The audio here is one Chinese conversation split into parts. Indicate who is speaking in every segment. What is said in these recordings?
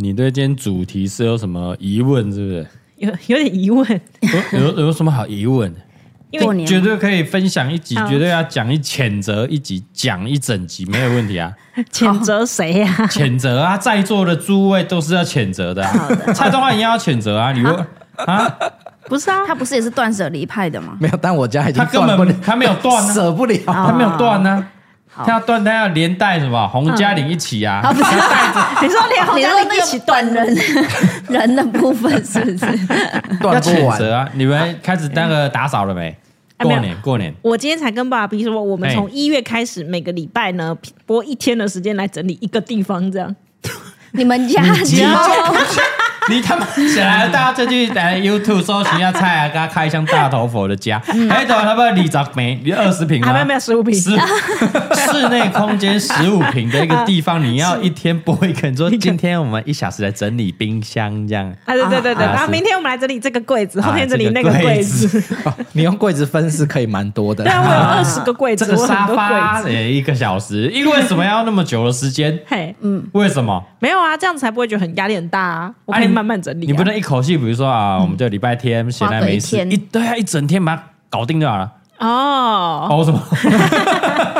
Speaker 1: 你对今天主题是有什么疑问？是不是？
Speaker 2: 有有点疑问，
Speaker 1: 有 有有什么好疑问的？
Speaker 2: 因为
Speaker 3: 过年
Speaker 1: 绝对可以分享一集，
Speaker 2: 好
Speaker 1: 绝对要讲一谴责一集，讲一整集没有问题啊！
Speaker 2: 谴责谁呀、
Speaker 1: 谴责啊，在座的诸位都是要谴责的、啊。蔡宗汉也要谴责啊！你问啊，
Speaker 2: 不是啊，
Speaker 3: 他不是也是断舍离派的吗？
Speaker 4: 没有，但我家已
Speaker 1: 他
Speaker 4: 经
Speaker 1: 根
Speaker 4: 断不了
Speaker 1: 本，他没有断 啊，
Speaker 4: 舍不了。
Speaker 1: 他没有断呢、啊，他要断，他要连带什么洪嘉玲一起啊？
Speaker 3: 不是，
Speaker 2: 你说连红
Speaker 3: 你说
Speaker 2: 家
Speaker 3: 那
Speaker 2: 一起
Speaker 3: 个本人人的部分是不是？
Speaker 1: 要
Speaker 4: 断不
Speaker 1: 谴
Speaker 4: 完。
Speaker 1: 责啊！你们开始那个打扫了没？
Speaker 2: 啊没有
Speaker 1: 过年过年，
Speaker 2: 我今天才跟爸比说，我们
Speaker 1: 哎
Speaker 2: 从一月开始，每个礼拜呢播一天的时间来整理一个地方，这样。
Speaker 3: 你们家
Speaker 1: 急
Speaker 3: 就
Speaker 1: 你他妈
Speaker 2: 啊
Speaker 1: 起来了，大家就去来 YouTube 搜寻一下蔡阿嘎开箱大头佛的家，还有他们李长梅，你二十平
Speaker 2: 嗯 啊，没
Speaker 1: 吗
Speaker 2: 有没？有十五平，
Speaker 1: 室室内空间十五平的一个地方，你要一天播一个，你 说今天我们一小时来整理冰箱这样。
Speaker 2: 啊对对对对，
Speaker 1: 啊
Speaker 2: 然后
Speaker 1: 是
Speaker 2: 明天我们来整理这个柜子， 后
Speaker 1: 啊
Speaker 2: 天整理那
Speaker 1: 这
Speaker 2: 柜
Speaker 1: 柜
Speaker 2: 子。
Speaker 1: 子，
Speaker 4: 你用柜子分是可以蛮多的
Speaker 2: 对。啊，我有二十个柜
Speaker 1: 这
Speaker 2: 子，
Speaker 1: 个
Speaker 2: 我
Speaker 1: 沙
Speaker 2: 很多
Speaker 1: 发哎
Speaker 2: 柜子。
Speaker 1: 也一个小时，因为什么要那么久的时间？
Speaker 2: 嘿，
Speaker 3: 嗯
Speaker 1: 为什么？
Speaker 2: 没有啊，这样才不会觉得很压力很大啊。我
Speaker 1: 啊
Speaker 2: 可以
Speaker 1: 你
Speaker 2: 慢慢整理啊。嗯
Speaker 1: 你不能一口气，比如说啊，我们就礼拜天闲来没事，
Speaker 3: 花个一天
Speaker 1: 一对啊，一整天把它搞定就好了。
Speaker 2: 哦，
Speaker 1: 哦，什么？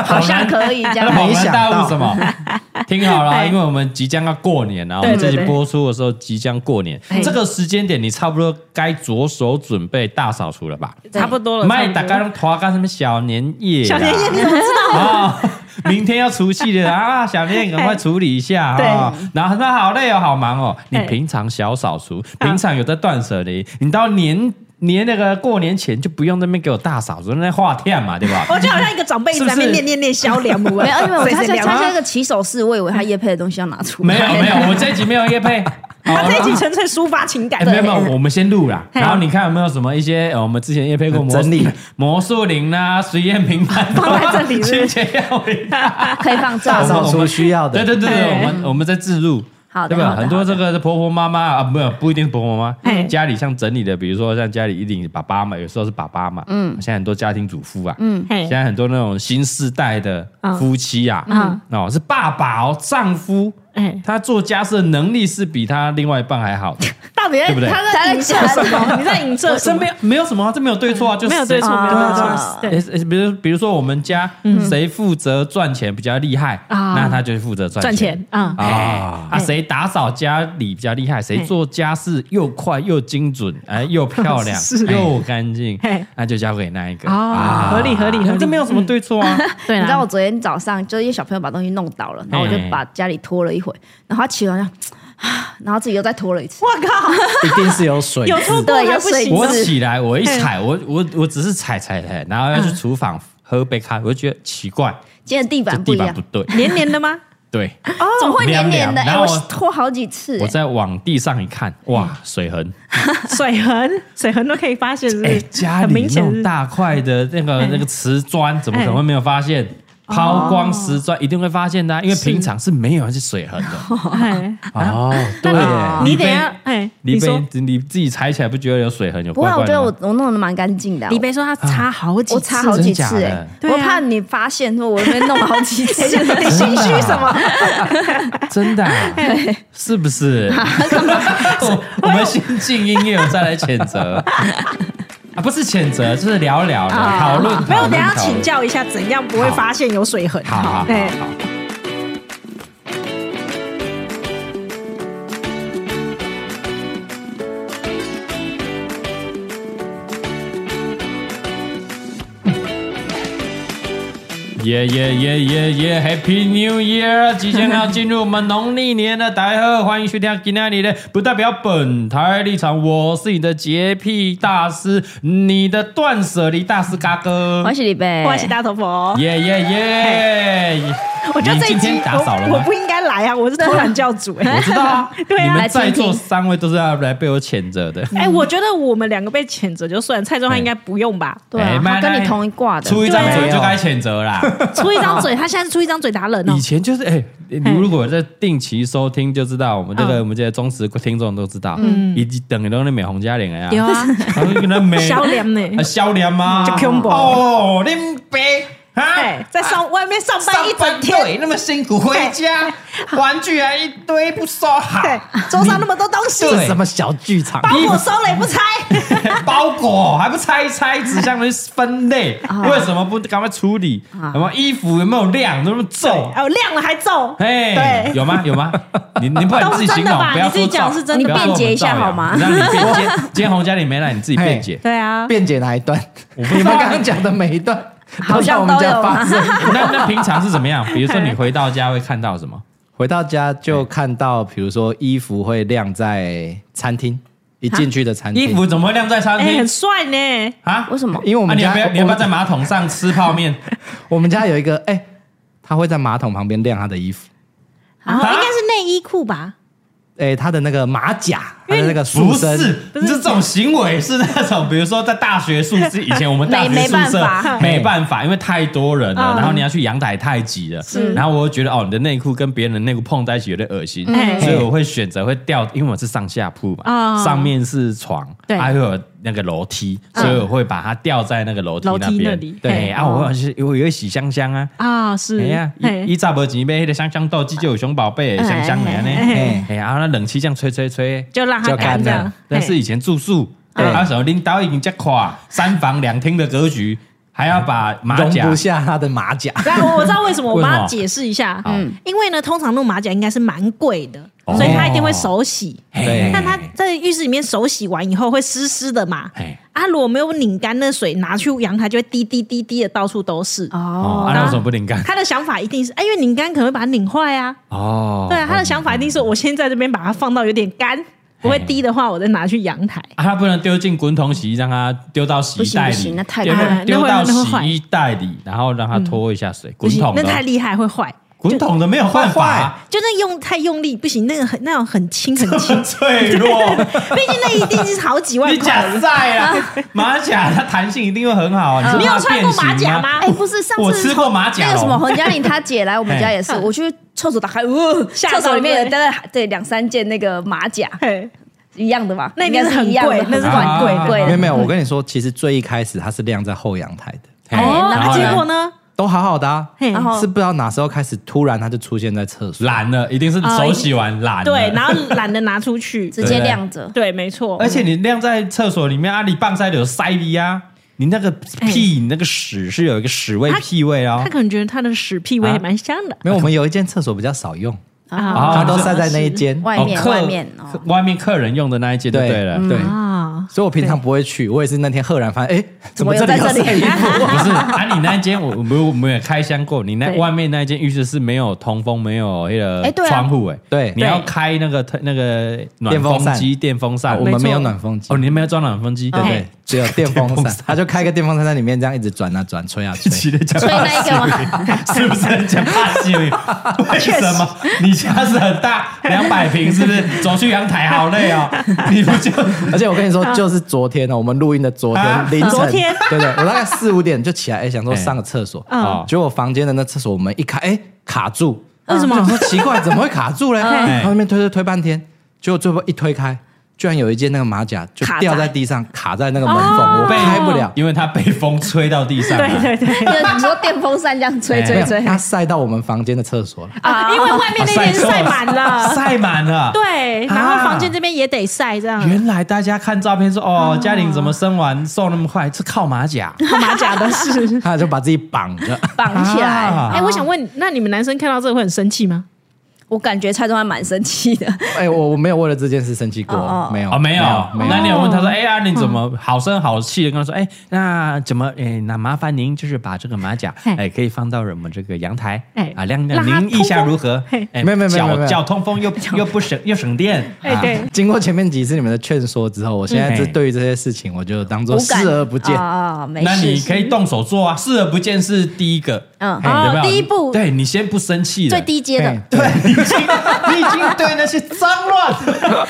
Speaker 3: 好像可以这
Speaker 1: 他的
Speaker 3: 样。
Speaker 1: 恍
Speaker 4: 没
Speaker 1: 然
Speaker 4: 想
Speaker 1: 大悟
Speaker 4: 到
Speaker 1: 什么？ 听好了，啊
Speaker 2: 哎
Speaker 1: 因为我们即将要过年啊，我
Speaker 2: 对
Speaker 1: 们这集
Speaker 2: 对对
Speaker 1: 播出的时候即将过年，
Speaker 3: 哎
Speaker 1: 这个时间点你差不多该着手准备大扫除了吧？
Speaker 2: 差不多了。
Speaker 1: 卖大
Speaker 2: 差不多
Speaker 1: 概用拖干什么小年夜啦？
Speaker 2: 小年夜你
Speaker 1: 怎么知 道？啊，明天要除夕了啊，小年夜赶快处理一下
Speaker 2: 对
Speaker 1: 啊。然后他好累哦，好忙哦。你
Speaker 2: 哎
Speaker 1: 平常小扫除，平常有在断舍离，你到年年那个过年前就不用那边给我大扫除，那话天嘛， 对吧？
Speaker 2: 我就好像一个长辈一直在那
Speaker 1: 是
Speaker 2: 边
Speaker 1: 不是
Speaker 2: 念念念小脸，没
Speaker 3: 没有，因为
Speaker 2: 啊
Speaker 3: 我他
Speaker 2: 谁
Speaker 3: 他
Speaker 2: 谁
Speaker 3: 他
Speaker 2: 聊
Speaker 3: 像一个起手式，我以为他叶配的东西要拿出来。
Speaker 1: 没有没有，我这一集没有夜 配。
Speaker 2: 他
Speaker 1: 好
Speaker 2: 这一集纯粹抒发情感
Speaker 1: 哎，。没有没有，我们先录啦，
Speaker 2: 嘿
Speaker 1: 然后你看有没有什么一些呃我们之前也配过魔
Speaker 4: 整理
Speaker 1: 魔术林啦、实验平凡
Speaker 2: 放在这里
Speaker 1: 清
Speaker 2: 是不是
Speaker 1: 洁药品啊，
Speaker 3: 可以放
Speaker 4: 大
Speaker 3: 照
Speaker 1: 我
Speaker 4: 扫
Speaker 1: 们
Speaker 4: 除需要
Speaker 1: 对
Speaker 4: 的，
Speaker 1: 对对对，
Speaker 2: 嘿
Speaker 1: 我们我们在自录。
Speaker 3: 好的
Speaker 1: 对吧？
Speaker 3: 好的
Speaker 1: 很多这个婆婆妈妈啊，没有不一定是婆婆妈妈，
Speaker 2: 嘿
Speaker 1: 家里像整理的，比如说像家里一定是爸爸嘛，有时候是爸爸嘛，嗯，现在很多家庭主妇啊，嗯，
Speaker 2: 嘿
Speaker 1: 现在很多那种新世代的夫妻啊，
Speaker 2: 嗯
Speaker 1: 哦是爸爸哦，丈夫，
Speaker 2: 哎，
Speaker 1: 他做家事的能力是比他另外一半还好 的。
Speaker 2: 到底在
Speaker 1: 对不对
Speaker 2: 他在影射什么？你在影射
Speaker 1: 这
Speaker 2: 什么？嗯
Speaker 1: 没有没有什么啊，这没有对错啊，就是
Speaker 2: 没有对错，没有对错
Speaker 3: 啊，
Speaker 2: 对嗯
Speaker 1: 诶诶比如比如说我们家谁负责赚钱比较厉害，
Speaker 2: 啊
Speaker 1: 那他就负责赚
Speaker 2: 赚钱哎啊，
Speaker 1: 啊啊！
Speaker 2: 嘿
Speaker 1: 谁打扫家里比较厉害，谁
Speaker 2: 嘿
Speaker 1: 做家事又快又精准， 哎，又漂亮哎
Speaker 2: 是
Speaker 1: 又干净
Speaker 2: 嘿，
Speaker 1: 那就交给那一个啊
Speaker 2: 哦，合理合理合理，
Speaker 1: 这没有什么对错啊。
Speaker 2: 对啦
Speaker 3: 你知道我昨天早上就是因为小朋友把东西弄倒了，然后我就把家里拖了一回，然后他起床就，啊然后自己又再拖了一次。
Speaker 2: 我靠，
Speaker 4: 一定是有水嗯
Speaker 2: 有
Speaker 4: 渍
Speaker 2: 错过还不行
Speaker 1: 我
Speaker 2: 吗？
Speaker 1: 起来，我一
Speaker 2: 哎
Speaker 1: 踩，我我我只是踩踩踩，然后要
Speaker 2: 嗯
Speaker 1: 去厨房喝杯咖啡，我就觉得奇怪，
Speaker 3: 今天地
Speaker 1: 这
Speaker 3: 板不
Speaker 1: 地
Speaker 3: 一
Speaker 1: 板
Speaker 3: 样
Speaker 1: 不，对，
Speaker 2: 黏黏的吗？
Speaker 1: 对。
Speaker 3: 怎么会黏黏
Speaker 1: 凉
Speaker 3: 的？
Speaker 1: 凉
Speaker 3: 哎，
Speaker 1: 然后
Speaker 3: 我拖好几次
Speaker 1: 我
Speaker 3: 哎。
Speaker 1: 再往地上一看，哇，水痕！
Speaker 2: 水痕，水痕都可以发现，是不
Speaker 1: 哎，
Speaker 2: 是？
Speaker 1: 家
Speaker 2: 嗯很
Speaker 1: 里
Speaker 2: 明显
Speaker 1: 弄
Speaker 2: 是
Speaker 1: 大块的那个那个瓷砖，怎么可能会没有发现？抛光瓷砖一定会发现的啊，因为平常是没有人是水痕的。
Speaker 2: 哎，
Speaker 4: 哦，对耶，
Speaker 2: 你
Speaker 1: 你被
Speaker 2: 等一下，哎，
Speaker 1: 你
Speaker 2: 你说
Speaker 1: 被，你自己踩起来不觉得有水痕有
Speaker 3: 不会
Speaker 1: 怪
Speaker 3: 啊，我
Speaker 1: 怪
Speaker 3: 觉得
Speaker 1: 的
Speaker 3: 我
Speaker 1: 吗？
Speaker 3: 我弄得蛮干净的啊。
Speaker 2: 李贝说他擦好几次，
Speaker 3: 我擦好几次
Speaker 1: 真假
Speaker 3: 哎、
Speaker 1: 的
Speaker 2: 对啊
Speaker 3: 我怕你发现说我被弄好几 次，
Speaker 2: 你心虚什么？
Speaker 1: 真的啊，是不是？我我们先进音乐，我再来谴责。啊，不是谴责，就是聊聊啦讨论。
Speaker 2: 没有，
Speaker 1: 讨论
Speaker 2: 等一下
Speaker 1: 讨论
Speaker 2: 请教一下，怎样不会发现有水痕？
Speaker 1: 好好好
Speaker 2: 对
Speaker 1: 好。耶耶耶耶耶！Happy New Year！即将要进入我们农历年的台贺，欢迎收听今天你的不代表本台立场，我是你的洁癖大师，你的断舍离大师嘎哥。
Speaker 3: 我是李贝，
Speaker 2: 欢喜大头佛，
Speaker 1: 耶耶耶！
Speaker 2: 我觉得这一
Speaker 1: 你今
Speaker 2: 集
Speaker 1: 天打扫了
Speaker 2: 我我
Speaker 1: 吗
Speaker 2: 不？应该来啊，我是偷懒教主哎、
Speaker 1: 我知道啊，
Speaker 2: 对啊
Speaker 1: 你们
Speaker 3: 来
Speaker 1: 在
Speaker 3: 倾
Speaker 1: 座
Speaker 3: 听
Speaker 1: 三位都是要来被我谴责的。
Speaker 2: 哎、我觉得我们两个被谴责就算，蔡宗翰应该不用吧？
Speaker 3: 对
Speaker 1: 哎
Speaker 3: 啊，
Speaker 1: 妈
Speaker 3: 他跟
Speaker 1: 来
Speaker 3: 你同一挂的，
Speaker 1: 出一张
Speaker 2: 对啊
Speaker 1: 嘴就该谴责啦！
Speaker 2: 出一张嘴，他现在是出一张嘴打人哦
Speaker 1: 以。前就是哎，你如果在定期收听就知道，我们这个
Speaker 2: 嗯
Speaker 1: 我们这些忠实听众都知道，以及等于都是美红家人呀，
Speaker 2: 有啊，
Speaker 1: 然后跟他美
Speaker 2: 小脸呢？
Speaker 1: 啊笑脸吗？
Speaker 2: 就恐怖
Speaker 1: 哦，恁白
Speaker 2: 哎
Speaker 1: 啊，，
Speaker 2: 在上外面上班一整天，
Speaker 1: 对那么辛苦回家，玩具还一堆不收好，
Speaker 2: 对，桌上那么多东西，
Speaker 1: 对
Speaker 4: 这什么小剧场？
Speaker 2: 包裹收了也不拆，
Speaker 1: 包裹还不拆一拆，纸箱去分类，
Speaker 2: 哦
Speaker 1: 为什么不赶快处理？
Speaker 2: 啊
Speaker 1: 什么衣服有没有晾？有没有皱？
Speaker 2: 哦，亮了还皱，
Speaker 1: 哎，
Speaker 2: 对，
Speaker 1: 有吗？有吗？你你把你自己形
Speaker 2: 都是真的
Speaker 1: 容，
Speaker 2: 吧
Speaker 1: 不要说
Speaker 2: 你自己讲
Speaker 1: 造
Speaker 2: 是真的
Speaker 1: 不要说
Speaker 3: 你辩解一下
Speaker 1: 我们造谣
Speaker 3: 好吗
Speaker 1: 你让你辩 解，今天洪家里没来，你自己辩解。
Speaker 2: 对啊，
Speaker 4: 辩解哪一段？
Speaker 1: 我不知
Speaker 4: 你
Speaker 1: 道
Speaker 4: 们
Speaker 1: 啊
Speaker 4: 刚刚讲的每一段，
Speaker 3: 好像
Speaker 4: 都在我们
Speaker 3: 都
Speaker 4: 家
Speaker 3: 有
Speaker 4: 发生。
Speaker 1: 那那平常是怎么样？比如说你回到家会看到什么？
Speaker 4: 回到家就看到，比如说衣服会晾在餐厅，一进去的餐厅
Speaker 1: 衣服，怎么会晾在餐
Speaker 2: 哎，
Speaker 1: 厅
Speaker 2: 很帅呢，
Speaker 1: 啊？
Speaker 3: 为什么
Speaker 4: 因为我
Speaker 1: 啊
Speaker 4: 们
Speaker 1: 你要
Speaker 4: 家
Speaker 1: 不要你要不要
Speaker 4: 我
Speaker 1: 在马桶上吃泡 面？
Speaker 4: 我们家有一个，哎，他会在马桶旁边晾他的衣服，
Speaker 2: 然后啊应该是内衣裤吧？
Speaker 4: 哎，他的那个马甲，他
Speaker 2: 因为
Speaker 4: 的那个
Speaker 1: 不
Speaker 4: 束身，
Speaker 1: 是，你这种行为是那种，比如说在大学宿舍，以前我们大学宿
Speaker 3: 没没办
Speaker 1: 舍
Speaker 3: 法
Speaker 1: 没办法，因为太多人了，
Speaker 2: 嗯
Speaker 1: 然后你要去阳台太挤了，然后我又觉得哦，你的内裤跟别人的内裤碰在一起有点恶心，
Speaker 2: 哎
Speaker 1: 所以我会选择会掉，因为我是上下铺嘛，
Speaker 2: 哦
Speaker 1: 上面是床，
Speaker 2: 对嗯
Speaker 1: 还有那个楼梯，所以我会把它吊在那个楼梯
Speaker 2: 楼
Speaker 1: 那
Speaker 2: 梯那
Speaker 1: 边
Speaker 2: 里，
Speaker 1: 对，
Speaker 2: 嘿
Speaker 1: 啊，我是我有洗香香啊。
Speaker 2: 啊，是，
Speaker 1: 哎呀，
Speaker 2: 嘿
Speaker 1: 一一炸无钱买迄个香香豆，这就有熊宝贝的香香的呢。
Speaker 4: 哎
Speaker 1: 哎，然后那冷气这样吹吹吹，
Speaker 2: 就让它
Speaker 4: 就干
Speaker 2: 干这样
Speaker 4: 了。
Speaker 1: 但是以前住宿，
Speaker 4: 对
Speaker 1: 还有什么领导已经这垮，三房两厅的格局，还要把马
Speaker 4: 容
Speaker 1: 甲
Speaker 4: 不下他的马甲。
Speaker 2: 然后我知道为什么，我
Speaker 1: 为什么
Speaker 2: 帮他解释一下
Speaker 1: 好，
Speaker 2: 因为呢，通常弄马甲应该是蛮贵的，
Speaker 1: 哦
Speaker 2: 所以他一定会手洗。
Speaker 1: 嘿
Speaker 2: 但他在浴室里面手洗完以后会湿湿的嘛
Speaker 1: 嘿，
Speaker 2: 啊，如果没有拧干那水，拿去阳台就会滴滴滴滴的到处都是。
Speaker 1: 哦，
Speaker 3: 哦，
Speaker 1: 啊那为什么不灵感？
Speaker 2: 他的想法一定是，哎，因为拧干可能会把它拧坏啊。
Speaker 1: 哦，
Speaker 2: 对啊，他的想法一定是我先在这边把它放到有点干，不会滴的话，我再拿去阳台。
Speaker 1: 啊，他不能丢进滚筒洗衣，让它丢到洗衣袋
Speaker 3: 不行不
Speaker 1: 里
Speaker 3: 行那，太
Speaker 1: 丢
Speaker 2: 哎
Speaker 1: 丢
Speaker 2: 那
Speaker 1: 到
Speaker 2: 会那会
Speaker 1: 洗衣袋里，然后让它脱一下水，
Speaker 2: 不
Speaker 1: 滚
Speaker 2: 行
Speaker 1: 筒，
Speaker 2: 那太
Speaker 1: 的，
Speaker 2: 厉害会坏。
Speaker 1: 滚筒的没有办法，
Speaker 2: 就那用太用力不行，那个很那种很轻很 轻，
Speaker 1: 脆弱。
Speaker 2: 毕竟那一定是好几万
Speaker 1: 你
Speaker 2: 块。
Speaker 1: 假赛 啊，马甲它弹性一定会很好啊。你
Speaker 2: 嗯你
Speaker 1: 知道
Speaker 2: 有
Speaker 1: 它
Speaker 2: 穿过
Speaker 1: 变形
Speaker 2: 马甲吗？？
Speaker 3: 哎，不是上次
Speaker 1: 我吃过哦马
Speaker 3: 那
Speaker 1: 甲
Speaker 3: 个什么
Speaker 1: 龙，
Speaker 3: 洪嘉玲她姐来我们家也是，我去厕所打开，呃，
Speaker 2: 吓到
Speaker 3: 厕所里面有
Speaker 2: 对
Speaker 3: 大概对两三件那个马甲
Speaker 2: 嘿
Speaker 3: 一样的吧？
Speaker 2: 那一
Speaker 3: 应
Speaker 2: 定
Speaker 3: 该
Speaker 2: 是很
Speaker 3: 一样的，啊
Speaker 2: 贵那是
Speaker 1: 很贵的
Speaker 3: 贵
Speaker 4: 没有
Speaker 3: 的。
Speaker 4: 没有，我跟你说，其实最一开始它是晾在后阳台的，
Speaker 1: 嘿
Speaker 3: 哦
Speaker 1: 然
Speaker 2: 哎那
Speaker 1: 后
Speaker 2: 结
Speaker 1: 呢
Speaker 2: 果呢？
Speaker 4: 都好好的、啊，
Speaker 2: 嘿
Speaker 3: 然后
Speaker 4: 是不知道哪时候开始，突然它就出现在厕所。
Speaker 1: 懒了，一定是手洗完懒了。
Speaker 2: 啊对，然后懒得拿出去。
Speaker 3: 直接晾着，
Speaker 2: 对，没错。
Speaker 1: 而且你晾在厕所里面，阿里棒塞有塞鼻啊，你那个屁，你那个屎是有一个屎味
Speaker 2: 哎它
Speaker 1: 屁味哦
Speaker 2: 他。可能觉得他的屎屁味
Speaker 1: 啊
Speaker 2: 还蛮香的
Speaker 4: 没有，我们有一间厕所比较少用，
Speaker 1: 哦
Speaker 2: 啊
Speaker 4: 它都塞在那 一间，
Speaker 3: 外面
Speaker 1: 哦客
Speaker 3: 外面
Speaker 1: 客
Speaker 3: 哦，嗯
Speaker 1: 外面客人用的那一间就对了。
Speaker 4: 对，
Speaker 2: 啊！
Speaker 4: 所以我平常不会去，我也是那天赫然发现，哎，怎么这里有
Speaker 3: 怎么有在
Speaker 4: 晒衣服？
Speaker 1: 不是啊，你那一间我我们我们也开箱过，你那外面那一间浴室是没有通风，没有那
Speaker 3: 哎
Speaker 1: 个
Speaker 3: 对啊
Speaker 1: 窗户哎，
Speaker 4: 对
Speaker 1: 你要开那个那个暖
Speaker 4: 电风扇
Speaker 1: 机、电风扇，
Speaker 4: 我
Speaker 1: 没
Speaker 4: 们
Speaker 1: 错
Speaker 4: 没有暖风机
Speaker 1: 哦，，你没有装暖风机，对
Speaker 4: 对
Speaker 1: 不
Speaker 4: 对
Speaker 1: 对？，
Speaker 4: 只有电风
Speaker 1: 电风
Speaker 4: 扇，他就开个电风扇在里面这样一直转啊转，吹啊吹。
Speaker 1: 起的讲
Speaker 3: 所以那一个 嘛，
Speaker 1: 是不是很讲怕 西米？为什么？你家是很大，两百平是不是？走去阳台好累 哦，你不就
Speaker 4: 而且我跟你说，就是昨天呢，哦我们录音的昨
Speaker 1: 啊
Speaker 4: 天凌晨，
Speaker 2: 昨天
Speaker 4: 对对，我大概四五点就起来，哎，想说上个厕所，
Speaker 1: 嗯
Speaker 4: 结果房间的那厕所我门一开，哎，卡住，
Speaker 2: 为什么
Speaker 4: 我想说奇怪，怎么会卡住嘞？
Speaker 1: 哎
Speaker 4: 然后那边推推推半天，结果最后一推开，居然有一件那个马甲就
Speaker 2: 卡在
Speaker 4: 掉在地上，卡在那个门缝，我开不了。
Speaker 1: 因为它被风吹到地上了。啊
Speaker 2: 对对对
Speaker 3: 就你说电风扇这样吹
Speaker 4: 没
Speaker 3: 吹
Speaker 4: 有
Speaker 1: 哎
Speaker 3: 吹，
Speaker 4: 它晒到我们房间的厕所了。？
Speaker 2: 啊，因为外面那边晒满了，
Speaker 1: 啊 晒满了。
Speaker 2: 对，然后房间这边也得晒，这样
Speaker 1: 原来大家看照片说，哦，嘉玲怎么生完瘦那么快？是靠马甲。
Speaker 2: 干嘛假的事
Speaker 4: 他就把自己绑着，
Speaker 3: 绑起
Speaker 1: 啊
Speaker 3: 来。
Speaker 2: 哎，我想问，那你们男生看到这个会很生气吗？
Speaker 3: 我感觉蔡宗还蛮生气的，
Speaker 4: 哎，我我没有为了这件事生气过
Speaker 3: 哦，哦
Speaker 4: 没有
Speaker 1: 哦，没有，
Speaker 4: 没
Speaker 1: 那
Speaker 4: 有，
Speaker 1: 你有问
Speaker 2: 嗯
Speaker 1: 他说，哎呀，你怎么好声好气的跟他说，哎，那怎么，哎，那麻烦您就是把这个马甲，
Speaker 2: 嘿
Speaker 1: 哎，可以放到我们这个阳台，哎
Speaker 2: 哎，
Speaker 1: 啊，晾晾，
Speaker 2: 让它
Speaker 1: 您
Speaker 2: 通
Speaker 1: 意下
Speaker 2: 风
Speaker 1: 如何
Speaker 2: 嘿？
Speaker 1: 哎，
Speaker 4: 没有没有没有没有
Speaker 1: 脚
Speaker 4: 没有
Speaker 1: 脚通风 又又不省又省电，
Speaker 2: 哎，对，
Speaker 4: 经过前面几次你们的劝说之后，我现在这
Speaker 1: 嗯
Speaker 4: 对于这些事情，我就当做
Speaker 3: 无感
Speaker 4: 视而不见。
Speaker 3: 啊，哦没
Speaker 1: 那你
Speaker 3: 事。
Speaker 1: 可以动手做啊，视而不见是第一个，
Speaker 3: 嗯
Speaker 1: 嘿有没有
Speaker 2: 哦
Speaker 3: 第一步
Speaker 1: 对你先不生气了，
Speaker 3: 最低阶的，
Speaker 1: 对，你已经你已经对那些脏乱。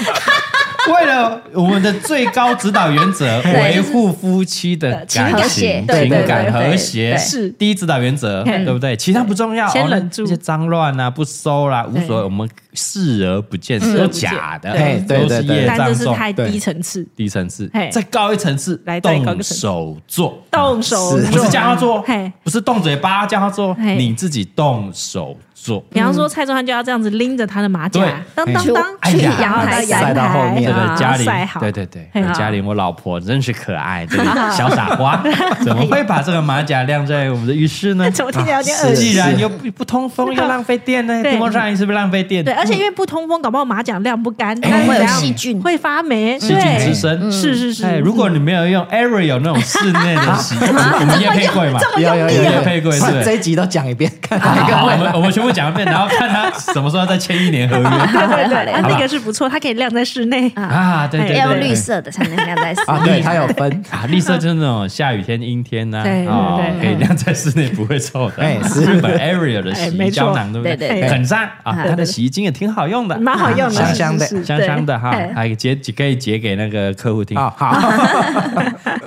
Speaker 1: 为了我们的最高指导原 则，
Speaker 3: 对
Speaker 1: 维护夫妻的
Speaker 2: 情
Speaker 1: 感
Speaker 2: 感
Speaker 1: 情、
Speaker 3: 对
Speaker 1: 情
Speaker 3: 对
Speaker 1: 感
Speaker 3: 对
Speaker 1: 和
Speaker 3: 对
Speaker 1: 谐
Speaker 3: 对
Speaker 2: 是
Speaker 1: 第一指导原则，
Speaker 2: 嗯
Speaker 1: 对不对？其他不重要，
Speaker 2: 先
Speaker 1: 哦那
Speaker 2: 忍住
Speaker 1: 那些脏乱啊，不收啦，无所谓，我们视而不见，
Speaker 2: 视而
Speaker 1: 都
Speaker 2: 不见
Speaker 1: 假的，
Speaker 4: 对对
Speaker 1: 都是
Speaker 4: 对对
Speaker 1: 业
Speaker 2: 但这
Speaker 1: 障
Speaker 2: 是
Speaker 1: 重。
Speaker 2: 太
Speaker 4: 对
Speaker 2: 低层次，
Speaker 1: 低层次
Speaker 2: 嘿，
Speaker 1: 再高一层次，
Speaker 2: 来再高一
Speaker 1: 动
Speaker 2: 个层次
Speaker 1: 手做，
Speaker 2: 动手
Speaker 4: 是
Speaker 1: 不
Speaker 2: 做
Speaker 1: 是叫他做
Speaker 2: 嘿，
Speaker 1: 不是动嘴巴叫他做，
Speaker 2: 嘿
Speaker 1: 你自己动手做。
Speaker 2: 比方说蔡宗翰就要这样子拎着他的马
Speaker 1: 对
Speaker 2: 甲，当当
Speaker 3: 去
Speaker 2: 当，
Speaker 1: 哎
Speaker 3: 去
Speaker 1: 呀
Speaker 3: 阳
Speaker 2: 晒
Speaker 3: 台
Speaker 4: 晒
Speaker 3: 晒
Speaker 4: 到后面
Speaker 1: 对
Speaker 4: 对
Speaker 1: 对，
Speaker 2: 啊
Speaker 1: 嘉
Speaker 2: 晒
Speaker 1: 玲，
Speaker 2: 好，
Speaker 1: 对对对，
Speaker 2: 嘿啊
Speaker 1: 嘉玲，我老婆真是可爱，这个小傻瓜，怎么会把这个马甲晾在我们的浴室呢？
Speaker 2: 怎么听起来有点恶
Speaker 4: 是
Speaker 1: 既
Speaker 2: 心？
Speaker 1: 然又不不通风，又浪费电呢，
Speaker 2: 对
Speaker 1: 电风扇也是不是哎浪费电？
Speaker 2: 对，而且因为不通风，搞不好马甲晾不干，它
Speaker 3: 会
Speaker 2: 怎
Speaker 3: 有
Speaker 2: 样
Speaker 3: 细菌
Speaker 2: 会发霉，
Speaker 1: 细菌
Speaker 2: 对
Speaker 1: 滋生。
Speaker 2: 是是是
Speaker 1: 哎，。如果你没有用 Ariel 那种室内的洗，我们也配贵嘛？
Speaker 4: 有有有
Speaker 1: 有配过一次
Speaker 4: 这一集都讲一遍，看哪
Speaker 1: 好，
Speaker 4: 一个
Speaker 1: 我
Speaker 4: 会
Speaker 1: 们我们全部讲一遍，然后看他什么时候再签一年合约
Speaker 3: 好嘞好
Speaker 2: 啊，
Speaker 3: 嘞，
Speaker 2: 那个是不错，它可以晾在室内。
Speaker 1: 啊！对对对，
Speaker 3: 要
Speaker 1: 对
Speaker 3: 绿色的才能晾在室
Speaker 4: 啊，对，
Speaker 3: 内。
Speaker 4: 它有分，
Speaker 1: 啊，绿色就是那种下雨天、阴天呐、
Speaker 2: 对
Speaker 1: 哦
Speaker 2: 对
Speaker 1: 可
Speaker 2: 对
Speaker 1: 以晾在室内不会臭的。
Speaker 4: 哎是
Speaker 1: 日本 Ariel 的
Speaker 2: 哎
Speaker 1: 洗衣
Speaker 2: 没错
Speaker 1: 胶囊，对不
Speaker 3: 对
Speaker 2: 对对
Speaker 1: 很赞啊！
Speaker 3: 啊
Speaker 1: 它的洗衣精也挺好用的，
Speaker 2: 蛮好用的，
Speaker 4: 香
Speaker 1: 啊
Speaker 2: 是
Speaker 4: 香的
Speaker 2: 是是
Speaker 1: 香香的哈
Speaker 3: 对，
Speaker 1: 还解可以解给那个客户听。
Speaker 4: 啊，好，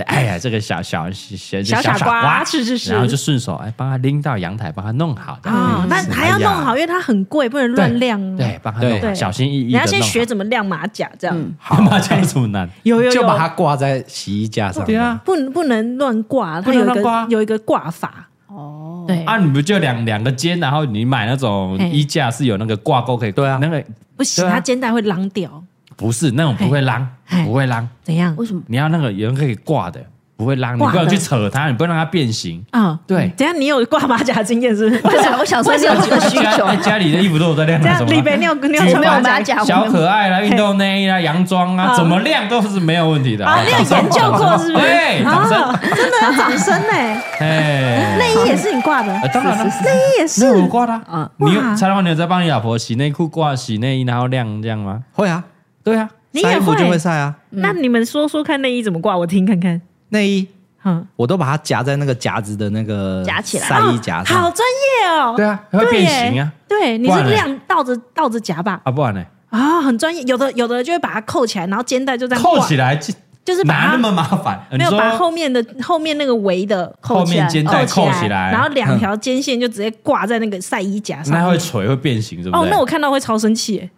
Speaker 1: 哎呀，这个小小小
Speaker 2: 小
Speaker 1: 傻
Speaker 2: 傻瓜
Speaker 1: 瓜，
Speaker 2: 是是是
Speaker 1: 然后就顺手哎，帮他拎到阳台，帮他弄好的。
Speaker 2: 啊，但还要弄好，
Speaker 1: 哎呀，
Speaker 2: 因为它很贵，不能乱晾哦。
Speaker 1: 对，帮他弄好，
Speaker 2: 对
Speaker 1: 小心翼翼
Speaker 2: 你
Speaker 1: 的
Speaker 2: 要
Speaker 1: 弄好。
Speaker 2: 先 学怎么晾马甲，这样
Speaker 1: 好嘛，这样子很难。
Speaker 2: 有有
Speaker 4: 就把它
Speaker 2: 有，
Speaker 4: 挂在洗衣架上。
Speaker 1: 对啊，
Speaker 2: 不能不能乱挂，
Speaker 1: 不
Speaker 2: 它
Speaker 1: 能
Speaker 2: 有一
Speaker 1: 乱挂
Speaker 2: 个有一个挂法。
Speaker 3: 哦，
Speaker 2: 对
Speaker 1: 啊，你不就两两个肩，然后你买那种
Speaker 2: 嘿
Speaker 1: 衣架是有那个挂钩可以，
Speaker 4: 对啊
Speaker 1: 那个
Speaker 2: 不行，
Speaker 1: 对啊
Speaker 2: 它肩带会啷掉。
Speaker 1: 不是那种不会浪，
Speaker 2: 嘿
Speaker 1: 不会浪，
Speaker 2: 怎样？
Speaker 3: 为什么？
Speaker 1: 你要那个有人可以挂的，不会浪，你
Speaker 2: 挂
Speaker 1: 不
Speaker 2: 的
Speaker 1: 要去扯它，你不能让它变形。
Speaker 2: 啊，
Speaker 1: 对
Speaker 2: 等一下你有挂马甲的经验是不是？
Speaker 3: 为什么？我想说你有这个需
Speaker 1: 家
Speaker 3: 求，
Speaker 1: 哎家里的衣服都有在晾
Speaker 2: 这
Speaker 1: 啊，怎
Speaker 2: 样
Speaker 1: 么
Speaker 2: 李
Speaker 1: 啦？
Speaker 2: 北，你有你有
Speaker 3: 我
Speaker 2: 穿
Speaker 3: 没有
Speaker 2: 马
Speaker 3: 马
Speaker 2: 甲
Speaker 3: 甲，
Speaker 1: 小
Speaker 3: 我没有
Speaker 1: 可爱啦，运动内衣啦，洋装啊，
Speaker 2: 啊
Speaker 1: 怎么晾都是没有问题的。
Speaker 2: 啊？你有研究过是不是？
Speaker 1: 哎，掌声！
Speaker 2: 啊， 真的要掌声哎！
Speaker 1: 哎，
Speaker 2: 内衣也是你挂的，
Speaker 1: 啊当然了，
Speaker 2: 内衣也
Speaker 1: 没
Speaker 2: 是
Speaker 1: 有我挂的啊。你有
Speaker 2: 哇
Speaker 1: 才的话，你有在帮你老婆洗内裤、挂洗内衣，然后晾这样吗？
Speaker 4: 会啊，
Speaker 1: 对啊，
Speaker 2: 你
Speaker 4: 晒
Speaker 2: 也
Speaker 4: 衣服
Speaker 2: 会
Speaker 4: 就会晒啊，
Speaker 1: 嗯
Speaker 2: 那你们说说看内衣怎么挂，我听看看。
Speaker 4: 内衣
Speaker 2: 嗯，
Speaker 4: 我都把它夹在那个夹子的那个
Speaker 3: 夹起来
Speaker 4: 晒衣夹
Speaker 2: 好
Speaker 4: 上。
Speaker 2: 专业哦。
Speaker 1: 对啊，会变形啊。
Speaker 2: 对耶。对，你
Speaker 1: 不
Speaker 2: 是
Speaker 1: 然嘞
Speaker 2: 晾倒着倒着夹吧？
Speaker 1: 啊，不然呢？
Speaker 2: 啊，很专业。有的有的就会把它扣起来，然后肩带就这样
Speaker 1: 扣
Speaker 2: 挂
Speaker 1: 起，来就
Speaker 2: 就是把
Speaker 1: 哪那
Speaker 2: 它
Speaker 1: 么麻烦？呃
Speaker 2: 没有
Speaker 1: 你说
Speaker 2: 把后面的后面那个围的
Speaker 1: 后
Speaker 3: 扣起来
Speaker 1: 面肩带扣起来，
Speaker 2: 然后两条肩线就直接挂在那个晒衣夹上面。
Speaker 1: 那会垂会变形，对不
Speaker 2: 哦
Speaker 1: 对？，
Speaker 2: 那我看到会超生气耶。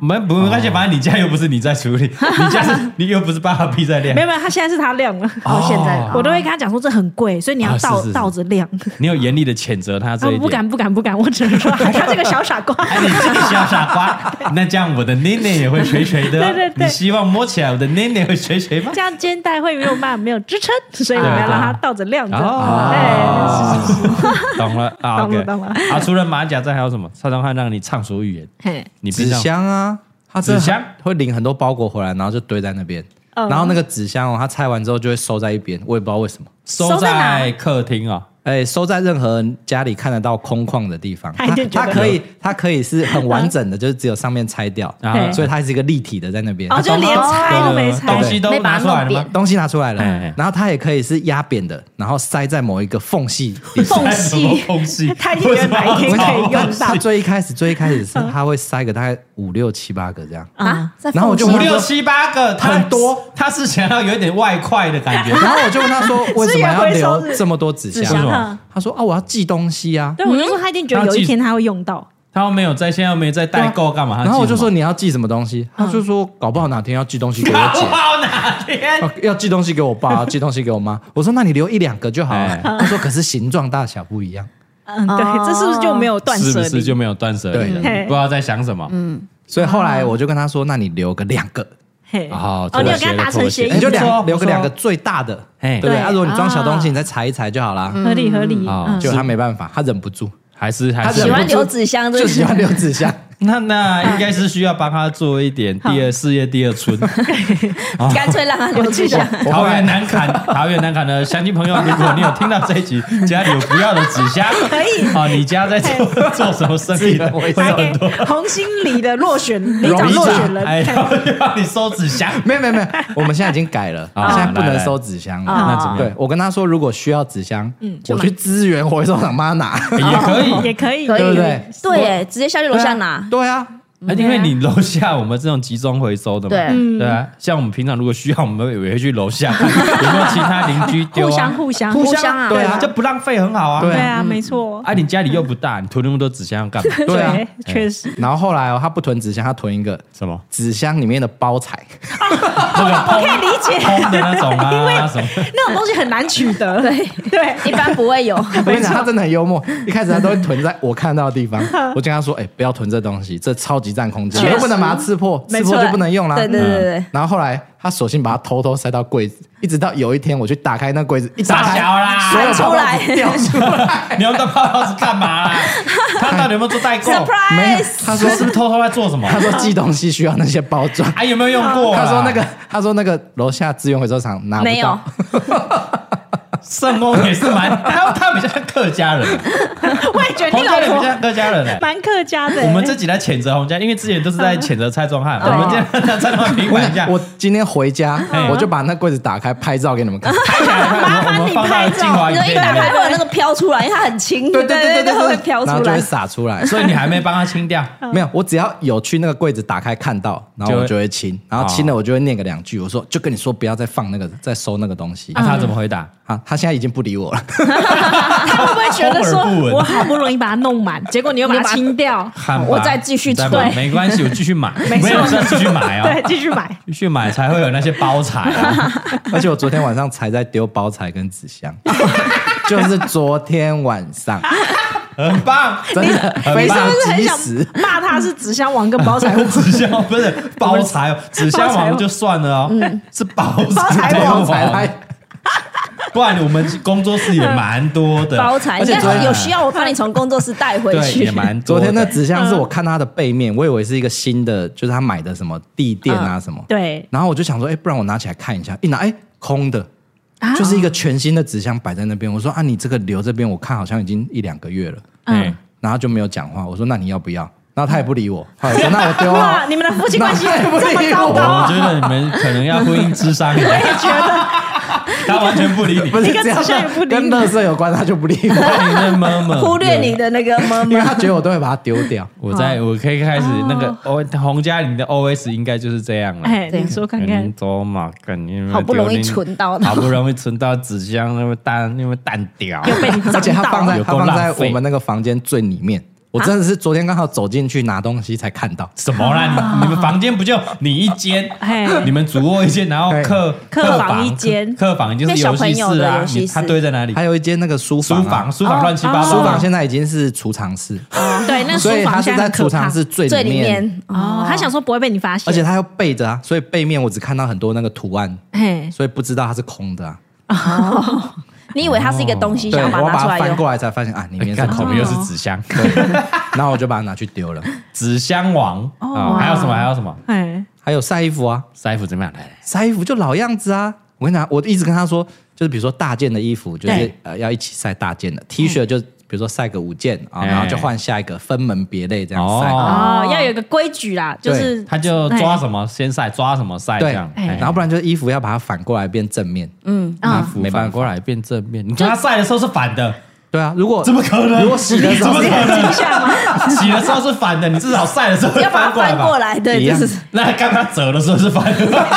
Speaker 1: 没不没关系，反正你家又不是你在处理， 你家是你又不是爸爸 B 在练
Speaker 2: 哦没。有没有，他现在是他晾了，
Speaker 3: 哦，现在
Speaker 1: 哦
Speaker 2: 我都会跟他讲说这很贵，所以你要
Speaker 1: 啊是
Speaker 2: 倒
Speaker 1: 是是
Speaker 2: 倒着晾。
Speaker 1: 你有严厉的谴责他
Speaker 2: 啊
Speaker 1: 这一，
Speaker 2: 不
Speaker 1: 点。
Speaker 2: 敢不敢不敢，我只 能说他这个小傻瓜。
Speaker 1: 哎，你这个小傻 瓜，那这样我的内内也会垂垂的哦。
Speaker 2: 对对对
Speaker 1: 你希望摸起来我的内内会垂垂 吗
Speaker 2: 这？样肩带会没有办法没有支撑，所以我们要让它倒着晾着。哎
Speaker 1: 哦， 懂了啊，
Speaker 2: 懂了
Speaker 1: OK
Speaker 2: 懂了
Speaker 1: 啊，除了马甲，这还有什么？蔡宗汉让你畅所欲言，
Speaker 2: 对，嘿，
Speaker 1: 你
Speaker 4: 纸
Speaker 1: 平常
Speaker 4: 箱啊，它
Speaker 1: 纸箱
Speaker 4: 会领很多包裹回来，然后就堆在那边。
Speaker 2: 嗯
Speaker 4: 然后那个纸箱哦，它拆完之后就会收在一边，我也不知道为什么。
Speaker 1: 收
Speaker 2: 收在哪
Speaker 1: 在客厅哦。
Speaker 4: 哎，收在任何家里看得到空旷的地方，
Speaker 2: 他
Speaker 4: 它
Speaker 2: 一定觉
Speaker 4: 它
Speaker 2: 得
Speaker 4: 可以，它可以是很完整的，就是只有上面拆掉，
Speaker 1: 啊
Speaker 2: 对
Speaker 4: 所以它是一个立体的在那边。
Speaker 2: 哦，就连拆都没拆
Speaker 1: 东，西都
Speaker 3: 没把
Speaker 1: 拿
Speaker 3: 它
Speaker 1: 出来了
Speaker 3: 弄
Speaker 1: 吗？
Speaker 3: 扁
Speaker 4: 东西拿出来了
Speaker 1: 哎哎，
Speaker 4: 然后它也可以是压扁的，然后塞在某一个缝隙里。
Speaker 2: 缝隙
Speaker 1: 缝隙，
Speaker 2: 他一定觉得哪一天可以用到
Speaker 4: 它最一开始最一开始是它会塞个大概五六七八个 这样，
Speaker 3: 啊
Speaker 2: 啊。，
Speaker 3: 在
Speaker 4: 然后我就
Speaker 3: 缝
Speaker 1: 五
Speaker 3: 隙
Speaker 4: 问
Speaker 1: 六七八个，他
Speaker 4: 很多，
Speaker 1: 他是想要有一点外快的感觉。
Speaker 4: 然后我就问他说为什么要留这么多纸
Speaker 1: 纸箱
Speaker 4: 箱？
Speaker 1: 嗯
Speaker 4: 他说啊，我要寄东西啊。
Speaker 2: 对，我就说他一定觉得有一天他会用到，
Speaker 1: 他又没有在，现在又没在代购，干嘛？他
Speaker 4: 然后我
Speaker 1: 寄
Speaker 4: 就
Speaker 1: 什么
Speaker 4: 说，你要寄什么东西？他就说搞不好哪天要寄东西给我姐
Speaker 1: 搞不。好哪 天
Speaker 4: 啊要寄东西给我爸，要寄东西给我妈。我说那你留一两个就好了
Speaker 1: 哎。
Speaker 4: 他说可是形状大小不一样，
Speaker 2: 嗯，
Speaker 3: 哦
Speaker 2: 对，这是不是就没有断
Speaker 1: 是
Speaker 2: 舍
Speaker 1: 不是就
Speaker 2: 离？
Speaker 1: 没有断舍离了？
Speaker 4: 对
Speaker 2: 嘿
Speaker 1: 不知道在想什么。
Speaker 4: 所以后来我就跟他说，那你留个两个，
Speaker 2: 嘿，
Speaker 1: 哦
Speaker 2: 哦，
Speaker 1: 妥
Speaker 2: 你有
Speaker 1: 协
Speaker 2: 跟
Speaker 1: 了
Speaker 2: 他达成
Speaker 1: 妥
Speaker 2: 协
Speaker 1: 协
Speaker 2: 议
Speaker 1: 哎
Speaker 2: 吗，
Speaker 4: 你就两
Speaker 1: 不错
Speaker 4: 留个两个最大的，
Speaker 1: 哎
Speaker 4: 对不对？
Speaker 2: 对
Speaker 4: 啊，如果你装小东西，
Speaker 3: 啊
Speaker 4: 你再裁一裁就好啦。哦
Speaker 2: 合理合理，
Speaker 1: 啊
Speaker 2: 嗯
Speaker 4: 就他没办法，他忍不住，
Speaker 1: 还是还
Speaker 4: 他
Speaker 1: 是
Speaker 4: 忍
Speaker 3: 喜
Speaker 4: 不
Speaker 3: 欢
Speaker 4: 住
Speaker 3: 留纸箱这
Speaker 4: 就
Speaker 3: 个
Speaker 4: 喜欢留纸箱。
Speaker 1: 那那应该是需要帮他做一点第二事业第二 春。
Speaker 3: 干脆让他留住一下。
Speaker 1: 桃园南 坎，桃园南坎的乡亲朋友，如果你有听到这一集，家里有不要的纸箱，可以啊，你家在做做什么生意的，会 有很多。
Speaker 2: 红心里的落选里长落选人，
Speaker 1: 哎，
Speaker 2: 哎
Speaker 1: 要 你收纸箱，
Speaker 4: 没有没有没有，我们现在已经改了，
Speaker 1: 啊
Speaker 4: 现在不
Speaker 1: 来
Speaker 4: 能
Speaker 1: 来
Speaker 4: 收纸箱
Speaker 1: 那
Speaker 4: 了。
Speaker 1: 怎么
Speaker 4: 对
Speaker 1: 样？
Speaker 4: 我跟他说，如果需要纸箱，
Speaker 2: 就
Speaker 4: 我
Speaker 2: 买
Speaker 4: 去资源回收厂帮他拿，
Speaker 1: 也可以，
Speaker 2: 也可以，
Speaker 1: 哎
Speaker 3: 可以
Speaker 4: 对不对？
Speaker 3: 对耶，直接下去楼下拿。
Speaker 4: 对啊，
Speaker 1: 因为你楼下我们这种集中回收的嘛，
Speaker 3: 对
Speaker 2: 嗯
Speaker 1: 对啊，像我们平常如果需要，我们也会去楼下 看有没有其他邻居丢
Speaker 2: 互
Speaker 1: 啊
Speaker 2: 相，互相
Speaker 3: 互相啊
Speaker 4: 对啊
Speaker 1: 这不浪费很好啊。
Speaker 4: 对
Speaker 2: 对啊，没错，
Speaker 1: 啊，你家里又不大，你囤那么多纸箱要干 嘛？
Speaker 4: 对啊。
Speaker 3: 哎
Speaker 2: 确实，
Speaker 4: 然后后来哦，他不囤纸箱，他囤一个
Speaker 1: 什么？
Speaker 4: 纸箱里面的包 材，
Speaker 1: 那个
Speaker 2: 我可以理解，
Speaker 1: 空的那种啊，什么？
Speaker 2: 那种东西很难取得， 对对，
Speaker 3: 一般不会有，
Speaker 4: 我跟你讲，他真的很幽默。一开始他都会囤在我看到的地方，我就跟他说：“哎、不要囤这东西，这超级占空间，
Speaker 3: 确
Speaker 4: 你
Speaker 3: 实
Speaker 4: 又不能把它刺破，
Speaker 3: 没
Speaker 4: 刺
Speaker 3: 错
Speaker 4: 破就不能用啦。”嗯
Speaker 3: 对对对对对，
Speaker 4: 然后后来他索性把它偷偷塞到柜子，一直到有一天我去打开那柜子，一打
Speaker 1: 傻
Speaker 4: 开
Speaker 1: 小
Speaker 3: 啊
Speaker 1: 啦，
Speaker 4: 所有
Speaker 3: 出来
Speaker 4: 包包掉出来，
Speaker 1: 你用这泡泡是干嘛啦？他到底有没有做代购？
Speaker 4: 没有
Speaker 3: surprise，。
Speaker 4: 他
Speaker 1: 说
Speaker 4: 说
Speaker 1: 是不是偷偷在做什么？
Speaker 4: 他说寄东西需要那些包 装，
Speaker 1: 还有没有用过啊？
Speaker 4: 他说那个他说那个楼下资源回收厂拿不
Speaker 3: 没有
Speaker 4: 到，
Speaker 1: 圣公也是蛮，他他比较像客家人啊，
Speaker 2: 我也觉得
Speaker 1: 洪
Speaker 2: 你
Speaker 1: 家
Speaker 2: 老
Speaker 1: 人比较
Speaker 2: 婆
Speaker 1: 像客家人哎。
Speaker 2: 蛮客家的，
Speaker 1: 我们自己来谴责洪家，因为之前都是在谴责蔡宗汉，我们今 天让蔡宗汉平
Speaker 4: 我
Speaker 1: 反一下。
Speaker 4: 我今天回家
Speaker 1: 嗯
Speaker 4: 我就把那柜子打开拍照给你们看，
Speaker 1: 拍起来，
Speaker 2: 麻
Speaker 1: 我
Speaker 2: 烦
Speaker 1: 们
Speaker 2: 你
Speaker 1: 放到
Speaker 2: 拍照
Speaker 1: 精华
Speaker 3: 你
Speaker 1: 影
Speaker 3: 说一打
Speaker 1: 片里
Speaker 3: 开
Speaker 1: 面，
Speaker 3: 会有那个飘出来，因为它很轻，
Speaker 4: 对对
Speaker 3: 对
Speaker 4: 对
Speaker 3: 它会飘
Speaker 4: 然
Speaker 3: 出
Speaker 4: 后就
Speaker 3: 来
Speaker 4: 会。洒出 来。
Speaker 1: 所以你还没帮他清掉。
Speaker 2: 嗯
Speaker 4: 没有，我只要有去那个柜子打开看到，然后
Speaker 1: 就会
Speaker 4: 我就会亲，然后亲了我就会念个两句，我说就跟你说不要再放那个再收那个东西
Speaker 1: 那他怎么回答？
Speaker 4: 啊，他现在已经不理我了，
Speaker 2: 他会 不会觉得
Speaker 1: 口耳不
Speaker 2: 说，
Speaker 1: 闻
Speaker 2: 我好不容易把它弄满，结果你又把它清掉，
Speaker 1: 看吧，
Speaker 3: 我再继续
Speaker 1: 再
Speaker 3: 吹
Speaker 1: 买没关系，我继续买，
Speaker 2: 没错
Speaker 1: 没有再继续买
Speaker 2: 对
Speaker 1: 哦，，
Speaker 2: 继续 买，
Speaker 1: 继续买才会有那些包材 啊。
Speaker 4: 而且我昨天晚上才在丢包材跟纸箱， 就是昨天晚上，
Speaker 1: 很棒，
Speaker 4: 真的非
Speaker 2: 你是
Speaker 4: 常
Speaker 2: 不是很
Speaker 4: 及
Speaker 2: 想
Speaker 4: 时。
Speaker 2: 骂他是纸箱王跟 包材王？
Speaker 1: 纸箱不是包材 哦，纸箱王就算了哦，是包
Speaker 2: 包材
Speaker 1: 材
Speaker 2: 嗯
Speaker 4: 包
Speaker 1: 王
Speaker 4: 材来，
Speaker 1: 不然我们工作室也蛮多 的
Speaker 3: 包材，
Speaker 4: 而且
Speaker 3: 应该
Speaker 4: 昨天
Speaker 3: 有需要我帮你从工作室带回
Speaker 1: 对，也
Speaker 3: 去。
Speaker 1: 蛮多
Speaker 4: 昨
Speaker 1: 的。
Speaker 4: 天那纸箱是我看它的背面，我以为是一个新的，就是他买的什么地垫啊什么，
Speaker 2: 对，
Speaker 4: 然后我就想说，哎、不然我拿起来看一下，一拿，哎、空的，
Speaker 2: 啊
Speaker 4: 就是一个全新的纸箱摆在那边。我说啊，你这个留这边，我看好像已经一两个月了，哎
Speaker 1: 嗯，
Speaker 4: 然后就没有讲话。我说那你要不要？然后他也不理我，后来我说那我丢 啊
Speaker 2: 哇，
Speaker 4: 了。
Speaker 2: 你们的夫妻关系
Speaker 4: 哦那也不
Speaker 2: 这么
Speaker 4: 理
Speaker 2: 糟
Speaker 4: 我
Speaker 2: 糕
Speaker 1: 哦我
Speaker 2: 啊！
Speaker 1: 觉得你们可能要婚姻智商 一下。我也觉得他完全不理你，
Speaker 4: 不是
Speaker 2: 一个
Speaker 4: 这样
Speaker 2: 纸箱也不理
Speaker 4: 的，
Speaker 2: 你
Speaker 4: 跟垃圾有关，他就不理 我，
Speaker 1: 你在闷闷，
Speaker 3: 忽略你哦的那个妈
Speaker 4: 因为
Speaker 3: 妈，
Speaker 4: 他觉得我都会把它丢掉。
Speaker 1: 我在我可以开始那个
Speaker 3: 哦
Speaker 1: O 洪嘉玲的 O S 应该就是这样了。
Speaker 2: 哎，你说看
Speaker 4: 嗯
Speaker 2: 看，
Speaker 1: 走嘛，肯定
Speaker 3: 好不容易存到的
Speaker 1: 好不容易存到纸箱那么淡那么淡掉，
Speaker 2: 又被你
Speaker 4: 而且
Speaker 2: 脏
Speaker 4: 他
Speaker 2: 到啊
Speaker 4: 放在
Speaker 1: 有
Speaker 4: 他
Speaker 1: 够
Speaker 4: 放在
Speaker 1: 浪费
Speaker 4: 我们那个房间最里面，我真的是昨天刚好走进去拿东西才看 到。
Speaker 1: 什么啦？
Speaker 3: 啊
Speaker 1: 你你们房间不就你一间
Speaker 2: 哎，
Speaker 1: 你们主卧一间，然后
Speaker 4: 哎
Speaker 1: 客
Speaker 2: 客
Speaker 1: 房
Speaker 2: 房一间
Speaker 1: 客客房就是游戏
Speaker 3: 变小朋
Speaker 1: 室
Speaker 3: 友的
Speaker 1: 啦
Speaker 3: 游。
Speaker 1: 你
Speaker 3: 戏室
Speaker 1: 它堆在哪里？
Speaker 4: 还有一间那个书
Speaker 1: 书
Speaker 4: 房啊、
Speaker 1: 房，书房乱七八
Speaker 4: 书
Speaker 1: 糟
Speaker 4: 房。
Speaker 3: 哦
Speaker 4: 现在已经是储藏室，
Speaker 2: 对，那书
Speaker 4: 所以他
Speaker 2: 房
Speaker 4: 是
Speaker 2: 现在
Speaker 4: 在
Speaker 2: 很
Speaker 4: 储
Speaker 2: 可
Speaker 4: 藏
Speaker 2: 怕
Speaker 4: 室最
Speaker 3: 最
Speaker 4: 里
Speaker 3: 里
Speaker 4: 面。
Speaker 3: 面
Speaker 2: 哦，他想说不会被你发现，
Speaker 4: 而且它要背着啊，所以背面我只看到很多那个图案，
Speaker 2: 嘿，
Speaker 4: 所以不知道它是空的啊。
Speaker 3: 你以为它是一个东西，
Speaker 4: 哦对，
Speaker 3: 想要
Speaker 4: 我
Speaker 3: 把它拿
Speaker 4: 把
Speaker 3: 出来
Speaker 4: 它翻
Speaker 3: 用，
Speaker 4: 过来才发现啊，里面
Speaker 1: 你
Speaker 4: 是
Speaker 1: 看，
Speaker 4: 空
Speaker 1: 后
Speaker 4: 的。
Speaker 1: 面又是纸箱，
Speaker 4: 然后我就把它拿去丢了。
Speaker 1: 纸箱王啊，还有什么？还有什么？
Speaker 2: 哎，
Speaker 4: 还有晒衣服啊，
Speaker 1: 晒衣服怎么样？哎来来
Speaker 4: 晒衣服就老样子啊。我跟你讲，我一直跟他说，就是比如说大件的衣服，就是
Speaker 2: 对
Speaker 4: 呃要一起晒大件的 T 恤，就比如说晒个五件啊，
Speaker 1: 哎
Speaker 4: 然后就换下一个，分门别类这样晒。
Speaker 1: 哦，
Speaker 2: 哦，要有一个规矩啦，就是
Speaker 1: 他就抓什么先晒，抓什么晒这
Speaker 4: 对，
Speaker 1: 样。
Speaker 2: 哎
Speaker 4: 然后不然就是衣服要把它反过来变正面。
Speaker 1: 衣
Speaker 3: 嗯
Speaker 2: 啊，
Speaker 1: 服反过来变正面，你看他晒的时候是反的，
Speaker 4: 对啊，如果
Speaker 1: 怎么可能？
Speaker 4: 如果洗的时候
Speaker 1: 怎么可能？
Speaker 2: 一下吗？
Speaker 1: 洗的时候是反的，你至少晒的时候会
Speaker 3: 要把它
Speaker 1: 过来
Speaker 3: 翻
Speaker 1: 吧
Speaker 3: 过。来，对，
Speaker 4: 一
Speaker 3: 就
Speaker 4: 样
Speaker 3: 是
Speaker 1: 那刚刚折的时候是反的，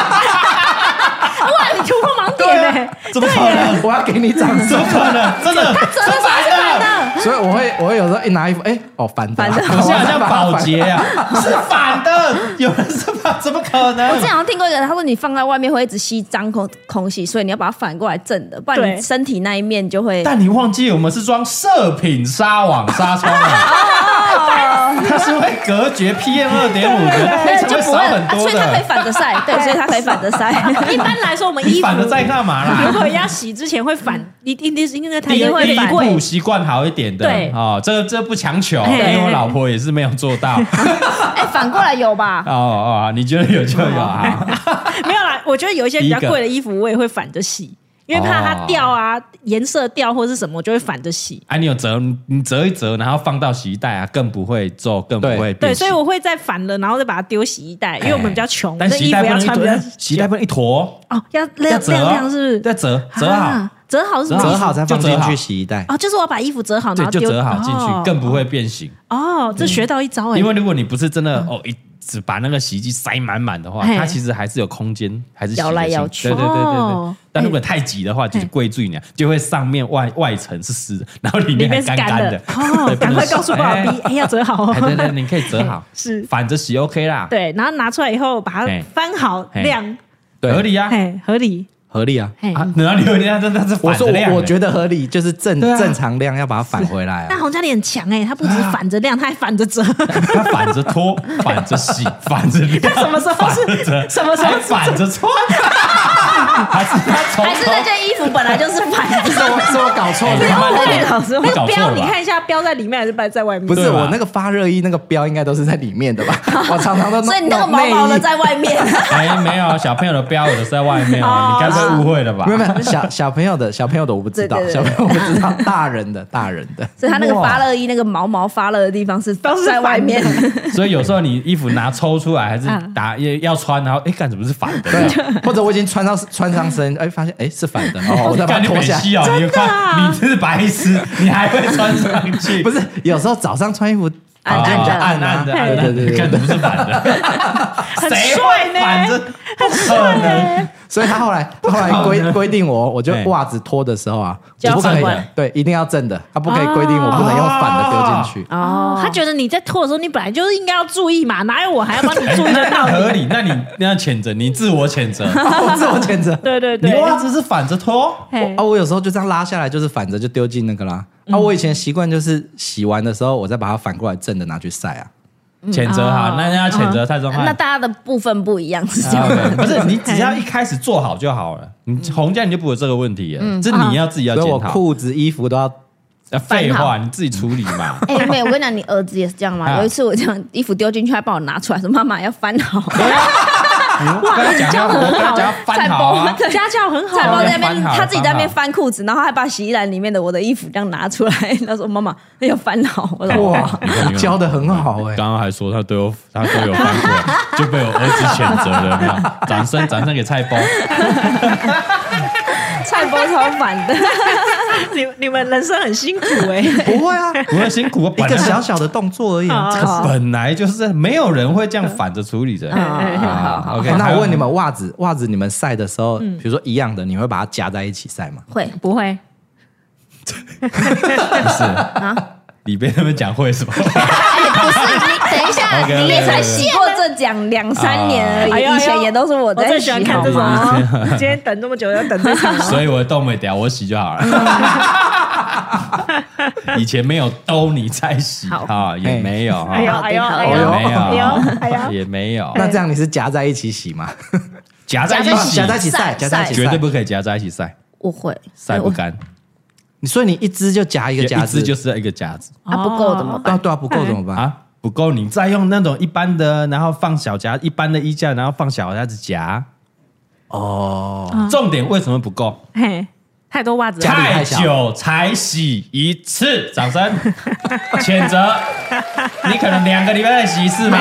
Speaker 2: 哇，你突破盲点嘞！
Speaker 1: 怎么可能？
Speaker 4: 我要给你掌声
Speaker 1: 怎。么可能？真的，
Speaker 3: 折的时候是
Speaker 1: 反的。
Speaker 4: 所以我会，我会有时候一拿衣服，哎、哦，反的啊，
Speaker 3: 反的
Speaker 1: 我现在好像保洁啊，是反的，有人是反，怎么可
Speaker 3: 我之
Speaker 1: 能
Speaker 3: 前？好像听过一个人，他说你放在外面会一直吸脏空空气，所以你要把它反过来正的，不然
Speaker 2: 对
Speaker 3: 你身体那一面就会。
Speaker 1: 但你忘记我们是装射品纱网纱窗啊，
Speaker 2: 哦
Speaker 1: 它是会隔绝 PM 二点五的，
Speaker 3: 对
Speaker 1: 灰，
Speaker 3: 就
Speaker 1: 尘会
Speaker 3: 不
Speaker 1: 少
Speaker 3: 会
Speaker 1: 很
Speaker 3: 啊，
Speaker 1: 多
Speaker 3: 所以它可以
Speaker 1: 的。
Speaker 3: 反着 晒，对，所以它可以反着 晒。
Speaker 2: 一般来说，我们
Speaker 1: 你
Speaker 2: 衣服
Speaker 1: 反了在干嘛啦？
Speaker 2: 如果要洗之前会反，一定定是因为它
Speaker 1: 第一
Speaker 2: 也
Speaker 1: 第
Speaker 2: 嗯会
Speaker 1: 一
Speaker 2: 反。
Speaker 1: 步习惯好一点的，
Speaker 2: 对
Speaker 1: 哦，这这不强求，因
Speaker 2: 嘿
Speaker 1: 为我老婆也是没有做 到。
Speaker 3: 哎，反过来有吧？
Speaker 1: 哦哦，你觉得有就有啊？
Speaker 2: 没有啦，我觉得有一些比较贵的衣服，我也会反着洗，因为怕它掉啊，颜色掉或是什么，我就会反着洗。
Speaker 1: 啊，你有折，你折一折，然后放到洗衣袋啊，更不会皱，更不会
Speaker 2: 对，
Speaker 1: 变形
Speaker 2: 所以我会再反了，然后再把它丢洗衣袋，因为我们比较穷，
Speaker 1: 但
Speaker 2: 这
Speaker 1: 洗衣
Speaker 2: 衣
Speaker 1: 袋
Speaker 2: 服
Speaker 1: 不
Speaker 2: 要
Speaker 1: 能一
Speaker 2: 穿比
Speaker 1: 坨哎
Speaker 2: 较，
Speaker 1: 洗衣袋不能一坨，
Speaker 2: 哦，要
Speaker 1: 要
Speaker 2: 晾
Speaker 1: 折
Speaker 2: 晾晾是不
Speaker 1: 要
Speaker 2: 是？
Speaker 1: 折折好
Speaker 2: 啊，，折好是什么意
Speaker 4: 折
Speaker 2: 思？
Speaker 4: 好再放
Speaker 1: 就折
Speaker 4: 进
Speaker 1: 好
Speaker 4: 去洗衣袋。
Speaker 2: 哦，就是我把衣服折好，然
Speaker 1: 对，
Speaker 2: 后
Speaker 1: 就
Speaker 2: 丢
Speaker 1: 折好进去，
Speaker 2: 哦
Speaker 1: 更不会变形。
Speaker 2: 哦，这学到一招哎，
Speaker 1: 因为如果你不是真的哦一。直把那个洗衣机塞满满的话，
Speaker 2: 嘿
Speaker 1: 它其实还是有空间，还是洗得
Speaker 3: 摇来
Speaker 1: 进
Speaker 3: 摇去
Speaker 1: 对对对对对
Speaker 2: 哦。
Speaker 1: 但如果太挤的话，就是贵住你，啊就会上面外外层是湿的，然后里面
Speaker 2: 里
Speaker 1: 还
Speaker 2: 面是
Speaker 1: 干
Speaker 2: 干
Speaker 1: 的
Speaker 2: 的。哦
Speaker 1: 对，
Speaker 2: 赶快告诉爸爸，。哎，要折好
Speaker 1: 不能 洗哎哎对对，
Speaker 2: 哦。
Speaker 1: 对你可以折好，
Speaker 2: 是
Speaker 1: 反着洗 OK 啦，
Speaker 2: 对，然后拿出来以后把
Speaker 1: 嘿
Speaker 2: 它翻好
Speaker 1: 嘿
Speaker 2: 晾，
Speaker 4: 对
Speaker 1: 合理啊。
Speaker 2: 嘿，合理。
Speaker 4: 合理啊。
Speaker 2: 嘿，
Speaker 1: 啊，然后你那那那是
Speaker 4: 我
Speaker 1: 反
Speaker 4: 说
Speaker 1: 着晾
Speaker 3: 欸
Speaker 4: 我我
Speaker 1: 的
Speaker 4: 觉得合理，就是正
Speaker 1: 对啊
Speaker 4: 正常量要把它返回来
Speaker 2: 但
Speaker 4: 啊。
Speaker 2: 洪嘉玲很强哎，他不止反着晾，他还反着折。
Speaker 1: 啊 他反着 拖，反着洗，反着晾，
Speaker 2: 什么时候是
Speaker 1: 反着
Speaker 2: 什么时候
Speaker 1: 还反着穿？ 还是他从
Speaker 3: 还是那件衣服本来就是反着
Speaker 4: 是我是我搞错
Speaker 1: 哎
Speaker 4: 了
Speaker 1: 呀
Speaker 4: 吗？
Speaker 1: 我搞
Speaker 2: 那
Speaker 1: 错
Speaker 2: 标
Speaker 1: 了吧
Speaker 2: 你看一下，标在里面还是摆在外面？
Speaker 4: 不是
Speaker 1: 对吧
Speaker 4: 我那个发热衣那个标应该都是在里面的 吧？我常常都弄
Speaker 3: 所以你那个毛毛的在外面，
Speaker 1: 哎，没有，小朋友的标我的是在外面哦，你该不会误会了吧
Speaker 4: 弄内衣。没？有没有小小朋友的小朋友的我不知道，
Speaker 3: 对对对
Speaker 4: 小朋友我不知道，大人的大人的
Speaker 3: 所以它那个发热衣那个毛毛发热的地方是
Speaker 2: 都是
Speaker 3: 在外面，
Speaker 1: 所以有时候你衣服拿抽出来，还是打也要穿，然后哎，干怎么是反的？
Speaker 4: 对，啊 或者我已经穿到穿上身，哎，发现哎是反的，哦，我再把
Speaker 1: 干
Speaker 4: 它
Speaker 1: 你
Speaker 4: 脱
Speaker 1: 没
Speaker 4: 下来。
Speaker 1: 戏哦！你看，你真是白痴，你还会穿上去？
Speaker 4: 不是，有时候早上穿衣服
Speaker 3: 暗
Speaker 1: 哦
Speaker 3: 暗的
Speaker 1: 暗暗 的，
Speaker 4: 对
Speaker 1: 暗
Speaker 4: 对
Speaker 1: 暗的
Speaker 4: 对对
Speaker 1: 干怎么是反的？
Speaker 2: 很
Speaker 1: 谁
Speaker 2: 帅
Speaker 1: 会
Speaker 2: 呢
Speaker 1: 反着？不可能，
Speaker 4: 所以他后来后
Speaker 1: 可
Speaker 4: 来
Speaker 1: 能
Speaker 4: 规规定我，我就
Speaker 1: 哎
Speaker 4: 袜子脱的时候啊，
Speaker 3: 就要
Speaker 4: 我不可
Speaker 3: 反
Speaker 4: 以
Speaker 3: 过来，
Speaker 4: 对，一定要正的，他不可以规定我不能用反的丢进去。
Speaker 2: 哦，他觉得你在脱的时候，你本来就是应该要注意嘛，哪有我还要帮你
Speaker 1: 哎
Speaker 2: 注意
Speaker 1: 那那
Speaker 2: 得到
Speaker 1: 合
Speaker 2: 你？
Speaker 1: 理，那你那样谴责，你自我谴责。
Speaker 4: 我自我谴责。
Speaker 2: 对对
Speaker 1: 你
Speaker 2: 对，
Speaker 1: 袜子是反着脱，
Speaker 2: 嘿
Speaker 4: 啊，我有时候就这样拉下来，就是反着就丢进那个啦。啊，我以前习惯就是洗完的时候，我再把它反过来正的拿去晒啊。
Speaker 1: 谴责哈， 那要谴责蔡宗
Speaker 3: 那
Speaker 1: 汉。
Speaker 3: 大家的部分不一样是这
Speaker 1: 啊
Speaker 3: 样吗。
Speaker 1: 对不是你只要一开始做好就好了，你红家你就不会有这个问题了，这你要自己要
Speaker 4: 所以我
Speaker 1: 检讨。
Speaker 4: 裤子、衣服都要
Speaker 1: 啊废话，你自己处理嘛。
Speaker 3: 哎、没有，我跟你讲，你儿子也是这样
Speaker 1: 啊
Speaker 3: 嘛。有一次我这样衣服丢进去，他帮我拿出来，说妈妈要翻好，
Speaker 1: 哇，跟他讲要我跟他讲要翻好啊，
Speaker 2: 家教很好
Speaker 3: 再帮
Speaker 2: 啊
Speaker 3: 我，在那
Speaker 1: 翻
Speaker 3: 边
Speaker 1: 好
Speaker 3: 他自己在那边翻裤子，然后还把洗衣篮里面的我的衣服这样拿出来，他说妈妈要翻好，我说
Speaker 4: 哇
Speaker 3: 哇，
Speaker 1: 你看你看，
Speaker 4: 啊 教的很好 哎。
Speaker 1: 刚刚还说他都有他都有翻过， 就被我儿子谴责了。有没有掌声掌声给菜包，
Speaker 3: 菜包超反的，
Speaker 2: 你你们人生很辛苦哎，
Speaker 4: 不会啊，
Speaker 1: 我很辛苦，我
Speaker 4: 一
Speaker 1: 本
Speaker 4: 个
Speaker 1: 来
Speaker 4: 小小的动作而已啊。
Speaker 2: 好好
Speaker 1: 本来就是没有人会这样反着处理的。啊 OK，
Speaker 4: 哎那我问你们，袜子袜子你们晒的时候，比如说一样的，你会把它夹在一起晒吗？
Speaker 3: 会
Speaker 2: 不会，
Speaker 1: 不是里边他们讲会什么？
Speaker 3: 不是你等一下
Speaker 1: OK，OK，OK，OK
Speaker 3: 你也才洗过这奖两三年而
Speaker 2: 哎呦
Speaker 3: 已，
Speaker 2: 哎呦
Speaker 3: 以前也都是啊我
Speaker 2: 我
Speaker 3: 在
Speaker 2: 最
Speaker 3: 洗
Speaker 2: 喜欢看
Speaker 3: 好
Speaker 2: 这种
Speaker 3: 吗？
Speaker 2: 哦，今天等这么久要等这 场哦，
Speaker 1: 所以我的豆没掉，我洗就好了。 以前没有兜你再洗
Speaker 3: 好
Speaker 1: 啊，也没有
Speaker 2: 哎呦
Speaker 1: 啊，
Speaker 2: 哎呦哎
Speaker 1: 也
Speaker 2: 呦
Speaker 4: 好
Speaker 1: 没有
Speaker 2: 哎
Speaker 1: 啊
Speaker 2: 呦哎呦，
Speaker 1: 也没有
Speaker 4: 那这样你是夹在一起洗吗？哦
Speaker 1: 夹在一
Speaker 3: 夹在一
Speaker 1: 起
Speaker 3: 起
Speaker 4: 夹在一起晒，
Speaker 3: 晒
Speaker 4: 夹在一起晒，
Speaker 1: 绝对不可以夹在一起晒，
Speaker 3: 我会
Speaker 1: 晒不干，
Speaker 4: 你所以你一只就夹一个夹
Speaker 1: 一
Speaker 4: 子，
Speaker 1: 只就是一个夹子
Speaker 3: 啊不够怎么办？
Speaker 4: 啊对啊不够怎么办？
Speaker 1: 啊，不够你再用那种一般的，然后放小夹一般的衣架，然后放小夹子夹。
Speaker 4: 哦，
Speaker 2: 嗯
Speaker 1: 重点为什么不够？
Speaker 2: 嘿，太多袜子
Speaker 4: 家
Speaker 2: 了
Speaker 4: 里
Speaker 1: 太
Speaker 4: 太小
Speaker 1: 久才洗一次，掌声 谴责。你可能两个礼拜才洗一次嘛？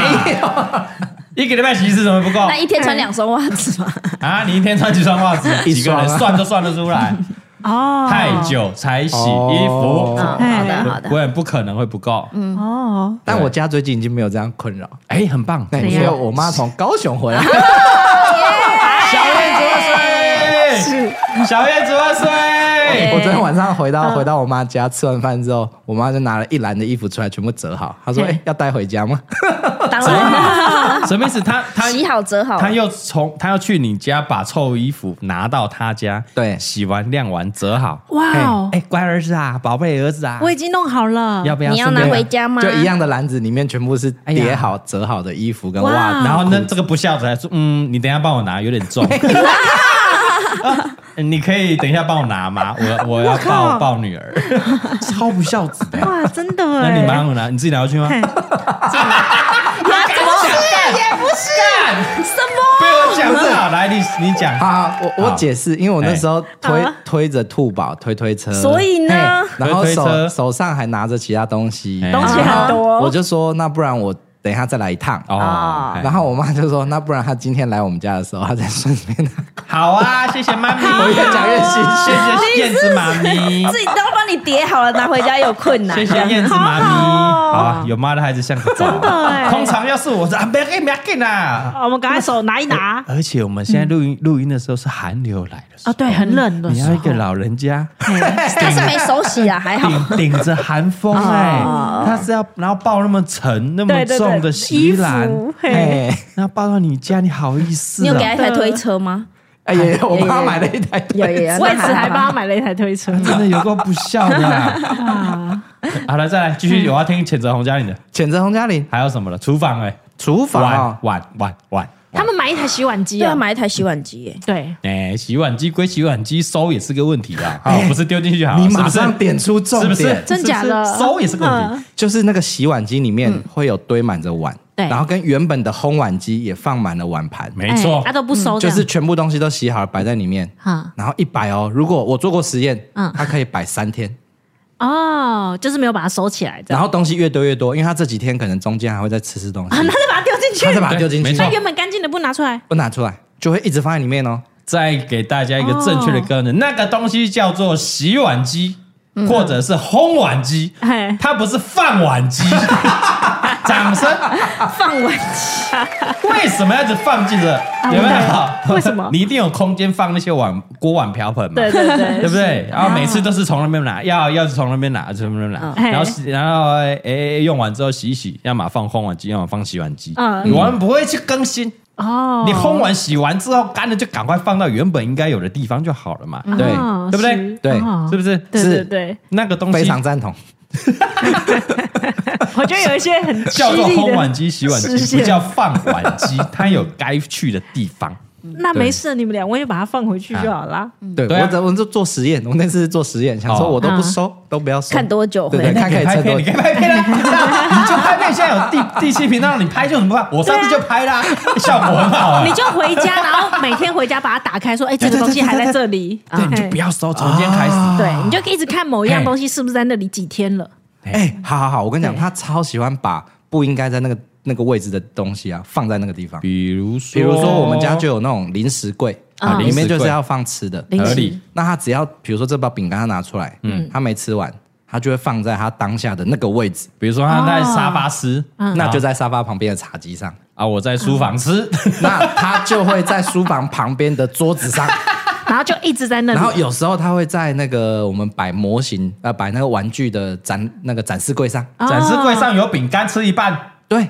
Speaker 1: 一个礼拜洗一次怎么不够
Speaker 3: 那一天穿两双袜子吗？
Speaker 1: 啊？你一天穿几双袜子？
Speaker 4: 一
Speaker 1: 几个人
Speaker 4: 双啊
Speaker 1: 算都算得出 来。
Speaker 2: 哦，
Speaker 1: 太久才洗衣服哎
Speaker 4: 哦，
Speaker 3: 嗯，好的好的
Speaker 1: 不。然不可能会不够。嗯，
Speaker 2: 哦，
Speaker 4: 但我家最近已经没有这样困扰。
Speaker 1: 哎，很 棒。
Speaker 4: 那因为我妈从高雄回来，
Speaker 1: 小燕子万岁！小燕子万岁！
Speaker 4: 我昨天晚上回到回到我妈家，吃完饭之后，哎我妈就拿了一篮的衣服出来，全部折好。她说：“
Speaker 2: 嗯
Speaker 4: 哎，要带回家吗
Speaker 3: 当然，
Speaker 1: 什么意思？他他
Speaker 3: 洗好折好了，
Speaker 1: 他又从他要去你家把臭衣服拿到他家，
Speaker 4: 对
Speaker 1: 洗完晾完折好。
Speaker 2: 哇哦
Speaker 4: 哎、哎乖儿子啊，宝贝儿子啊，
Speaker 2: 我已经弄好了，
Speaker 1: 要不要
Speaker 3: 你要
Speaker 1: 顺
Speaker 3: 拿
Speaker 1: 便
Speaker 3: 回家 吗？
Speaker 4: 就一样的篮子里面全部是
Speaker 1: 呀
Speaker 4: 叠好、折好的衣服跟
Speaker 2: 哇
Speaker 4: 袜子，
Speaker 1: 然后呢，这个不孝子还说：“嗯，你等一下帮我拿，有点重。啊你可以等一下帮我拿吗？我我要抱抱女儿。
Speaker 4: 超不孝子的。
Speaker 2: 哇，真 的
Speaker 1: 那你
Speaker 2: 哎、
Speaker 1: 马上拿，你自己拿回去吗？
Speaker 2: 嘿
Speaker 1: 被我讲到，来你你讲。
Speaker 4: 啊，我我
Speaker 1: 好
Speaker 4: 解释，因为我那时候推
Speaker 2: 啊
Speaker 4: 推着兔宝推推车，
Speaker 2: 所以呢
Speaker 4: 嘿然后
Speaker 1: 推推车
Speaker 4: 手手上还拿着其他东西，
Speaker 1: 哎
Speaker 2: 东西很多，
Speaker 4: 我就说那不然我等一下再来一趟。
Speaker 1: 哦，哎
Speaker 4: 然后我妈就说：“那不然她今天来我们家的时候，她再顺便拿。
Speaker 1: 好啊，谢谢妈咪，我
Speaker 4: 越讲越心
Speaker 1: 谢谢燕子妈咪，
Speaker 3: 自己都帮你叠好了，拿回家有困难。
Speaker 1: 谢谢燕子妈咪，
Speaker 2: 好好哦
Speaker 1: 好啊，有妈的孩子像个宝。
Speaker 2: 真的哎
Speaker 1: 通常要是我说啊，不要给不要给啦。
Speaker 2: 啊我们赶快手拿一拿。
Speaker 1: 而且我们现在录音录音的时候是寒流来的时
Speaker 2: 嗯啊，对，哎很冷的
Speaker 1: 候，你
Speaker 2: 时候，
Speaker 1: 要一个老人家。”
Speaker 3: 但是没手洗啊，还好。
Speaker 1: 顶顶着寒风哎、他是要然后抱那么沉那么
Speaker 2: 哦对对对
Speaker 1: 重的席篮
Speaker 2: 衣服，嘿
Speaker 1: 哎，然后抱到你家，你好意思
Speaker 3: 你有给他
Speaker 1: 啊？
Speaker 3: 一台推车吗？”
Speaker 4: 哎呀，我妈
Speaker 3: 有
Speaker 4: 买了一台推
Speaker 3: 有有有，
Speaker 2: 我也
Speaker 3: 那
Speaker 2: 只还帮
Speaker 3: 好
Speaker 2: 他买了一台推车。
Speaker 1: 真的有够不孝的、 啊。好了，再来继续，我啊要听谴责洪嘉玲的，
Speaker 4: 谴责洪嘉玲
Speaker 1: 还有什么了？厨房哎、
Speaker 4: 厨
Speaker 1: 碗
Speaker 4: 房哦
Speaker 1: 碗碗碗，
Speaker 2: 他们买一台洗碗机
Speaker 3: 对啊，
Speaker 2: 啊，
Speaker 3: 买一台洗碗机耶。
Speaker 2: 对，
Speaker 1: 哎、洗碗机归洗碗机，收也是个问题啊，
Speaker 4: 哎
Speaker 1: 哦不是丢进去好，
Speaker 4: 你
Speaker 1: 是
Speaker 4: 马
Speaker 1: 不是
Speaker 4: 上点出重
Speaker 1: 是不
Speaker 4: 点，
Speaker 1: 是
Speaker 2: 真假的嗯
Speaker 1: 是不是收也是个问题，
Speaker 4: 就是那个洗碗机里面会有堆满着碗，
Speaker 2: 对
Speaker 4: 然后跟原本的烘碗机也放满了碗盘，
Speaker 1: 没错
Speaker 2: 哎他。都不收这
Speaker 4: 就
Speaker 2: 样，
Speaker 4: 是全部东西都洗好了摆在里面，
Speaker 2: 嗯
Speaker 4: 然后一摆哦，如果我做过实验，
Speaker 2: 嗯
Speaker 4: 它可以摆三天，
Speaker 2: 哦，就是没有把它收起来，这
Speaker 4: 然
Speaker 2: 样，
Speaker 4: 后东西越堆越多，因为它这几天可能中间还会再吃吃
Speaker 1: 嗯
Speaker 4: 东西，
Speaker 2: 啊，那就把它丢进去
Speaker 4: 它，再把它丢进
Speaker 1: 对没，
Speaker 4: 去
Speaker 1: 错
Speaker 2: 那原本干净的不拿出来，
Speaker 4: 不拿出来就会一直放在里面哦。
Speaker 1: 再给大家一个正确的概
Speaker 2: 哦
Speaker 1: 念，那个东西叫做洗碗机。
Speaker 2: 嗯
Speaker 1: 或者是烘碗机，
Speaker 2: 嘿
Speaker 1: 它不是放碗 机。掌声！
Speaker 3: 放碗机，
Speaker 1: 为什么要一直放进着？有没有？
Speaker 2: 嗯 为什么
Speaker 1: 你一定有空间放那些碗、锅碗瓢盆嘛？
Speaker 2: 对对 对
Speaker 1: 对不对？然后每次都是从那边拿，要要是从那边拿，从那边拿，
Speaker 2: 嗯
Speaker 1: 然后洗然后诶用完之后洗一洗，要么放烘碗机，要么放洗碗机。
Speaker 2: 嗯
Speaker 1: 我们不会去更新，
Speaker 2: 哦，
Speaker 1: 你烘完洗完之后干了就赶快放到原本应该有的地方就好了嘛，
Speaker 4: 对
Speaker 2: 哦
Speaker 1: 对不对
Speaker 2: 是
Speaker 4: 对
Speaker 2: 哦
Speaker 1: 是不是？
Speaker 2: 对
Speaker 4: 是
Speaker 2: 对对，
Speaker 1: 那个东西
Speaker 4: 非常赞同，
Speaker 2: 我觉得有一些很 犀
Speaker 1: 叫做
Speaker 2: 利
Speaker 1: 烘
Speaker 2: 的
Speaker 1: 碗机、洗碗
Speaker 2: 实
Speaker 1: 机，
Speaker 2: 现
Speaker 1: 不叫放碗机，它有该去的地 方。
Speaker 2: 那没事，你们两位就把它放回去就好啦。
Speaker 4: 对
Speaker 1: 对啊
Speaker 4: 我只我就做实验，我那次是做实验，想
Speaker 1: 哦
Speaker 4: 说我都不
Speaker 2: 啊
Speaker 4: 收，都不要收，
Speaker 3: 看多久
Speaker 4: 对对，
Speaker 3: 会
Speaker 4: 看可以
Speaker 1: 拍
Speaker 4: 撑
Speaker 1: 片，
Speaker 4: 多
Speaker 1: 你
Speaker 4: 久
Speaker 1: 可以。拍片啊！ 你就拍片，现在有第第七频道，你拍就怎么办？我上次就拍啦，效果很好啊
Speaker 2: 你。就回家，然后每天回家把它打开，说：“哎，这个东西还在这里。”
Speaker 1: 对，你就不
Speaker 2: 要
Speaker 1: 要收，从今天开始。
Speaker 2: 对，你就一直看某一样东西是不是在那里几天了。
Speaker 4: 哎，好好好，我跟你讲，
Speaker 2: 对
Speaker 4: 他超喜欢把不应该在那个那个位置的东西啊放在那个地方。
Speaker 1: 比如说，
Speaker 4: 比如说我们家就有那种零食柜，
Speaker 1: 啊
Speaker 4: 里面就是
Speaker 1: 零食柜
Speaker 4: 要放吃的。
Speaker 1: 合理，
Speaker 4: 那他只要比如说这包饼干他拿出来，嗯，他没吃完，他就会放在他当下的那个位置，
Speaker 1: 比如说他在沙发吃，
Speaker 2: 啊
Speaker 4: 那就在沙发旁边的茶几上，
Speaker 1: 啊，我在书房吃，
Speaker 4: 那他就会在书房旁边的桌 子上，
Speaker 2: 然后就一直在那里。
Speaker 4: 然后有时候他会在那个我们摆模型呃摆那个玩具的展那个展示柜上，
Speaker 2: 哦
Speaker 1: 展示柜上有饼干，吃一半。
Speaker 4: 对，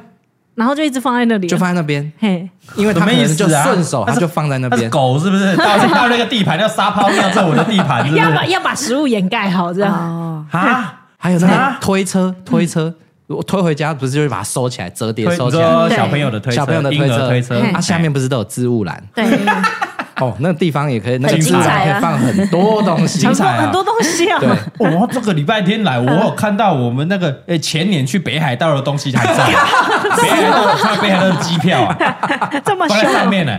Speaker 2: 然后就一直放在那里，
Speaker 4: 就放在 那边，
Speaker 2: 嘿，
Speaker 4: 因为他
Speaker 1: 什
Speaker 4: 可
Speaker 1: 么意
Speaker 4: 能
Speaker 1: 思
Speaker 4: 就
Speaker 1: 啊
Speaker 4: 顺手他就放在那
Speaker 1: 那是
Speaker 4: 边。
Speaker 1: 狗是不是？到到那个地盘要撒泡尿，这我的地盘是不
Speaker 2: 要把
Speaker 1: 是？
Speaker 2: 要把食物掩盖好，这样
Speaker 3: 哦，
Speaker 1: 啊，
Speaker 4: 还有那
Speaker 1: 啊嗯
Speaker 4: 个推车推车，我推回家不是就是把它收起来折叠
Speaker 1: 推
Speaker 4: 收
Speaker 1: 你
Speaker 4: 起来
Speaker 1: 说。小朋友的推车，
Speaker 4: 小朋友的
Speaker 1: 婴
Speaker 4: 推
Speaker 1: 儿
Speaker 4: 车，
Speaker 1: 推车，啊
Speaker 4: 它下面不是都有置物栏？
Speaker 3: 对，
Speaker 4: 哦，那个地方也可以，那个
Speaker 1: 很
Speaker 4: 置物
Speaker 1: 精
Speaker 4: 栏
Speaker 3: 彩
Speaker 4: 可
Speaker 3: 啊
Speaker 4: 以放很多东西，
Speaker 1: 精彩啊
Speaker 2: 很多东西啊。
Speaker 4: 对，
Speaker 1: 我哦这个礼拜天来，我有看到我们那个呃前年去北海道的东西还 在，北海道我看到北海道的机票 啊，
Speaker 2: 这么
Speaker 1: 放在上
Speaker 2: 凶
Speaker 1: 面呢，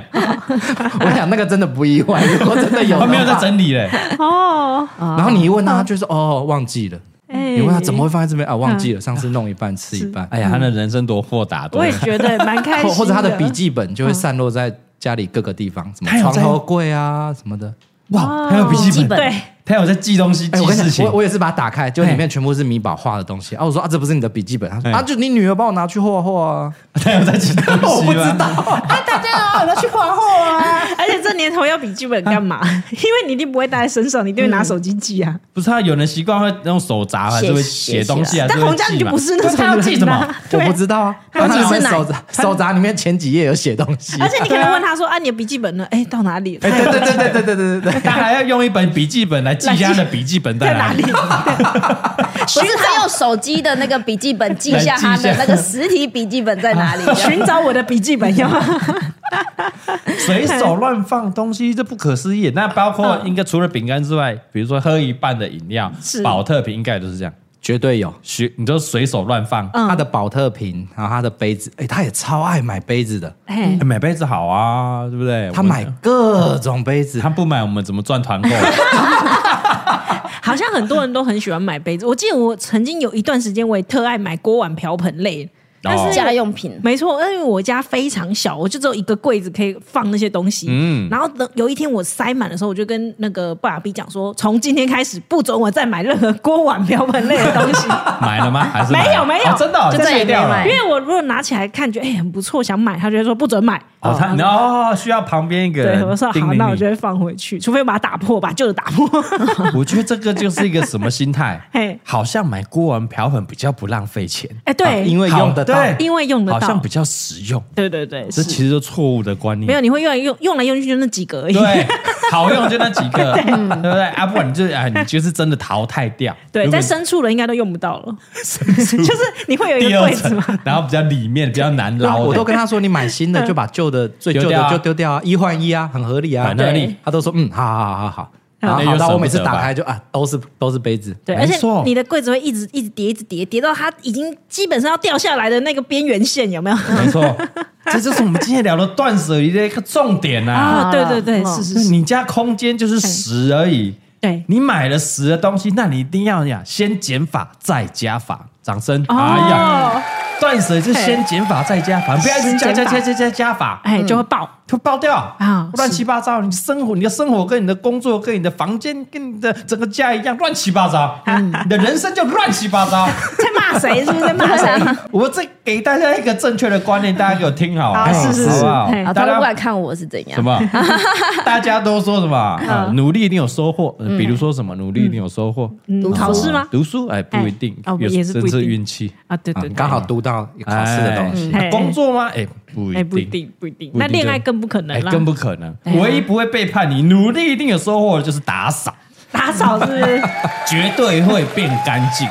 Speaker 4: 我想那个真的不意外，如果真的有，
Speaker 1: 他没有在。整理嘞，
Speaker 2: 哦，
Speaker 4: 然后你一问他，他就是哦，忘记了。
Speaker 2: 哎
Speaker 4: 你嗯问他怎么会放在这边啊？忘记了，上次弄一半吃一半。
Speaker 1: 哎呀，他的人生多豁达，多
Speaker 2: 我也觉得蛮开
Speaker 4: 或
Speaker 2: 心
Speaker 4: 或者他的笔记本就会散落在家里各个地方，什么
Speaker 1: 他有
Speaker 4: 床
Speaker 1: 在
Speaker 4: 头柜啊什么的。
Speaker 1: 哇，还有笔
Speaker 3: 笔
Speaker 1: 哦记
Speaker 3: 记
Speaker 1: 本，
Speaker 3: 本
Speaker 2: 对，
Speaker 1: 他他有在记东西、
Speaker 4: 哎、
Speaker 1: 记
Speaker 4: 我跟
Speaker 1: 事
Speaker 4: 你讲，
Speaker 1: 情
Speaker 4: 我。我也是把它打开，就里面全部是米宝画的东西。啊，我说啊，这不是你的笔记本。他说
Speaker 1: 哎
Speaker 4: 啊，就你女儿帮我拿去画画啊。
Speaker 1: 他有在记东西吗？
Speaker 4: 我不知道。啊，大家啊，拿去画画啊。
Speaker 2: 而且这年头要笔记本干嘛？因为你一定不会带在身上，你一定会拿手机记啊。
Speaker 1: 不是他有人习惯会用手砸，还是会写东西啊？
Speaker 2: 但洪家你就不是那种
Speaker 1: 他要记什
Speaker 2: 人
Speaker 1: 么？
Speaker 2: 啊
Speaker 4: 我
Speaker 2: 对
Speaker 4: 不
Speaker 2: 啊。
Speaker 4: 知道啊，
Speaker 3: 他
Speaker 4: 他
Speaker 3: 几
Speaker 4: 哪
Speaker 3: 次
Speaker 4: 会
Speaker 3: 拿
Speaker 4: 手札手札里面前几页有写东西，
Speaker 2: 而且你可能问他说：“啊，你的笔记本呢？”哎，到哪里？
Speaker 4: 哎， 对对对对对对对对 对，
Speaker 2: 啊
Speaker 1: 他还要用一本笔记本来 记他的笔记本在
Speaker 2: 在哪
Speaker 1: 哪
Speaker 2: 里
Speaker 1: 里？？
Speaker 3: 不是他用手机的那个笔记本记下他的那个实体笔记本在哪里？
Speaker 2: 寻找我的笔记 本要吗？
Speaker 1: 随手乱放东西，这不可思议。那包括应该除了饼干之外，比如说喝一半的饮料
Speaker 2: 嗯是，
Speaker 1: 保特瓶应该也都是这样，
Speaker 4: 绝对有。
Speaker 1: 随你都随手乱放。
Speaker 2: 啊嗯
Speaker 4: 他的保特瓶，然后他的杯子，哎，他也超爱买杯子的，
Speaker 2: 哎
Speaker 1: 哎，买杯子好啊，对不对？
Speaker 4: 他
Speaker 1: 我
Speaker 4: 买各种杯子
Speaker 1: 他。不买，我们怎么赚 团购？
Speaker 2: 好像很多人都很喜欢买杯子。我记得我曾经有一段时间，我也特爱买锅碗瓢盆类。
Speaker 1: 然
Speaker 4: 哦
Speaker 1: 后
Speaker 3: 家用品
Speaker 2: 没错，因为我家非常小，我就只有一个柜子可以放那些东西。
Speaker 1: 嗯
Speaker 2: 然后等有一天我塞满的时候，我就跟那个爸比讲说，从今天开始不准我再买任何锅碗瓢盆类的 东西。
Speaker 1: 买了吗？还是买
Speaker 2: 没有没有
Speaker 1: 哦真的哦
Speaker 3: 就
Speaker 1: 这
Speaker 3: 再也
Speaker 1: 戒掉
Speaker 3: 没
Speaker 1: 了
Speaker 3: 买
Speaker 2: 因。为我如果拿起来看，觉得哎、很不错，想买，他就会说不准买。
Speaker 1: 哦，他然后需要旁边一个
Speaker 2: 对，
Speaker 1: 人
Speaker 2: 我说
Speaker 1: 叮
Speaker 2: 好，
Speaker 1: 咛
Speaker 2: 那我
Speaker 1: 你
Speaker 2: 就会放回去，除非把它打破，把旧的打破。
Speaker 1: 我觉得这个就是一个什么心态
Speaker 2: 嘿？
Speaker 1: 好像买锅碗瓢盆比较不浪费钱，啊
Speaker 2: 哎、对，
Speaker 4: 因为用得
Speaker 1: 好
Speaker 4: 到
Speaker 1: 对
Speaker 2: 因为用得
Speaker 1: 好
Speaker 2: 到，
Speaker 1: 像比较实用。
Speaker 2: 对对对，
Speaker 1: 这
Speaker 2: 是
Speaker 1: 其实就错误的观念。
Speaker 2: 没有，你会用来用用来用去就那几个而已。
Speaker 1: 对，啊好用就那几个，对不对？啊，不然你就啊，你就是真的淘汰掉。
Speaker 2: 对，
Speaker 1: 如果
Speaker 2: 在
Speaker 1: 你
Speaker 2: 深处的应该都用不到 了，就是你会有一
Speaker 1: 第
Speaker 2: 个
Speaker 1: 二
Speaker 2: 柜子
Speaker 1: 层
Speaker 2: 嘛，，
Speaker 1: 然后比较里面比较难
Speaker 4: 对啊
Speaker 1: 捞的，
Speaker 4: 我都跟他说，你买 新的就把旧的最旧
Speaker 1: 丢掉
Speaker 4: 的
Speaker 1: 啊
Speaker 4: 就丢掉啊，一换一啊，很合理啊。
Speaker 1: 很合理对
Speaker 4: 他都说嗯，好好好好好。然后
Speaker 1: 那就
Speaker 4: 好到
Speaker 1: 舍
Speaker 4: 我
Speaker 1: 不
Speaker 4: 每次
Speaker 1: 得
Speaker 4: 打
Speaker 1: 吧
Speaker 4: 开就啊，都是都是杯子。
Speaker 2: 对，
Speaker 1: 没
Speaker 2: 而且
Speaker 1: 错
Speaker 2: 你的柜子会一直一直叠，一直叠，叠到它已经基本上要掉下来的那个边缘线，有没有？
Speaker 1: 没错，这就是我们今天聊的断舍离的一个重点啊。
Speaker 2: 啊，对对对，
Speaker 3: 嗯
Speaker 2: 是是
Speaker 1: 那
Speaker 2: 是，
Speaker 1: 你家空间就是十而已，
Speaker 2: 对，
Speaker 1: 你买了十的东西，那你一定要呀，先减法再加法。掌声！
Speaker 2: 哦
Speaker 1: 哎呀，断舍离就先减法再加法，不要一直加
Speaker 2: 先
Speaker 1: 加
Speaker 2: 减法
Speaker 1: 加加加加法。
Speaker 2: 哎，就会爆。
Speaker 1: 会爆掉
Speaker 2: 啊
Speaker 1: 乱七八糟。你生活，你的生活跟你的工作，跟你的房间，跟你的整个家一样乱七八糟，
Speaker 2: 嗯
Speaker 1: 你的人生就乱七八 糟。
Speaker 2: 在骂谁？是不是在骂谁？
Speaker 1: 我这给大家一个正确的观念，大家给我听好啊，
Speaker 2: 好是是是
Speaker 1: 好不好
Speaker 2: 嘿
Speaker 3: 啊，
Speaker 1: 大
Speaker 3: 他都不
Speaker 1: 家
Speaker 3: 敢看我是怎
Speaker 1: 什
Speaker 3: 样。
Speaker 1: 么？大家都说什么？
Speaker 2: 嗯
Speaker 1: 啊努力一定有收获，呃比如说什么努力一定有收获，
Speaker 3: 读
Speaker 2: 嗯考
Speaker 3: 书
Speaker 2: 试吗？
Speaker 1: 读书哎不一定
Speaker 2: 哎哦，
Speaker 1: 有
Speaker 2: 也是不一
Speaker 1: 真
Speaker 2: 定
Speaker 1: 是运气。
Speaker 2: 啊，对
Speaker 4: 啊
Speaker 1: 嗯
Speaker 2: 对，对
Speaker 4: 刚好读到考试的东西。
Speaker 1: 哎
Speaker 2: 嗯嘿
Speaker 1: 工作吗？哎不
Speaker 2: 哎，不一
Speaker 1: 一定。
Speaker 2: 定，不一定。
Speaker 1: 不一定
Speaker 2: 那恋爱
Speaker 1: 就
Speaker 2: 更不可能
Speaker 1: 哎，
Speaker 2: 啦，
Speaker 1: 更不可能。
Speaker 2: 哎呀
Speaker 1: 唯一不会背叛你，努力一定有收获的就是打扫，
Speaker 2: 打扫是不是
Speaker 1: 绝对会变干净。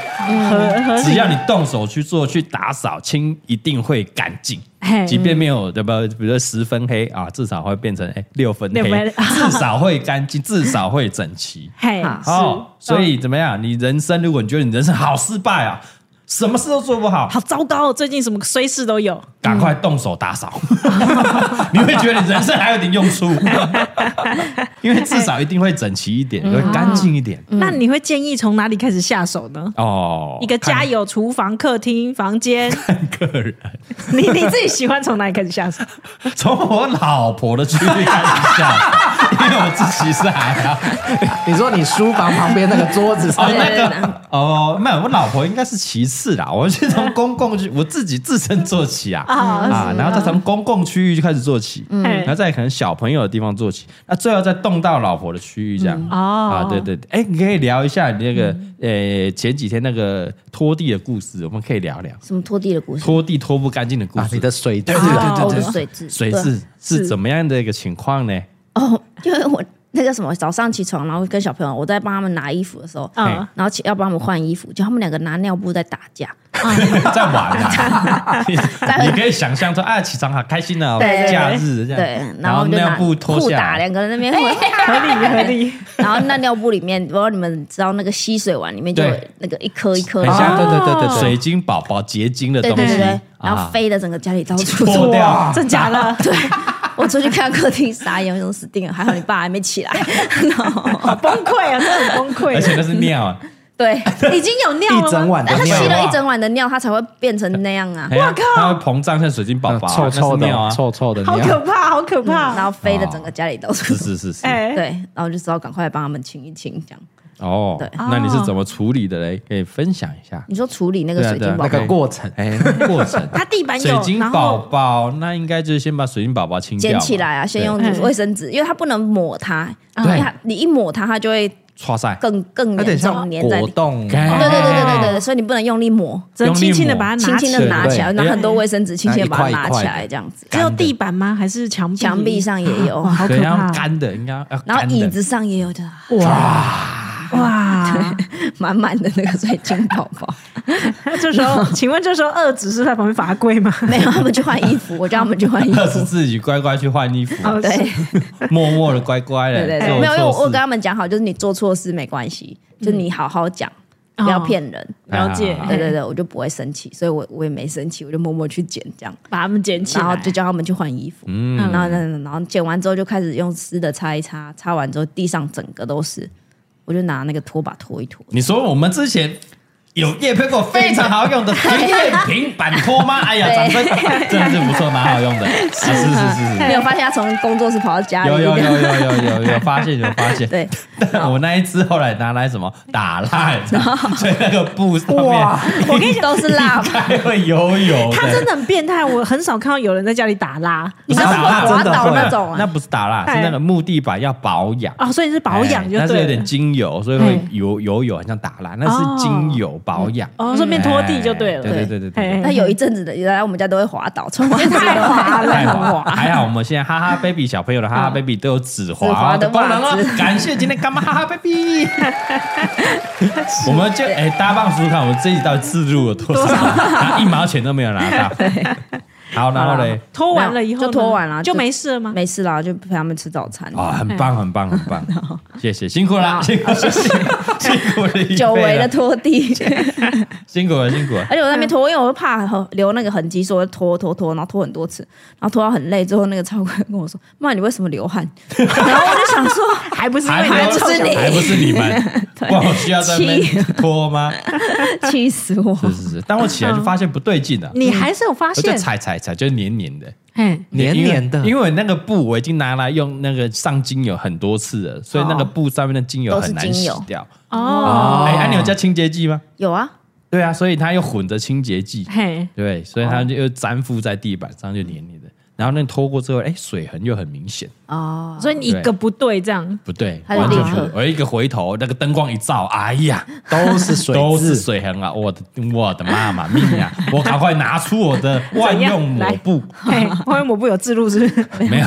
Speaker 2: 合合
Speaker 1: 只
Speaker 2: 理
Speaker 1: 要你动手去做、去打扫清，一定会干净
Speaker 2: 嘿。
Speaker 1: 即便没有对吧？比如说十分黑啊，至少会变成哎六分
Speaker 2: 六
Speaker 1: 黑
Speaker 2: 分，
Speaker 1: 至少会干净，至少会整齐。
Speaker 2: 嘿
Speaker 3: 好，
Speaker 2: 是
Speaker 1: 好，所以怎么样？你人生如果你觉得你人生好失败啊，什么事都做不好，
Speaker 2: 好糟糕哦，最近什么衰事都有。
Speaker 1: 赶快动手打扫， 你会觉得你人生还有点用处，因为至少一定会整齐一
Speaker 2: 嗯
Speaker 1: 点，会干净一点。
Speaker 2: 那你会建议从哪里开始下手呢？
Speaker 1: 哦，
Speaker 2: 啊一个家有厨房、客厅、房间，
Speaker 1: 看个人。
Speaker 2: 你你自己喜欢从哪里开始下手？
Speaker 1: 从我老婆的区域开始笑，因为我自己是还好。
Speaker 4: 你说你书房旁边那个桌子上
Speaker 1: 哎哦，
Speaker 3: 对
Speaker 1: 那
Speaker 3: 对对
Speaker 1: 个哦，没有，我老婆应该是其次啦。我是从公共区，我自己自身做起啊啊，然后再从公共区域就开始做起，然后再可能小朋友的地方做起，那最后再动到老婆的区域这样。啊
Speaker 2: 哦，
Speaker 1: 对对对，哎，你可以聊一下你那个呃前几天那个拖地的故事，我们可以聊聊
Speaker 3: 什么拖地的故事？
Speaker 1: 拖地拖不干净的故
Speaker 4: 啊，
Speaker 1: 事。
Speaker 4: 你的水质。
Speaker 3: 哦我
Speaker 2: 对对
Speaker 3: 的水质，
Speaker 1: 水
Speaker 3: 对
Speaker 1: 是是怎么样的一个情况呢？
Speaker 3: 哦，因为我那个什么早上起床，然后跟小朋友我在帮他们拿衣服的时候，
Speaker 2: 嗯
Speaker 3: 然后起要帮他们换衣服，就他们两个拿尿布在打架，
Speaker 1: 在玩 啊，你可以想象说啊，起床好开心啊，
Speaker 3: 对对对
Speaker 1: 假日这样，
Speaker 3: 对，然
Speaker 1: 后
Speaker 3: 后就
Speaker 1: 尿
Speaker 3: 拿
Speaker 1: 布脱
Speaker 3: 裤
Speaker 1: 下
Speaker 3: 打
Speaker 1: 来，
Speaker 3: 两个人那边混，
Speaker 2: 合理合理，
Speaker 3: 然后那尿布里面，不知道你们知道那个吸水碗里面就有
Speaker 1: 对
Speaker 3: 那个一颗一颗
Speaker 1: 很
Speaker 3: 的，
Speaker 1: 像
Speaker 4: 对对对对对
Speaker 1: 水晶宝宝结晶的
Speaker 3: 哦对
Speaker 1: 东
Speaker 3: 对对
Speaker 1: 西
Speaker 3: 对，，然后
Speaker 1: 啊
Speaker 3: 飞的整个家里到处
Speaker 1: 脱
Speaker 3: 都。
Speaker 1: 掉，
Speaker 2: 真假的？
Speaker 3: 对，我出去看客厅傻眼，我想死定了，还好你爸还没起来。然后
Speaker 2: 好 崩溃啊，真的很崩溃。
Speaker 1: 而且那是尿 啊，
Speaker 3: 对，已经有尿
Speaker 4: 一整
Speaker 3: 了吗
Speaker 4: 晚？的
Speaker 3: 他
Speaker 1: 尿
Speaker 3: 吸了
Speaker 1: 啊
Speaker 3: 一整晚的尿，他才会变成那样啊。
Speaker 1: 哎呀它会膨胀像水晶宝宝啊，
Speaker 4: 嗯臭
Speaker 1: 那
Speaker 4: 臭
Speaker 1: 是
Speaker 4: 的
Speaker 1: 尿啊，，
Speaker 4: 臭臭的
Speaker 2: 好
Speaker 4: 尿。
Speaker 2: 可怕，好可怕！
Speaker 3: 嗯然后飞的整个家里都是
Speaker 1: 哎哦是。是是是，
Speaker 2: 哎，
Speaker 3: 对，然后就知道赶快帮他们清一清，这样。
Speaker 1: 哦，
Speaker 3: 对
Speaker 1: 那你是怎么处理的嘞？可以分享一下
Speaker 3: 你说处理那个
Speaker 1: 对啊
Speaker 3: 水
Speaker 1: 对啊
Speaker 3: 晶宝
Speaker 4: 那
Speaker 3: 宝，
Speaker 4: 个过程，
Speaker 1: 哎过 程。
Speaker 2: 它地板
Speaker 1: 水
Speaker 2: 有，
Speaker 1: 晶
Speaker 2: 然
Speaker 1: 宝
Speaker 2: 后
Speaker 1: 宝，那应该就是先把水晶宝宝清掉嘛，
Speaker 3: 捡起来啊，先用
Speaker 2: 对
Speaker 3: 卫生纸，因为它不能抹它，
Speaker 2: 啊
Speaker 3: 因为它你一抹它，它就会
Speaker 1: 刷塞，
Speaker 3: 更更
Speaker 4: 有点
Speaker 3: 严
Speaker 4: 像
Speaker 3: 重粘在
Speaker 4: 果
Speaker 3: 里。哦
Speaker 4: 冻，啊
Speaker 3: 对
Speaker 2: 哦
Speaker 3: 对对对对对对，所以你不能用力抹，
Speaker 2: 只能轻轻的
Speaker 1: 用力
Speaker 2: 把它
Speaker 3: 轻
Speaker 2: 拿
Speaker 3: 轻
Speaker 2: 起
Speaker 3: 的
Speaker 2: 来。
Speaker 3: 拿起来，
Speaker 1: 对
Speaker 3: 拿很多卫生纸，轻轻的把它
Speaker 4: 一块
Speaker 3: 拿
Speaker 4: 一块
Speaker 3: 起
Speaker 4: 的
Speaker 3: 来，这样子。
Speaker 2: 只有地板吗？还是墙壁？
Speaker 3: 墙壁上也有，
Speaker 2: 嗯哇，好可
Speaker 1: 对，要
Speaker 2: 怕！
Speaker 1: 干的，应该要干的
Speaker 3: 然后椅子上也有的，
Speaker 2: 哇，
Speaker 3: 满满的那个水晶宝 宝。
Speaker 2: 那这时候，请问这时候二指是在旁边罚跪吗？
Speaker 3: 没有，他们去换衣服，我叫他们 去换衣
Speaker 1: 二是
Speaker 3: 服。
Speaker 1: 自己乖乖去换 衣服，
Speaker 2: 哦
Speaker 3: 对
Speaker 1: 默默的乖乖
Speaker 3: 对
Speaker 1: 的，
Speaker 3: 对
Speaker 1: 做
Speaker 3: 对，没有，因为我我
Speaker 1: 错
Speaker 3: 跟
Speaker 1: 事
Speaker 3: 他们讲好，就是你做错事没关系，就是你好好讲，不要
Speaker 2: 嗯哦
Speaker 3: 骗人。
Speaker 1: 哎
Speaker 2: 了解
Speaker 1: 好好，
Speaker 3: 对对对，我就不会生气，所以我我也没生气，我就默默去捡这样，
Speaker 2: 把它们捡起来，
Speaker 3: 然后就叫他们去换衣服。
Speaker 1: 嗯
Speaker 3: 然后，然后然后剪完之后就开始用湿的擦一擦，擦完之后地上整个都是，我就拿那个拖把拖一拖。
Speaker 1: 你说我们之前有叶配过非常好 用的平面平板拖吗？哎呀，
Speaker 3: 对
Speaker 1: 掌声，真的是不错，蛮好 用的，啊是是是是。
Speaker 3: 你有发现他从工作室跑到家里？
Speaker 1: 有有有有有有有发现 有发现，
Speaker 3: 对，
Speaker 1: 但我那一只后来拿来什么打 蜡，你知道吗所以那个布上面
Speaker 3: 哦哇，我跟你讲，都是辣。
Speaker 1: 还会游泳。
Speaker 2: 他真的很变态，我很少看到有人在家里打蜡
Speaker 1: 不是
Speaker 3: 你知
Speaker 1: 打
Speaker 3: 道
Speaker 1: 蜡，
Speaker 3: 滑
Speaker 1: 真的
Speaker 3: 倒
Speaker 1: 会
Speaker 3: 那种啊
Speaker 1: 那不是打蜡，是那个木地板要保养。
Speaker 2: 哦，所以是保养就
Speaker 1: 哎但是
Speaker 2: 对
Speaker 1: 有
Speaker 2: 了
Speaker 1: 点。精油，所以会
Speaker 2: 哎
Speaker 1: 油油油，很像打蜡，那是精油保养。
Speaker 2: 哦，顺便拖地就对了。
Speaker 1: 哎对对对对对对
Speaker 3: 那有一阵子的来我们家都会滑倒，冲完之后
Speaker 2: 太哎 滑
Speaker 1: 太
Speaker 2: 了，
Speaker 1: 滑，还好我们现在哈哈 baby 小朋友的哈哈 baby 都有指
Speaker 3: 指
Speaker 1: 滑
Speaker 3: 滑
Speaker 1: 的
Speaker 3: 的
Speaker 1: 功能
Speaker 3: 袜子
Speaker 1: 哦。感谢今天干妈哈哈 baby，我们就哎，大家帮我数数看，我们这一集到底自入了多少？然后一毛钱都没有拿到。好，然后嘞，
Speaker 2: 拖完了以后呢
Speaker 3: 就拖完了
Speaker 2: 就没事了吗？
Speaker 3: 没事啦，就陪他们吃早餐。
Speaker 1: 啊，很棒，很棒，很棒，谢谢，辛苦了，
Speaker 3: 好
Speaker 1: 辛苦了，辛苦了辛苦了，
Speaker 3: 久违的
Speaker 1: 了，
Speaker 3: 拖地，
Speaker 1: 辛苦了，辛苦了。
Speaker 3: 而且我在那边拖，因为我会怕留那个痕迹，所以我就拖拖拖，然后拖很多次，然后拖到很累之后，那个超哥跟我说：“妈，你为什么流汗？” 然后我就想说，
Speaker 2: 还不是因
Speaker 1: 还
Speaker 2: 为
Speaker 1: 没
Speaker 2: 你
Speaker 1: 有
Speaker 2: 在
Speaker 3: 是你
Speaker 1: 还不是你们，不然我需要在那边拖吗？
Speaker 3: 气死我！
Speaker 1: 是是是，当我起来就发现不对劲了，
Speaker 2: 你还是有嗯发
Speaker 1: 我就
Speaker 2: 现，
Speaker 1: 踩踩踩，就是黏黏的。
Speaker 2: 哎，
Speaker 4: 黏黏的
Speaker 1: 因为因为那个布我已经拿来用那个上精油很多次了，所以那个布上面的精油很难洗掉。
Speaker 2: 哦，
Speaker 1: 哎，啊，你有加清洁剂吗？
Speaker 3: 有啊，
Speaker 1: 对啊，所以它又混着清洁剂，
Speaker 2: 嘿，
Speaker 1: 对，所以它就又粘附在地板上，就黏黏的。然后那拖过之后，哎，水痕又很明显，
Speaker 3: 哦，
Speaker 2: 所以你一个不对这样，
Speaker 1: 不对，
Speaker 3: 它就
Speaker 1: 完全
Speaker 3: 立
Speaker 1: 不
Speaker 3: 刻
Speaker 1: 对。我一个回头，那个灯光一照，哎呀，
Speaker 4: 都是水
Speaker 1: 都是
Speaker 4: 渍，
Speaker 1: 水痕啊！我的我的妈妈咪 呀！我赶快拿出我的万用抹布，
Speaker 2: 嘿，外面抹布有字录是不是？
Speaker 1: 没 有。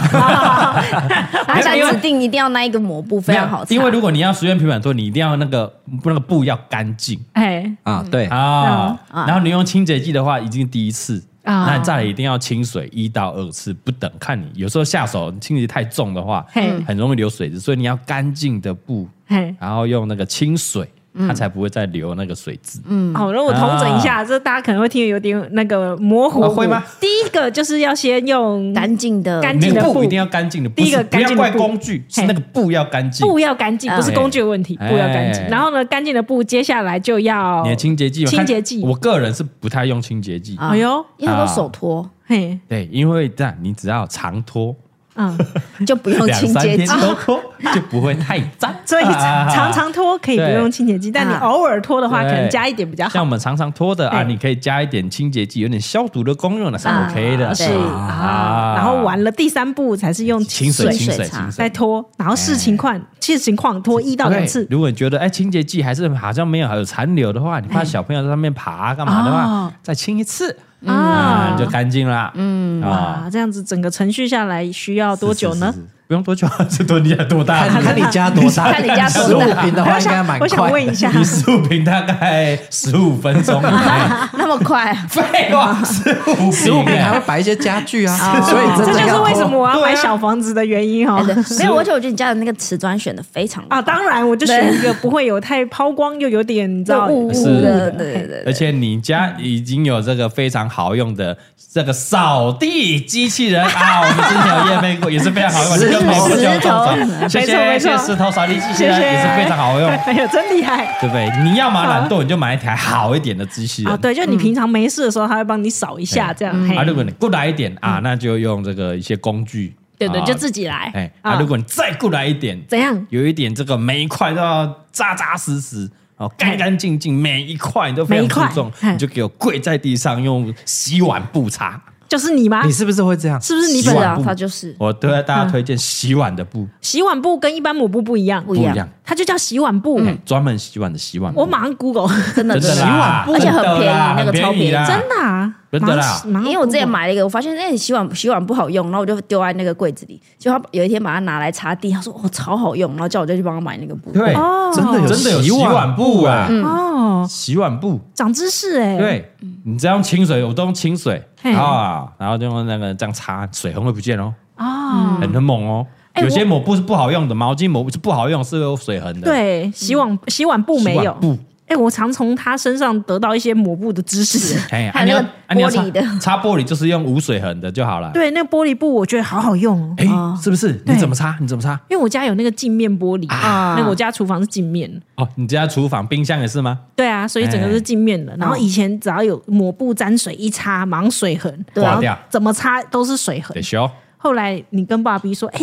Speaker 3: 他想指定一定要那一个抹布，非常好擦，
Speaker 1: 因为如果你要实验平板拖，你一定要那个那个布要干 净
Speaker 2: 哎，
Speaker 4: 啊，对，
Speaker 1: 啊。然后你用清洁剂的话，已经第一次，
Speaker 2: 啊
Speaker 1: 那你再来一定要清水一到二次不等，看你有时候下手清洁太重的话
Speaker 2: 嘿，
Speaker 1: 很容易流水渍，所以你要干净的布，
Speaker 2: 嘿，
Speaker 1: 然后用那个清水，
Speaker 2: 嗯
Speaker 1: 它才不会再流那个水渍。
Speaker 2: 好，那我统整一下，这大家可能会听得有点那个模糊，
Speaker 1: 啊会吗？
Speaker 2: 第一个就是要先用
Speaker 3: 干净的
Speaker 2: 干
Speaker 1: 那
Speaker 2: 净的
Speaker 1: 个
Speaker 2: 布
Speaker 1: 布一定要干净的，
Speaker 2: 第一个
Speaker 1: 不是不要
Speaker 2: 干净的
Speaker 1: 怪
Speaker 2: 布
Speaker 1: 工具，是
Speaker 2: 嘿
Speaker 1: 那个布要干净。
Speaker 2: 布要干净，
Speaker 3: 嗯
Speaker 2: 不是工具的问题，
Speaker 1: 哎
Speaker 2: 布要干净
Speaker 1: 哎。
Speaker 2: 然后呢，干净的布，接下来就要
Speaker 1: 你的清洁剂吗，
Speaker 2: 哦清洁剂
Speaker 1: 看我个人是不太用清洁剂，
Speaker 3: 啊
Speaker 2: 哎呦，
Speaker 3: 因为都手拖，
Speaker 2: 嘿，
Speaker 1: 对，因为这样你只要常拖，
Speaker 2: 嗯，
Speaker 3: 就不用
Speaker 1: 两
Speaker 3: 清
Speaker 1: 三
Speaker 3: 洁
Speaker 1: 天
Speaker 3: 剂。
Speaker 1: 都拖， 就不会太脏。
Speaker 2: 所以
Speaker 1: 啊
Speaker 2: 常常拖可以不
Speaker 1: 对
Speaker 2: 用清洁剂，但你
Speaker 3: 啊
Speaker 2: 偶尔拖的话，
Speaker 1: 对
Speaker 2: 可能加一点比较
Speaker 1: 像
Speaker 2: 好
Speaker 1: 我。们常常拖的啊，
Speaker 2: 哎
Speaker 1: 你可以加一点清洁剂，有点消毒的功用的是
Speaker 3: 啊
Speaker 1: OK 的，
Speaker 3: 是
Speaker 1: 啊
Speaker 2: 然后完了第三步才是用
Speaker 1: 清水
Speaker 3: 水
Speaker 1: 清水
Speaker 3: 水
Speaker 1: 清
Speaker 3: 擦
Speaker 1: 水
Speaker 2: 再。拖，然后视情况视情况拖一到两
Speaker 1: 对
Speaker 2: 次。
Speaker 1: 如果你觉得哎清洁剂还是好像没有还有残留的话，你怕小朋友在上面爬干嘛的话
Speaker 2: 哦，
Speaker 1: 再清一次啊，
Speaker 2: 啊
Speaker 1: 你就干净啦。嗯啊
Speaker 2: 哇，，这样子整个程序下来需要多久呢
Speaker 1: 是？？是是是不用多久，啊 这多你家多大？
Speaker 4: 看看你家多 大，
Speaker 3: 看你家多大
Speaker 4: 十五平的话
Speaker 2: 我
Speaker 4: 应该蛮
Speaker 2: 想，我想问
Speaker 4: 快
Speaker 2: 一
Speaker 4: 的，
Speaker 2: 下，
Speaker 1: 你十五瓶大概十五分钟以 内。
Speaker 3: 那么快啊，
Speaker 1: 废话，十五瓶
Speaker 4: 十五平还
Speaker 1: 哎
Speaker 4: 会摆一些家具啊，所以
Speaker 2: 哦这
Speaker 4: 真
Speaker 2: 就
Speaker 4: 的
Speaker 2: 是
Speaker 4: 要
Speaker 2: 为什么我要
Speaker 1: 对啊
Speaker 2: 买小房子的原因哦
Speaker 3: 哎。对没有，而且我觉得你家的那个瓷砖选的非常
Speaker 2: 啊，当然我就选一个不会有太抛光又有点你知道
Speaker 3: 雾雾
Speaker 1: 是
Speaker 3: 的，对对对
Speaker 1: 而且你家已经有这个非常好用的这个扫地机器人 啊，我们之前有验配过，也是非常好用，
Speaker 4: 石
Speaker 1: 就
Speaker 4: 头
Speaker 1: 是每不久
Speaker 3: 石头
Speaker 1: 动手谢谢
Speaker 2: 没错没错
Speaker 1: 谢谢石头扫地机器
Speaker 2: 谢
Speaker 1: 人
Speaker 2: 谢，
Speaker 1: 也是非常好用，
Speaker 2: 哎呦，真厉 害！
Speaker 1: 对不对？你要么懒惰，你就买一台好一点的机器人
Speaker 2: 啊，。对，就你平常
Speaker 1: 嗯
Speaker 2: 没事的时候，他会帮你扫一下，这样。嘿
Speaker 1: 啊啊，如果你过来一点啊，那就用这个一些工具。
Speaker 2: 嗯对对，
Speaker 1: 啊
Speaker 2: 就自己来。
Speaker 1: 哎，啊，如果你再过来一点，
Speaker 2: 怎样？
Speaker 1: 有一点这个每一块都要扎扎实实。哦，干干净净，每一块你都非常注重
Speaker 2: 每一，块
Speaker 1: 你就给我跪在地上，用洗碗布擦。
Speaker 2: 就是你吗
Speaker 4: 你？是不是会这样？
Speaker 2: 是不是你
Speaker 1: 洗
Speaker 2: 本
Speaker 3: 是
Speaker 1: 碗
Speaker 2: 人？
Speaker 3: 啊
Speaker 1: 布，
Speaker 3: 他就是
Speaker 1: 我对大家推荐洗碗的布，
Speaker 2: 洗碗布跟一般抹布不一样，
Speaker 3: 不
Speaker 1: 不
Speaker 3: 一
Speaker 1: 一
Speaker 3: 样
Speaker 1: 样，
Speaker 2: 它就叫洗碗布。
Speaker 1: 哎专门洗碗的洗碗布。
Speaker 2: 我马上 Google，
Speaker 3: 真的
Speaker 1: 真的
Speaker 3: 真的
Speaker 1: 啦，
Speaker 3: 而且很便
Speaker 1: 真的
Speaker 3: 宜
Speaker 1: 啦
Speaker 3: 那个超
Speaker 1: 很
Speaker 3: 便宜
Speaker 1: 啦
Speaker 2: 真的啊，
Speaker 1: 真的啦
Speaker 3: 因为我之前买了一个，我发现哎、洗碗洗碗不好用，然后我就丢在那个柜子里。结果他有一天把它拿来擦地，他说哦超好用，然后叫我就去帮他买那 个布。
Speaker 1: 对，
Speaker 4: 真哦的有
Speaker 1: 真的有洗碗布啊，
Speaker 2: 哦，
Speaker 1: 洗碗布。
Speaker 2: 长知识哎，，
Speaker 1: 对，你只要用清水，我都用清水
Speaker 2: 嘿
Speaker 1: 啊，然后就用那个这样擦，水红会不见哦，
Speaker 2: 哦，
Speaker 1: 很很猛哦。
Speaker 2: 哎
Speaker 1: 有些
Speaker 2: 我
Speaker 1: 抹布是不好用的，毛巾抹布是不好用，是有水痕的。，
Speaker 2: 对，洗碗洗碗布没
Speaker 1: 洗
Speaker 2: 有
Speaker 1: 碗。布，
Speaker 2: 哎，我常从他身上得到一些抹布的知识。
Speaker 1: 哎，啊
Speaker 3: 还
Speaker 1: 你
Speaker 3: 有
Speaker 1: 要
Speaker 3: 那个
Speaker 1: 啊你要
Speaker 3: 玻
Speaker 1: 擦
Speaker 3: 璃的
Speaker 1: 擦玻璃就是用无水痕的就好了。，
Speaker 2: 对，那个玻璃布我觉得好好用哦，
Speaker 1: 哎，是不是？你
Speaker 2: 对
Speaker 1: 怎么擦？你怎么擦？
Speaker 2: 因为我家有那个镜面玻璃，
Speaker 3: 啊
Speaker 2: 那个我家厨房是镜面。
Speaker 1: 哦，你家厨房冰箱也是吗？
Speaker 2: 对啊，所以整个
Speaker 1: 哎
Speaker 2: 是镜面
Speaker 1: 哦
Speaker 2: 的。然后以前只要有抹布沾水一擦，忙水痕，
Speaker 3: 对
Speaker 1: 挂
Speaker 3: 啊
Speaker 1: 掉，
Speaker 2: 怎么擦都是水痕
Speaker 1: 得。修。
Speaker 2: 后来你跟爸比说，哎、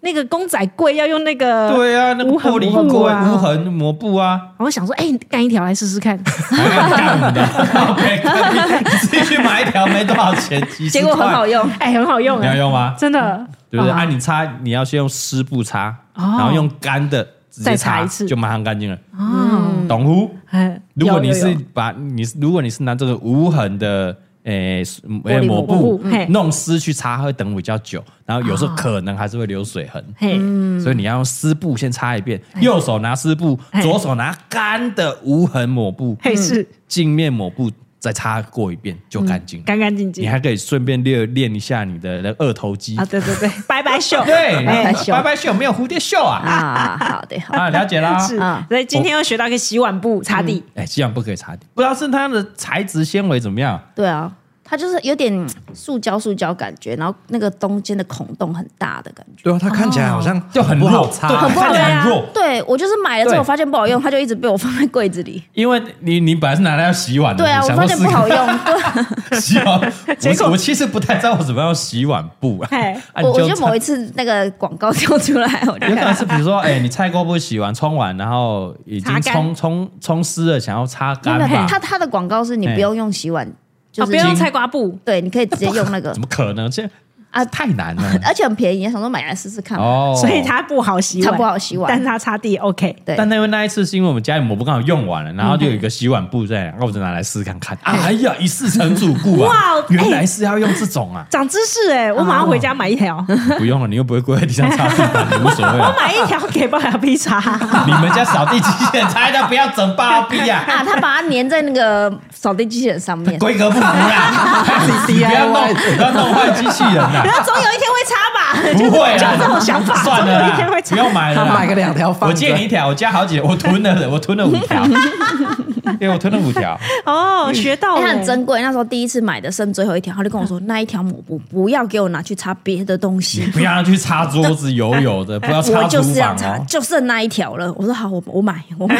Speaker 2: 那个公仔柜要用那个，
Speaker 1: 对啊，那个
Speaker 2: 无痕
Speaker 1: 玻璃
Speaker 2: 抹布
Speaker 1: 过
Speaker 2: 啊
Speaker 1: 无痕抹布啊，
Speaker 2: 然后我想说，哎、你干一条来试试看，
Speaker 1: 干的 ，OK，你自己去买一条没多少钱，几十
Speaker 3: 结果很好
Speaker 1: 块，
Speaker 3: 用，
Speaker 2: 哎、很好用、
Speaker 1: 你要
Speaker 2: 哎，
Speaker 1: 用吗？
Speaker 2: 真的，
Speaker 1: 啊
Speaker 2: 哦
Speaker 1: 对不对？
Speaker 2: 好
Speaker 1: 啊，你擦，你要先用湿布擦，
Speaker 2: 哦
Speaker 1: 然后用干的直接
Speaker 2: 再擦一次
Speaker 1: 就马上干净了，
Speaker 3: 嗯
Speaker 2: 哦，
Speaker 1: 懂乎？
Speaker 2: 哎，
Speaker 1: 如果你
Speaker 2: 有
Speaker 1: 是
Speaker 2: 有有
Speaker 1: 把你是，如果你是拿这个无痕的。诶、诶，
Speaker 3: 璃
Speaker 1: 抹
Speaker 3: 抹
Speaker 1: 布
Speaker 2: 布嘿
Speaker 1: 弄湿去擦会等比较久，然后有时候可能还是会留水痕，
Speaker 2: 嘿，
Speaker 3: 嗯
Speaker 1: 所以你要用湿布先擦一遍，右手拿湿布，
Speaker 2: 嘿
Speaker 1: 左手拿干的无痕抹布，
Speaker 3: 嗯
Speaker 2: 嘿是
Speaker 1: 镜面抹布再擦过一遍就干净了。
Speaker 2: 嗯干干净
Speaker 1: 你
Speaker 2: 净
Speaker 1: 还可以顺便练练一下你的那个二头肌
Speaker 2: 啊，。对对 对，拜 拜秀，
Speaker 1: 对，
Speaker 3: 白
Speaker 1: 拜
Speaker 3: 白袖
Speaker 1: 拜袖没有蝴蝶袖啊
Speaker 3: 啊，好的好的，
Speaker 1: 啊，了解啦。
Speaker 2: 是
Speaker 3: 啊，
Speaker 2: 所以今天又学到一个洗碗布擦地，
Speaker 1: 哎，既然不可以擦地，不知道是它的材质纤维怎么样，
Speaker 3: 对啊，它就是有点嗯塑胶塑胶感觉，然后那个中间的孔洞很大的感觉。
Speaker 4: 对啊，它看起来好像
Speaker 1: 哦就很
Speaker 4: 不
Speaker 1: 弱
Speaker 4: 好，
Speaker 1: 对
Speaker 4: 擦，啊
Speaker 1: 看起来哎很弱。
Speaker 3: 对我就是买了之
Speaker 1: 对
Speaker 3: 后发现不好用，它就一直被我放在柜子里。
Speaker 1: 因为你你本来是拿来要洗碗的，
Speaker 3: 对啊，
Speaker 1: 你
Speaker 3: 我
Speaker 1: 想
Speaker 3: 发
Speaker 1: 说
Speaker 3: 现
Speaker 1: 是
Speaker 3: 不 好用，对
Speaker 1: 个洗 碗。
Speaker 2: 结果
Speaker 1: 我我其实不太知道我怎么样洗碗布啊
Speaker 2: 嘿。
Speaker 1: 啊
Speaker 3: 我我
Speaker 1: 你
Speaker 3: 就某一次那个广告跳出来，我 就
Speaker 1: 有可能
Speaker 3: 看
Speaker 1: 是比如说，哎，你菜锅不洗完冲完，然后已
Speaker 2: 擦
Speaker 1: 经
Speaker 2: 干
Speaker 1: 冲冲冲湿了，想要擦
Speaker 3: 到
Speaker 1: 干
Speaker 3: 没有
Speaker 1: 吧？啊
Speaker 3: 它它的广告是你
Speaker 1: 哎
Speaker 3: 不用用洗碗，就
Speaker 1: 嗯
Speaker 2: 哦，
Speaker 3: 是
Speaker 2: 不要用菜瓜布，
Speaker 3: 对，你可以直接用那个
Speaker 1: 怎，么可能？这啊
Speaker 3: 啊
Speaker 1: 太 难了。
Speaker 3: 而且很便宜，想说买来试试看。
Speaker 1: 哦，
Speaker 2: 所以它不好洗碗，
Speaker 3: 它不好洗碗
Speaker 2: 但它擦地 OK。
Speaker 3: 对，嗯
Speaker 1: 但那因为那一次是因为我们家里抹布刚好用完了，然后就有一个洗碗布在，然后我就拿来试看看。哎呀，一试成主顾啊！
Speaker 3: 哦
Speaker 2: 哇
Speaker 1: 原
Speaker 3: 哎
Speaker 1: 来是要用这种啊！
Speaker 2: 长知识哎、我马上回家买一 条，
Speaker 1: 不用了，你又不会跪在地上擦地板，你无所谓啊
Speaker 2: 我
Speaker 1: 了。
Speaker 2: 买一条给爸比 擦。
Speaker 1: 你们家扫地机器人拆的，不要整包庇啊！
Speaker 3: 啊，他把它粘在那个扫地机器人 上面。
Speaker 1: 规格不符啦！你不要弄，不要弄坏机器人 啦！
Speaker 2: 然后总有一天会擦吧，
Speaker 1: 不会啊，
Speaker 2: 就这种想法
Speaker 1: 算了
Speaker 2: 总有一天
Speaker 1: 啦
Speaker 2: 会，
Speaker 1: 不
Speaker 2: 长
Speaker 1: 要买了啦。
Speaker 4: 买个两条放着。
Speaker 1: 我借你一条，我家好几，我囤了，我囤了五条，因为我囤了五条。
Speaker 2: 哦，
Speaker 1: 嗯
Speaker 2: 学到
Speaker 3: 哎，
Speaker 2: 了、
Speaker 3: 它很珍贵。那时候第一次买的剩最后一条，他就 跟我说那一条抹布不要给我拿去擦别的东西，
Speaker 1: 不要去擦桌子，油油的，不要擦
Speaker 3: 我
Speaker 1: 厨
Speaker 3: 就是要
Speaker 1: 房
Speaker 3: 擦，
Speaker 1: 哦，
Speaker 3: 就剩那一条了。我说好，我我买我买。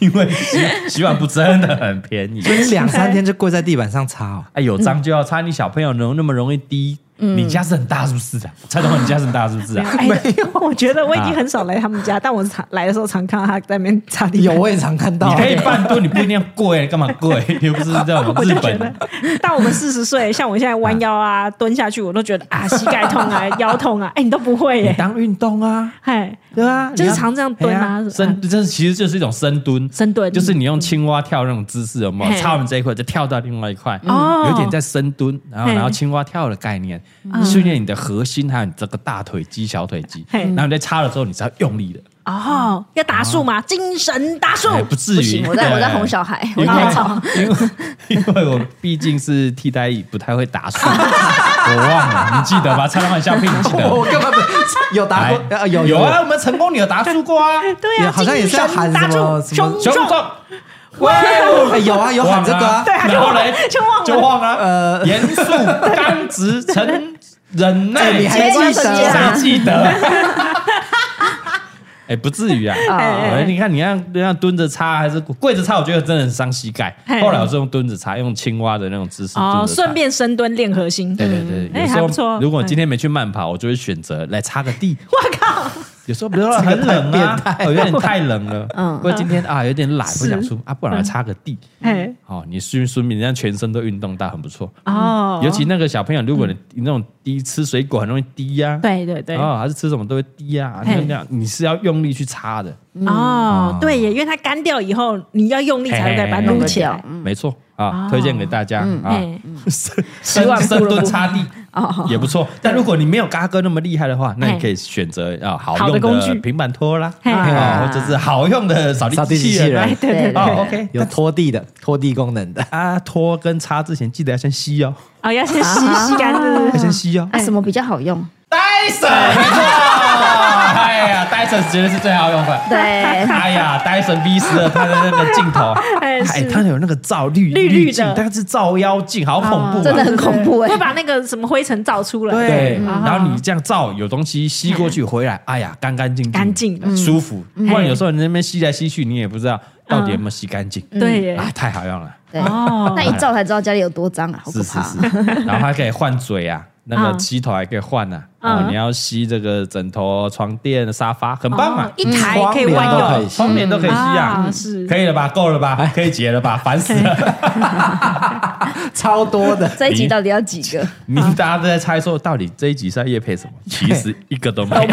Speaker 1: 因为洗洗碗布真的很便宜。
Speaker 4: 所以你两三天就跪在地板上擦哦。
Speaker 1: 哎，有脏就要擦，你小朋友能那么容易滴？你家是很大是不是啊？蔡东，你家是很大是不是啊？
Speaker 2: 哎， 我觉得我已经很少来他们家，但我常来的时候常看到他在那边擦地
Speaker 4: 有，
Speaker 2: 板。
Speaker 4: 我也常看到
Speaker 1: 你
Speaker 4: 啊。
Speaker 1: 可以半蹲，你不一定要跪，干嘛跪？ 又不是在我们日本的。
Speaker 2: 到我们四十岁，像我现在弯腰啊、蹲下去，我都觉得啊膝盖痛 啊、腰痛啊，哎，你都不会
Speaker 4: 你
Speaker 2: 耶，
Speaker 4: 当运动啊，
Speaker 2: 哎，
Speaker 4: 对啊，
Speaker 2: 就是
Speaker 4: 你要
Speaker 2: 常这样蹲啊
Speaker 4: 哎呀，
Speaker 1: 深，这其实就是一种深蹲，
Speaker 2: 深蹲
Speaker 1: 就是你用青蛙跳那种姿势，有没有？
Speaker 2: 嘿
Speaker 1: 擦完这一块再跳到另外一块，
Speaker 2: 哦
Speaker 1: 有点在深蹲，然后
Speaker 2: 嘿
Speaker 1: 然后青蛙跳的概念，训练你的核心还有你这个大腿肌、小腿肌，
Speaker 2: 嘿
Speaker 1: 然后你在擦的时候你是要用力的，
Speaker 2: 哦，要打树吗？精神打树
Speaker 1: 啊哎，不至
Speaker 3: 不
Speaker 1: 于。
Speaker 3: 行， 我在我在
Speaker 1: 对
Speaker 3: 哄小孩，
Speaker 1: 因
Speaker 3: 我
Speaker 1: 为
Speaker 3: 太吵。
Speaker 1: 因为因为我毕竟是替代役，不太会打树， 我忘了，你记得吧？蔡老板笑屁，你记得？
Speaker 4: 我根本没有打过，
Speaker 1: 来
Speaker 4: 呃有
Speaker 1: 有啊，，我们成功你有打输过啊，
Speaker 2: 对啊，
Speaker 4: 好像也是要喊
Speaker 2: 精神
Speaker 4: 什么
Speaker 2: 打树，
Speaker 4: 什么
Speaker 2: 雄
Speaker 1: 雄
Speaker 2: 壮，
Speaker 1: 壮。喂，
Speaker 4: 哎有啊有喊这个啊
Speaker 2: 对啊，就
Speaker 1: 然后
Speaker 2: 忘了
Speaker 1: 嘞，
Speaker 2: 就忘了，
Speaker 1: 就忘了，
Speaker 4: 呃
Speaker 1: 严肃、刚直、诚忍
Speaker 4: 哎
Speaker 1: 耐，
Speaker 4: 你还
Speaker 3: 记得
Speaker 1: 谁记得？哎，不至 于啊。
Speaker 3: 哎
Speaker 1: 哎，你看你让那样蹲着擦还是跪着擦，我觉得真的很伤膝盖。
Speaker 2: 哎
Speaker 1: 后来我是用蹲着擦，用青蛙的那种姿势蹲着
Speaker 2: 哦，
Speaker 1: 擦
Speaker 2: 顺。便深蹲练核心。
Speaker 4: 对对对，
Speaker 2: 哎
Speaker 1: 有
Speaker 2: 还不
Speaker 1: 时
Speaker 2: 错
Speaker 1: 候如果今天没去慢跑，我就会选择来擦个地。
Speaker 2: 我靠，
Speaker 1: 有时候比如说很冷啊，哦有点太冷了，
Speaker 3: 嗯
Speaker 1: 或者今天啊有点懒，不想出啊，不然来擦个地。
Speaker 2: 哎，
Speaker 1: 哦，你顺顺便，人家全身都运动到，很不错。
Speaker 2: 哦，
Speaker 1: 嗯尤其那个小朋友，如果你你那种低吃水果很容易低呀、
Speaker 2: 对对对，
Speaker 1: 哦，还是吃什么都会低呀、那
Speaker 2: 嘿
Speaker 1: 那样你是要用力去擦的，
Speaker 2: 哦，对耶，因为它干掉以后，你要用力才能再把它
Speaker 1: 嘿嘿
Speaker 2: 撸
Speaker 1: 嘿
Speaker 2: 起来
Speaker 3: 嘿。
Speaker 1: 没错
Speaker 2: 哦
Speaker 1: 啊，推荐给大家啊，
Speaker 2: 哎，
Speaker 1: 深
Speaker 3: 万步
Speaker 1: 深
Speaker 3: 了
Speaker 1: 蹲
Speaker 3: 不
Speaker 1: 擦地
Speaker 2: 哦
Speaker 1: 也不错。但如果你没有嘎哥那么厉害的话，那你可以选择啊好
Speaker 2: 好的
Speaker 1: 用
Speaker 2: 工具
Speaker 1: 平板拖拉，
Speaker 2: 嘿
Speaker 1: 啊，或者是好用的扫
Speaker 4: 扫
Speaker 1: 地
Speaker 4: 地
Speaker 1: 机
Speaker 4: 机
Speaker 1: 器
Speaker 4: 器
Speaker 1: 人
Speaker 4: 人。
Speaker 2: 哎，对对对，
Speaker 1: 哦，OK，
Speaker 4: 有拖地的，拖地功 能的。
Speaker 1: 啊，拖跟擦之前记得要先吸哦，
Speaker 2: 哦，要先吸吸干，是不
Speaker 1: 要
Speaker 2: 是
Speaker 1: 先吸哦。
Speaker 3: 啊，什么比较好用？
Speaker 1: 戴森，没错，哎呀，戴森绝对是最好用的。
Speaker 3: 对，
Speaker 1: 哎呀，戴森 V 十二，它的那个镜头，
Speaker 2: 哎
Speaker 1: 哎，
Speaker 2: 是
Speaker 1: 它有那个照滤
Speaker 2: 绿绿的
Speaker 1: 镜，它是照妖镜，好恐怖啊！
Speaker 3: 真的很恐怖哎
Speaker 2: 会。把那个什么灰尘照出来。
Speaker 1: 对，然后你这样照，有东西吸过去回来，哎呀，干干净净，
Speaker 2: 干净的
Speaker 1: 舒服。不然有时候你那边吸来吸去，你也不知道到底有没有吸干净。
Speaker 2: 对耶，
Speaker 1: 啊，太好用了，
Speaker 3: 对，
Speaker 2: 哦
Speaker 3: 那一照才知道家里有多脏啊，好可
Speaker 1: 是是
Speaker 3: 怕啊。
Speaker 1: 是。然后还可以换嘴啊，那个
Speaker 2: 嗯
Speaker 1: 吸头还可以换啊。
Speaker 2: 嗯
Speaker 1: 啊，你要吸这个枕头、床垫、沙发，很棒啊
Speaker 2: 哦！一台可以万
Speaker 4: 都可
Speaker 2: 用
Speaker 4: 以。
Speaker 1: 窗帘都可以吸啊
Speaker 2: 啊，是
Speaker 1: 可以了吧？够了吧？可以解了吧？烦死了！
Speaker 4: 超多的，
Speaker 3: 这一集到底要几个？
Speaker 1: 你们大家都在猜说，到底这一集是在夜配什么？其实一个都没有，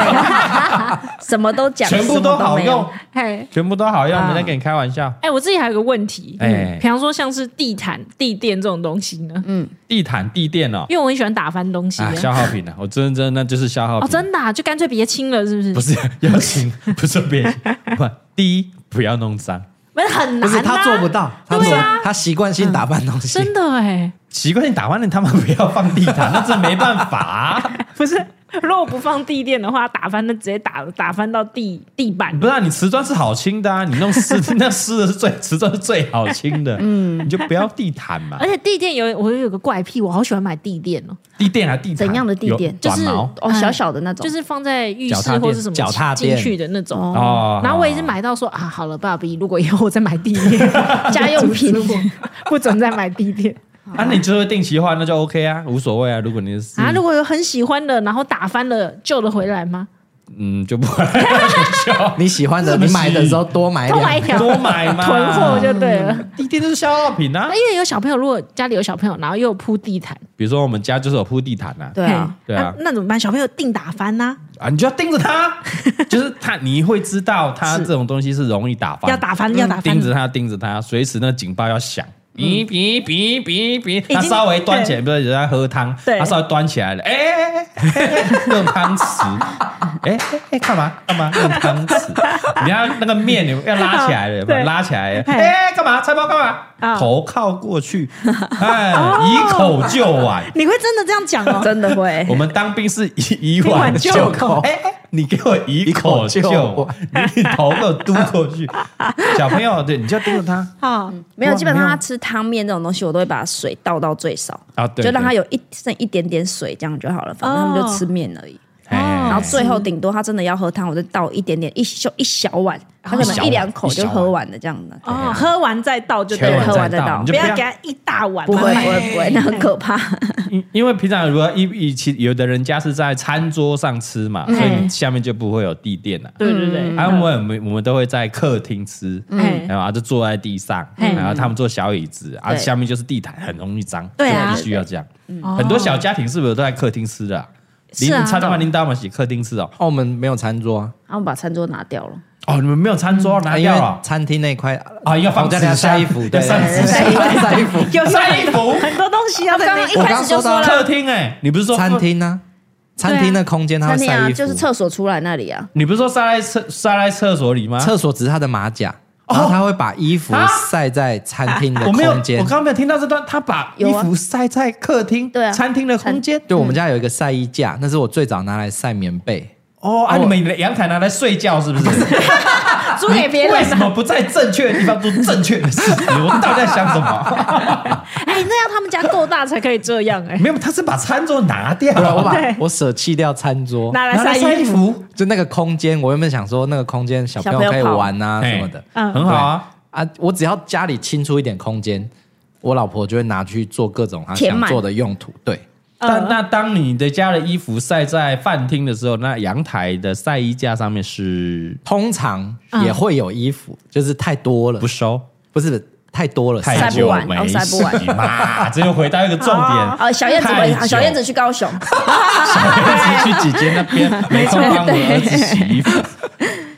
Speaker 3: 什么都讲，
Speaker 1: 全部
Speaker 3: 什么
Speaker 1: 都
Speaker 3: 都
Speaker 1: 好
Speaker 3: 没有
Speaker 1: 用。，
Speaker 2: 哎
Speaker 1: 全部都好用，
Speaker 3: 啊
Speaker 1: 没在跟你开玩笑。
Speaker 2: 哎，我自己还有个问题，
Speaker 1: 哎
Speaker 2: 嗯比方说像是地毯、地垫这种东西呢，
Speaker 3: 嗯
Speaker 1: 地毯、地垫哦，
Speaker 2: 因为我很喜欢打翻东西
Speaker 1: 啊，消耗品啊，我真真的那就是消耗
Speaker 2: 哦，
Speaker 1: 品，
Speaker 2: 真的啊就干脆别清了，是不是？
Speaker 1: 不是 要亲，不是别亲，不，第一不要弄脏，
Speaker 2: 不是很
Speaker 4: 不
Speaker 2: 难
Speaker 4: 是
Speaker 2: 啊，
Speaker 4: 他做不到，他
Speaker 2: 对
Speaker 4: 做
Speaker 2: 啊
Speaker 4: 他习惯性打扮东西，
Speaker 2: 真的哎，
Speaker 1: 奇怪，你打完了，你他妈不要放地毯，那真没办法啊。
Speaker 2: 不是，如果不放地垫的话，打翻那直接打打翻到地地板
Speaker 1: 你。不知道你瓷砖是好清的啊，你弄湿 那湿的是最瓷砖是最好清的，嗯，你就不要地毯嘛
Speaker 2: 而。且地垫有我有个怪癖，我好喜欢买地垫哦，
Speaker 1: 地垫啊，地毯
Speaker 3: 怎样的地垫
Speaker 1: 有
Speaker 2: 就是
Speaker 1: 短毛
Speaker 3: 哦，小小的那种，
Speaker 2: 就是放在浴
Speaker 4: 脚踏
Speaker 2: 室
Speaker 4: 垫
Speaker 2: 或是什
Speaker 4: 脚踏
Speaker 2: 么进
Speaker 4: 垫
Speaker 2: 去的那种。
Speaker 1: 哦
Speaker 2: 然后我也是买到说啊，好了，爸比，如果以后我再买地 垫，
Speaker 3: 家用品。
Speaker 2: 不准再买地垫
Speaker 1: 啊，你就是定期换，那就 OK 啊，无所谓啊。如果你是
Speaker 2: 啊。如果有很喜欢的，然后打翻了救得回来吗？
Speaker 1: 嗯就不哦
Speaker 4: 你喜欢的，
Speaker 1: 这么
Speaker 4: 你
Speaker 1: 细
Speaker 4: 买的时候多买
Speaker 2: 多买一
Speaker 4: 点。
Speaker 2: 条，
Speaker 1: 多买嘛，
Speaker 2: 囤货就对了。
Speaker 1: 地垫就是消耗品啊
Speaker 2: 那。因为有小朋友，如果家里有小朋友，然后又铺地毯，
Speaker 1: 比如说我们家就是有铺地毯啊，
Speaker 3: 对啊，
Speaker 1: 对啊
Speaker 2: 那那怎么办？小朋友定打翻呐、
Speaker 1: 啊，你就要盯着 它，就是它，你会知道它这种东西是容易打翻，嗯
Speaker 2: 要打翻要打翻嗯
Speaker 1: 盯着它，盯着它，随时那警报要响。哔哔哔哔哔，它
Speaker 2: 经
Speaker 1: 稍微端起来，比如人家喝汤，
Speaker 2: 对
Speaker 1: 它稍微端起来了，哎哎哎哎哎，哎用汤匙， 哎哎哎，干嘛干嘛用汤 匙？你要那个面有要拉起来了，有没有
Speaker 2: 对
Speaker 1: 拉起来了，
Speaker 2: 嘿
Speaker 1: 哎，干嘛菜包干嘛？
Speaker 2: 啊
Speaker 1: 头靠过 去，哎，以口就碗，
Speaker 2: 你会真的这样讲 哦？
Speaker 3: 真的会
Speaker 1: 我。们当兵是一一
Speaker 2: 碗
Speaker 1: 碗
Speaker 2: 就
Speaker 1: 就
Speaker 4: 口
Speaker 1: 口，哎、哎你给我一口就
Speaker 4: 一口
Speaker 1: 碗，你头给我嘟过去。小朋友，对，你就盯着他
Speaker 2: 好，
Speaker 3: 没有，
Speaker 1: 哇
Speaker 3: 基本上
Speaker 1: 没有
Speaker 3: 他吃汤面这种东西，我都会把水倒到最少，
Speaker 1: 啊，对，
Speaker 3: 就让他
Speaker 1: 对，哦
Speaker 3: 有一剩一点点水，这样就好了。反正他们就吃面而已。
Speaker 1: 哎哎
Speaker 3: 哦然后
Speaker 1: 哎
Speaker 3: 最后顶多他真的要喝汤，我就倒一点点，一就一小碗，他可能一两口就喝完了这样的。
Speaker 2: 哦，喝完再倒就对
Speaker 1: 全
Speaker 3: 对
Speaker 1: 碗
Speaker 3: 喝
Speaker 2: 了，
Speaker 3: 完
Speaker 1: 再
Speaker 3: 再倒
Speaker 1: 你就
Speaker 2: 不
Speaker 1: 不
Speaker 2: 要给
Speaker 1: 要，
Speaker 2: 他一大碗。
Speaker 3: 不会
Speaker 2: 慢慢
Speaker 3: 不会不会，那很可怕。
Speaker 1: 因因为平常如果一一起有的人家是在餐桌上吃嘛，所以你下面就不会有地垫了。
Speaker 2: 对对对，
Speaker 1: 啊，我们我们都会在客厅吃，
Speaker 2: 嗯
Speaker 1: 然后啊就坐在地上，
Speaker 2: 嗯
Speaker 1: 然后他们坐小椅子，啊，
Speaker 3: 对
Speaker 1: 下面就是地毯，很容易脏，
Speaker 2: 对啊
Speaker 1: 所以必须要这样。很多小家庭是不是都在客厅吃的啊？
Speaker 2: 是
Speaker 1: 林
Speaker 2: 啊
Speaker 1: 餐饭林大们洗客厅吃哦，
Speaker 4: 澳门没有餐桌啊，
Speaker 3: 然后把餐桌拿掉了，
Speaker 1: 哦，你们没有餐桌拿
Speaker 4: 因
Speaker 1: 掉
Speaker 4: 为
Speaker 1: 了
Speaker 4: 餐厅那一块
Speaker 1: 啊？要放
Speaker 4: 在
Speaker 1: 纸
Speaker 4: 那晒
Speaker 1: 箱
Speaker 4: 衣服，
Speaker 1: 要
Speaker 4: 对，
Speaker 1: 上纸箱，
Speaker 4: 晒衣服。
Speaker 2: 有
Speaker 1: 晒衣服。
Speaker 2: 很多东西要在那
Speaker 3: 啊一开始就说
Speaker 1: 客厅哎，你不是说
Speaker 4: 餐？厅呢？餐厅的空间它
Speaker 3: 餐
Speaker 4: 会
Speaker 3: 厅
Speaker 4: 晒
Speaker 3: 啊，
Speaker 4: 衣服，
Speaker 3: 就是厕所出来那里啊，
Speaker 1: 你不是说晒在厕晒在厕所里吗？
Speaker 4: 厕所只是它的马甲，然后他会把衣服晒在餐厅的
Speaker 1: 哦啊我没有，我
Speaker 4: 空间
Speaker 1: 刚。刚没有听到这段，他把
Speaker 3: 有
Speaker 1: 衣
Speaker 3: 啊
Speaker 1: 服晒在客厅、
Speaker 3: 对啊
Speaker 1: 餐厅的空间。
Speaker 4: 对，我们家有一个晒衣架，那是我最早拿来晒棉被。
Speaker 1: 哦，啊，
Speaker 4: 我
Speaker 1: 你们阳台拿来睡觉是不是？
Speaker 2: 租给 别人
Speaker 1: 为什么不在正确的地方做正确的 事情？我到底在想什么？
Speaker 2: 哎，那要他们家够大才可以这样 哎、
Speaker 1: 没有，他是把餐桌拿掉
Speaker 4: 对啊，我
Speaker 1: 了。
Speaker 4: 把
Speaker 2: 对
Speaker 4: 我舍弃掉餐桌，
Speaker 2: 拿来
Speaker 1: 拿来
Speaker 2: 晒
Speaker 1: 晒衣
Speaker 2: 衣服，
Speaker 1: 服，
Speaker 4: 就那个空间，我原本想说那个空间小朋友
Speaker 3: 小
Speaker 4: 可
Speaker 3: 朋
Speaker 4: 以
Speaker 3: 友跑
Speaker 4: 玩啊
Speaker 1: 嘿
Speaker 4: 什么的
Speaker 2: 嗯
Speaker 1: 很好啊。
Speaker 4: 啊，我只要家里清出一点空间，我老婆就会拿去做各种她想
Speaker 3: 填满
Speaker 4: 做的用途。对，
Speaker 1: 但那当你的家的衣服晒在饭厅的时候，那阳台的晒衣架上面是
Speaker 4: 通常
Speaker 3: 嗯
Speaker 4: 也会有衣服，就是太多了，
Speaker 1: 不收，
Speaker 4: 不是太多了，
Speaker 1: 太
Speaker 3: 晒
Speaker 1: 久
Speaker 3: 不完
Speaker 1: 没
Speaker 3: 哦晒不 完
Speaker 1: 洗嘛，这又回到一个重点。
Speaker 3: 哦，小燕子
Speaker 1: 太久
Speaker 3: 回，小燕子去高雄，
Speaker 1: 儿子去姐姐那边，没空帮我儿子洗衣服。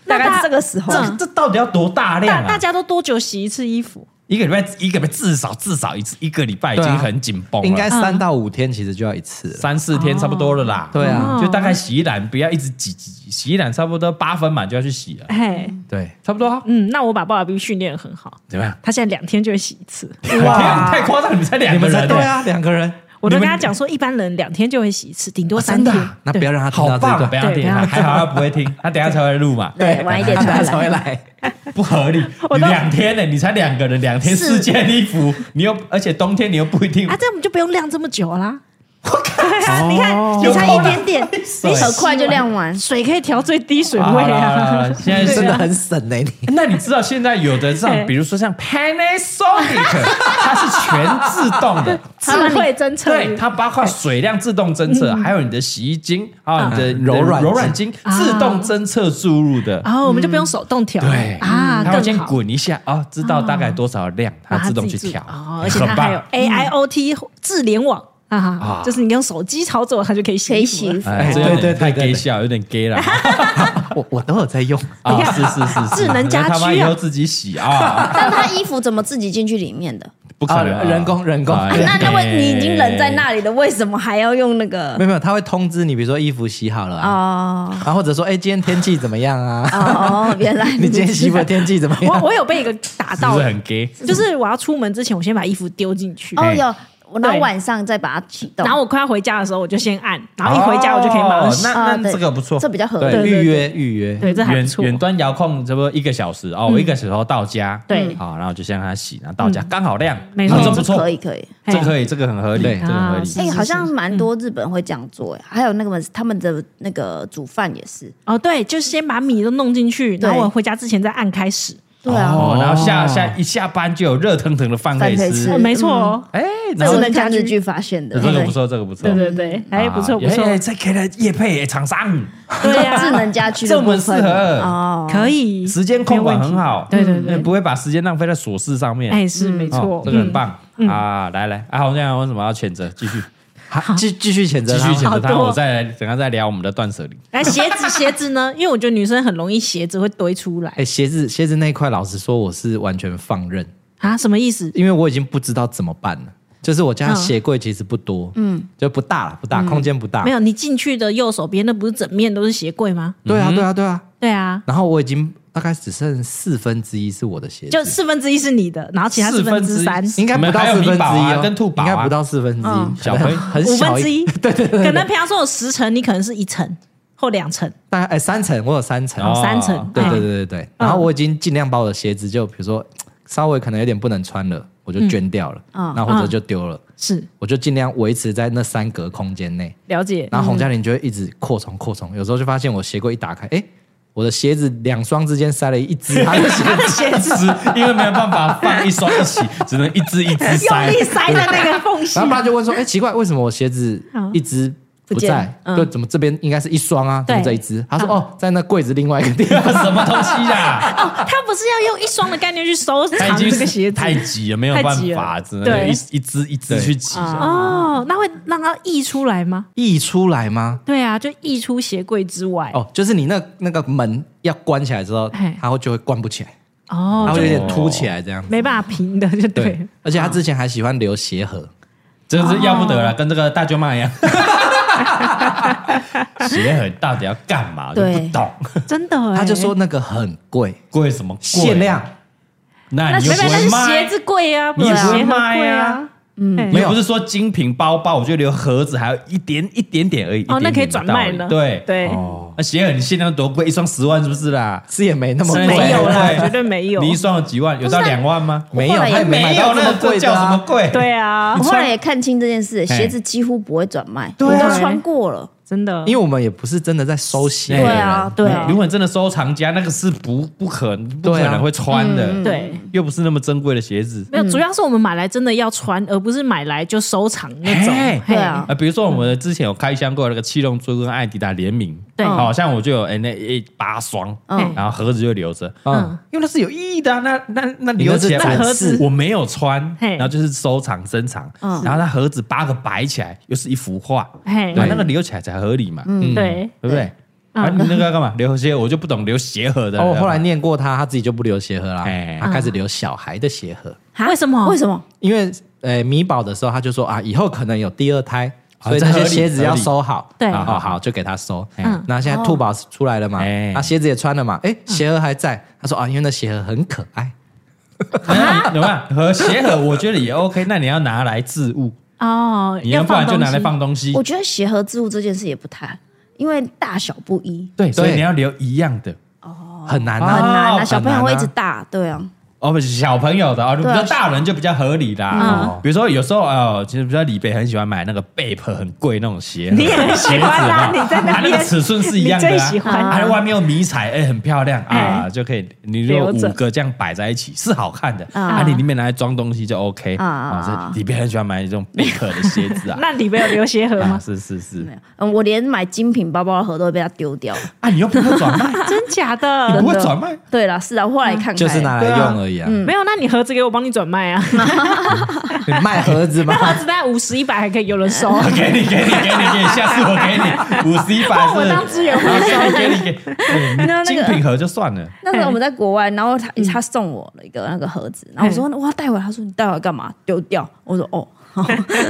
Speaker 3: 大概
Speaker 2: 大
Speaker 3: 这个时候，
Speaker 1: 这这到底要多大
Speaker 2: 大
Speaker 1: 量啊
Speaker 2: 大？家都多久洗一次衣服？
Speaker 1: 一个礼拜，一个礼拜至少至少一次，一个礼拜已
Speaker 4: 对
Speaker 1: 经
Speaker 4: 啊
Speaker 1: 很紧绷了，
Speaker 4: 应
Speaker 3: 嗯
Speaker 4: 该三到五天其实就要一次了。
Speaker 1: 三四天差不多了
Speaker 2: 哦
Speaker 1: 啦。
Speaker 4: 对啊，
Speaker 1: 就大概洗衣篮不要一直挤挤，挤洗衣篮差不多八分满就要去洗了，
Speaker 2: 嘿，
Speaker 4: 对，
Speaker 1: 差不多啊。
Speaker 2: 嗯，那我把爸爸 B 训练得很好，
Speaker 4: 怎么样？
Speaker 2: 他现在两天就会洗一次。
Speaker 1: 哇，太夸张了，你们才两
Speaker 4: 你
Speaker 1: 个
Speaker 4: 们
Speaker 1: 人
Speaker 4: 才
Speaker 1: 欸，
Speaker 4: 对啊，两个人，
Speaker 2: 我都
Speaker 1: 你
Speaker 2: 跟
Speaker 1: 们
Speaker 2: 他讲说，一般人两天就会洗一次，顶多
Speaker 4: 啊
Speaker 2: 三
Speaker 4: 真的
Speaker 2: 天。
Speaker 4: 啊，那不要让他听
Speaker 1: 好
Speaker 4: 到这一
Speaker 1: 棒，不
Speaker 4: 段，
Speaker 1: 要听
Speaker 2: 啊
Speaker 1: 他，还好他不会听，他等一下才会录嘛，
Speaker 3: 对，晚一 点出
Speaker 4: 他
Speaker 3: 来
Speaker 4: 才。会来。
Speaker 1: 不合理。
Speaker 2: 我
Speaker 1: 你
Speaker 2: 都
Speaker 1: 两天呢，你才两个人，两天
Speaker 3: 是
Speaker 1: 四件衣服，你又而且冬天你又不一定
Speaker 2: 啊，这样我们就不用晾这么久 啦。
Speaker 1: 你看，
Speaker 2: 你才一 点点，
Speaker 3: 你很快就晾完，
Speaker 2: 水可以调最低水位
Speaker 1: 好啦好
Speaker 2: 啊
Speaker 1: 啦。现在
Speaker 2: 对啊
Speaker 4: 真的很省哎、你
Speaker 1: 那你知道现在有的像，
Speaker 2: 对
Speaker 1: 比如说像 Panasonic，它是全自动的，
Speaker 2: 智慧侦测
Speaker 1: 对，它包括水量自动侦测，
Speaker 2: 嗯
Speaker 1: 还有你的洗衣精啊，你的
Speaker 4: 嗯
Speaker 1: 你的
Speaker 4: 柔软
Speaker 1: 柔软巾
Speaker 2: 啊
Speaker 1: 自动侦测注入的，
Speaker 2: 然哦后我们就不用手动调了
Speaker 1: 对
Speaker 2: 啊，
Speaker 1: 它会先
Speaker 2: 更好。
Speaker 1: 滚一下啊，知道大概多少量，它
Speaker 2: 把它
Speaker 1: 自动去
Speaker 2: 己做
Speaker 1: 调
Speaker 2: 哦，，而且
Speaker 1: 很
Speaker 2: 它还有
Speaker 1: 棒。嗯
Speaker 2: AIoT 智联网啊，就是你用手机操作，它就可以洗
Speaker 3: 可以
Speaker 2: 衣服
Speaker 3: 洗
Speaker 2: 了
Speaker 3: 衣服。
Speaker 1: 哎，
Speaker 4: 哦
Speaker 1: 这有
Speaker 4: 对对
Speaker 1: 点太
Speaker 4: 对对
Speaker 1: gay 笑，有点 gay 了。
Speaker 4: 我我都有在用，
Speaker 1: 啊，是是是是，
Speaker 2: 智能家居啊
Speaker 1: 他妈以后自己洗啊，
Speaker 3: 但他衣服怎么自己进去里面的？
Speaker 1: 不可能啊，
Speaker 4: 啊人工人工
Speaker 1: 哎
Speaker 4: 对
Speaker 3: 那那为你已经冷在那里了，为什么还要用那个
Speaker 4: 没？有没有，他会通知你，比如说衣服洗好了啊，
Speaker 3: 哦
Speaker 4: 然后或者说哎、今天天气怎么样 啊？
Speaker 3: 哦，原来 哦
Speaker 4: 你今天
Speaker 3: 是
Speaker 4: 媳妇的天气怎么
Speaker 2: 我
Speaker 4: 样？
Speaker 2: 我有被一个打
Speaker 1: 是
Speaker 2: 到
Speaker 1: 不是，很 gay？
Speaker 2: 就是我要出门之前，我先把衣服丢进去，
Speaker 3: 哦有，
Speaker 1: 哎
Speaker 3: 我然后
Speaker 2: 对
Speaker 3: 晚上再把它启动，
Speaker 2: 然后我快要回家的时候，我就先按，然后一回家我就可以马上洗。
Speaker 1: 哦那
Speaker 3: 啊
Speaker 1: 那
Speaker 3: 对
Speaker 1: 这个不错，
Speaker 3: 这比较合
Speaker 4: 对，
Speaker 3: 理。
Speaker 4: 预约预约，
Speaker 2: 对，这还
Speaker 1: 远
Speaker 2: 不错。
Speaker 1: 远端遥控差不多一个小时哦，我一个小时后到家，
Speaker 2: 对
Speaker 1: 好，然后就先让它洗，然后到家刚好亮，
Speaker 2: 没
Speaker 1: 啊
Speaker 2: 错
Speaker 1: 这
Speaker 3: 这
Speaker 1: 不错
Speaker 3: 哎可，以可以。
Speaker 1: 这可以，这个很合理，
Speaker 4: 对
Speaker 1: 这个很合理
Speaker 2: 啊。是
Speaker 3: 哎，好像蛮多日本会这样做，哎，还有那个他们的那个煮饭也是，
Speaker 2: 哦，对，就是先把米都弄进去，
Speaker 3: 对
Speaker 2: 然后我回家之前再按开始。
Speaker 3: 对啊，
Speaker 1: 哦，然后下
Speaker 4: 哦
Speaker 1: 下一下班就有热腾腾的饭可以
Speaker 3: 饭可以
Speaker 1: 吃
Speaker 3: 吃
Speaker 2: 哦，，没错哦，
Speaker 1: 哎，
Speaker 3: 这
Speaker 1: 然后
Speaker 3: 我看日剧发现的，
Speaker 1: 这个不错，这个不错，
Speaker 2: 对对
Speaker 4: 嗯
Speaker 2: 对，哎，不错
Speaker 1: 啊
Speaker 2: 不错，
Speaker 1: 哎这可以来夜配哎厂商，
Speaker 2: 对呀，
Speaker 3: 啊智能家居的
Speaker 1: 这我们
Speaker 3: 部分
Speaker 1: 适合
Speaker 4: 哎
Speaker 3: 哦，
Speaker 2: 可以，
Speaker 1: 时间控管很好，
Speaker 2: 没有问题对对对
Speaker 1: 不会把时间浪费在琐事上面，
Speaker 2: 哎，是没
Speaker 1: 哦
Speaker 2: 错，
Speaker 1: 这个很
Speaker 2: 嗯。
Speaker 1: 棒啊！来来，啊，我现在为什么要谴责？继续
Speaker 4: 好继继续谴责
Speaker 1: 继续
Speaker 4: 他，
Speaker 1: 谴责
Speaker 2: 好
Speaker 1: 他，
Speaker 2: 多
Speaker 1: 我再来等下再聊我们的断舍离。
Speaker 2: 哎，鞋子鞋子呢？因 为我觉得女生很容易鞋子会堆出来
Speaker 4: 哎、鞋子鞋子那一块，老实说我是完全放任，
Speaker 2: 啊，什么意思？
Speaker 4: 因为我已经不知道怎么办了。就是我家鞋柜其实不多，嗯，就不大了，不大，空间不大。
Speaker 2: 没有，你进去的右手边那不是整面都是鞋柜吗？
Speaker 4: 对啊，对啊，对啊。
Speaker 2: 对啊，
Speaker 4: 然后我已经大概只剩四分之一是我的鞋子，
Speaker 2: 就四分之一是你的，然后其他四分之三，
Speaker 4: 应该不到四
Speaker 1: 我
Speaker 4: 分之
Speaker 1: 们还
Speaker 4: 一
Speaker 1: 有米宝
Speaker 4: 哦
Speaker 1: 啊，跟兔宝啊
Speaker 4: 应该不到四分之
Speaker 3: 嗯
Speaker 4: 一，
Speaker 1: 小朋友
Speaker 4: 很
Speaker 2: 五
Speaker 4: 小
Speaker 2: 分之一，
Speaker 4: 对对对，
Speaker 2: 可能平常说有十层，你可能是一层或两层，
Speaker 4: 大概哎三层，我有三层，
Speaker 1: 哦
Speaker 2: 三层，
Speaker 4: 对
Speaker 2: 哎
Speaker 4: 对对对对。然后我已经尽量把我的鞋子就比如说稍微可能有点不能穿了，我就捐掉了，
Speaker 3: 嗯
Speaker 4: 那或者就丢了，
Speaker 2: 是
Speaker 4: 我就尽量维持在那三格空间内。
Speaker 2: 了解。
Speaker 4: 然后洪嘉玲就会一直扩充扩充，有时候就发现我鞋柜一打开，哎，我的鞋子两双之间塞了一只他的鞋 子
Speaker 1: 只因为没有办法放一双一起，只能一只一只
Speaker 2: 用
Speaker 1: 塞。
Speaker 2: 力塞在那个缝隙
Speaker 4: 然，后他就问说：“哎、奇怪，为什么我鞋子一直不
Speaker 3: 见
Speaker 4: 在
Speaker 3: 了？嗯
Speaker 4: 对，怎么这边应该是一双啊？怎么
Speaker 2: 对
Speaker 4: 这一只？”他说：“哦，在那柜子另外一 个地方。
Speaker 1: 什么东西 啦？
Speaker 2: 他不是要用一双的概念去收
Speaker 1: 他
Speaker 2: 藏
Speaker 1: 已经
Speaker 2: 这个鞋子
Speaker 1: 太挤了，没有办
Speaker 2: 太挤
Speaker 1: 法，
Speaker 2: 了
Speaker 1: 只能
Speaker 2: 对
Speaker 1: 一一只一只
Speaker 4: 对
Speaker 1: 去挤。
Speaker 2: 哦，那会让它溢出来吗？”
Speaker 4: 溢出来吗？
Speaker 2: 对啊，就溢出鞋柜之外
Speaker 4: 哦，就是你那那个门要关起来之后
Speaker 2: 嘿，
Speaker 4: 它会就会关不起来，
Speaker 2: 哦
Speaker 4: 它
Speaker 2: 就
Speaker 4: 会有点凸起来这样。
Speaker 2: 没办法平的，就对哦
Speaker 4: 对。，而且他之前还喜欢留鞋盒，
Speaker 1: 真是要不得
Speaker 2: 哦
Speaker 1: 了，跟这个大舅 妈一样。鞋很到底要干嘛？我就不
Speaker 3: 对
Speaker 1: 懂，
Speaker 2: 真的欸，
Speaker 4: 他就说那个很贵，
Speaker 1: 贵什么贵？
Speaker 4: 限量。
Speaker 1: 那
Speaker 2: 那
Speaker 1: 你
Speaker 2: 没
Speaker 1: 又
Speaker 2: 办
Speaker 1: 不
Speaker 2: 法，那
Speaker 1: 会
Speaker 2: 是鞋
Speaker 1: 卖？
Speaker 2: 子贵啊，
Speaker 1: 你也
Speaker 2: 不是
Speaker 1: 不会
Speaker 2: 鞋盒
Speaker 1: 卖
Speaker 2: 贵
Speaker 1: 啊
Speaker 2: 啊，
Speaker 1: 没有，不是说精品包包，我觉得留盒子还有一点一点点而已。
Speaker 2: 哦，
Speaker 1: 一
Speaker 2: 那
Speaker 1: 点
Speaker 2: 可以
Speaker 1: 点
Speaker 2: 转
Speaker 1: 的道
Speaker 2: 卖
Speaker 1: 理
Speaker 2: 了。
Speaker 1: 对，
Speaker 2: 对，
Speaker 4: 哦，
Speaker 1: 那鞋很限量多贵，一双十万是不是啦？
Speaker 4: 是也没那么贵，
Speaker 2: 没有啦
Speaker 1: 对
Speaker 2: 绝对没有啊
Speaker 1: 你一双有几万？有到两万吗？
Speaker 4: 没有，
Speaker 3: 后来也
Speaker 4: 他也没买
Speaker 1: 没
Speaker 4: 到
Speaker 1: 有，
Speaker 4: 这
Speaker 1: 那
Speaker 4: 么贵
Speaker 1: 这
Speaker 4: 的
Speaker 1: 叫什么
Speaker 4: 啊。
Speaker 1: 贵？
Speaker 2: 对啊
Speaker 3: 我，后来也看清这件事，
Speaker 1: 嘿
Speaker 3: 鞋子几乎不会转卖，我
Speaker 4: 对啊
Speaker 3: 都穿过了。
Speaker 2: 真的，
Speaker 4: 因为我们也不是真的在收鞋的人，
Speaker 3: 对啊，对啊
Speaker 1: 如，果你真的收藏家，那个是不不可不可
Speaker 4: 对啊
Speaker 1: 能会穿的，
Speaker 2: 嗯对。
Speaker 1: 又不是那么珍贵的鞋子。
Speaker 2: 没有，主要是我们买来真的要穿，而不是买来就收藏那种
Speaker 1: 嘿。
Speaker 2: 嘿
Speaker 3: 对啊
Speaker 1: 啊，比如说我们之前有开箱过那个七龙珠跟艾迪达联名，
Speaker 2: 对
Speaker 1: 好像我就有哎那一八双，
Speaker 3: 嗯
Speaker 1: 然后盒子就留着，
Speaker 4: 嗯，
Speaker 1: 因为那是有意义的啊、那那那
Speaker 4: 你
Speaker 1: 留起
Speaker 4: 那
Speaker 1: 来
Speaker 4: 是
Speaker 1: 我
Speaker 4: 盒子
Speaker 1: 我没有穿，
Speaker 2: 嘿
Speaker 1: 然后就是收藏珍藏，
Speaker 3: 嗯
Speaker 1: 然后那盒子八个摆起来又是一幅画，
Speaker 2: 嘿，
Speaker 1: 那那个留起来才合理嘛，嗯，
Speaker 2: 对，
Speaker 1: 对不对？
Speaker 2: 嗯
Speaker 1: 啊，你那个要干嘛？留鞋我就不懂留鞋盒的。
Speaker 4: 哦，我
Speaker 1: 你知道吗
Speaker 4: 后来念过他，他自己就不留鞋盒啦
Speaker 1: 哎，
Speaker 4: 他开始留小孩的鞋盒，
Speaker 3: 哈
Speaker 2: 为什么
Speaker 3: 为什么？
Speaker 4: 因为呃米宝的时候他就说啊，以后可能有第二胎。
Speaker 1: 啊
Speaker 4: 所以那
Speaker 1: 这合
Speaker 4: 些
Speaker 1: 理
Speaker 4: 鞋子要收好，
Speaker 2: 对
Speaker 4: 啊哦好就给他收。
Speaker 2: 嗯
Speaker 4: 那现在兔宝出来了嘛
Speaker 1: 哎，
Speaker 4: 他鞋子也穿了嘛，哎，鞋盒还在。他说啊，因为那鞋盒很可爱，
Speaker 1: 啊，有没有和鞋盒？我觉得也 OK。那你要拿来置 物，
Speaker 2: 哦，
Speaker 1: 你要不然就拿来
Speaker 2: 东西
Speaker 1: 放东西
Speaker 3: 我。觉得鞋盒置物这件事也不太，因为大小不一，
Speaker 1: 对，所以
Speaker 4: 对
Speaker 1: 你要留一样的
Speaker 4: 很难
Speaker 3: 很
Speaker 4: 啊。
Speaker 3: 难啊，
Speaker 1: 哦
Speaker 3: 小朋友
Speaker 4: 很难啊
Speaker 3: 会一直大，对啊，
Speaker 1: 哦，不是小朋友的哦，比
Speaker 3: 对啊
Speaker 1: 较大人就比较合理啦。
Speaker 4: 嗯
Speaker 1: 比如说有时候哦，其实比较李北很喜欢买那个 Bape 很贵那种鞋盒，
Speaker 2: 你也很喜欢啊
Speaker 1: 鞋子嘛
Speaker 2: 你在那边
Speaker 1: 啊那个尺寸是一样的啊，
Speaker 2: 你最喜欢
Speaker 1: 啊，外面有迷彩，哎，很漂亮啊，
Speaker 2: 哎
Speaker 1: 就可以。你如果
Speaker 2: 留着
Speaker 1: 五个这样摆在一起是好看的，
Speaker 3: 啊
Speaker 1: 啊，你里面拿来装东西就 OK
Speaker 3: 啊
Speaker 1: 啊。这李北很喜欢买这种 Bape 的鞋子啊，
Speaker 2: 那里面有留鞋 盒
Speaker 1: 啊，
Speaker 2: 吗？
Speaker 1: 是是是
Speaker 3: 没，有，嗯，我连买精品包包的盒都会被他 丢掉。
Speaker 1: 啊，你又不会 转卖，
Speaker 2: 真假
Speaker 1: 你
Speaker 2: 的
Speaker 1: 不？会转卖。
Speaker 3: 对啦，是啊，我后来看看，
Speaker 4: 就是拿来用而已啊，
Speaker 2: 没有，那你盒子给我帮你转卖啊。
Speaker 4: 你卖盒子嘛
Speaker 2: 那， 盒子大概五十一百还可以有人 收。
Speaker 1: 我啊给你，给你，给你， 给你，下次我给你五十一百
Speaker 2: 我当
Speaker 1: 是，
Speaker 2: 资源回
Speaker 1: 好
Speaker 2: 收，
Speaker 1: 给你，给你，给你
Speaker 3: 那
Speaker 1: 哎
Speaker 3: 那个
Speaker 1: 精品盒就算了，
Speaker 3: 那时候我们在国外，然后他
Speaker 1: 嗯
Speaker 3: 他送我了一个那个盒子，然后我说我要带回来，他说你带回来干嘛？丢掉。我说 哦，好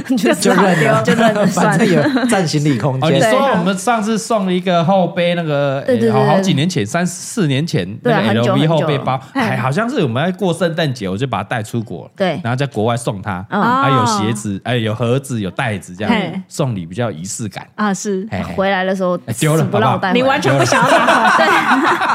Speaker 3: 就
Speaker 4: 就
Speaker 3: 就
Speaker 4: 认了，
Speaker 3: 就认了，
Speaker 4: 反
Speaker 3: 算
Speaker 4: 正
Speaker 3: 了。
Speaker 4: 有占行李空
Speaker 1: 哦，你
Speaker 4: 间。
Speaker 1: 说我们上次送一个后背那个，
Speaker 3: 对对
Speaker 1: 哎好
Speaker 3: 对对
Speaker 1: 好几年前，三四年前
Speaker 3: 对啊
Speaker 1: 那
Speaker 3: 很
Speaker 1: 个
Speaker 3: 久
Speaker 1: LV
Speaker 3: 很久
Speaker 1: 后背
Speaker 3: 了
Speaker 1: 包，还好像是我们在过圣诞节，我就把它带出国，
Speaker 3: 对
Speaker 1: 然后在国外送它，
Speaker 3: 嗯
Speaker 1: 还有鞋子，哎，有盒子，有袋子，这
Speaker 2: 嘿
Speaker 1: 样送礼比较有仪式感。
Speaker 2: 啊，是
Speaker 1: 嘿
Speaker 3: 回来的时候
Speaker 1: 哎丢了
Speaker 3: 死不让
Speaker 1: 好
Speaker 3: 我
Speaker 1: 不
Speaker 3: 带
Speaker 1: 好
Speaker 3: 回来，
Speaker 2: 你完全不想要拿盒，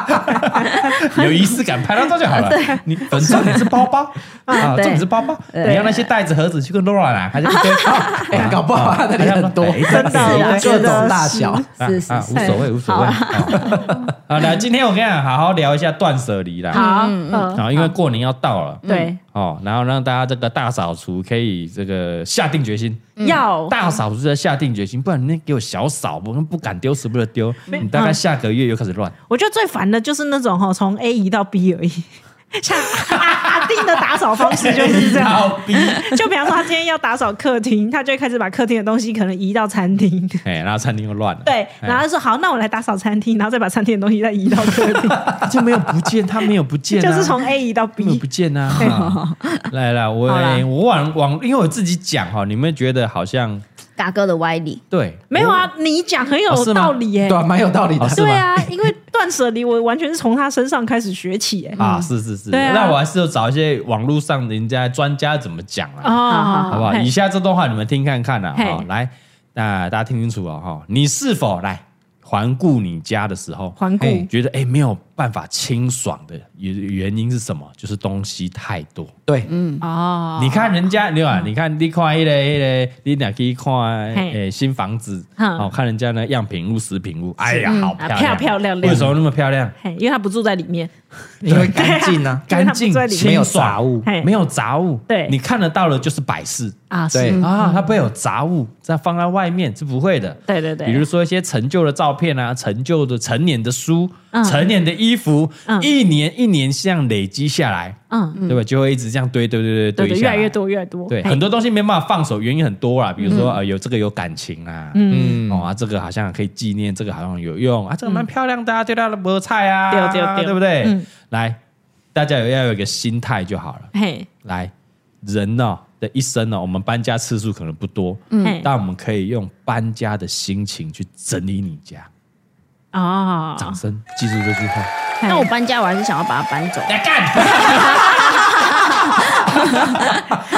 Speaker 1: 有仪式感，拍到照就 好了。你本身你是包包啊，
Speaker 3: 对
Speaker 1: 重点是包包，
Speaker 3: 对
Speaker 1: 你要那些袋子盒子去跟 Laura 拿，还是一 堆啊
Speaker 4: 哎，搞不好他那里很多，
Speaker 1: 真的
Speaker 3: 我
Speaker 4: 各
Speaker 3: 觉
Speaker 4: 种
Speaker 3: 得
Speaker 4: 大小。
Speaker 1: 啊
Speaker 3: 是是
Speaker 1: 啊，
Speaker 3: 是
Speaker 1: 无所谓，无所谓。哦 好，来，今天我跟你讲，好好聊一下断舍离啦。
Speaker 2: 好， 嗯，
Speaker 1: 啊，因为过年要到
Speaker 3: 嗯
Speaker 1: 了，
Speaker 2: 对，
Speaker 1: 哦，然后让大家这个大扫除可以这个下定决心，
Speaker 2: 要
Speaker 1: 大扫除就要下定决心，不然你那给我小扫，我们不敢丢，舍不得丢，你大概下个月又开始乱。
Speaker 2: 我觉得最烦的就是那种哈，从 A 移到 B 而已。 像阿阿定的打扫方式 就是 这样，
Speaker 1: 逼！
Speaker 2: 就比方说他今天要打扫客厅，他就会开始把客厅的东西可能移到餐厅，
Speaker 1: 哎，然后餐厅又乱了。
Speaker 2: 对，然后他说好，那我来打扫餐厅，然后再把餐厅的东西再移到客 厅，
Speaker 1: 啊就没有不见，他没有不见啊，
Speaker 2: 就是从 A 移到
Speaker 1: 根本
Speaker 2: B
Speaker 1: 不。见啊！ 啊 来来，我哎
Speaker 2: 好啦
Speaker 1: 我往往，因为我自己讲哈，你们觉得好像
Speaker 3: 嘎哥的歪理。
Speaker 1: 对
Speaker 2: 没有啊，你讲很
Speaker 1: 哦是
Speaker 2: 有
Speaker 1: 吗
Speaker 2: 道理耶、
Speaker 4: 对啊，蛮有道理的
Speaker 1: 哦。是
Speaker 2: 对啊，因为断舍离，我完全是从他身上开始学起耶、
Speaker 1: 啊，是是是，
Speaker 2: 对啊
Speaker 1: 那我还是要找一些网络上人家专家怎么讲啊，
Speaker 2: 哦，
Speaker 1: 好不好？
Speaker 2: 嘿
Speaker 1: 以下这段话你们听看看啊，
Speaker 2: 嘿
Speaker 1: 哈，来，那大家听清楚哦，哈，你是否来环顾你家的时候，
Speaker 2: 环顾
Speaker 1: 嘿觉得哎没有办法清爽的原原因是什么？就是东西太多。
Speaker 4: 对，
Speaker 2: 哦，
Speaker 1: 你看人家，你看，你看，你看一个那个，你俩去看
Speaker 2: 嘿
Speaker 1: 诶新房子，
Speaker 2: 嗯
Speaker 1: 哦，看人家那样品屋、食品屋，哎呀，好漂亮，
Speaker 2: 啊漂漂亮亮
Speaker 1: 为什么那么漂亮？
Speaker 2: 嘿，因为他不住在里面，
Speaker 4: 因为干净啊，
Speaker 2: 因为
Speaker 1: 干
Speaker 2: 它不
Speaker 1: 净
Speaker 2: 在里面，
Speaker 4: 没有
Speaker 1: 清爽
Speaker 4: 杂物
Speaker 2: 嘿
Speaker 1: 没有杂物，
Speaker 2: 对
Speaker 1: 你看得到的就是摆饰
Speaker 2: 啊，
Speaker 4: 对
Speaker 2: 是，
Speaker 1: 啊，它不会有杂物这样放在外面是不会的。
Speaker 2: 对对对，
Speaker 1: 比如说一些陈旧的照片啊，陈旧的成年的书、
Speaker 2: 嗯
Speaker 1: 成年的衣服，
Speaker 2: 嗯
Speaker 1: 一年一年这样累积下来，
Speaker 2: 嗯，
Speaker 1: 对吧？就会一直这样堆堆堆堆
Speaker 2: 对
Speaker 1: 堆
Speaker 2: 对，
Speaker 1: 下
Speaker 2: 越
Speaker 1: 来，
Speaker 2: 来越多越来越多，
Speaker 1: 对，
Speaker 2: 嘿
Speaker 1: 很多东西没办法放手，原因很多
Speaker 2: 嗯
Speaker 1: 啦，比如说、呃，有这个有感情啊，嗯，哦啊，这个好像可以纪念，这个好像有用啊，这个蛮漂亮的啊，对它的菠菜啊，
Speaker 2: 嗯对对对
Speaker 1: 对不对？
Speaker 2: 嗯
Speaker 1: 来，大家有要有一个心态就好了。
Speaker 2: 嘿，
Speaker 1: 来，人呢、的一生呢、哦我们搬家次数可能不多，
Speaker 2: 嘿，
Speaker 1: 但我们可以用搬家的心情去整理你家。
Speaker 2: 哦，
Speaker 1: 掌声，记住这句话。
Speaker 2: 嘿哎
Speaker 3: 但我搬家，我还是想要把它搬走。
Speaker 1: 来干！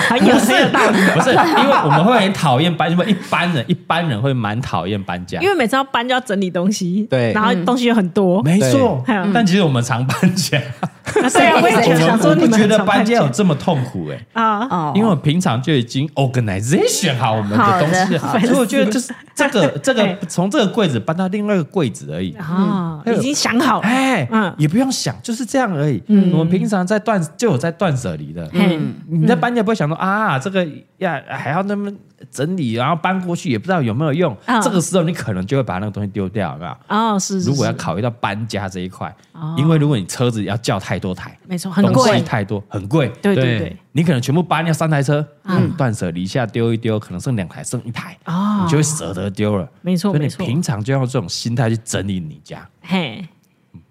Speaker 2: 很有色道理。
Speaker 1: 不是，因为我们会很讨厌搬，因为一般人一般人会蛮讨厌搬家
Speaker 2: 因。为每次要搬就要整理东西，
Speaker 4: 对
Speaker 2: 然后东西又很多，
Speaker 1: 没错
Speaker 4: 错，
Speaker 2: 哦对
Speaker 1: 但其实我们常搬家，
Speaker 2: 啊对 啊，我也
Speaker 1: 我
Speaker 2: 觉得想
Speaker 1: 们
Speaker 2: 说
Speaker 1: 我
Speaker 2: 你
Speaker 1: 不
Speaker 2: 们
Speaker 1: 觉
Speaker 2: 很
Speaker 1: 得
Speaker 2: 常
Speaker 1: 搬家有
Speaker 2: 家
Speaker 1: 这么痛苦哎、
Speaker 2: 啊，
Speaker 3: 哦，
Speaker 1: 因为我平常就已经 organization 好我们的东西
Speaker 3: 好
Speaker 1: 了，
Speaker 3: 的
Speaker 1: 所以我觉得就是这 个这个
Speaker 2: 哎
Speaker 1: 从这个柜子搬到另外一个柜子而已。
Speaker 2: 啊，
Speaker 1: 嗯
Speaker 2: 已经想好了，
Speaker 1: 哎，
Speaker 2: 嗯
Speaker 1: 也不用想，就是这样而已。我们平常在断就有在断舍离的，
Speaker 2: 嗯，
Speaker 1: 你在搬家不会想说啊，这个呀还要那么整理，然后搬过去也不知道有没有用。
Speaker 2: 嗯
Speaker 1: 这个时候你可能就会把那个东西丢掉，有没有？
Speaker 2: 哦，是，是
Speaker 1: 如果要
Speaker 2: 是
Speaker 1: 考虑到搬家这一块
Speaker 2: 哦，
Speaker 1: 因为如果你车子要叫太多台，
Speaker 2: 没错，很
Speaker 1: 东西
Speaker 2: 贵，
Speaker 1: 太多，很贵。
Speaker 2: 对对对，啊
Speaker 1: 你可能全部搬要三台车，嗯，断舍离一下丢一丢，可能剩两台，剩一台，
Speaker 2: 哦
Speaker 1: 你就会舍得丢了。
Speaker 2: 没错
Speaker 1: 所以
Speaker 2: 没
Speaker 1: 你
Speaker 2: 错，
Speaker 1: 平常就要用这种心态去整理你家，
Speaker 2: 嘿，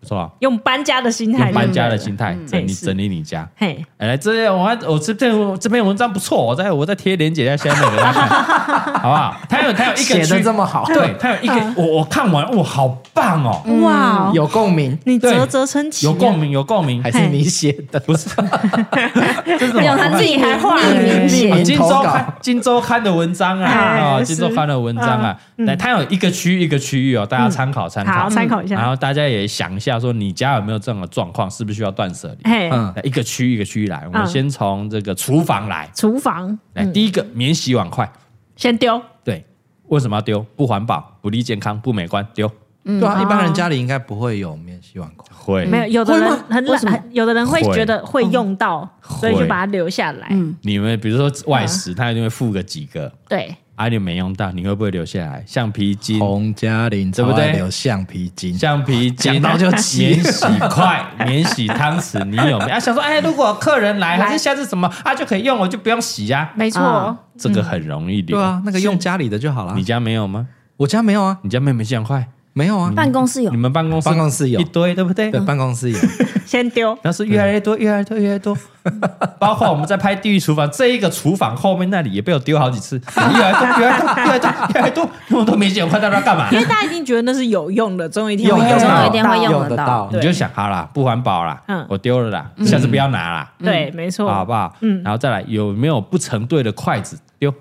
Speaker 1: 不错吧？
Speaker 2: 用搬家的心态，
Speaker 1: 用搬家的
Speaker 2: 对
Speaker 1: 心态整理
Speaker 2: 哎是
Speaker 1: 整理你家。
Speaker 2: 不对，嘿，
Speaker 1: 哎，来这边我还我这篇这篇文章不错，我再我再贴链接在下面给大家看， 好不好？它有它有一个
Speaker 4: 写的
Speaker 1: 区
Speaker 4: 这么好，
Speaker 1: 对，，它有一
Speaker 2: 嗯
Speaker 1: 个我我看完，哇，好棒哦！
Speaker 2: 哇，
Speaker 4: 有共鸣，
Speaker 2: 你
Speaker 1: 对
Speaker 2: 啧啧称奇，
Speaker 1: 有共，鸣，有共鸣，
Speaker 4: 还是你写 的？
Speaker 1: 不是？哦这是什么
Speaker 3: 没有他自己还画了名字
Speaker 4: 匿
Speaker 1: 啊，
Speaker 4: 名
Speaker 1: 金
Speaker 4: 投
Speaker 1: 周
Speaker 4: 稿
Speaker 1: 刊金周刊的文章啊，
Speaker 2: 哎
Speaker 1: 啊，
Speaker 2: 是嗯
Speaker 1: 金周刊的文章啊，来，它有一个区域一个区域哦，大家参考参考
Speaker 2: 好，，参考一
Speaker 1: 然
Speaker 2: 下，
Speaker 1: 后大家也想一下，说你家有没有这样的状况，是不是需要断舍离？
Speaker 2: 嘿，
Speaker 4: 嗯
Speaker 1: 来一个区域一个区域来，我们
Speaker 2: 嗯
Speaker 1: 先从这个厨房来，
Speaker 2: 厨房
Speaker 1: 来第一个免洗碗筷，
Speaker 2: 先丢，
Speaker 1: 对，为什么要丢？不环保，不利健康，不美观，丢。
Speaker 4: 对啊，
Speaker 2: 嗯
Speaker 4: 一般人家里应该不会有免洗碗筷。
Speaker 1: 会
Speaker 2: 没有，有的人
Speaker 3: 会吗
Speaker 2: 很
Speaker 3: 为
Speaker 2: 懒
Speaker 3: 什么
Speaker 2: 很，有的人会
Speaker 1: 会嗯
Speaker 2: 觉得会用到，所以就
Speaker 1: 会
Speaker 2: 把它留下来。
Speaker 3: 嗯
Speaker 1: 你们比如说
Speaker 2: 嗯
Speaker 1: 外食，他一定会付个几个，
Speaker 2: 对，
Speaker 1: 啊，你没用到，你会不会留下来？橡皮筋、
Speaker 2: 哦
Speaker 4: 洪嘉玲
Speaker 1: 对不对
Speaker 4: 超爱留橡皮筋，
Speaker 1: 橡皮筋，
Speaker 4: 讲到就急
Speaker 1: 免洗筷、免洗汤匙，你有没有？啊，想说，哎，如果客人来，
Speaker 2: 来嗯
Speaker 1: 还是下次什么啊，就可以用，我就不用洗呀、
Speaker 2: 没错
Speaker 3: 啊，
Speaker 1: 这个很容易留。
Speaker 4: 对啊，那个用家里的就好了
Speaker 1: 你。家没有吗？
Speaker 4: 我家没有啊，
Speaker 1: 你家妹妹这样快？
Speaker 4: 没有啊，
Speaker 3: 办公室有
Speaker 1: 你，们办公室
Speaker 4: 办公室有
Speaker 1: 一堆，对不对？
Speaker 4: 对，嗯
Speaker 1: 然
Speaker 4: 办公室有。
Speaker 2: 先丢。
Speaker 1: 后是越来越多，越来越多，越来越多。 包括我们在拍《地狱厨房》，这一个厨房后面那里也被我丢好几次，越来越多，越来越多， 越来越多，越来越多，因为我都没洗，我看到要干嘛
Speaker 2: 因？为大家一定觉得那是有用的，总有一天
Speaker 4: 用
Speaker 2: 会
Speaker 4: 得
Speaker 2: 用
Speaker 4: 到
Speaker 2: 到
Speaker 3: 总有一天会用
Speaker 4: 用得
Speaker 3: 得
Speaker 4: 到
Speaker 3: 到。
Speaker 1: 你就想好啦，不环保啦
Speaker 2: 嗯，
Speaker 1: 我丢了啦，下次不要拿啦。
Speaker 2: 对，没错，
Speaker 1: 好不好？嗯，然后再来有没有不成对的筷子丢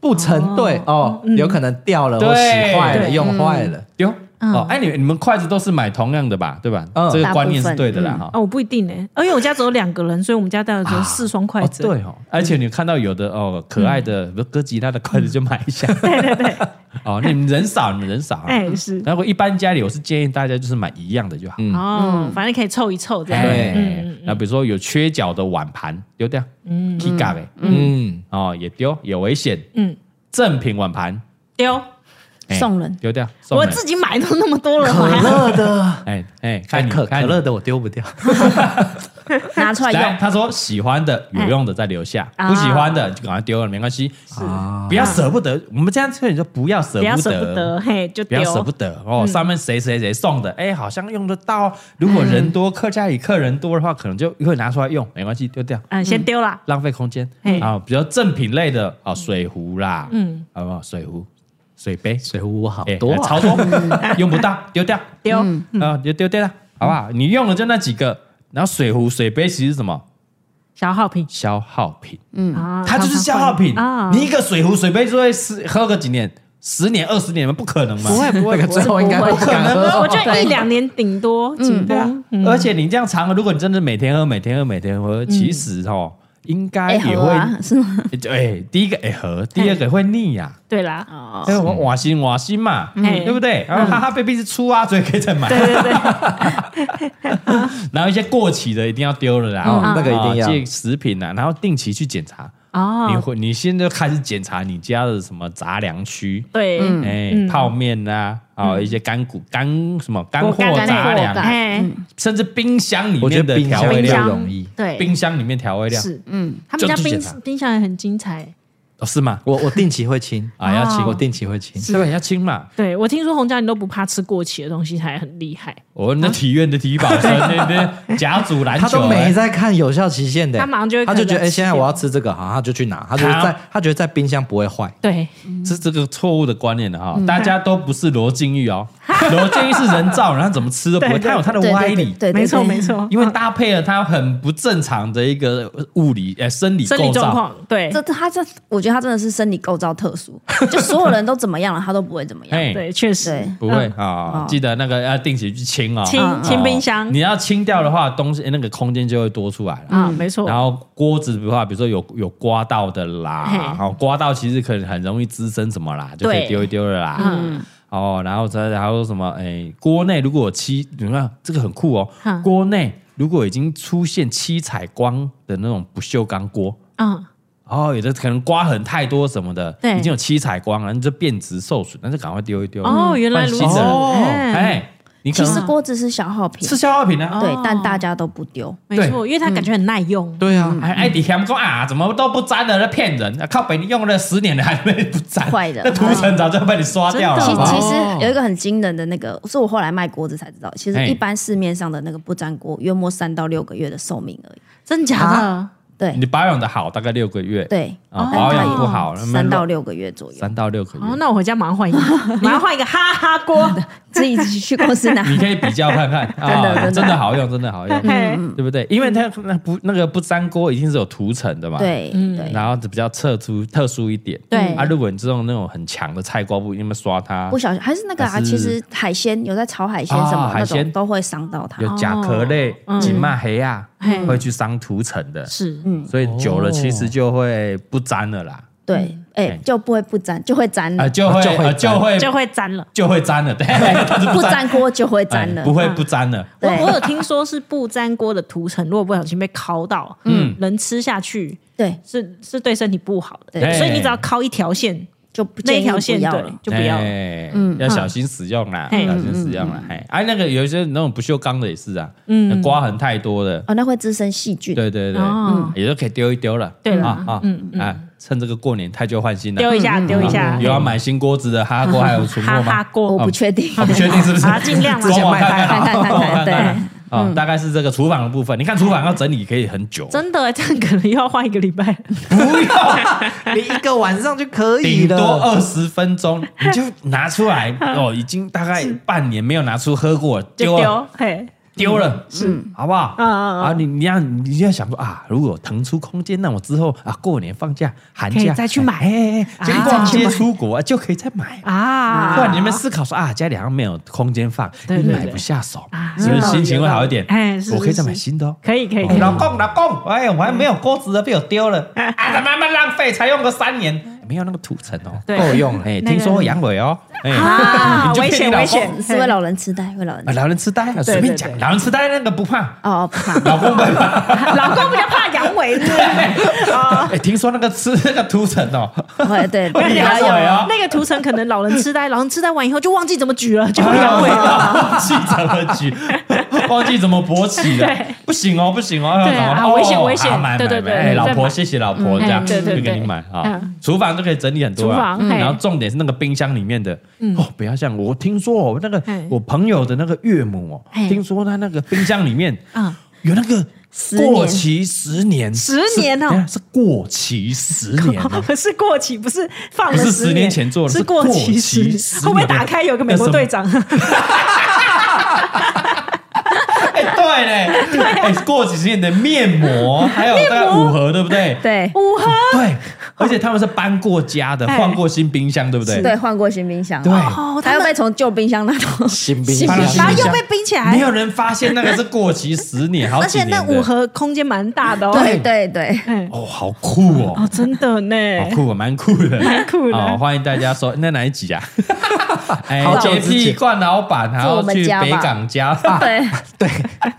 Speaker 4: 不成对哦，有可能掉了
Speaker 1: 对
Speaker 4: 或洗坏了、
Speaker 1: 对
Speaker 4: 用坏了。
Speaker 1: 丢？哦，哎，你你们筷子都是买同样的吧，对吧？
Speaker 4: 嗯
Speaker 1: 这个观念是对的啦，哈。
Speaker 2: 啊，我不一定呢，因为我家只有两个人，所以我们家带了只有四双筷
Speaker 1: 哦，
Speaker 2: 子。
Speaker 1: 对哦，而且你看到有的哦，可爱的，比如哥吉拉的筷子就买一下。对对对。 哦，你们人少，你们人少啊。
Speaker 2: 哎，是
Speaker 1: 然后一般家里，我是建议大家就是买一样的就好。
Speaker 4: 嗯
Speaker 2: 哦，反正可以凑一凑这样。
Speaker 4: 对
Speaker 1: 哎，那比如说有缺角的碗盘丢掉，嗯，踢嘎呗，
Speaker 4: 嗯，
Speaker 1: 哦也丢，也危险。
Speaker 2: 嗯，
Speaker 1: 正品碗盘
Speaker 2: 丢，
Speaker 1: 哎
Speaker 3: 送人
Speaker 1: 丢掉，送
Speaker 2: 我
Speaker 1: 人
Speaker 2: 自己买都那么多了，我
Speaker 4: 可
Speaker 2: 还
Speaker 4: 乐 的，
Speaker 1: 哎哎，看
Speaker 4: 哎
Speaker 1: 你
Speaker 4: 可
Speaker 1: 看
Speaker 4: 可
Speaker 1: 你
Speaker 4: 乐的我丢不掉，
Speaker 3: 拿出来
Speaker 1: 来，
Speaker 3: 用，
Speaker 1: 他说喜欢的有用的再留下，
Speaker 2: 哎
Speaker 1: 不喜欢的就赶快丢了，没关系，
Speaker 4: 啊
Speaker 1: 不要舍不得。我们这样劝你说不要舍
Speaker 2: 不要舍
Speaker 1: 不
Speaker 2: 不
Speaker 1: 得。
Speaker 2: 得，嘿，就
Speaker 1: 不
Speaker 2: 丢嗯
Speaker 1: 要。舍不得哦，上面谁谁谁送的，哎，好像用得到。如果人多，客家里客人多的话，可能就会拿出来用，没关系，丢掉，
Speaker 2: 嗯，先丢啦。
Speaker 1: 浪费空间。
Speaker 2: 嗯
Speaker 1: 啊，比较正品类的啊，水壶啦，嗯
Speaker 2: 嗯，
Speaker 1: 好不好？水壶、水杯，
Speaker 4: 水壶好
Speaker 1: 哎
Speaker 4: 多啊
Speaker 1: 超 多，用不到，丢掉。
Speaker 2: 丢，
Speaker 1: 啊，就丢掉了，好不好？你用的就那几个，然后水壶、水杯其实是什么
Speaker 2: 消耗品
Speaker 1: 消耗品，
Speaker 2: 啊，
Speaker 1: 它就是消耗品
Speaker 2: 啊。
Speaker 1: 你一个水壶、水杯就会十喝个几年，十年、二十年吗？不可能嘛， 不会，不啊
Speaker 4: 那个最后应该会不敢喝
Speaker 2: 我
Speaker 4: 哦。
Speaker 2: 觉得一两年顶多嗯紧
Speaker 4: 啊
Speaker 2: 绷，
Speaker 4: 嗯
Speaker 1: 而且你这样长，如果你真的每天喝、每天喝、每天喝，其实哦，应该
Speaker 3: 哎，
Speaker 1: 也
Speaker 3: 好
Speaker 1: 会，
Speaker 3: 啊，是吗？
Speaker 1: 哎，第一个哎喝，第二个会腻呀。
Speaker 2: 对啦，
Speaker 3: 哦，
Speaker 1: 哎，我瓦心瓦心嘛，
Speaker 2: 嗯
Speaker 1: 对不对？然后哈哈 baby 是出啊，所以可以再买。
Speaker 2: 对对对，
Speaker 1: 然后一些过期的一定要丢了啦，
Speaker 4: 嗯那个一定要
Speaker 1: 啊这食品啊，然后定期去检查。你
Speaker 2: 哦，
Speaker 1: 会你现在就开始检查你家的什么杂粮区，
Speaker 2: 对，
Speaker 3: 嗯
Speaker 1: 哎、
Speaker 2: 嗯
Speaker 1: 泡面呐、啊，一些干谷干什么干货
Speaker 2: 干
Speaker 1: 杂粮，
Speaker 2: 哎，
Speaker 3: 嗯
Speaker 1: 甚至冰箱里
Speaker 4: 我觉
Speaker 1: 面
Speaker 4: 得
Speaker 1: 的
Speaker 4: 冰
Speaker 1: 调
Speaker 4: 箱
Speaker 1: 味
Speaker 4: 比
Speaker 2: 冰
Speaker 4: 较
Speaker 1: 料，
Speaker 2: 箱
Speaker 4: 容易，
Speaker 2: 对，
Speaker 1: 冰箱里面调味料，
Speaker 2: 是，
Speaker 3: 嗯，
Speaker 2: 他们家
Speaker 1: 就自己
Speaker 2: 冰
Speaker 1: 拿
Speaker 2: 冰箱也很精彩，
Speaker 1: 哦是吗？
Speaker 4: 我我定期会清
Speaker 1: 啊要
Speaker 2: 哦
Speaker 1: 清
Speaker 4: 我定期会清。
Speaker 1: 是吧？要清嘛？
Speaker 2: 对我听说洪家你都不怕吃过期的东西，还很厉害。
Speaker 1: 我那体院的体育保生那边甲组篮
Speaker 4: 他
Speaker 1: 球哎
Speaker 4: 都没在看有效期限的，
Speaker 2: 他马上就会
Speaker 4: 他就觉
Speaker 2: 看
Speaker 4: 得哎，
Speaker 2: 到
Speaker 4: 现在我要吃这个，好，他就去拿，他觉得在他觉得在冰箱不会坏。
Speaker 2: 对，
Speaker 1: 是这个错误的观念的啊哈，
Speaker 2: 嗯
Speaker 1: 大家都不是罗晋玉 哦，罗晋玉是人造，然后怎么吃都不会，
Speaker 2: 对对
Speaker 1: 它有它的
Speaker 3: 对
Speaker 1: 歪
Speaker 3: 对对
Speaker 1: 理，
Speaker 3: 对，
Speaker 2: 没错
Speaker 3: 对
Speaker 2: 没，错，
Speaker 1: 因为搭配了它很不正常的一个物理呃生理
Speaker 2: 生理
Speaker 1: 构
Speaker 2: 状
Speaker 1: 造，
Speaker 2: 况对
Speaker 3: 这他这，我觉得他真的是身体构造 特殊，就所有人都怎么样了，他都不会怎么样。
Speaker 1: 嘿，
Speaker 2: 对，确实
Speaker 3: 对
Speaker 1: 不会啊，记得那个要定期去清哦，
Speaker 2: 嗯哦清
Speaker 1: 哦
Speaker 2: 清冰箱
Speaker 1: 你要清掉的话，东西那个空间就会多出来了。
Speaker 3: 嗯
Speaker 2: 啊，没错
Speaker 1: 然。后锅子的话，比如说有有刮到的
Speaker 2: 嘿
Speaker 1: 啦，好刮到其实可能很容易滋生什么啦，就可以
Speaker 2: 对嗯
Speaker 1: 丢一丢了啦。
Speaker 3: 嗯
Speaker 1: 哦，然后再然后什么，哎，锅内如果有七，你看这个很酷哦，
Speaker 2: 嗯
Speaker 1: 锅内如果已经出现七彩光的那种不锈钢锅。
Speaker 2: 嗯，
Speaker 1: 哦，有的可能刮痕太多什么的，
Speaker 2: 对
Speaker 1: 已经有七彩光了，你就变质受损，那就赶快丢一丢。
Speaker 2: 哦，原来
Speaker 1: 换
Speaker 2: 如
Speaker 1: 新
Speaker 2: 此，
Speaker 1: 的
Speaker 4: 哦
Speaker 2: 哎，
Speaker 1: 哎，你可
Speaker 3: 嗯其实
Speaker 1: 能
Speaker 3: 锅子是消耗品
Speaker 1: 是，哦消耗品啊，
Speaker 3: 对
Speaker 2: 哦，
Speaker 3: 但大家都不丢。
Speaker 2: 没错，因为它感觉很耐用。
Speaker 4: 对啊，
Speaker 3: 嗯
Speaker 1: 哎哎，你嫌说啊，怎么都不粘的，那骗人！啊靠北，你用了十年了还没不粘，
Speaker 3: 坏的
Speaker 1: 那涂层早就被你刷掉了。
Speaker 3: 其
Speaker 1: 好不好
Speaker 3: 其实有一个很惊人的那个，是我后来卖锅子才知道，其实
Speaker 1: 嘿
Speaker 3: 一般市面上的那个不粘锅，约莫三到六个月的寿命而已。
Speaker 2: 真假的？
Speaker 3: 对
Speaker 1: 你保养的好，大概六个月，
Speaker 3: 对，
Speaker 1: 啊，
Speaker 2: 哦
Speaker 1: 保养不好，那么
Speaker 3: 三到六个月左右，
Speaker 1: 三到六个月
Speaker 2: 哦，，那我回家马上 换一个，马上换一个哈哈锅。
Speaker 3: 自己去公司拿。
Speaker 1: 你可以比较看 看
Speaker 3: 真
Speaker 1: 啊，
Speaker 3: 的嗯
Speaker 1: 真的好用，真的好用，
Speaker 2: 嘿
Speaker 1: 对不对？因为它那不那个不粘锅一定是有涂层的嘛，，
Speaker 3: 对对，
Speaker 1: 然后比较特殊特殊一点，
Speaker 3: 对
Speaker 1: 啊，如果你这种那种很强的菜瓜布，你有没有刷它
Speaker 3: 不？小心还是那个啊，
Speaker 1: 还是
Speaker 3: 其实海鲜有在炒海鲜什
Speaker 1: 啊
Speaker 3: 么
Speaker 1: 海
Speaker 3: 那
Speaker 1: 鲜
Speaker 3: 种都会伤到它。
Speaker 1: 有甲壳类、锦脉黑啊
Speaker 2: 哦嗯嘿，
Speaker 1: 会去伤涂层的，
Speaker 2: 是，
Speaker 1: 所以久了
Speaker 4: 哦
Speaker 1: 其实就会不粘了啦。
Speaker 3: 对，哎，就不会不粘，就会粘
Speaker 1: 啊，
Speaker 3: 了，
Speaker 1: 就会
Speaker 4: 哦就会
Speaker 1: 啊就会
Speaker 2: 嗯就会粘了。
Speaker 1: 就会粘了， 对，它是
Speaker 3: 不
Speaker 1: 粘
Speaker 3: 粘锅就会粘
Speaker 1: 哎
Speaker 3: 了
Speaker 1: 不。会不粘了。
Speaker 2: 我
Speaker 3: 对
Speaker 2: 我有听说是不粘锅的涂层，如果不小心被烤到，嗯，人吃下去
Speaker 3: 对，
Speaker 2: 是是对身体不好的，
Speaker 1: 对
Speaker 2: 所以你只要烤一条线，
Speaker 3: 就不
Speaker 2: 那
Speaker 3: 建
Speaker 2: 一
Speaker 3: 议
Speaker 2: 条
Speaker 3: 不
Speaker 2: 线
Speaker 3: 要
Speaker 2: 对
Speaker 3: 了。
Speaker 2: 就不要了。
Speaker 1: 哎要小心使用啦，
Speaker 2: 嗯
Speaker 1: 小心使用啦。哎，哎，那个有一些那种不锈钢的也是啊，嗯，刮痕太多的，
Speaker 3: 哦，那会滋生细菌。
Speaker 1: 对对对嗯
Speaker 2: 哦，
Speaker 1: 也就可以丢一丢了。
Speaker 2: 对啦嗯
Speaker 1: 啊啊啊，趁这个过年太旧换新了，
Speaker 2: 丢一下，丢一
Speaker 1: 啊
Speaker 2: 下，
Speaker 1: 有要买新锅子的哈哈锅还有存货
Speaker 2: 哈
Speaker 1: 吗？
Speaker 2: 哈
Speaker 1: 哦
Speaker 3: 我
Speaker 2: 锅
Speaker 3: 不确定，
Speaker 1: 我不确定是不是
Speaker 2: 啊，尽 量
Speaker 1: 官网
Speaker 2: 买
Speaker 1: 看
Speaker 3: 看
Speaker 1: 看
Speaker 3: 看
Speaker 1: 好，
Speaker 3: 看看对
Speaker 2: 嗯
Speaker 1: 啊，大概是这个厨房的部分。你看厨房要整理可以很久，
Speaker 2: 真的， 这样可能又要换一个礼拜。
Speaker 4: 你一个晚上就可以
Speaker 1: 顶多
Speaker 4: 了。
Speaker 1: 二十分钟，你就拿出来 哦，已经大概半年没有拿出喝过了，丢
Speaker 2: 就
Speaker 1: 啊了
Speaker 2: 丢，嘿，
Speaker 1: 丢了，是好不好？
Speaker 2: 嗯嗯嗯
Speaker 1: 啊，你你要你要想说啊，如果腾出空间，那我之后啊，过年放假寒
Speaker 2: 可以
Speaker 1: 假
Speaker 2: 再去买
Speaker 1: 哎哎哎，
Speaker 2: 啊
Speaker 1: 就逛街出国啊就可以再买。
Speaker 2: 啊，
Speaker 1: 突然你们思考说啊，家里好像没有空间放，
Speaker 2: 对
Speaker 1: 你
Speaker 2: 对
Speaker 1: 买
Speaker 2: 对
Speaker 1: 不下手
Speaker 2: 啊，
Speaker 1: 是不是心情会好一点？
Speaker 2: 哎是
Speaker 1: 我可以
Speaker 2: 是
Speaker 1: 再买
Speaker 2: 是
Speaker 1: 新的哦。
Speaker 2: 可以可以可
Speaker 1: 哎
Speaker 2: 以，
Speaker 1: 老公，老公，哎，我
Speaker 2: 嗯
Speaker 1: 还没有锅子的，被我丢了，啊，他妈妈浪费，才用个三年，没有那个土层哦，
Speaker 2: 对
Speaker 4: 够用了
Speaker 1: 哎，
Speaker 2: 那个
Speaker 1: 听说阳痿哦，哎，
Speaker 2: 啊
Speaker 1: 你就
Speaker 2: 危
Speaker 1: 骗
Speaker 2: 险
Speaker 1: 你老
Speaker 2: 危
Speaker 1: 公
Speaker 2: 险，
Speaker 3: 是为老人痴呆，为老人
Speaker 1: 啊，
Speaker 3: 痴
Speaker 1: 老人痴呆啊，随便讲
Speaker 2: 对，
Speaker 1: 老人痴呆那个不怕，
Speaker 3: 呆哦，不怕。
Speaker 1: 老公不怕。
Speaker 2: 老公比较怕阳痿，是不哦 是
Speaker 1: 哎，听说那个吃那个土层哦，
Speaker 3: 会对，
Speaker 1: 我以为
Speaker 3: 要
Speaker 1: 阳痿啊
Speaker 2: 那个涂层可能老人痴呆，老人痴呆完以后就忘记怎么举了，就会阳痿
Speaker 1: 忘
Speaker 2: 了。
Speaker 1: 记怎么举， 忘记怎么勃起了
Speaker 2: 对，
Speaker 1: 不行哦，不行哦，
Speaker 2: 对啊
Speaker 1: 老公
Speaker 2: 危险
Speaker 1: 哦
Speaker 2: 危险
Speaker 1: 啊买
Speaker 2: 对对
Speaker 1: 买
Speaker 2: 对
Speaker 1: 买
Speaker 2: 对
Speaker 1: 哎，老
Speaker 2: 再
Speaker 1: 婆
Speaker 2: 买
Speaker 1: 谢谢老婆，这样
Speaker 2: 嗯对对
Speaker 1: 就给你
Speaker 2: 对
Speaker 1: 买啊
Speaker 2: 嗯。
Speaker 1: 厨房就可以整理很多啊，
Speaker 2: 厨房
Speaker 1: 嗯
Speaker 2: 嘿嗯
Speaker 1: 然后重点是那个冰箱里面的哦，不要像我听说哦，那个
Speaker 2: 嘿
Speaker 1: 我朋友的那个岳母哦，
Speaker 2: 嘿
Speaker 1: 听说他那个冰箱里面
Speaker 2: 嗯
Speaker 1: 有那个
Speaker 3: 十年
Speaker 1: 过期十年，
Speaker 2: 十年哦
Speaker 1: 是等一下是过期十年哦。
Speaker 2: 可是过 期，不是放
Speaker 1: 不
Speaker 2: 了
Speaker 1: 是
Speaker 2: 10
Speaker 1: 十年前做的，
Speaker 2: 是
Speaker 1: 过
Speaker 2: 期
Speaker 1: 十
Speaker 2: 10
Speaker 1: 年
Speaker 2: 会不会打开有个美国队？长？
Speaker 1: 哎，对嘞，对，
Speaker 2: 啊
Speaker 1: 哎，过几十年的面膜，还有大概五盒，对不对？
Speaker 3: 对
Speaker 2: 五盒
Speaker 1: 对，而且他们是搬过家的，
Speaker 2: 哎
Speaker 1: 换过新冰箱，对不对？
Speaker 3: 对，换过新冰箱，
Speaker 1: 对，
Speaker 2: 哦，
Speaker 3: 还
Speaker 2: 他
Speaker 3: 要
Speaker 2: 们
Speaker 3: 被从旧冰箱拿到
Speaker 4: 新冰
Speaker 1: 搬到
Speaker 4: 箱
Speaker 1: 新
Speaker 2: 然后
Speaker 1: 冰
Speaker 2: 又
Speaker 1: 箱
Speaker 2: 被冰起来
Speaker 1: 没，有人发现那个是过期十年，好
Speaker 2: 而
Speaker 1: 几
Speaker 2: 且
Speaker 1: 年
Speaker 2: 那
Speaker 1: 的
Speaker 2: 五盒空间蛮大的哦。
Speaker 3: 对对对，
Speaker 1: 哦，好酷哦，
Speaker 2: 哦，真的呢，
Speaker 1: 好酷哦，蛮酷的，蛮
Speaker 2: 酷的
Speaker 1: 哦！欢迎大家收，那哪一集啊？哎
Speaker 4: 好，久
Speaker 1: 洁
Speaker 4: 之前
Speaker 1: 癖冠老板还要去北港家，
Speaker 3: 对
Speaker 4: 对，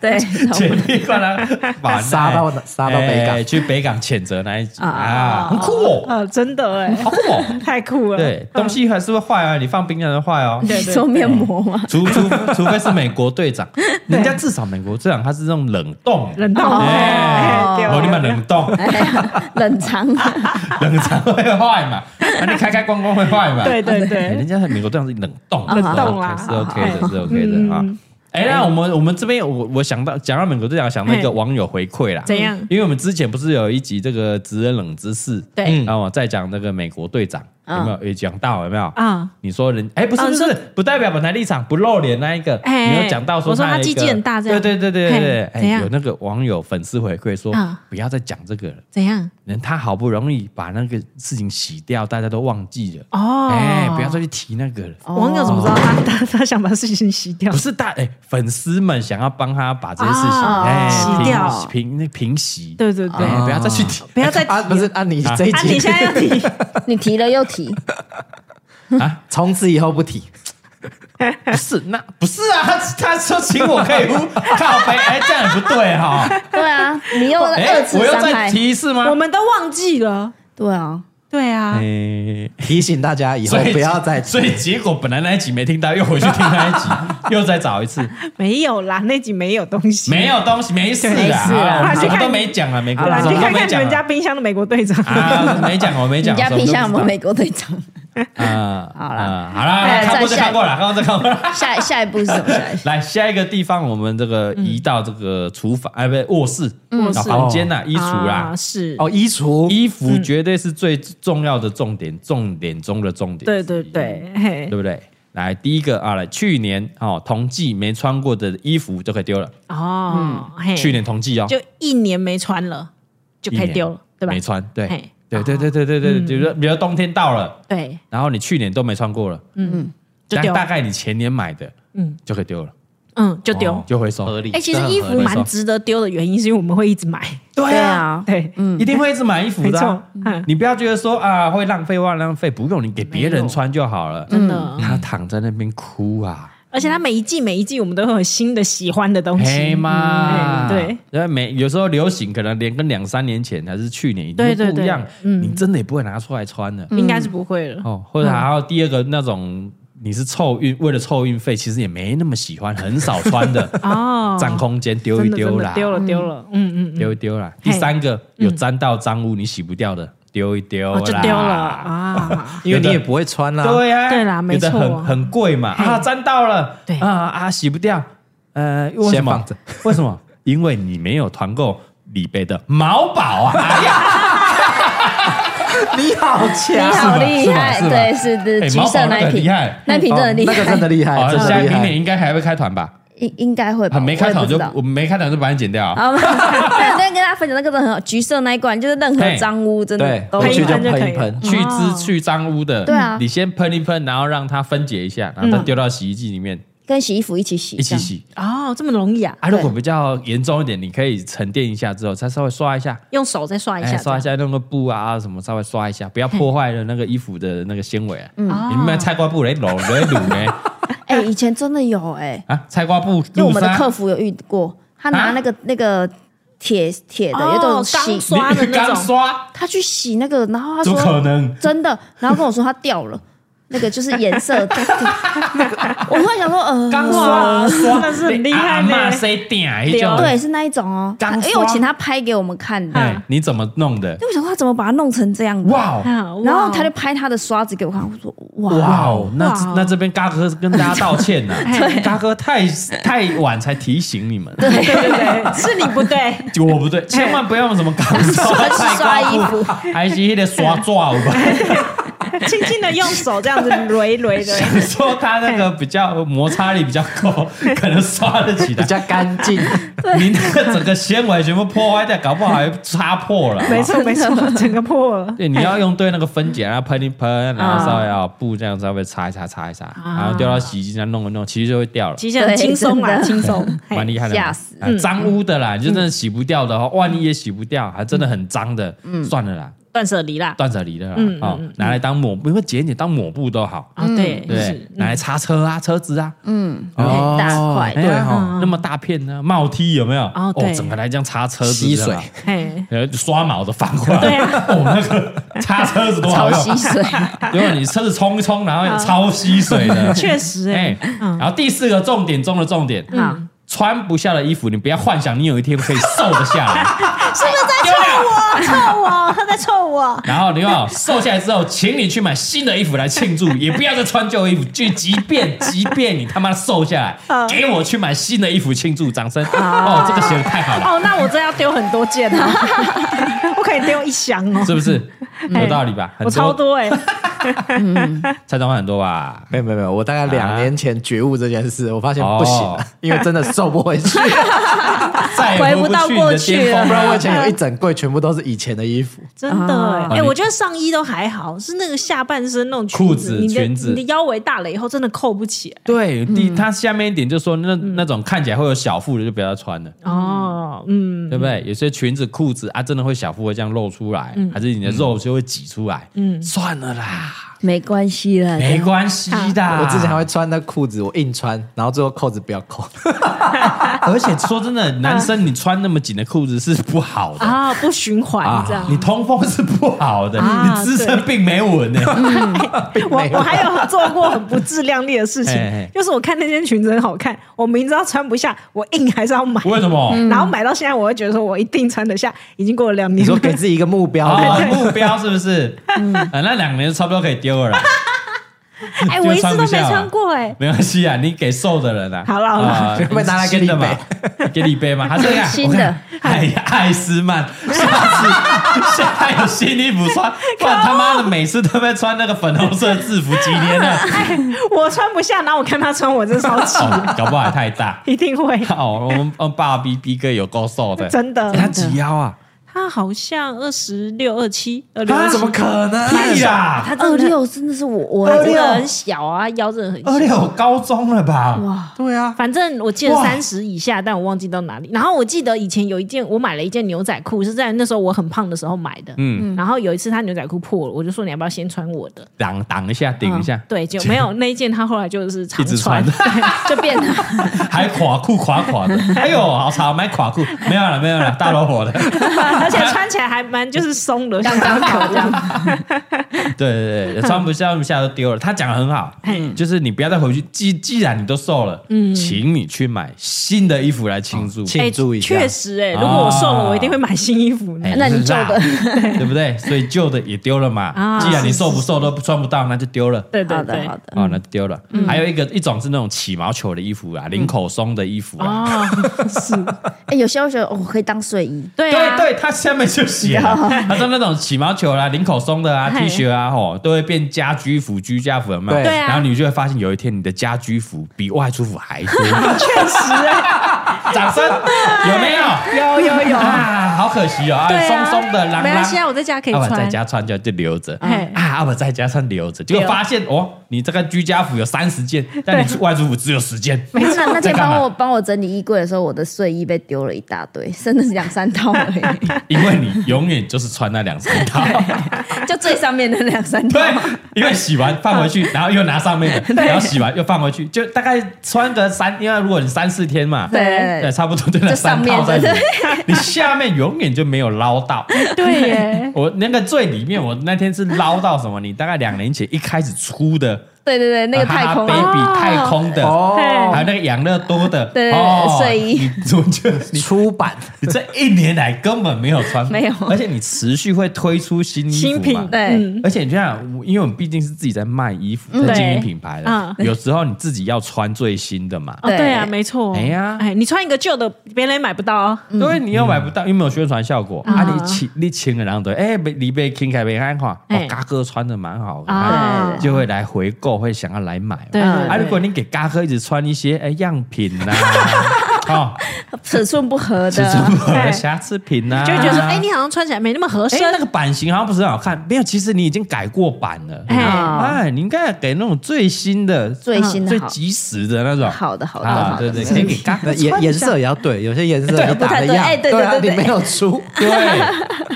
Speaker 3: 对，
Speaker 1: 洁癖冠老板
Speaker 4: 杀到杀到北港
Speaker 1: 哎去北港谴责那一集
Speaker 3: 啊
Speaker 1: 啊，很酷哦，
Speaker 2: 呃，真的哎、
Speaker 1: 好酷哦，
Speaker 2: 太酷了。
Speaker 1: 对，东西还是会坏啊，你放冰箱会坏哦。
Speaker 3: 你说面膜吗？
Speaker 1: 除除除非是美国队 长，人家至少美国队长他是这种冷冻，
Speaker 2: 冷冻，
Speaker 1: 哎
Speaker 2: 哎对
Speaker 1: 我你们冷 冻，
Speaker 3: 哎呀冷藏，
Speaker 1: 冷藏会坏嘛，啊你开开关关会坏嘛，
Speaker 2: 对对对
Speaker 1: 哎人家美国队长是冷冻，
Speaker 3: 冷
Speaker 2: 冻啦
Speaker 1: 是 OK 的，是 OK
Speaker 2: 嗯
Speaker 1: 的啊。哎，那我们我们这边我我想到讲到美国队长，想到一个
Speaker 2: 嘿
Speaker 1: 网友回馈啦，
Speaker 2: 怎样
Speaker 1: 因为我们之前不是有一集这个职人冷知识，
Speaker 3: 对
Speaker 1: 嗯然后我在讲那个美国队长有没
Speaker 2: 嗯
Speaker 1: 有？也讲到有没有？
Speaker 2: 啊，
Speaker 1: 你说人哎，不是
Speaker 2: 哦
Speaker 1: 不
Speaker 2: 你说
Speaker 1: 是，不代表本台立场不露脸那一个，
Speaker 2: 哎
Speaker 1: 你有讲到说
Speaker 2: 我说
Speaker 1: 有一
Speaker 2: 他
Speaker 1: 个
Speaker 2: 鸡鸡很大这样
Speaker 1: 对对对对对，
Speaker 2: 嘿怎
Speaker 1: 哎，
Speaker 2: 样
Speaker 1: 有那个网友粉丝回馈说
Speaker 2: 嗯，
Speaker 1: 不要再讲这个了，
Speaker 2: 怎样？
Speaker 1: 人他好不容易把那个事情洗掉，大家都忘记了，
Speaker 2: 哦，
Speaker 1: 哎，不要再去提那个了。
Speaker 2: 网友怎么知道他他他想把事情洗掉
Speaker 1: 不？是大哎，粉丝们想要帮他把这些事情
Speaker 2: 啊
Speaker 1: 哎
Speaker 2: 洗
Speaker 1: 平
Speaker 2: 掉
Speaker 1: 平那平息，
Speaker 2: 对哦对对，
Speaker 1: 哎，不要再去提
Speaker 2: 不要再提
Speaker 4: 啊，不是啊，你这一
Speaker 2: 啊，你
Speaker 4: 集
Speaker 2: 现在要提，
Speaker 3: 你提了又提，
Speaker 4: 从此以后不 提，
Speaker 1: 不是那不是啊，他他说请我可以呼靠背，哎，这样也不对 哈，
Speaker 3: 对啊，你又
Speaker 1: 哎
Speaker 3: 二，次
Speaker 1: 我又
Speaker 3: 伤
Speaker 1: 再
Speaker 3: 害，
Speaker 1: 提一次吗
Speaker 2: 我？们都忘记了。
Speaker 3: 对啊，
Speaker 2: 对啊，
Speaker 1: 哎，
Speaker 4: 提醒大家以后
Speaker 1: 所以
Speaker 4: 不要再提
Speaker 1: 所以结果本来那一集没听到，又回去听那 一集，又再找一次，
Speaker 2: 没有啦，那集没有东西，
Speaker 1: 没有东西，没事
Speaker 3: 没
Speaker 1: 啦，
Speaker 3: 事
Speaker 4: 啊
Speaker 1: 好啦
Speaker 3: 啦
Speaker 1: 我们
Speaker 2: 去
Speaker 1: 什么
Speaker 2: 看
Speaker 1: 都没讲啊，没
Speaker 2: 好啦，
Speaker 1: 什
Speaker 2: 去
Speaker 1: 么都
Speaker 2: 看
Speaker 1: 没
Speaker 2: 看你
Speaker 1: 讲
Speaker 2: 们家
Speaker 1: 啊
Speaker 2: 冰箱的美国队长。
Speaker 1: 啊，没讲，我没
Speaker 3: 你
Speaker 1: 讲，
Speaker 3: 家
Speaker 1: 什么都
Speaker 3: 冰箱有没有
Speaker 1: 不知
Speaker 3: 美国队 长？
Speaker 1: 道啊，
Speaker 3: 好啦
Speaker 1: 啦，好啦，
Speaker 3: 哎
Speaker 1: 看过
Speaker 3: 再
Speaker 1: 就
Speaker 3: 下
Speaker 1: 看过了，看过就看过了。
Speaker 3: 下下一步是 什么？下一步
Speaker 1: 来下一个地方，我们这个移到这个厨房，哎，不对，卧室，
Speaker 2: 嗯卧室
Speaker 1: 啊房间呐，衣橱啦
Speaker 2: 啊，嗯是
Speaker 4: 哦，衣橱
Speaker 1: 衣服绝对是最重要的重点，重点中的重点。
Speaker 2: 对对对，嘿
Speaker 1: 对不对？来，第一个啊，来，去年哦，同季没穿过的衣服就可以丢了。
Speaker 2: 哦，嘿，
Speaker 1: 嗯去年同季哦，
Speaker 2: 就一年没穿了，就可
Speaker 1: 一
Speaker 2: 以
Speaker 1: 年
Speaker 2: 丢了，对吧
Speaker 1: 没？穿，对
Speaker 2: 嘿，嗯
Speaker 1: 对对对对对对，比如说比如说冬天到了，
Speaker 2: 对，
Speaker 1: 然后你去年都没穿过了，
Speaker 2: 嗯，就
Speaker 1: 但
Speaker 2: 丢
Speaker 1: 大，概你前年买的，
Speaker 2: 嗯
Speaker 1: 嗯，就可以丢了，哦
Speaker 2: 嗯，就丢。
Speaker 1: 就回收，
Speaker 4: 合理
Speaker 2: 哎，其实衣服
Speaker 1: 理
Speaker 2: 蛮值得丢的原因是因为我们会一直买，
Speaker 1: 对
Speaker 3: 对，啊，
Speaker 2: 对，
Speaker 1: 一定会一直买衣服
Speaker 2: 嗯没
Speaker 1: 的
Speaker 2: 错
Speaker 1: 啊。，
Speaker 2: 嗯，
Speaker 1: 你不要觉得说啊会浪费，哇浪费，不用你给别人穿就好了。
Speaker 2: 嗯真的。
Speaker 1: 他躺在那边哭啊，
Speaker 2: 而且它每一季每一季我们都会有新的喜欢的东
Speaker 1: 黑
Speaker 2: 西
Speaker 1: 嘛，
Speaker 2: 嗯对，
Speaker 1: 然后每有时候流行可能连跟两三年前还是去年已经
Speaker 2: 对对
Speaker 1: 不一样
Speaker 2: 对，嗯
Speaker 1: 你真的也不会拿出来穿的
Speaker 2: 应该是不会了。
Speaker 1: 嗯哦。或者还有第二个那种，你是凑运为了凑运费，其实也没那么喜欢，很少穿的，
Speaker 2: 哦，
Speaker 1: 占空间丢一
Speaker 2: 真的
Speaker 1: 丢
Speaker 2: 真
Speaker 1: 啦
Speaker 2: 的，丢了丢了，嗯嗯嗯，
Speaker 1: 丢一丢啦。第
Speaker 2: 嘿
Speaker 1: 三个有沾到脏污你洗不掉的，丢一丢
Speaker 2: 哦就
Speaker 1: 啦，
Speaker 2: 丢了。啊。
Speaker 4: 因为你
Speaker 1: 有的
Speaker 4: 也不会穿啊啦，
Speaker 1: 对啊呀，
Speaker 2: 对啦没
Speaker 1: 有的
Speaker 2: 错
Speaker 1: 很很贵嘛，
Speaker 2: 嘿
Speaker 1: 啊，沾到了，
Speaker 2: 对
Speaker 1: 啊啊，洗不掉，呃，为什
Speaker 4: 先
Speaker 1: 么
Speaker 4: 放着？
Speaker 1: 为什么？ 因为你没有团购李贝的毛宝啊！ 哎呀，
Speaker 4: 你好
Speaker 3: 你
Speaker 4: 强
Speaker 3: 好厉
Speaker 1: 啊
Speaker 3: 害，
Speaker 1: 是吧是吧
Speaker 3: 对，是的，
Speaker 1: 哎
Speaker 3: 橘色
Speaker 1: 毛宝
Speaker 3: 那
Speaker 1: 那个
Speaker 3: 一
Speaker 1: 很厉害
Speaker 3: 瓶，那一瓶真的厉
Speaker 4: 哦那个真的
Speaker 3: 害，
Speaker 4: 厉
Speaker 1: 好，
Speaker 4: 哎害，真
Speaker 1: 下
Speaker 4: 的厉
Speaker 1: 明年
Speaker 4: 害。
Speaker 1: 应该还会开团吧？啊
Speaker 3: 应应该会吧？
Speaker 1: 很没
Speaker 3: 我
Speaker 1: 开
Speaker 3: 也
Speaker 1: 团
Speaker 3: 不
Speaker 1: 就
Speaker 3: 知道
Speaker 1: 我们没开团就把你剪掉啊。
Speaker 3: 啊， 对，跟跟大家分享那个真的很好，橘色那一罐就是任何脏污真的
Speaker 4: 对，
Speaker 3: 都
Speaker 4: 回
Speaker 2: 喷一
Speaker 4: 去就
Speaker 2: 喷就可
Speaker 4: 喷
Speaker 2: 以
Speaker 4: 一喷
Speaker 2: 了，
Speaker 1: 去
Speaker 2: 哦
Speaker 1: 脂去脏污的，
Speaker 3: 对啊
Speaker 1: 你先喷一喷，然后让它分解一下，然后
Speaker 2: 嗯
Speaker 1: 再丢到洗衣机里面
Speaker 3: 跟洗衣服一起洗，
Speaker 1: 一起洗。
Speaker 2: 哦，这么容易啊？
Speaker 1: 啊，如果比较严重一点，你可以沉淀一下之后，再稍微刷一下，
Speaker 2: 用手再刷一
Speaker 1: 哎，
Speaker 2: 下，
Speaker 1: 刷一下用个布啊什么，稍微刷一下，不要破坏了那个衣服的那个纤维啊。
Speaker 2: 哦
Speaker 1: 你们菜瓜布来揉来卤 呢？
Speaker 3: 这样。哎，以前真的有哎，
Speaker 1: 啊，菜瓜布
Speaker 3: 就我们的
Speaker 1: 布
Speaker 3: 客服有遇过，他
Speaker 1: 啊
Speaker 3: 拿那个那个铁铁的，有一种
Speaker 2: 哦钢
Speaker 3: 洗
Speaker 2: 刷刷的那种
Speaker 1: 刚刷，
Speaker 3: 他去洗那个，然后他
Speaker 1: 怎么可
Speaker 3: 说
Speaker 1: 能？
Speaker 3: 真的，然后跟我说他掉了，那个就是颜色。 我突然想说，呃，
Speaker 1: 刚刷
Speaker 2: 哇
Speaker 1: 刷
Speaker 2: 真的是很厉害
Speaker 1: 阿
Speaker 2: 呢
Speaker 1: 妈谁顶一
Speaker 2: 对
Speaker 1: 种？
Speaker 3: 对，是那一种哦，
Speaker 1: 钢
Speaker 3: 因为
Speaker 1: 刷
Speaker 3: 我请他拍给我们看的，
Speaker 1: 哎，你怎么弄的
Speaker 3: 因？为我想说他怎么把它弄成这样子，
Speaker 1: 哇哦
Speaker 2: 啊
Speaker 3: 然后他就拍他的刷子给我看，我说哇，
Speaker 1: 哇哦，那
Speaker 2: 哇哦
Speaker 1: 那这边嘎哥跟大家道歉呐，嘎哥太太晚才提醒你们，
Speaker 2: 对对对，是你不对，
Speaker 1: 我不对，千万不要用什么钢刷、菜
Speaker 3: 刷
Speaker 1: 瓜
Speaker 3: 衣
Speaker 1: 布，
Speaker 3: 服，
Speaker 1: 还是那个刷抓吧。
Speaker 2: 轻轻的用手这样子捋一 捋 的，
Speaker 1: 说它那个比较摩擦力比较够，可能刷得起
Speaker 4: 比
Speaker 1: 来。
Speaker 4: 较干净，
Speaker 1: 你那个整个纤维全部破坏掉，搞不好还擦破了。
Speaker 2: 没错没错，整个破了。
Speaker 1: 对，你要用对那个分解，然后喷一喷，然后稍微要布这样稍微擦一擦，擦一擦，然后丢到洗衣机上弄一弄，其实就会掉了，
Speaker 2: 其实很轻松啦，
Speaker 3: 对真
Speaker 2: 轻松，嘿
Speaker 1: 蛮厉害的嘛。哎
Speaker 3: 吓死
Speaker 2: 嗯
Speaker 1: 哦啊脏污的啦，你就真的洗不掉的话，万一也洗不掉，还真的很脏的，算了啦，
Speaker 2: 断舍离啦。
Speaker 1: 断舍离的啦
Speaker 2: 嗯，
Speaker 1: 哦，拿来当抹布，因为剪剪当抹布都好，
Speaker 2: 啊，对，
Speaker 1: 对
Speaker 2: 是，哎
Speaker 1: 拿来擦车啊、车子啊，
Speaker 3: 嗯，很
Speaker 4: 哦
Speaker 3: 大块
Speaker 4: 哎
Speaker 3: 的，
Speaker 4: 对
Speaker 1: 呀哦
Speaker 4: 哈
Speaker 1: 那么大片呢，帽梯有没有？
Speaker 2: 啊嗯哦对
Speaker 1: 整个来这样擦车子
Speaker 4: 吸水，
Speaker 2: 嘿，
Speaker 1: 然后刷毛的方块，
Speaker 2: 对
Speaker 1: 啊， 哦，那个擦车子多好
Speaker 3: 超
Speaker 1: 用
Speaker 3: 吸，水，
Speaker 1: 因为你车子冲一冲，然后超吸水 的，
Speaker 2: 确实
Speaker 1: 哎
Speaker 2: 哎，，
Speaker 1: 然后第四个重点中的重点，
Speaker 2: 嗯
Speaker 1: 穿不下的衣服，你不要幻想你有一天可以瘦得下来，是不是在臭我？
Speaker 2: 臭我，他在臭我，
Speaker 1: 然后刘好瘦下来之后，请你去买新的衣服来庆祝，也不要再穿旧衣服，就即便即便你他妈瘦下来，给我去买新的衣服庆祝，掌声！哦，这个写的太好了，
Speaker 2: 哦，那我真要丢很多件 啊，我可以丢一箱哦，
Speaker 1: 是不是？有道理吧？很
Speaker 2: 我超，多 哎，
Speaker 1: 蔡庄很多啊吧？
Speaker 4: 没有没有没有，我大概两年前觉悟这件事，我发现不行了
Speaker 1: 哦，
Speaker 4: 因为真的瘦不回去，
Speaker 1: 再也
Speaker 3: 回不
Speaker 1: 不
Speaker 3: 到
Speaker 1: 去你
Speaker 3: 过
Speaker 1: 的
Speaker 3: 去
Speaker 1: 巅
Speaker 4: 不
Speaker 1: 峰
Speaker 4: 然我以前有一整柜全部都是以前的衣服，
Speaker 2: 真的
Speaker 3: 啊
Speaker 2: 哎，
Speaker 1: 哦
Speaker 2: 哎，
Speaker 1: 你
Speaker 2: 我觉得上衣都还好，是那个下半身那种
Speaker 1: 裤子
Speaker 2: 子，你的
Speaker 1: 裙子
Speaker 2: 你的腰围大了以后，真的扣不起来。
Speaker 1: 对，第他下面一点就说那那种看起来会有小腹的就不要穿了，
Speaker 2: 哦，嗯，
Speaker 1: 对不对？有些裙子、裤子啊，真的会小腹会这样露出来，还是你的肉就会挤出来？嗯，算了啦，
Speaker 3: 没关系啦，
Speaker 1: 没关系啊的。
Speaker 4: 我之前还会穿那裤子，我硬穿，然后最后扣子不要扣，
Speaker 1: 而且说真的，男生你穿那么紧的裤子是不好的。
Speaker 2: 啊，不循环这样。
Speaker 1: 你通风是不好的，
Speaker 2: 啊
Speaker 1: 你滋生病没稳呢、
Speaker 2: 我我还有做过很不自量力的事情
Speaker 1: 哎哎，
Speaker 2: 就是我看那件裙子很好看，我明知道穿不下，我硬还是要买。
Speaker 1: 为什么？
Speaker 2: 然后买到现在，我会觉得说我一定穿得下，已经过了两
Speaker 4: 你
Speaker 2: 年
Speaker 4: 说
Speaker 2: 了。
Speaker 4: 给自己一个目标，
Speaker 1: 啊、目标是不是？
Speaker 2: 嗯
Speaker 1: 啊，那两年差不多可以丢了 啦，
Speaker 2: 哎，
Speaker 1: 就
Speaker 2: 我一次
Speaker 1: 穿
Speaker 2: 都
Speaker 1: 不
Speaker 2: 没
Speaker 1: 下嘛
Speaker 2: 穿过哎。
Speaker 1: 没关系啊，你给瘦的人啊。
Speaker 2: 好啦好啦
Speaker 1: 啊
Speaker 4: 就被拿来给
Speaker 1: 新的
Speaker 4: 李
Speaker 1: 嘛，给你 背嘛，还是这样
Speaker 3: 新
Speaker 1: 我看
Speaker 3: 的
Speaker 1: 哎呀，艾斯曼，下 次下次有新衣服穿，不然他妈的每次都被穿那个粉红色制服，几年 了，
Speaker 2: 我穿不下，然后我看他穿，我真烧 气，
Speaker 1: 哦，搞不好还太大。
Speaker 2: 一定会
Speaker 1: 哦，我们我们爸 B B 哥有够瘦的，
Speaker 2: 真的。
Speaker 1: 他几腰啊？
Speaker 2: 他好像二十六、二七、二六、
Speaker 4: 啊，
Speaker 2: 二
Speaker 4: 怎么可 能？
Speaker 1: 屁哎呀！
Speaker 3: 他二六真的是我，我
Speaker 4: 二
Speaker 3: 这
Speaker 4: 六
Speaker 3: 个很小啊，腰真的很
Speaker 1: 二
Speaker 3: 小。
Speaker 1: 六高中了吧？
Speaker 3: 哇，
Speaker 4: 对啊，
Speaker 2: 反正我记得
Speaker 1: 哇
Speaker 2: 三十以下，但我忘记到哪里。然后我记得以前有一件，我买了一件牛仔裤，是在那时候我很胖的时候买的。
Speaker 1: 嗯
Speaker 2: 嗯，然后有一次他牛仔裤破了，我就说你要不要先穿我的？
Speaker 1: 挡挡一下，顶一下，
Speaker 2: 对，就没有那一件，他后来就是
Speaker 1: 一
Speaker 2: 常
Speaker 1: 直穿，
Speaker 3: 就变了，
Speaker 1: 还垮裤垮垮的。哎呦，好潮，买垮裤没有了，没有了，大老火的。
Speaker 2: 而且穿起来还蛮就是松 的，
Speaker 3: 刚刚好这样。
Speaker 1: 对对对，穿不下穿不下都丢了。他讲的很好，就是你不要再回去。既既然你都瘦了，请你去买新的衣服来庆祝。
Speaker 4: 庆祝一下，
Speaker 2: 确实哎、如果我瘦了，我一定会买新衣服
Speaker 1: 哦
Speaker 2: 的。
Speaker 1: 哎
Speaker 3: 那你
Speaker 1: 是啦
Speaker 3: 旧
Speaker 1: 对不对？所以旧的也丢了嘛。
Speaker 2: 啊
Speaker 1: 既然你瘦不瘦都穿不到，那就丢了。
Speaker 2: 对对
Speaker 3: 好
Speaker 2: 对
Speaker 3: 的，好，的，
Speaker 1: 哦，那就丢了。还有一个一种是那种起毛球的衣服啊，领口松的衣服啊。
Speaker 2: 哦，是，
Speaker 3: 哎，有些我觉得哦我可以当睡衣，
Speaker 2: 对
Speaker 1: 对
Speaker 2: 啊，
Speaker 1: 对，它下面就写了，他说那种起毛球啦、领口松的啊、
Speaker 2: 嘿
Speaker 1: T 恤啊，吼，都会变家居服、居家服，有没有？
Speaker 4: 对对
Speaker 2: 啊
Speaker 1: 然后你就会发现，有一天你的家居服比外出服还多。确实， 掌声有没有？有有有啊！好可惜哦，啊，
Speaker 2: 对啊
Speaker 1: 松松的、朗
Speaker 2: 没
Speaker 1: 朗
Speaker 2: 关系啊，我在家可以
Speaker 1: 要不
Speaker 2: 穿。
Speaker 1: 然在家穿就就留着，
Speaker 2: 哎
Speaker 1: 啊，要不然在家穿留着，结果
Speaker 2: 对
Speaker 1: 发现哦，你这个居家服有三十件，但你外出服只有十件，
Speaker 3: 没错。那天
Speaker 1: 在干嘛
Speaker 3: 帮我帮我整理衣柜的时候，我的睡衣被丢了一大堆，真的是两三套而 已，
Speaker 1: 因为你永远就是穿那两三 套，
Speaker 3: 就最上面的两三套。
Speaker 1: 对，因为洗完放回 去，然后又拿上面的，然后洗完又放回去，就大概穿个三，因为如果你三四天嘛，
Speaker 3: 对
Speaker 1: 对，差不多就那
Speaker 3: 就
Speaker 1: 三
Speaker 3: 上面
Speaker 1: 套在里
Speaker 3: 对
Speaker 1: 面， 你下面永远就没有捞到。
Speaker 2: 对耶，
Speaker 1: 我那个最里面，我那天是捞到什么？你大概两年前一开始出的
Speaker 3: 对对对，那个
Speaker 1: 哈哈
Speaker 3: 太空啊
Speaker 1: baby
Speaker 2: 哦
Speaker 1: 太空的
Speaker 4: 哦，
Speaker 1: 还有那个养乐多的，
Speaker 3: 对对对
Speaker 1: 哦
Speaker 3: 睡衣，
Speaker 1: 你我觉得你
Speaker 4: 出版
Speaker 1: 你这一年来根本没有穿，
Speaker 3: 没有
Speaker 1: 而且你持续会推出新衣服
Speaker 2: 新
Speaker 1: 嘛
Speaker 2: 品
Speaker 3: 对
Speaker 2: 嗯
Speaker 1: 而且你这样，我因为我们毕竟是自己在卖衣服，
Speaker 3: 嗯
Speaker 1: 在经营
Speaker 2: 对
Speaker 1: 品牌的
Speaker 2: 嗯，
Speaker 1: 有时候你自己要穿最新的嘛，
Speaker 2: 哦，
Speaker 3: 对
Speaker 2: 对啊，没错。
Speaker 1: 哎呀
Speaker 2: 哎，你穿一个旧的，别人也买不到哦。
Speaker 1: 因为你又买不到，又没有宣传效果
Speaker 2: 啊
Speaker 1: 啊，你请你请了，然后对，哎，被你被 King 凯被安华，哦
Speaker 2: 哎，
Speaker 1: 嘎哥穿的蛮好的，
Speaker 2: 啊
Speaker 1: 啊就会来回购，会想要来买嘛。
Speaker 2: 对
Speaker 3: 啊
Speaker 1: 啊，
Speaker 2: 对
Speaker 1: 如果你给嘎哥一直穿一些哎样品呐、啊，哦，
Speaker 3: 尺寸不合
Speaker 1: 尺寸不
Speaker 3: 的，
Speaker 1: 合
Speaker 2: 对
Speaker 1: 瑕疵品呐、啊，
Speaker 2: 就会觉得说，哎，你好像穿起来没那么合
Speaker 1: 哎、
Speaker 2: 身。
Speaker 1: 那个版型好像不是很好哦看，没有，其实你已经改过版了。
Speaker 2: 哎
Speaker 3: 啊，
Speaker 1: 哎，你应该给那种最新的、
Speaker 3: 最新的
Speaker 1: 最
Speaker 3: 好
Speaker 1: 及时的那种。
Speaker 3: 好的好的
Speaker 1: 啊，
Speaker 3: 好
Speaker 1: 对
Speaker 3: 的，
Speaker 1: 对，可以给嘎
Speaker 4: 那嗯颜颜色也要对，有些颜色你
Speaker 3: 不太
Speaker 4: 打的
Speaker 3: 对
Speaker 4: 样，
Speaker 3: 哎对对
Speaker 4: 啊，
Speaker 3: 对对
Speaker 4: 你没有出，
Speaker 1: 对，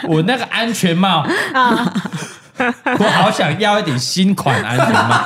Speaker 1: 我那个安全帽 啊， 我好想要一顶新款安全 帽。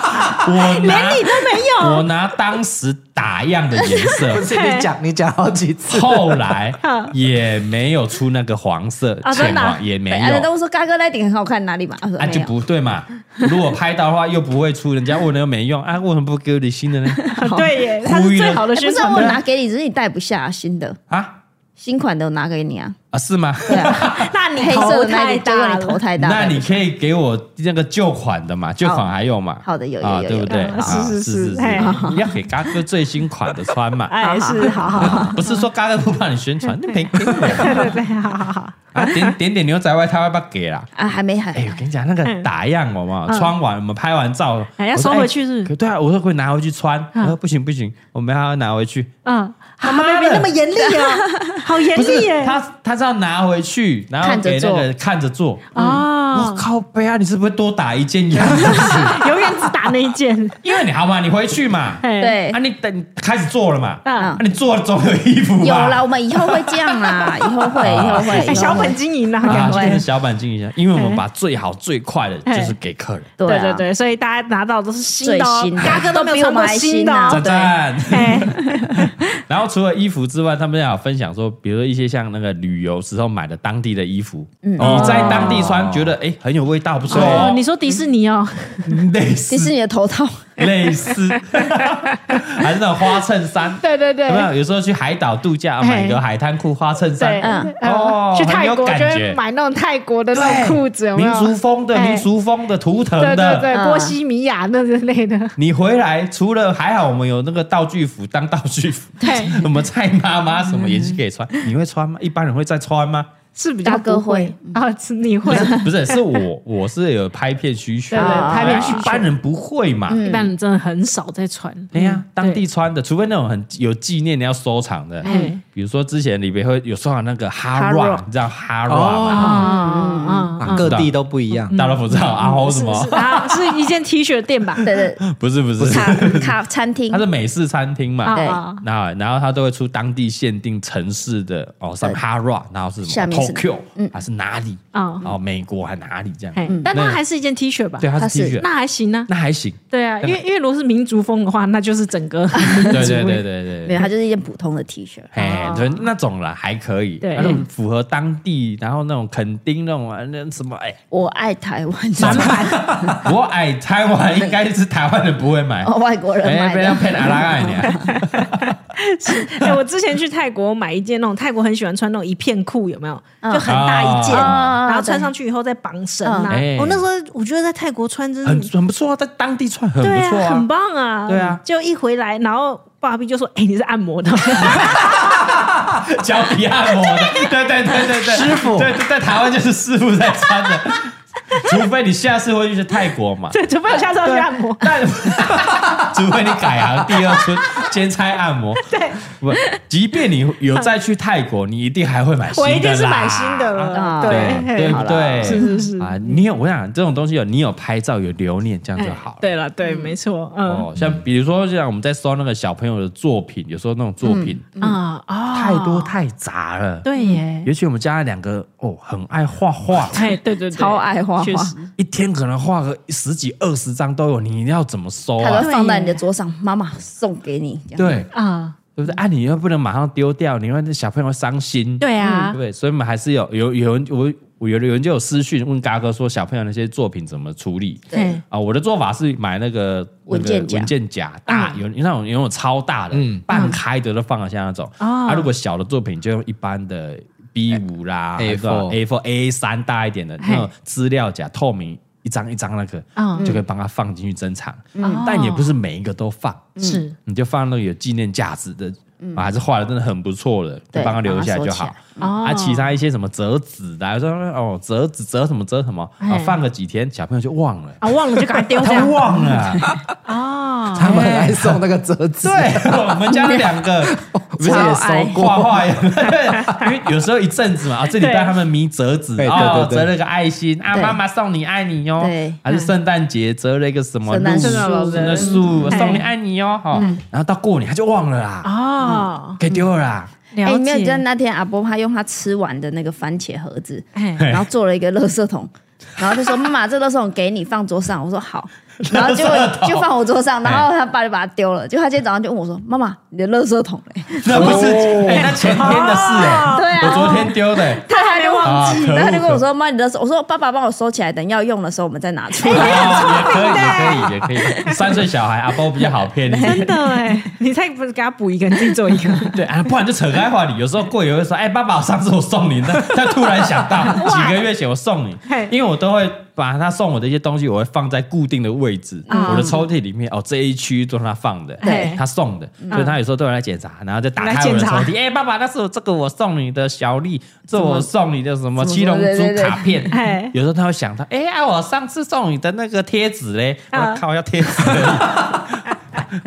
Speaker 1: 我拿
Speaker 2: 你都没有，
Speaker 1: 我拿当时打样的颜
Speaker 4: 不
Speaker 1: 色，
Speaker 4: 是你讲你讲好几次，
Speaker 1: 后来也没没有出那个黄色
Speaker 2: 啊真
Speaker 1: 浅
Speaker 2: 的啊
Speaker 1: 黄，也没
Speaker 3: 对啊人
Speaker 1: 有
Speaker 3: 都。说嘎哥那顶很好看，哪里嘛？啊
Speaker 1: 啊，就，不对 嘛！如果拍到的话，又不会出，人家问了又没用啊，为什么不给我点新 的呢？
Speaker 2: 对耶，它
Speaker 1: 呼吁
Speaker 2: 哦
Speaker 1: 了
Speaker 2: 是最好的
Speaker 3: 没有
Speaker 2: 宣
Speaker 3: 哎不是啊
Speaker 2: 传
Speaker 3: 我
Speaker 2: 的
Speaker 3: 拿给你，只是你戴不下新的，
Speaker 1: 啊
Speaker 3: 新款的我拿 给你啊。
Speaker 1: 啊，是吗？
Speaker 3: 对啊，
Speaker 2: 那你
Speaker 3: 黑色
Speaker 2: 头
Speaker 3: 的那
Speaker 2: 哎太
Speaker 3: 一顶，
Speaker 2: 大
Speaker 3: 结果
Speaker 2: 了，
Speaker 3: 你头太大了。
Speaker 1: 那你可以给我那个旧款的
Speaker 2: 哦
Speaker 1: 嘛，旧款还有嘛？
Speaker 3: 好的有有
Speaker 1: 啊，
Speaker 3: 有
Speaker 1: 对不
Speaker 3: 有
Speaker 1: 对？
Speaker 3: 有
Speaker 1: 啊
Speaker 2: 嗯是
Speaker 1: 是
Speaker 2: 是
Speaker 1: 是
Speaker 2: 是哎
Speaker 1: 是
Speaker 2: 嘿，
Speaker 1: 你要给嘎哥最新款的穿 嘛。啊
Speaker 2: 哎是好好好，
Speaker 1: 啊不是说嘎哥不帮你宣传， 那没给我
Speaker 2: 对对对，好好好，
Speaker 1: 啊，点点点牛仔外套要不要给啦？
Speaker 3: 啊，还没还
Speaker 1: 哎，我跟你讲，那个打样我嘛，
Speaker 2: 嗯
Speaker 1: 穿完我们拍完照，
Speaker 2: 哎要
Speaker 1: 我说
Speaker 2: 收回去是
Speaker 1: 哎
Speaker 2: 不
Speaker 1: 可对啊，我说会拿回去穿，我
Speaker 2: 嗯
Speaker 1: 说不行不行，我们还要拿回去。
Speaker 2: 嗯，好
Speaker 1: 妈
Speaker 3: 哎
Speaker 1: 的
Speaker 2: 妈咪那么严厉
Speaker 3: 啊
Speaker 2: 哦，好严
Speaker 1: 不是
Speaker 2: 厉耶，
Speaker 1: 他，他是要拿回去，然后
Speaker 3: 看着
Speaker 1: 给那
Speaker 3: 做
Speaker 1: 个看着做。我
Speaker 2: 哦，
Speaker 1: 靠，贝啊，你是不是多打一件样？是不是
Speaker 2: 永远只打那一 件，哎
Speaker 1: 因为你好嘛，你回去嘛，
Speaker 2: 嘿，
Speaker 3: 对
Speaker 1: 啊，你等开始做了嘛，
Speaker 2: 嗯
Speaker 1: 啊，你做了总有衣服吧？
Speaker 3: 有啦，我们以后会这样啦，以后会以后会以
Speaker 2: 哎，
Speaker 3: 后
Speaker 2: 小
Speaker 3: 会
Speaker 2: 本经营啊，
Speaker 1: 啊，
Speaker 2: 感
Speaker 1: 就
Speaker 2: 觉
Speaker 1: 变成小板进一下，因为我们把最好最快的就是给客人。
Speaker 3: 对
Speaker 2: 对
Speaker 3: 啊
Speaker 2: 对对，所以大家拿到都是新
Speaker 3: 最
Speaker 2: 的哦
Speaker 3: 新，的
Speaker 2: 嘎哥
Speaker 3: 都
Speaker 2: 没
Speaker 3: 比
Speaker 2: 有
Speaker 3: 我
Speaker 2: 穿过
Speaker 3: 们还
Speaker 2: 新
Speaker 3: 新
Speaker 2: 的
Speaker 3: 啊
Speaker 2: 哦，
Speaker 1: 赞赞。
Speaker 2: 哎，
Speaker 1: 然后除了衣服之外，他们要有分享说，比如说一些像那个旅游时候买的当地的衣服，你在当地穿觉得哎很有味道，不错
Speaker 2: 哦
Speaker 1: 哦，，嗯
Speaker 2: 你说迪士尼哦，
Speaker 1: 类
Speaker 3: 迪士
Speaker 1: 似
Speaker 3: 尼的头套，
Speaker 1: 类似， 还是那种花衬衫，
Speaker 2: 对对对
Speaker 1: 有没有？有时候去海岛度假啊买个海滩裤、花衬
Speaker 2: 对，
Speaker 1: 衫，
Speaker 3: 嗯
Speaker 2: 呃
Speaker 1: 哦
Speaker 2: 去
Speaker 1: 很
Speaker 2: 泰
Speaker 1: 有
Speaker 2: 国
Speaker 1: 感
Speaker 2: 就
Speaker 1: 觉
Speaker 2: 会买那种泰国的那
Speaker 1: 对
Speaker 2: 种裤子，有没有
Speaker 1: 民族风的、
Speaker 2: 哎
Speaker 1: 民族风的图腾
Speaker 2: 对对
Speaker 1: 的。
Speaker 2: 对，
Speaker 3: 嗯
Speaker 2: 波西米亚那之类 的，
Speaker 1: 你回来除了还好，我们有那个道具服当道具服，
Speaker 2: 对，嗯
Speaker 1: 我们蔡妈妈什么也是可以穿。你会穿吗？一般人会再穿吗？
Speaker 2: 是比较
Speaker 3: 大哥嗯
Speaker 2: 不会 啊，是你会
Speaker 1: 不是不是，是我我是有拍片需求，
Speaker 2: 对对
Speaker 1: 啊
Speaker 2: 拍片需求嗯
Speaker 1: 一般人不会嘛。
Speaker 2: 一般人真的很少在穿。
Speaker 1: 哎呀，当地穿的，除非那种很有纪念你要收藏的
Speaker 2: 嗯，
Speaker 1: 比如说之前里边会有收藏那个哈哦
Speaker 3: 哈
Speaker 1: 拉，
Speaker 3: 拉
Speaker 1: 你知道哈拉吗？
Speaker 3: 嗯
Speaker 2: 啊
Speaker 4: 啊各地都不一样。
Speaker 1: 大家都不知道阿豪什么？
Speaker 2: 啊，是一件 T 恤店吧？
Speaker 3: 对对，
Speaker 1: 嗯不是不是，哦
Speaker 3: 卡卡餐厅
Speaker 1: 它，是美式餐厅嘛。
Speaker 3: 对
Speaker 2: 啊，
Speaker 1: 那然后它都会出当地限定城市的哦，什么哈拉，然后是什
Speaker 3: 下
Speaker 1: 么
Speaker 3: 面是嗯
Speaker 1: Tokyo，还是哪里？
Speaker 2: 啊
Speaker 1: 哦，美国还哪里这样？
Speaker 2: 嘿但它还是一件 T 恤吧？
Speaker 1: 对，它
Speaker 3: 它
Speaker 1: 是
Speaker 3: 是
Speaker 1: T 恤，
Speaker 2: 那还行啊。
Speaker 1: 那还行。
Speaker 2: 对啊，因为因为如果是民族风的话，那就是整个
Speaker 1: 对
Speaker 2: 对
Speaker 1: 对对对对
Speaker 3: 没有，它就是一件普通的 T 恤，
Speaker 1: 哎
Speaker 2: 哦，
Speaker 1: 对，那种啦还可以，
Speaker 2: 对
Speaker 1: 那种符合当地，然后那种垦丁那种啊，那什么，哎，
Speaker 3: 我爱台 湾，
Speaker 1: 我爱台湾应该是台湾人不会买，
Speaker 3: 哦，外国人
Speaker 1: 哎，
Speaker 3: 买
Speaker 1: 被人
Speaker 3: 的，
Speaker 1: 骗阿拉爱 你，啊
Speaker 2: 哎，我之前去泰国买一件那种泰国很喜欢穿那种一片裤，有没有？
Speaker 3: 嗯
Speaker 2: 就很大一件，
Speaker 3: 哦
Speaker 2: 然后穿上去以后再绑绳啊
Speaker 1: 嗯哎。
Speaker 2: 我那时候我觉得在泰国穿真
Speaker 1: 很
Speaker 2: 是
Speaker 1: 很不错啊，在当地穿很
Speaker 2: 对
Speaker 1: 不错
Speaker 2: 啊，很
Speaker 1: 啊，
Speaker 2: 棒啊！
Speaker 1: 对啊
Speaker 2: 就一回来，然后爸比就说：“哎，你是按摩 的吗？”
Speaker 1: 脚皮按摩的，对对对对对，
Speaker 4: 师傅
Speaker 1: 对对，在台湾就是师傅在穿 的，除非你下次会去泰国嘛，
Speaker 2: 对，除非我下次要去按摩。
Speaker 1: 但 除非你改行第二春兼差按摩，
Speaker 2: 对，
Speaker 1: 不，即便你有再去泰国，你一定还会买新
Speaker 2: 我
Speaker 1: 的啦。
Speaker 2: 一定是买新的了。
Speaker 3: 啊
Speaker 1: 对对不
Speaker 3: 好啦
Speaker 1: 对？
Speaker 2: 是是是
Speaker 1: 啊，你有我想这种东西有你有拍照有留念，这样
Speaker 2: 哎
Speaker 1: 就好了。
Speaker 2: 嗯对了，对，没错，嗯
Speaker 1: 哦，像比如说像我们在收那个小朋友的作品，有时候那种作品
Speaker 2: 啊啊，
Speaker 1: 太多太杂了。
Speaker 2: 对耶，
Speaker 1: 尤其我们家两个哦，很爱画画，
Speaker 2: 哎，对对对，
Speaker 3: 超爱画画
Speaker 2: 确实
Speaker 1: 一天可能画个十几二十张都有，你要怎么收
Speaker 3: 它
Speaker 1: 啊
Speaker 3: 都？放在你的桌上，妈妈送给你，这样
Speaker 1: 对，
Speaker 2: 啊，
Speaker 1: 对不对？啊，你又不能马上丢掉，你会小朋友会伤心。
Speaker 2: 对
Speaker 1: 对
Speaker 2: 啊
Speaker 1: 不，对？所以我们还是有有有人我我有的有人就有私讯问嘎哥说小朋友那些作品怎么处理
Speaker 2: 对，
Speaker 1: 啊？我的做法是买那个
Speaker 3: 文件
Speaker 1: 那个
Speaker 3: 夹嗯
Speaker 1: 文件夹大有那种有那种超大的半开的都放得下那
Speaker 3: 嗯
Speaker 1: 种
Speaker 2: 哦
Speaker 1: 啊。如果小的作品就用一般的 B 五啦
Speaker 4: A4
Speaker 1: A four A 三大一点的那种资料夹透明。一张一张那个，
Speaker 2: 嗯
Speaker 1: 就可以帮他放进去珍藏，
Speaker 2: 嗯
Speaker 3: 哦
Speaker 1: 但也不是每一个都放，
Speaker 2: 是
Speaker 1: 你就放那个有纪念价值的啊，还是画的真的很不错的，就
Speaker 3: 嗯对
Speaker 1: 帮他留下来就
Speaker 3: 把它收起
Speaker 1: 好
Speaker 3: 来。嗯
Speaker 2: 哦
Speaker 1: 啊，其他一些什么折纸的啊，说哦折纸折什么折什么，啊
Speaker 2: 哎
Speaker 1: 放个几天，小朋友就忘了，
Speaker 2: 啊，忘了就赶快 丢
Speaker 1: 他
Speaker 2: 掉
Speaker 1: 忘了，
Speaker 2: 啊！
Speaker 4: 他们很爱送那个折纸，
Speaker 1: 对，我们家两个
Speaker 4: 我们也
Speaker 3: 超爱
Speaker 4: 收
Speaker 1: 画
Speaker 4: 过。
Speaker 1: 画也，对因为有时候一阵子嘛，啊，这礼拜
Speaker 2: 对
Speaker 1: 他们迷折纸，
Speaker 4: 对对
Speaker 1: 哦，
Speaker 4: 对对
Speaker 1: 折了个爱心啊，
Speaker 3: 对
Speaker 1: 妈妈送你爱你哟
Speaker 3: 对，
Speaker 1: 还是圣诞节折了一个什么
Speaker 3: 圣诞
Speaker 1: 路
Speaker 3: 树
Speaker 1: 什么树，送你爱你哟，哈，然后到过年他就忘了啦，
Speaker 2: 哦，
Speaker 1: 给丢了啦，
Speaker 3: 哎、
Speaker 2: 了
Speaker 3: 你没有
Speaker 2: 解
Speaker 3: 记得那天阿波他用他吃完的那个番茄盒子，
Speaker 2: 哎
Speaker 3: 然后做了一个垃圾桶，然后就说：“妈妈，这垃圾桶给你放桌上。”我说：“好。”然后就就放我桌上，然后他爸就把它丢了。就他今天早上就问我说：“妈妈，你的垃圾桶嘞
Speaker 1: 那不是，哎，那前天的事哎，
Speaker 3: 对啊
Speaker 1: 我昨天丢的，哎？”
Speaker 3: 他还没忘
Speaker 1: 啊
Speaker 3: 记，
Speaker 1: 可恶
Speaker 3: 然后他就跟我说：“妈，你的垃圾。”我说：“爸爸帮我收起来，等要用的时候我们再拿 出来。
Speaker 1: 哦，也可以，也可以，也可以，三岁小孩阿波比较好骗一点。
Speaker 2: 真的哎，你再不是给他补一个，你自己做一个，
Speaker 1: 对啊，不然就扯开话题。有时候过也会说，哎、爸爸，我上次我送你，但 他突然想到几个月前我送你
Speaker 2: 嘿，
Speaker 1: 因为我都会把他送我的一些东西，我会放在固定的位置，我的抽屉里面哦，这一区都是他放的，
Speaker 2: 对
Speaker 1: 他送的，所以他有时候都有来检查，然后就打开我的
Speaker 2: 来
Speaker 1: 抽
Speaker 2: 检查
Speaker 1: 屉，哎、爸爸，那是我这个我送你的小丽，这我送你的什么七龙
Speaker 3: 什么
Speaker 1: 珠
Speaker 3: 对对对
Speaker 1: 卡片，
Speaker 2: 哎，
Speaker 1: 有时候他会想到，哎、啊，我上次送你的那个贴纸嘞，
Speaker 2: 啊
Speaker 1: 我靠，要贴纸而已。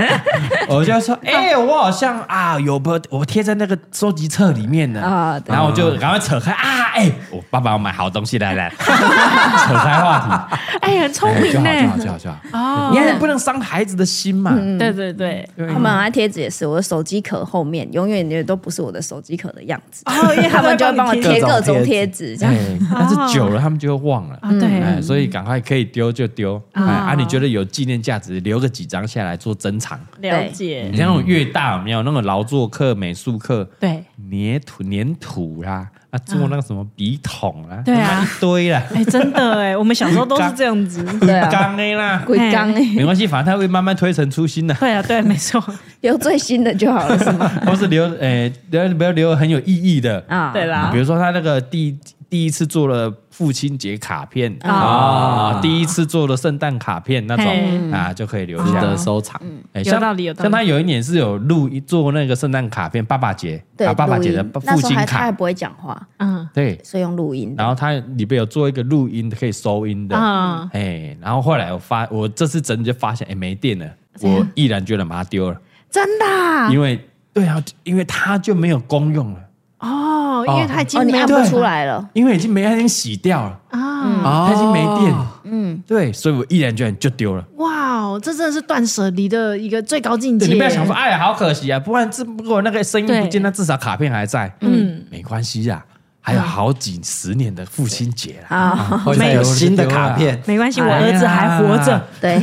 Speaker 1: 我就说，哎、我好像啊，有不，我贴在那个收集册里面呢。
Speaker 3: 啊对
Speaker 1: 然后我就赶快扯开啊，哎、我爸爸要买好东西来 来，扯开话题，
Speaker 2: 哎，很聪
Speaker 4: 哎就
Speaker 2: 明
Speaker 4: 好
Speaker 2: 呢，
Speaker 4: 就好就好就好，
Speaker 2: 哦嗯
Speaker 1: 你，还是不能伤孩子的心嘛。
Speaker 2: 对对对，”
Speaker 3: 他们很爱贴纸也是，我的手机壳后面永远也都不是我的手机壳的样子，
Speaker 2: 哦，因为
Speaker 3: 他们就会帮我
Speaker 2: 贴
Speaker 3: 贴各
Speaker 4: 各种
Speaker 3: 种贴
Speaker 4: 贴纸
Speaker 3: 纸，这
Speaker 1: 哎
Speaker 3: 样。
Speaker 1: 但是久了，他们就会忘了。
Speaker 2: 啊，对，
Speaker 1: 哎，所以赶快可以丢就丢，哎
Speaker 2: 啊
Speaker 1: 啊！你觉得有纪念价值，留个几张下来做珍藏。
Speaker 2: 了解
Speaker 1: 你，像那种越大有没有那种劳作课、美术课，
Speaker 2: 对，
Speaker 1: 粘土、粘土啦，啊，做那个什么笔筒啦，
Speaker 2: 对啊
Speaker 1: 他妈一堆啦，
Speaker 2: 哎，真的哎，我们小时候都是这样子，
Speaker 3: 对啊，
Speaker 1: 缸 A 啦，
Speaker 3: 鬼刚哎，
Speaker 1: 没关系，反正它会慢慢推陈出 新的，
Speaker 2: 对啊，对，没错，
Speaker 3: 有最新的就好了，是 吗？
Speaker 1: 或是留诶留不要留很有意义的，
Speaker 3: 啊，
Speaker 2: 对啦
Speaker 1: 比，如说他那个第第一次做了父亲节卡片
Speaker 2: 啊
Speaker 1: 啊，第一次做了圣诞卡片那种
Speaker 2: 嘿
Speaker 3: 嗯
Speaker 1: 啊，就可以留
Speaker 4: 值
Speaker 1: 下
Speaker 4: 得
Speaker 1: 来。
Speaker 4: 收藏。
Speaker 1: 哎
Speaker 2: 有道理有道理
Speaker 1: 像他有一年是有录一做那个圣诞卡片，爸爸节
Speaker 3: 对，
Speaker 1: 啊，爸爸
Speaker 3: 录
Speaker 1: 节
Speaker 3: 音
Speaker 1: 的
Speaker 3: 那
Speaker 1: 父
Speaker 3: 时候
Speaker 1: 亲
Speaker 3: 还他还
Speaker 1: 卡，
Speaker 3: 不会讲话，
Speaker 2: 嗯
Speaker 1: 对，
Speaker 3: 所以用录音的。
Speaker 1: 然后它里边有做一个录音可以收音的，
Speaker 2: 嗯
Speaker 1: 哎、然后后来我发，我这次真的就发现，哎、没电了，我毅然决然把它丢了，
Speaker 2: 真的啊
Speaker 1: 因为对啊，因为它就没有功用了，
Speaker 2: 哦，因为他已
Speaker 3: 哦，
Speaker 2: 经
Speaker 3: 你
Speaker 2: 没有
Speaker 3: 按
Speaker 1: 对
Speaker 3: 不出来了，
Speaker 1: 因为已经没它已经洗掉了，嗯
Speaker 2: 啊，
Speaker 4: 哦
Speaker 1: 它已经没电了，嗯，对，所以我毅然决然就丢了。
Speaker 2: 哇哦，这真的是断舍离的一个最高境界。
Speaker 1: 对，你不要想说，哎呀，好可惜啊！不然这如果那个声音不
Speaker 2: 对
Speaker 1: 见，那至少卡片还在，
Speaker 2: 嗯，
Speaker 1: 没关系呀、还有好几十年的父亲节啦，
Speaker 3: 啊，
Speaker 4: 或者有新的卡片，
Speaker 2: 没关系，
Speaker 1: 哎
Speaker 2: 我儿子还活 着，
Speaker 3: 对，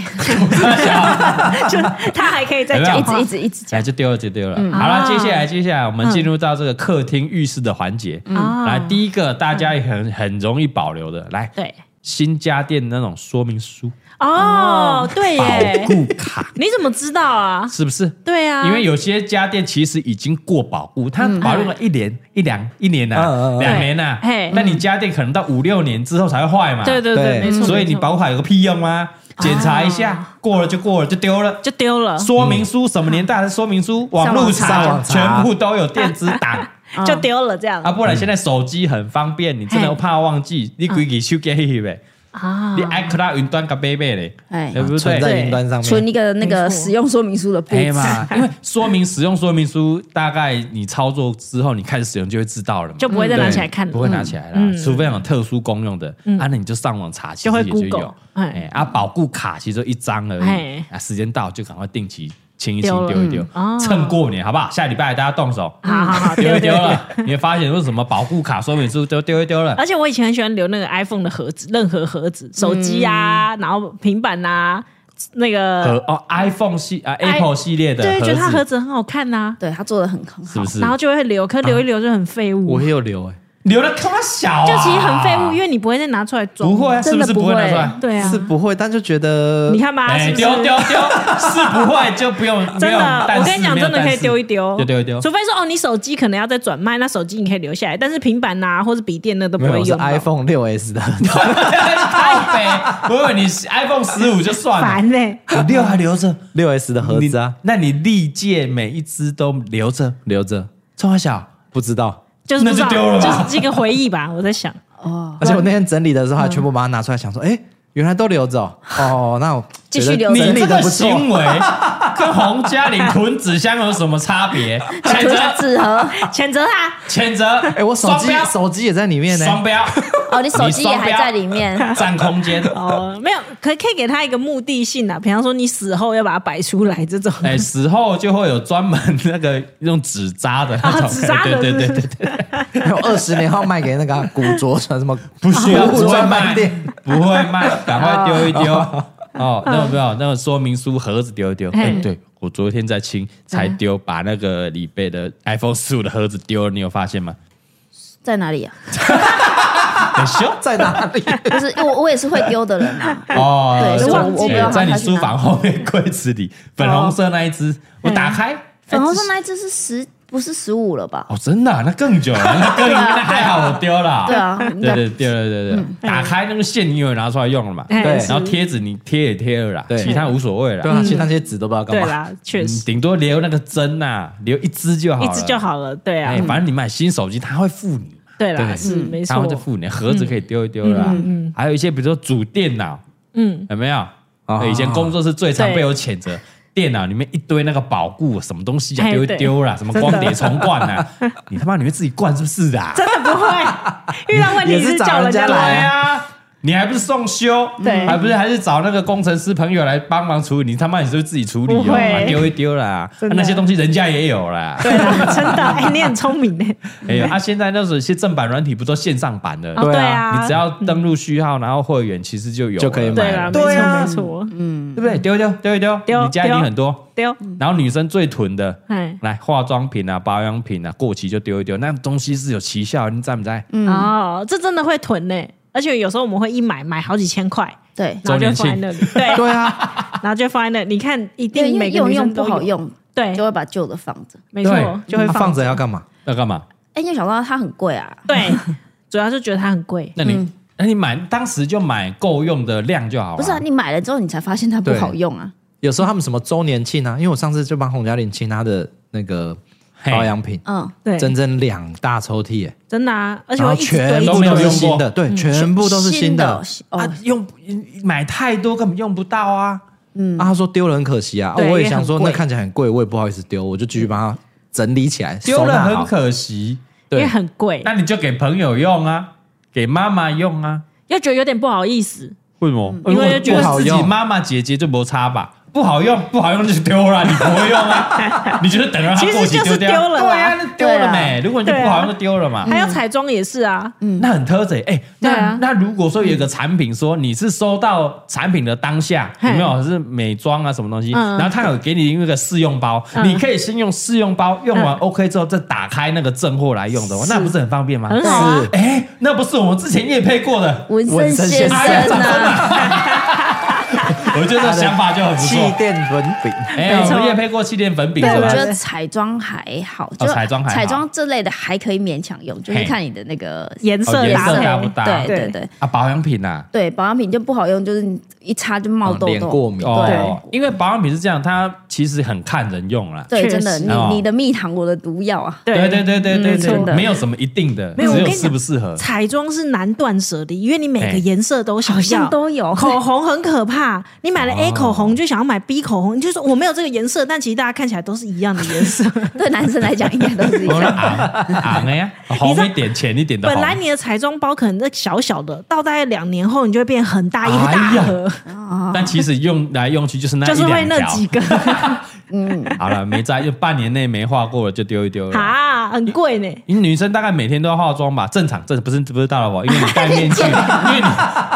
Speaker 2: 就他还可以再
Speaker 1: 有
Speaker 3: 一
Speaker 2: 讲
Speaker 1: 没
Speaker 3: 直
Speaker 2: 话
Speaker 3: 一。直一直讲
Speaker 1: 哎哎，，就丢了，就丢了。好了，
Speaker 2: 啊
Speaker 1: 接下来，接下来我们进入到这个客厅、浴室的环节。
Speaker 2: 啊
Speaker 1: 来，第一个大家也很很容易保留的，来，
Speaker 2: 对
Speaker 1: 新家电那种说明书、
Speaker 2: 哦，对
Speaker 1: 保
Speaker 2: 耶，
Speaker 1: 固卡，
Speaker 2: 你怎么知道啊？
Speaker 1: 是不是？
Speaker 2: 对啊，嗯
Speaker 1: 因为有些家电其实已经过保固，它保用了一年、一两、一年
Speaker 4: 嗯嗯
Speaker 1: 呐、
Speaker 4: 嗯
Speaker 1: 两年呐
Speaker 2: 嘿，嗯
Speaker 1: 那你家电可能到五六年之后才会坏嘛。
Speaker 2: 对对对，
Speaker 4: 对
Speaker 2: 没错，
Speaker 1: 啊所以你
Speaker 2: 没错啊
Speaker 1: 保卡有个屁用吗？检查一下，过了就过了，就丢了。
Speaker 2: 就丢了，
Speaker 1: 说明书什么年代的说明书，网络
Speaker 4: 上
Speaker 1: 查
Speaker 4: 网查
Speaker 1: 全部都有电子档
Speaker 2: 就丢了这样
Speaker 1: 啊！不然现在手机很方便，你真的
Speaker 2: 嘿
Speaker 1: 怕忘
Speaker 2: 嗯
Speaker 1: 记，你规矩手机去呗，
Speaker 2: 啊
Speaker 1: 你 iCloud 云端个背背嘞，
Speaker 3: 哎
Speaker 1: 对，不
Speaker 4: 啊存
Speaker 1: 对？
Speaker 4: 在云端上
Speaker 3: 存
Speaker 4: 面。
Speaker 3: 一个那
Speaker 2: 没
Speaker 3: 个
Speaker 2: 错
Speaker 3: 使用说明书的布
Speaker 1: 哎
Speaker 3: 置，
Speaker 1: 嘛， 因为说明使用说明书，大概你操作之后，你开始使用就会知道了嘛，
Speaker 2: 就不会再拿起来看了，嗯
Speaker 1: 不会拿起来啦，除非有特殊功用的，啊，那你就上网查，其
Speaker 2: 就
Speaker 1: 实
Speaker 2: 会
Speaker 1: 也就有
Speaker 2: Google，。哎
Speaker 1: 哎，啊，保固卡其实就一张而已
Speaker 2: 哎，
Speaker 1: 啊，时间到就赶快定期清一清
Speaker 2: 丢了
Speaker 1: 丢一丢
Speaker 2: 嗯哦，
Speaker 1: 趁过年好不好？下礼拜大家动手，
Speaker 2: 好好好，
Speaker 1: 丢
Speaker 2: 丢
Speaker 1: 一丢
Speaker 2: 丢丢。
Speaker 1: 了，你会发现为什么保护卡、说明书都丢一丢了。
Speaker 2: 而且我以前很喜欢留那个 iPhone 的盒子，任何盒子，手机啊，然后平板啊，那
Speaker 1: 和
Speaker 2: 个，
Speaker 1: 哦，iPhone 系啊
Speaker 2: 哎
Speaker 1: ，Apple 系列的
Speaker 2: 呃对，觉得它
Speaker 1: 盒
Speaker 2: 盒
Speaker 1: 子
Speaker 2: 子很好看呐，啊
Speaker 3: 对他做的很很
Speaker 1: 是
Speaker 3: 好
Speaker 1: 不，是
Speaker 2: 然？后就会留，可留一留就很废物
Speaker 4: 我。也有留哎，
Speaker 1: 留的他妈小、啊，
Speaker 2: 就其实很废物，因为你不会再拿出来装。
Speaker 1: 不会啊，是不
Speaker 3: 真的
Speaker 1: 是不会拿出来？
Speaker 2: 对啊
Speaker 4: 是，不会，但就觉得
Speaker 2: 你看吧，
Speaker 1: 哎，
Speaker 2: 是不是
Speaker 1: 丢丢丢，是不会就不用，
Speaker 2: 真
Speaker 1: 不用
Speaker 2: 的，
Speaker 1: 但
Speaker 2: 我
Speaker 1: 是
Speaker 2: 跟你讲，
Speaker 1: 没有
Speaker 2: 真的可以丢一
Speaker 1: 但
Speaker 2: 丢，
Speaker 1: 是就丢一丢。
Speaker 2: 除非说哦，你手机可能要再转卖，那手机你可以留下来，但是平板啊呐、或是笔电那都不
Speaker 4: 没有
Speaker 2: 会
Speaker 4: 我是
Speaker 2: 用到。
Speaker 4: iPhone 六 S 的，
Speaker 1: 太肥，不会，你 iPhone 十五就算了，
Speaker 2: 烦呢、欸
Speaker 1: 你六还留着
Speaker 4: 六 S 的盒子啊，
Speaker 1: 你那你历届每一只都留着，
Speaker 4: 留着，
Speaker 1: 这么小，
Speaker 4: 不知道。
Speaker 2: 就是不知道
Speaker 1: 那就丢了吧
Speaker 2: 就是这个回忆吧。我 在想，
Speaker 3: 哦
Speaker 4: 而且我那天整理的时候，还全部把它拿出来，想说，哎，原来都 留着哦。哦，那我
Speaker 3: 继续
Speaker 4: 觉得
Speaker 3: 留着
Speaker 4: 整
Speaker 1: 你
Speaker 4: 理
Speaker 1: 这
Speaker 4: 的
Speaker 1: 个
Speaker 4: 不错。
Speaker 1: 行 为跟洪嘉玲囤纸箱有什么差 别？谴 责，
Speaker 3: 纸盒
Speaker 2: 谴责他，
Speaker 1: 谴责！
Speaker 4: 哎，我手
Speaker 1: 双
Speaker 4: 机
Speaker 1: 标，
Speaker 4: 手机也在里面呢。
Speaker 1: 双 标，
Speaker 3: 哦，你手机也还在里面，
Speaker 1: 占空间。
Speaker 2: 哦，没有，可可以给他一个目的性啊，比方说你死后要把它摆出来这种。
Speaker 1: 哎，死后就会有专门那个用纸扎的那
Speaker 2: 啊
Speaker 1: 种，
Speaker 2: 纸扎的
Speaker 1: 对对对对
Speaker 2: 是
Speaker 1: 对，
Speaker 4: 没有二十年后卖给那个古着穿什么？
Speaker 1: 不 需要，不会
Speaker 4: 专卖
Speaker 1: 卖
Speaker 4: 店，
Speaker 1: 不会卖，赶快丢一 丢。哦，那有没有那个说明书盒子丢一丢？
Speaker 2: 嘿
Speaker 1: 哎，对我昨天在清才丢，把那个李贝
Speaker 2: 嗯
Speaker 1: 的 iPhone 十五的盒子丢了，你有发现吗？
Speaker 3: 在哪里啊？
Speaker 2: 啊
Speaker 1: 很 羞
Speaker 4: 在哪里？
Speaker 2: 哎
Speaker 3: 就是因为我我也是会丢的人 啊，
Speaker 1: 哦，
Speaker 3: 对
Speaker 1: 就
Speaker 2: 忘记
Speaker 1: 哎
Speaker 2: 了
Speaker 1: 在你书房后面柜子里，粉红色那一
Speaker 2: 哦
Speaker 1: 只，我打开，
Speaker 2: 嗯
Speaker 3: 粉红
Speaker 1: 哎
Speaker 3: 色那一只是十，不是十五了吧？
Speaker 1: 哦，真的啊，那更久了，那更那还好，我丢 了。
Speaker 3: 对啊，应
Speaker 1: 对
Speaker 3: 该
Speaker 1: 哎对对对对
Speaker 2: 嗯
Speaker 1: 对，打开那个线你有拿出来用了嘛？
Speaker 2: 哎
Speaker 4: 对
Speaker 2: 是
Speaker 1: 然后贴纸你贴也贴了啦，
Speaker 4: 对
Speaker 1: 其他无所谓啦
Speaker 4: 对。啊，其实那些纸都不知道
Speaker 2: 对
Speaker 4: 干嘛。
Speaker 2: 啦，确
Speaker 1: 嗯
Speaker 2: 实、
Speaker 1: 顶多留那个针呐，留一支就好
Speaker 2: 一
Speaker 1: 了，
Speaker 2: 只就。好了。对啊，
Speaker 1: 嗯哎，反正你买新手机，它会付你嘛，
Speaker 2: 对啦，
Speaker 1: 对嗯
Speaker 2: 是没
Speaker 1: 它
Speaker 2: 错
Speaker 1: 会。再付你，盒子可以丢一丢啦。还有一些比如说主电脑，
Speaker 2: 嗯，
Speaker 1: 有没有？以前工作是最常被我谴责。电脑里面一堆那个保固什么东西啊，
Speaker 2: 哎
Speaker 1: 丢一
Speaker 2: 对
Speaker 1: 丢啦，什么
Speaker 2: 真的
Speaker 1: 光碟重灌啊， 你他妈你会自己灌是不是啊？
Speaker 2: 真的不会遇到问题
Speaker 4: 也是
Speaker 2: 叫
Speaker 4: 找人
Speaker 2: 家
Speaker 4: 家
Speaker 1: 对
Speaker 4: 来
Speaker 2: 来。
Speaker 1: 啊，你还不是送修？
Speaker 2: 对
Speaker 1: 还不是还是找那个工程师朋友来帮忙处理？你他妈你就自己处理哦，
Speaker 2: 不会
Speaker 1: 啊丢一丢啦。啊
Speaker 2: 真的
Speaker 1: 那些东西人家也有啦。
Speaker 2: 对啦，真的，哎、你很聪明呢、
Speaker 1: 哎呀，啊，现在那种些正版软体不都线上版的？
Speaker 2: 哦，
Speaker 4: 对啊
Speaker 2: 对啊，
Speaker 1: 你只要登录序号，然后会员其实就有了
Speaker 4: 就可以买
Speaker 2: 对啦，没
Speaker 1: 对啊
Speaker 2: 错没错，
Speaker 1: 对不对？丢一丢丢一丢，
Speaker 2: 丢
Speaker 1: 你家一定
Speaker 2: 丢
Speaker 1: 很多。
Speaker 2: 丢，
Speaker 1: 然后女生最囤的，
Speaker 2: 哎，
Speaker 1: 来化妆品啊、保养品啊，过期就丢一丢，那东西是有奇效的，你在不在？
Speaker 3: 嗯
Speaker 2: 哦，这真的会囤呢、而且有时候我们会一买买好几千块，
Speaker 3: 对，
Speaker 2: 然后就放在那里，对，
Speaker 4: 对啊，
Speaker 2: 然后就放在那里。你看，一
Speaker 3: 因为
Speaker 2: 定
Speaker 3: 因
Speaker 2: 每
Speaker 3: 为
Speaker 2: 个
Speaker 3: 用
Speaker 2: 女
Speaker 3: 用
Speaker 2: 生
Speaker 3: 不
Speaker 2: 都
Speaker 3: 好
Speaker 2: 有，哎
Speaker 3: 用，
Speaker 2: 对
Speaker 3: 就，会把旧的放着。
Speaker 2: 没错
Speaker 1: 对，
Speaker 2: 就会
Speaker 4: 它
Speaker 2: 放
Speaker 4: 放着要干嘛？
Speaker 1: 要干嘛？
Speaker 3: 哎，你就想到它很贵啊，
Speaker 2: 对，主要是觉得它很贵，
Speaker 1: 那你那你买当时就买够用的量就好了。
Speaker 3: 不是啊？你买了之后你才发现它不好用啊。
Speaker 4: 有时候他们什么周年庆啊，因为我上次就帮洪嘉玲清她的那个
Speaker 1: 嘿
Speaker 4: 保养品，
Speaker 3: 嗯，
Speaker 2: 对，
Speaker 4: 整整两大抽屉耶，
Speaker 2: 真的啊，而且
Speaker 4: 然后
Speaker 2: 我一直堆嗯
Speaker 4: 全
Speaker 1: 都
Speaker 4: 部
Speaker 1: 没有
Speaker 4: 都是
Speaker 1: 用过
Speaker 4: 新的，对，全部都是新的。
Speaker 1: 啊
Speaker 3: 哦，，
Speaker 1: 用买太多根本用不到啊。
Speaker 4: 啊，他说丢了很可惜啊，啊
Speaker 2: 对
Speaker 4: 我
Speaker 2: 因
Speaker 4: 也
Speaker 2: 为
Speaker 4: 想说
Speaker 2: 很贵
Speaker 4: 那看起来很贵，我也不好意思丢，我就继续把它整理起来，
Speaker 1: 丢
Speaker 4: 收纳
Speaker 1: 了
Speaker 4: 好
Speaker 1: 很可惜，
Speaker 2: 因为
Speaker 4: 对
Speaker 2: 很贵，
Speaker 1: 那你就给朋友用啊，给妈妈用啊。
Speaker 2: 又觉得有点不好意思，
Speaker 1: 嗯为什么？
Speaker 2: 因为
Speaker 1: 觉
Speaker 4: 不
Speaker 1: 得
Speaker 4: 好
Speaker 1: 自己
Speaker 4: 用
Speaker 1: 妈妈姐姐就没差吧。不好用，不好用就丢了，你不会用 啊？你就是等着它过期
Speaker 2: 其实就是
Speaker 1: 丢掉？
Speaker 2: 丢了
Speaker 1: 对
Speaker 2: 啦
Speaker 1: 啊，那丢了
Speaker 3: 对
Speaker 1: 没？如果你就
Speaker 2: 对啊
Speaker 1: 不好用，就丢了嘛。
Speaker 2: 还有彩妆也是啊，
Speaker 1: 那很特贼哎、那、
Speaker 2: 对啊
Speaker 1: 那如果说有一个产品说你是收到产品的当下，
Speaker 2: 嘿
Speaker 1: 有没有是美妆啊什么东西？
Speaker 2: 嗯
Speaker 1: 然后他有给你那个试用包，
Speaker 2: 嗯
Speaker 1: 你可以先用试用包，用完 OK 之后再打开那个正货来用的话，那不是很方便吗？
Speaker 2: 很好啊，
Speaker 1: 哎、那不是我们之前也配过 的，
Speaker 3: 纹身先生
Speaker 1: 哎呀真
Speaker 3: 啊，
Speaker 1: 我觉得想法就很不
Speaker 4: 气
Speaker 1: 错。
Speaker 4: 垫粉饼，
Speaker 1: 哎、
Speaker 2: 没
Speaker 1: 我
Speaker 2: 错
Speaker 1: 们也配过气垫粉饼
Speaker 3: 但
Speaker 1: 是
Speaker 3: 我
Speaker 1: 吧
Speaker 3: 觉？得彩妆还好，就
Speaker 1: 彩妆还好
Speaker 3: 彩妆这类的还可以勉强用，就是
Speaker 1: 嘿
Speaker 3: 看你的那个
Speaker 2: 颜
Speaker 1: 哦
Speaker 2: 色
Speaker 1: 颜
Speaker 2: 搭
Speaker 1: 色搭不
Speaker 2: 配，
Speaker 1: 搭？
Speaker 3: 对对
Speaker 2: 对
Speaker 3: 对
Speaker 1: 啊，保养品啊。
Speaker 3: 对，保养品就不好用，就是你一擦就冒
Speaker 4: 嗯
Speaker 3: 痘
Speaker 4: 脸
Speaker 3: 痘。
Speaker 4: 过敏
Speaker 1: 哦，因为保养品是这样，它其实很看人用啦。
Speaker 3: 对，
Speaker 2: 确
Speaker 3: 真的，
Speaker 2: 实
Speaker 3: 你
Speaker 1: 哦
Speaker 3: 你的蜜糖，我的毒药啊。
Speaker 1: 对对对
Speaker 2: 对。
Speaker 1: 对对
Speaker 3: 嗯真
Speaker 1: 对，
Speaker 3: 的
Speaker 1: 没有什么一定的，
Speaker 2: 没有
Speaker 1: 只
Speaker 2: 我
Speaker 1: 有
Speaker 2: 跟你
Speaker 1: 适
Speaker 2: 讲
Speaker 1: 不适合。
Speaker 2: 彩妆是难断舍离，因为你每
Speaker 1: 哎
Speaker 2: 个颜色都想
Speaker 3: 好像
Speaker 2: 要，
Speaker 3: 都
Speaker 1: 哦
Speaker 3: 有
Speaker 2: 口红很可怕，你买了 A 口红就想要买 B 口红，你就说我没有这个颜色，但其实大家看起来都是一样的 颜色。
Speaker 3: 对男生来讲，应该都是一
Speaker 1: 我说
Speaker 3: 样。
Speaker 1: 昂昂的呀，红一点、浅一点的红。
Speaker 2: 本来你的彩妆包可能那小小的，到大概两年后，你就会变很大一
Speaker 1: 哎呀
Speaker 2: 大 盒，
Speaker 1: 但其实用来用去就是那
Speaker 2: 就是会
Speaker 1: 一
Speaker 2: 那
Speaker 1: 两
Speaker 2: 几
Speaker 1: 条。
Speaker 2: 个
Speaker 1: 好了，没在就半年内没化过了，就丢一丢了。
Speaker 2: 啊，很 贵呢。
Speaker 1: 因为女生大概每天都要化妆吧，正常，正不是不是大老婆，因为你戴面
Speaker 2: 哎
Speaker 1: 具，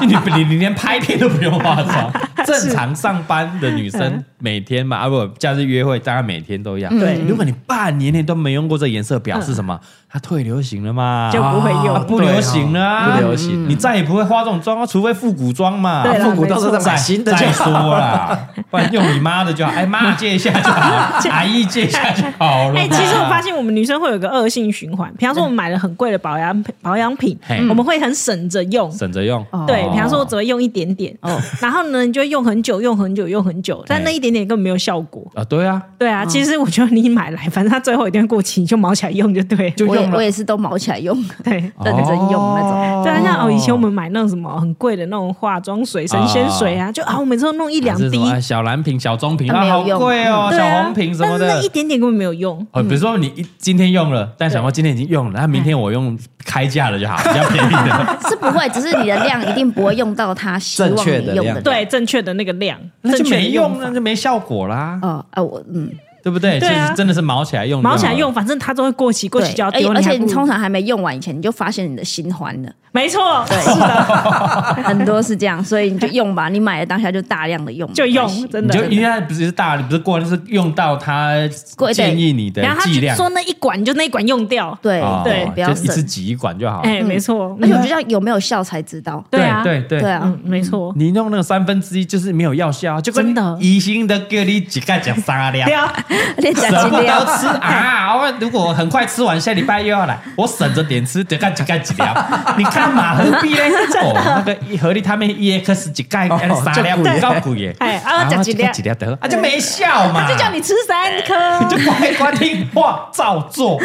Speaker 1: 因为你因 为你你你连拍片都不用化妆，正常上班的女生每天嘛，啊不，假日约会大概每天都要。
Speaker 2: 嗯对嗯
Speaker 1: 如果你半年内都没用过这颜色，表示什么？它退流行了嘛，
Speaker 2: 就不会用
Speaker 1: 啊不流行了啊，
Speaker 4: 不流行
Speaker 1: 你再也不会化这种妆啊，除非复古妆嘛。
Speaker 2: 对啦
Speaker 4: 啊复古到时候再买新的就
Speaker 1: 再
Speaker 4: 好
Speaker 1: 说 啦，不然用你妈的就好。哎妈借一下就 好，阿姨借一下就好了嘛。
Speaker 2: 哎、其实我发现我们女生会有一个恶性循环，比方说我们买了很贵的保养品保养品
Speaker 1: 嘿，
Speaker 2: 我们会很省着用。
Speaker 1: 省着用，
Speaker 3: 哦
Speaker 2: 对，比方说我只会用一点点，
Speaker 3: 哦
Speaker 2: 然后呢，你就会用很久，用很久，用很久，但那一点点根本没有效果。
Speaker 1: 啊，对啊，
Speaker 2: 对啊，其实我觉得你买来， 反正它最后一定会过期，你就毛起来用就对了。
Speaker 1: 就
Speaker 3: 我也
Speaker 1: 用了
Speaker 3: 我也是都毛起来用，
Speaker 2: 对，
Speaker 3: 认真用那种。
Speaker 2: 对啊，像哦，以前我们买那种什么很贵的那种化妆水、神仙水啊，就啊，我每次都弄一两
Speaker 1: 哦还是什
Speaker 2: 滴
Speaker 1: 么，哎小蓝瓶、小棕瓶，
Speaker 3: 它
Speaker 1: 啊，
Speaker 3: 没有
Speaker 1: 好
Speaker 3: 用
Speaker 1: 贵哦，
Speaker 2: 对
Speaker 1: 小
Speaker 2: 啊，
Speaker 1: 红瓶什么
Speaker 2: 但是
Speaker 1: 的
Speaker 2: 那一。点点根本没有用。
Speaker 1: 哦，比如说你一今天用了，但想说今天已经用了，那明天我用开价的就好，比较便宜 的。
Speaker 3: 是不会，只是你的量一定不会用到它希望你
Speaker 4: 正确的
Speaker 3: 用
Speaker 4: 量
Speaker 3: 的量。
Speaker 2: 对，正确的那个量，
Speaker 1: 那
Speaker 2: 正
Speaker 1: 就
Speaker 2: 确的
Speaker 1: 没用，啊
Speaker 2: 法
Speaker 1: 那就没效果啦，
Speaker 3: 哦，啊，我嗯，
Speaker 1: 对不对？
Speaker 2: 对啊
Speaker 1: 就是真的是毛起来用，
Speaker 2: 毛起来用，。反正它都会过期，过
Speaker 3: 对，
Speaker 2: 期就要
Speaker 3: 而且
Speaker 2: 丢。
Speaker 3: 而且
Speaker 2: 还不
Speaker 3: 你通常还没用完以前，你就发现你的新欢了，
Speaker 2: 没错，
Speaker 3: 对，是的， 很多是这样，所以你就用吧，你买了当下就大量的用，
Speaker 2: 就用
Speaker 3: 没关系，
Speaker 2: 真
Speaker 1: 你就
Speaker 2: 的。
Speaker 1: 应该不是大，你不是过，就是用到它
Speaker 3: 贵对
Speaker 1: 建议你的
Speaker 2: 然后他
Speaker 1: 剂
Speaker 2: 就
Speaker 1: 量，
Speaker 2: 说那一管你就那一管用掉。
Speaker 3: 对
Speaker 1: 哦
Speaker 2: 对
Speaker 3: 不
Speaker 1: 就
Speaker 3: 要
Speaker 1: 一次
Speaker 3: 省。
Speaker 1: 挤一管就好。
Speaker 3: 嗯
Speaker 2: 哎，没错，
Speaker 3: 而且我觉得要有没有效才知道，
Speaker 2: 对啊，
Speaker 1: 对对
Speaker 3: 对，啊
Speaker 2: 嗯，，没错。
Speaker 1: 你弄那个三分之一就是没有药效，啊就跟
Speaker 2: 真的
Speaker 1: 疑心的给你几个讲沙量
Speaker 2: 对。啊，
Speaker 3: 连讲
Speaker 1: 舍
Speaker 3: 斤
Speaker 1: 不
Speaker 3: 都要
Speaker 1: 得吃啊！我如果很快吃完，下礼拜又要来，我省着点吃，得干几干几 条。你干嘛何必呢？哦，那个一盒利他命 EX 几盖
Speaker 4: 哦
Speaker 1: 三啊两
Speaker 4: 这贵耶
Speaker 1: 高贵耶，
Speaker 2: 哎啊
Speaker 1: 然后
Speaker 2: 吃几粒
Speaker 1: 吃几粒得，啊就没效嘛，
Speaker 2: 就叫 你吃三
Speaker 1: 你
Speaker 2: 颗。
Speaker 1: 就乖乖听话照做，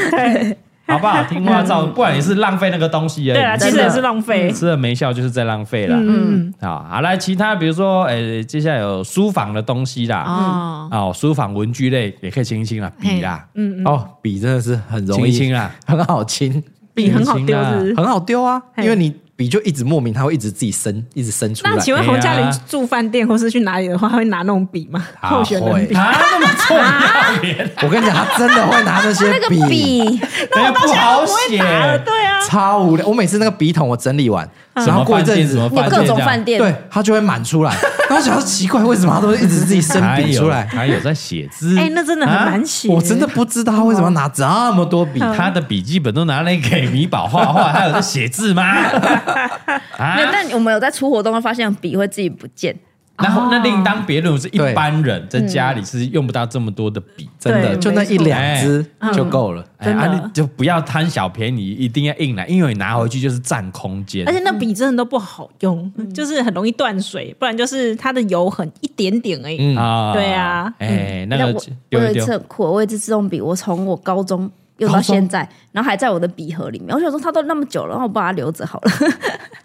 Speaker 1: 好不好？听话照，不然也是浪费那个东西而已。嗯
Speaker 2: 嗯对啊，其实也是浪费。
Speaker 1: 吃了没效就是在浪费了。
Speaker 2: 嗯，
Speaker 1: 好，好啊来，其他比如说，哎、接下来有书房的东西啦，
Speaker 2: 哦，
Speaker 1: 哦，书房文具类也可以清一清啦，笔啦，
Speaker 2: 嗯嗯，
Speaker 4: 哦，笔真的是很容
Speaker 1: 清
Speaker 4: 易
Speaker 1: 一清啦，
Speaker 4: 很好清，
Speaker 2: 笔很好丢，是不是？
Speaker 4: 很好丢啊，
Speaker 2: 嘿
Speaker 4: 因为你笔就一直莫名它会一直自己生，一直生出来
Speaker 2: 那。请问
Speaker 1: 哎呀
Speaker 2: 洪嘉玲住饭店或是去哪里的话，会拿那种笔吗？
Speaker 4: 他
Speaker 2: 候选人
Speaker 4: 会
Speaker 2: 笔，啊
Speaker 1: 啊，那么臭不要脸，
Speaker 4: 我跟你讲，他真的会 拿那些
Speaker 3: 那个笔，
Speaker 1: 那个哎不好
Speaker 2: 不会
Speaker 1: 写，
Speaker 2: 拿了，对啊，嗯
Speaker 4: 超无聊。我每次那个笔筒我整理完，然后过一阵子，
Speaker 3: 有各种饭店，
Speaker 4: 对它就会满 出来。然后我想说奇怪，为什么它都会一直自 己生
Speaker 1: 还
Speaker 4: 笔
Speaker 1: 有
Speaker 4: 出来？
Speaker 1: 还有在写字，啊
Speaker 2: 哎，那真的很难写。
Speaker 4: 我真的不知道他为什么要拿这么多笔。
Speaker 1: 他的笔记本都拿来给米宝画画，他有在写字 吗？啊
Speaker 3: 没有，，但我们有在出活动，发现笔会自己不见，
Speaker 1: 然后那另
Speaker 2: 哦
Speaker 1: 当别论，是一
Speaker 4: 对
Speaker 1: 般人在家里是用不到这么多的笔，
Speaker 4: 真的，
Speaker 2: 对
Speaker 4: 就那
Speaker 2: 没错
Speaker 4: 一两支就够了。
Speaker 1: 哎，
Speaker 2: 嗯真的
Speaker 1: 啊，你就不要贪小便宜，一定要硬来，因为你拿回去就是占空间
Speaker 2: 而。且那笔真的都不好用，就是很容易断水，不然就是它的油很一点点而已。
Speaker 4: 嗯，
Speaker 1: 啊
Speaker 2: 对啊
Speaker 1: 哎，那
Speaker 3: 嗯那
Speaker 1: 个
Speaker 3: 我
Speaker 1: 丢
Speaker 3: 我有
Speaker 1: 一
Speaker 3: 一
Speaker 1: 丢
Speaker 3: 次，很酷，我有一支自动笔，我从我高中用到现在，然后还在我的笔盒里面。我想说它都那么久了，然后我把它留着好了。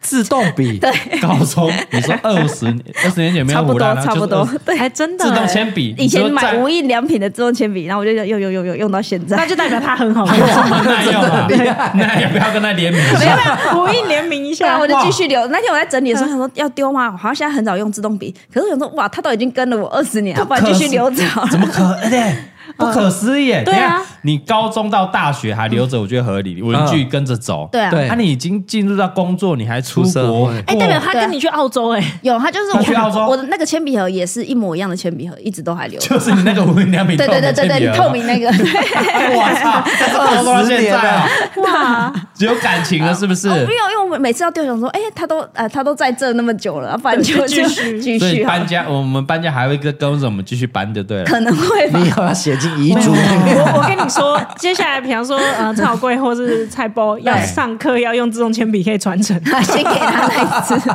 Speaker 4: 自动 笔，
Speaker 1: 高中，你说二十 年二十年前没有
Speaker 3: 差不
Speaker 1: 胡
Speaker 3: 多
Speaker 1: 乱，
Speaker 3: 差不多
Speaker 1: 就是20。
Speaker 3: 对，
Speaker 2: 哎，真的
Speaker 1: 自动
Speaker 2: 哎
Speaker 1: 铅笔，
Speaker 3: 以前
Speaker 1: 你说在
Speaker 3: 买无印良品的自动铅笔，然后我就用用用用用用到现在。
Speaker 2: 那就代表它很好用。
Speaker 1: 那用啊，那也不要跟他联名一下。
Speaker 2: 我一联名一
Speaker 3: 对啊，
Speaker 2: 下
Speaker 3: 我，就继续留。那天我在整理
Speaker 2: 嗯
Speaker 3: 的时候，想说要丢吗？我好像现在很少用自动笔，可是我想说，哇，它都已经跟了我二十年了，不然继续留着好
Speaker 1: 怎
Speaker 3: 了。
Speaker 1: 么可能？不可思议耶！
Speaker 3: 嗯
Speaker 1: 等
Speaker 2: 对啊
Speaker 1: 一下，你高中到大学还留着，我觉得合理，文具跟着走。
Speaker 3: 对啊
Speaker 4: 嗯对
Speaker 1: 那你已经进入到工作，你还出
Speaker 4: 出社
Speaker 1: 国
Speaker 4: 会，
Speaker 2: 哎，代表他跟你去澳洲，哎，
Speaker 3: 有，它就是
Speaker 1: 那去澳洲
Speaker 3: 我我的那个铅笔盒也是一模一样的铅笔盒，一直都还留着。
Speaker 1: 就是你那个无印良品，
Speaker 3: 对对对对对，透。明 那个，
Speaker 1: 我操，高中到现在啊，
Speaker 2: 哇，
Speaker 1: 只有感情了，是不是？
Speaker 3: 哦，因为因为我每次要丢，想说，哎、他都呃，他都在这那么久了，不然就
Speaker 2: 继
Speaker 3: 就
Speaker 2: 续
Speaker 3: 继
Speaker 1: 所以
Speaker 3: 续好
Speaker 1: 搬家，我们搬家还会跟跟着我们继续搬，就对了。
Speaker 3: 可能会吧
Speaker 4: 你。以后要写进遗嘱里面。
Speaker 2: 我我跟你说，接下来比方说，呃，蔡小贵或是蔡波要
Speaker 3: 对
Speaker 2: 上课要用自动铅笔可以传承，
Speaker 3: 先给他 那一次，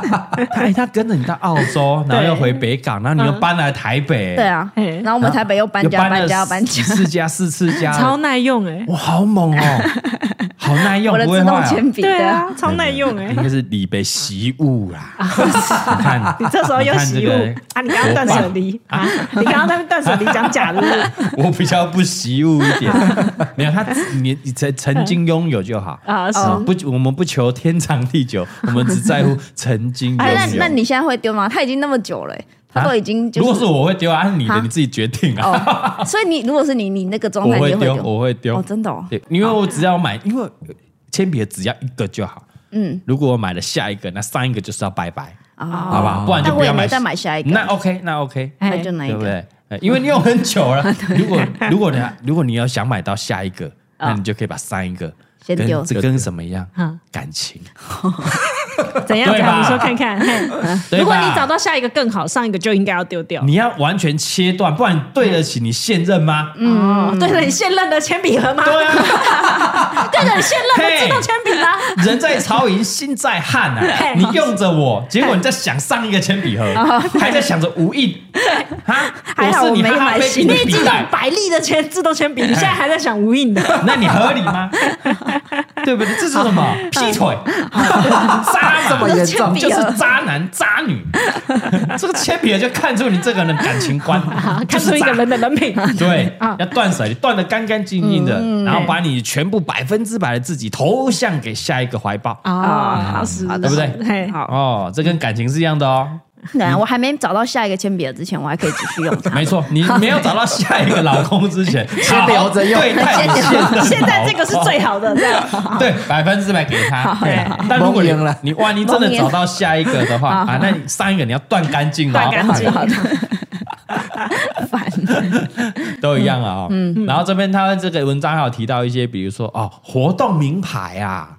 Speaker 1: 哎， 他跟着你到澳 洲，然后又回北港，然后你又搬来台北，
Speaker 3: 对，啊。
Speaker 2: 哎
Speaker 3: 然后我们台北又搬
Speaker 1: 又
Speaker 3: 家，搬
Speaker 1: 了
Speaker 3: 家，搬
Speaker 1: 几
Speaker 3: 家。
Speaker 1: 次家，四次家，
Speaker 2: 超耐用哎，
Speaker 1: 哇，好猛哦，好耐用
Speaker 3: 我，的
Speaker 1: 不会
Speaker 3: 自动
Speaker 1: 坏哦。
Speaker 3: 铅笔
Speaker 2: 对
Speaker 3: 对啊，
Speaker 2: 啊，超耐用哎
Speaker 1: 应。该是李白习物 啦。你看，
Speaker 2: 你这时候又习物
Speaker 1: 你看这个
Speaker 2: 啊？你刚刚断舍离啊？你刚刚在那边断舍离讲假的是不是，
Speaker 1: 我比较不习物一 点。没有他，你你曾曾经拥有就好
Speaker 2: 啊是
Speaker 3: 嗯
Speaker 1: 哦不，我们不求天长地 久，我们只在乎曾经拥
Speaker 3: 哎，那那
Speaker 1: 有。啊
Speaker 3: 你现在会丢吗？他已经那么久了、哎他都已经就
Speaker 1: 如果
Speaker 3: 是
Speaker 1: 是我会丢啊，你的
Speaker 3: 啊
Speaker 1: 你自己决定啊。
Speaker 3: 哦，所以你如果是你，你那个状
Speaker 1: 我
Speaker 3: 态，你
Speaker 1: 会
Speaker 3: 也
Speaker 1: 丢，
Speaker 3: 哦丢
Speaker 1: 我会丢
Speaker 3: 哦，。真的哦，
Speaker 1: 对，因为我只要买，因为铅笔只要一个就好。嗯，如果我买了下一个，那上一个就是要拜拜，
Speaker 3: 啊，
Speaker 1: 好不好？不然就
Speaker 3: 但
Speaker 1: 不
Speaker 3: 我也
Speaker 1: 要买。
Speaker 3: 没再买下一个，
Speaker 1: 那 OK，那 OK，
Speaker 3: 那就那一
Speaker 1: 对不
Speaker 3: 个，
Speaker 1: 对？哎因为你用很久 了。如果如果你如果你要想买到下一个，那你就可以把上一个
Speaker 3: 哦先
Speaker 1: 跟
Speaker 3: 丢
Speaker 1: 这跟什么一样
Speaker 2: 嗯？
Speaker 1: 感情，
Speaker 2: 怎样？
Speaker 1: 对
Speaker 2: 怎样
Speaker 1: 吧
Speaker 2: 你说看看。嘿
Speaker 1: 对吧
Speaker 2: 如果你找到下一个更好，上一个就应该要丢掉。
Speaker 1: 你要完全切断，不然你对得起你现任吗？
Speaker 2: 哦，对了，你现任的铅笔盒吗？
Speaker 1: 对啊，
Speaker 2: 对了，你现任的自动铅笔啦。
Speaker 1: 人在曹营心在汉啊！
Speaker 2: 嘿哦
Speaker 1: 你用着我，结果你在想上一个铅笔盒，还在想着无印， 哈，
Speaker 2: 还好
Speaker 1: 是你
Speaker 2: 没有
Speaker 1: 哈哈
Speaker 2: 买
Speaker 1: 贝
Speaker 2: 新
Speaker 1: 你的
Speaker 2: 你已
Speaker 1: 笔
Speaker 2: 经
Speaker 1: 袋
Speaker 2: 用，百利的铅自动铅笔，你现在还在想无印的。
Speaker 1: 那你合理 吗？对不对？这是什么？
Speaker 2: 哦
Speaker 1: 劈腿，渣 这
Speaker 3: 么严重
Speaker 1: 就是渣男渣女。这个铅笔盒就看出你这个人的感情观，
Speaker 2: 看出一个人的人品，
Speaker 1: 对
Speaker 2: 啊，嗯
Speaker 1: 要断舍离，断的干干净净的，然后把你全部百分之百的自己投向给下一个怀抱。
Speaker 2: 啊，好死，
Speaker 1: 对不对
Speaker 2: 嘿，好，
Speaker 1: 哦，这跟感情是一样的哦，
Speaker 3: 对啊，我还没找到下一个铅笔盒之前，我还可以继续用 它。
Speaker 1: 没错。 你没有找到下一个老公之前，先
Speaker 4: 留着用
Speaker 1: 对待你现任的
Speaker 2: 现在这个是
Speaker 1: 老公
Speaker 2: 最好的，这样
Speaker 1: 对，百分之百给他。对啊，但如果你
Speaker 4: 蒙赢了
Speaker 1: 你万一真的
Speaker 3: 蒙赢
Speaker 1: 找到下一个的话啊，那你上一个你要断干净了哦，
Speaker 2: 断干净
Speaker 1: 好
Speaker 3: 烦，
Speaker 1: 都一样啊。哦
Speaker 2: 嗯
Speaker 1: 然后这边他这个文章还有提到一些，比如说哦，活动名牌啊，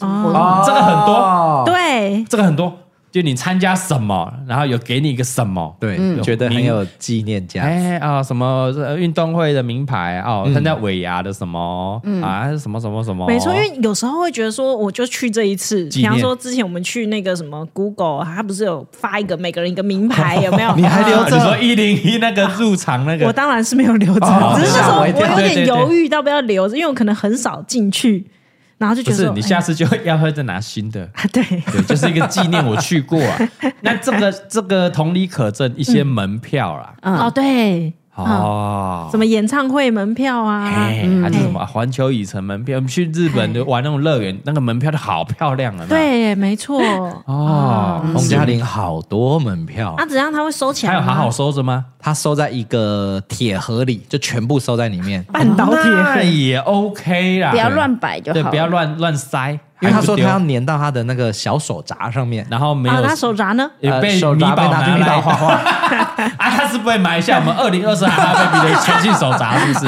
Speaker 2: 哦
Speaker 1: 这个很多
Speaker 4: 哦
Speaker 2: 对，
Speaker 1: 这个很多，就你参加什么，然后有给你一个什么，
Speaker 2: 嗯
Speaker 4: 对，觉得很有纪念价值。
Speaker 1: 哎啊、什么呃运动会的名牌
Speaker 4: 嗯
Speaker 1: 哦，参加尾牙的什么、啊，什么什么什么，
Speaker 2: 嗯没错，因为有时候会觉得说，我就去这一次，
Speaker 1: 纪
Speaker 2: 比
Speaker 1: 念
Speaker 2: 方说之前我们去那个什么 Google，它不是有发一个每个人一个名牌， 有没有？
Speaker 4: 你还留
Speaker 1: 啊
Speaker 4: 着
Speaker 1: 你说一零一那个入场那
Speaker 2: 我
Speaker 1: 个，
Speaker 2: 当然是没有留着，
Speaker 1: 哦
Speaker 2: 只是那时候
Speaker 4: 吓我
Speaker 2: 我
Speaker 4: 一跳
Speaker 2: 有
Speaker 1: 对对对
Speaker 2: 点犹豫要不要留着，因为我可能很少进去，然后就觉
Speaker 1: 不
Speaker 2: 得
Speaker 1: 是
Speaker 2: 说
Speaker 1: 你
Speaker 2: 哎
Speaker 1: 下次就要会再拿新 的。
Speaker 2: 啊对。
Speaker 1: 对，就是一个纪念我去过啊。那这个这个同理可证一些门票啦，
Speaker 2: 哦，对，嗯
Speaker 1: 哦，
Speaker 4: 啊
Speaker 2: 什么演唱会门票啊，
Speaker 1: 哎，还是什么环球影城门票，我们去日本就玩那种乐园，那个门票都好漂亮了。，
Speaker 2: 嗯对，嗯没错。
Speaker 1: 哦，
Speaker 4: 洪嘉玲好多门票
Speaker 1: 嗯
Speaker 2: 啊，，怎样他会收起来
Speaker 1: 还有
Speaker 2: 吗？
Speaker 1: 好好收着吗？
Speaker 4: 她收在一个铁盒里，就全部收在里面。
Speaker 2: 半导
Speaker 1: 哦那
Speaker 2: 体，
Speaker 1: 也 OK 啦，
Speaker 3: 不要乱摆就
Speaker 1: 对，
Speaker 3: 好。
Speaker 1: 不要乱乱塞，
Speaker 4: 因为他说他要
Speaker 1: 还不丢
Speaker 4: 粘到他的那个小手札上面，
Speaker 1: 然后没
Speaker 2: 啊，
Speaker 1: 有
Speaker 2: 他手札呢？
Speaker 1: 也
Speaker 4: 呃
Speaker 1: 被
Speaker 4: 手
Speaker 1: 米
Speaker 4: 札
Speaker 1: 宝
Speaker 4: 被拿去
Speaker 1: 拿
Speaker 4: 米
Speaker 1: 来
Speaker 4: 宝画 画，
Speaker 1: 啊，他是不会买一下我们二零二三哈哈 baby 的全新手札，是不是？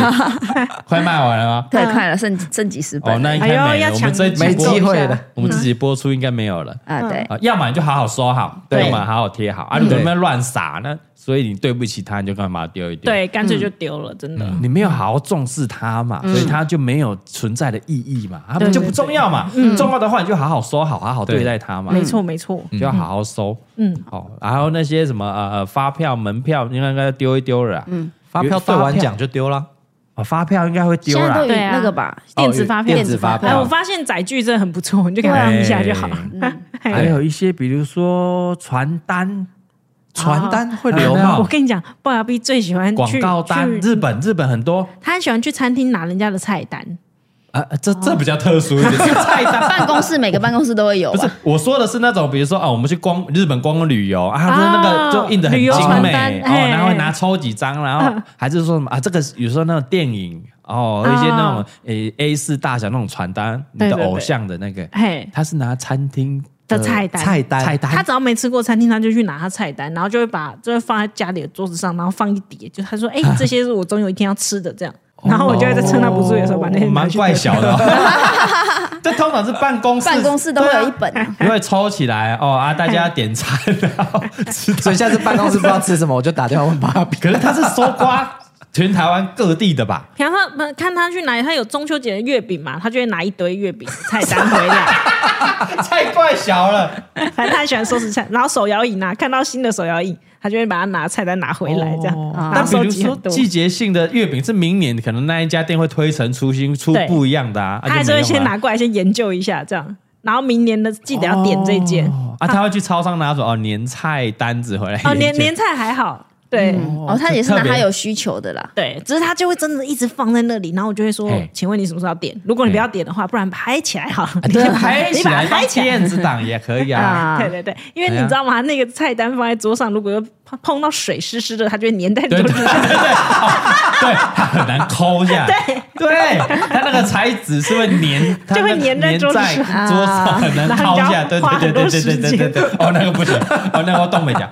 Speaker 1: 快卖完了吗？
Speaker 3: 对，快了，剩剩几十
Speaker 1: 哦，
Speaker 3: 本
Speaker 1: 那应该
Speaker 2: 哎呦
Speaker 1: 没
Speaker 2: 要
Speaker 1: 了，我
Speaker 2: 抢
Speaker 1: 们这一集
Speaker 4: 没
Speaker 1: 播
Speaker 4: 机会了。
Speaker 1: 我们自己播出应该没有了。
Speaker 3: 啊，对，
Speaker 1: 啊，要么你就好好收好，
Speaker 4: 对
Speaker 1: 要么好好贴好啊！你在那边乱撒，那所以你对不起他，你就干嘛丢一丢？，
Speaker 2: 对，干脆就丢了，真的。
Speaker 1: 你没有好好重视他嘛，所以他就没有存在的意义嘛，他们就不重要嘛。重要的话，你就好好收好，好好对待他嘛。
Speaker 2: 没错，没错。
Speaker 1: 就要好好收，嗯，好、然后那些什么呃呃发票、门票，应该应该丢一丢了啦，嗯，
Speaker 4: 发票兑完奖就丢了。
Speaker 1: 哦，发票应该会丢
Speaker 3: 现在
Speaker 1: 啦哦
Speaker 3: 都有，
Speaker 2: 对啊
Speaker 3: 那个吧，
Speaker 2: 电子发票，
Speaker 4: 电子发票
Speaker 1: 啊
Speaker 2: 哎，我发现载具真的很不错，你就给他一下就好。
Speaker 1: 哎还有一些比如说传单、
Speaker 4: 传单会留
Speaker 1: 哎
Speaker 4: 吗
Speaker 2: 我？跟你讲，龅牙 B 最喜欢
Speaker 1: 广
Speaker 2: 去
Speaker 1: 告单，
Speaker 2: 去
Speaker 1: 日本日本很多，
Speaker 2: 他很喜欢去餐厅拿人家的菜单。
Speaker 1: 啊，这这比较特殊一点， 是菜 单。
Speaker 3: 办公室每个办公室都会有啊
Speaker 1: 不是
Speaker 3: 吧？，
Speaker 1: 我说的是那种，比如说啊，我们去光日本光旅游啊，他说那个
Speaker 2: 啊
Speaker 1: 就印的很
Speaker 2: 旅游
Speaker 1: 精
Speaker 2: 传
Speaker 1: 美
Speaker 2: 单
Speaker 1: 哦，
Speaker 2: 嘿
Speaker 1: 然后会拿抽几张，然后还是说什么啊，这个有时候那种电影哦，
Speaker 2: 啊
Speaker 1: 一些那种诶 A 四大小那种传单，你
Speaker 2: 对
Speaker 1: 的
Speaker 2: 对对
Speaker 1: 偶像的那个，
Speaker 2: 嘿
Speaker 1: 他是拿餐厅
Speaker 2: 的菜单
Speaker 4: 菜单
Speaker 1: 呃菜
Speaker 2: 他
Speaker 1: 单，
Speaker 2: 只要没吃过餐厅，他就去拿他菜单，然后就会把就会放在家里的桌子上，然后放一叠，就他说：“哎、
Speaker 1: 啊
Speaker 2: 这些是我总有一天要吃的。”这样，然后我就会在趁他不注意的时候把那些
Speaker 1: 哦
Speaker 2: 拿
Speaker 1: 蛮
Speaker 2: 去
Speaker 1: 怪
Speaker 2: 丢
Speaker 1: 小 的哦。这通常是办公室，
Speaker 3: 办公室都会有一
Speaker 1: 对啊
Speaker 3: 本啊，
Speaker 1: 因为抽起来哦啊，大家点餐，然后吃
Speaker 4: 所以下次办公室不知道吃什么，我就打电话问芭比。
Speaker 1: 可是他是搜刮全台湾各地的 吧？
Speaker 2: 然后他不嗯看他去哪里，他有中秋节的月饼嘛，他就会拿一堆月饼菜单回 来。
Speaker 1: 太怪小了，
Speaker 2: 反正他很喜欢收拾菜，然后手摇椅拿，看到新的手摇椅，他就会把它拿菜单拿回来，这样。
Speaker 1: 哦
Speaker 2: 然
Speaker 1: 但
Speaker 2: 后
Speaker 1: 比
Speaker 2: 收
Speaker 1: 如
Speaker 2: 集
Speaker 1: 说
Speaker 2: 很多。
Speaker 1: 季节性的月饼是明年可能那一家店会推陈出新出
Speaker 2: 对
Speaker 1: 不一样的啊，啊
Speaker 2: 他还是
Speaker 1: 就没
Speaker 2: 会
Speaker 1: 用
Speaker 2: 先
Speaker 1: 了
Speaker 2: 拿过来先研究一下，这样。然后明年的记得要点这件。
Speaker 1: 哦啊，他会去超商拿走哦年菜单子回来
Speaker 2: 哦，年
Speaker 1: 研究
Speaker 2: 年菜还好，对、
Speaker 1: 嗯
Speaker 3: 哦，他也是拿
Speaker 1: 特别
Speaker 3: 他有需求的啦。
Speaker 2: 对，只是他就会真的一直放在那里，然后我就会说
Speaker 1: 嘿，啊
Speaker 2: 请问你什么时候要点？如果你不要点的话，不然排起来好了。 你
Speaker 1: 对
Speaker 2: 把它
Speaker 1: 拍
Speaker 2: 你
Speaker 1: 起
Speaker 2: 把
Speaker 1: 来
Speaker 2: 它排
Speaker 1: 当
Speaker 2: 起来。
Speaker 1: 电子档也可以啊。
Speaker 3: 啊
Speaker 2: 对对对，因为你知道吗？那个菜单放在桌上，如果又碰碰到水湿湿的，它就会粘在你
Speaker 1: 对
Speaker 2: 的
Speaker 1: 对
Speaker 2: 纸
Speaker 1: 对对，
Speaker 2: 上。
Speaker 1: 哦对，它很难抠下来。
Speaker 2: 对，
Speaker 1: 对，它那个材质是会粘，它
Speaker 2: 就会
Speaker 1: 那个
Speaker 2: 粘在
Speaker 1: 粘
Speaker 2: 桌子
Speaker 1: 在
Speaker 2: 上啊
Speaker 1: 桌上，很难
Speaker 2: 然
Speaker 1: 掏
Speaker 2: 后你就
Speaker 1: 下。
Speaker 2: 要
Speaker 1: 对
Speaker 2: 花
Speaker 1: 对
Speaker 2: 很
Speaker 1: 对
Speaker 2: 多
Speaker 1: 对对对
Speaker 2: 时
Speaker 1: 对
Speaker 2: 间
Speaker 1: 对，哦，那个不行，哦，那个我动没 讲。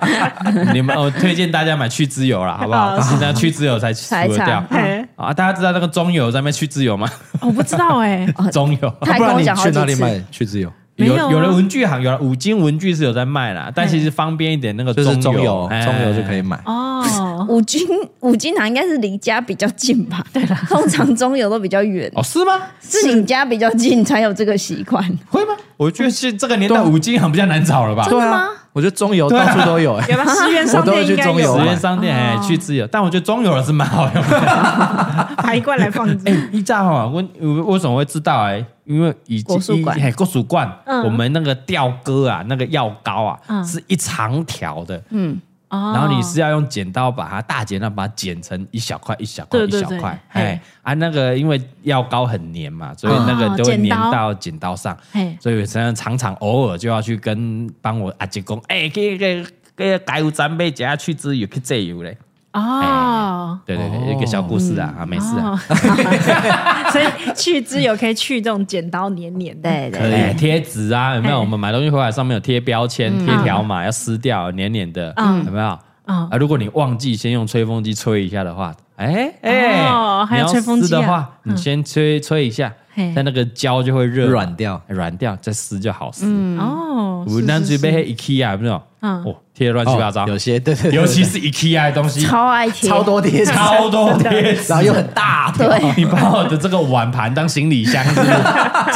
Speaker 1: 你们，我推荐大家买去脂油啦，好不好？
Speaker 2: 哦
Speaker 1: 是那去脂油 才除
Speaker 3: 才
Speaker 1: 得掉
Speaker 3: 长。
Speaker 2: 哎
Speaker 1: 啊，大家知道那个中油在那边去脂油吗？
Speaker 2: 我不知道哎、
Speaker 1: 中油。
Speaker 3: 他还
Speaker 4: 不
Speaker 3: 跟
Speaker 4: 然
Speaker 3: 我
Speaker 4: 你
Speaker 3: 讲好
Speaker 4: 去哪
Speaker 3: 几
Speaker 4: 里
Speaker 3: 次，
Speaker 4: 买去自由？
Speaker 2: 没
Speaker 1: 有
Speaker 2: 有啊
Speaker 1: 有的文具行有了五金文具是有在卖啦，但其实方便一点，那个
Speaker 4: 就是中
Speaker 1: 油哎
Speaker 4: 油，中油就可以
Speaker 1: 以。
Speaker 4: 买。
Speaker 2: 哦，
Speaker 3: 五金五金行应该是离家比较近吧？对啦，通常中游都比较远，
Speaker 1: 哦，是吗？
Speaker 3: 是你家比较近才有这个习惯。
Speaker 1: 会吗？我觉得是这个年代
Speaker 4: 对啊
Speaker 1: 五金行比较难找了吧？
Speaker 4: 对啊，我觉得中油到处 都有，哎
Speaker 2: 有吧？十元商
Speaker 4: 我都会
Speaker 2: 店
Speaker 4: 去
Speaker 2: 应该
Speaker 4: 中
Speaker 2: 有
Speaker 4: 油
Speaker 1: 实
Speaker 2: 吧
Speaker 1: 验商店哎，去自由，但我觉得中油的是蛮好用的。
Speaker 2: 拿一罐来放着。
Speaker 1: 一炸哈，我我为什么会知道哎？因为以
Speaker 3: 国术馆
Speaker 1: 嘿，国术馆，
Speaker 2: 嗯
Speaker 1: 我们那个吊哥啊，那个药膏啊，
Speaker 2: 嗯
Speaker 1: 是一长条的，
Speaker 2: 哦
Speaker 1: 然后你是要用剪刀把它大剪刀把它剪成一小块一小块
Speaker 2: 对
Speaker 1: 一
Speaker 2: 对
Speaker 1: 小
Speaker 2: 对
Speaker 1: 块，
Speaker 2: 嘿
Speaker 1: 哎啊那个因为药膏很粘嘛，所以那个
Speaker 2: 哦
Speaker 1: 都会
Speaker 2: 剪
Speaker 1: 粘
Speaker 2: 刀
Speaker 1: 到剪刀上，
Speaker 2: 嘿
Speaker 1: 所以常常常常偶尔就要去跟帮我阿姐讲，哎，给给给改有长辈加去之油去这油嘞，
Speaker 2: 哦。
Speaker 1: 对对
Speaker 4: 哦
Speaker 1: 对，一个小故事啊啊，没事啊，
Speaker 2: 哦， 所以去脂油可以去这种剪刀黏黏的，
Speaker 3: 对
Speaker 1: 可
Speaker 3: 对，
Speaker 1: 以贴纸啊，有没
Speaker 2: 哎
Speaker 1: 有？我们买东西回来上面有贴标签、贴条码，要撕掉，黏黏的，
Speaker 2: 嗯
Speaker 1: 有没有？
Speaker 2: 嗯
Speaker 1: 啊，如果你忘记先用吹风机吹一下的话，哎哎
Speaker 2: 哦，还
Speaker 1: 你
Speaker 2: 有
Speaker 1: 要
Speaker 2: 吹风机啊
Speaker 1: 撕的话，你先吹吹一下
Speaker 2: 嘿，
Speaker 1: 但那个胶就会热
Speaker 4: 软掉
Speaker 1: 软掉，再撕就好撕。
Speaker 2: 哦，
Speaker 1: 我那最被 IKEA 有没有？
Speaker 2: 嗯
Speaker 1: 哦，贴得乱七八糟
Speaker 4: 哦，有些对对，对
Speaker 1: 尤其是 IKEA 的东西，
Speaker 3: 超爱贴，
Speaker 4: 超多贴纸，
Speaker 1: 超多贴纸
Speaker 4: 然后又很大条，
Speaker 3: 对
Speaker 1: 你把我的这个碗盘当行李箱， 是不是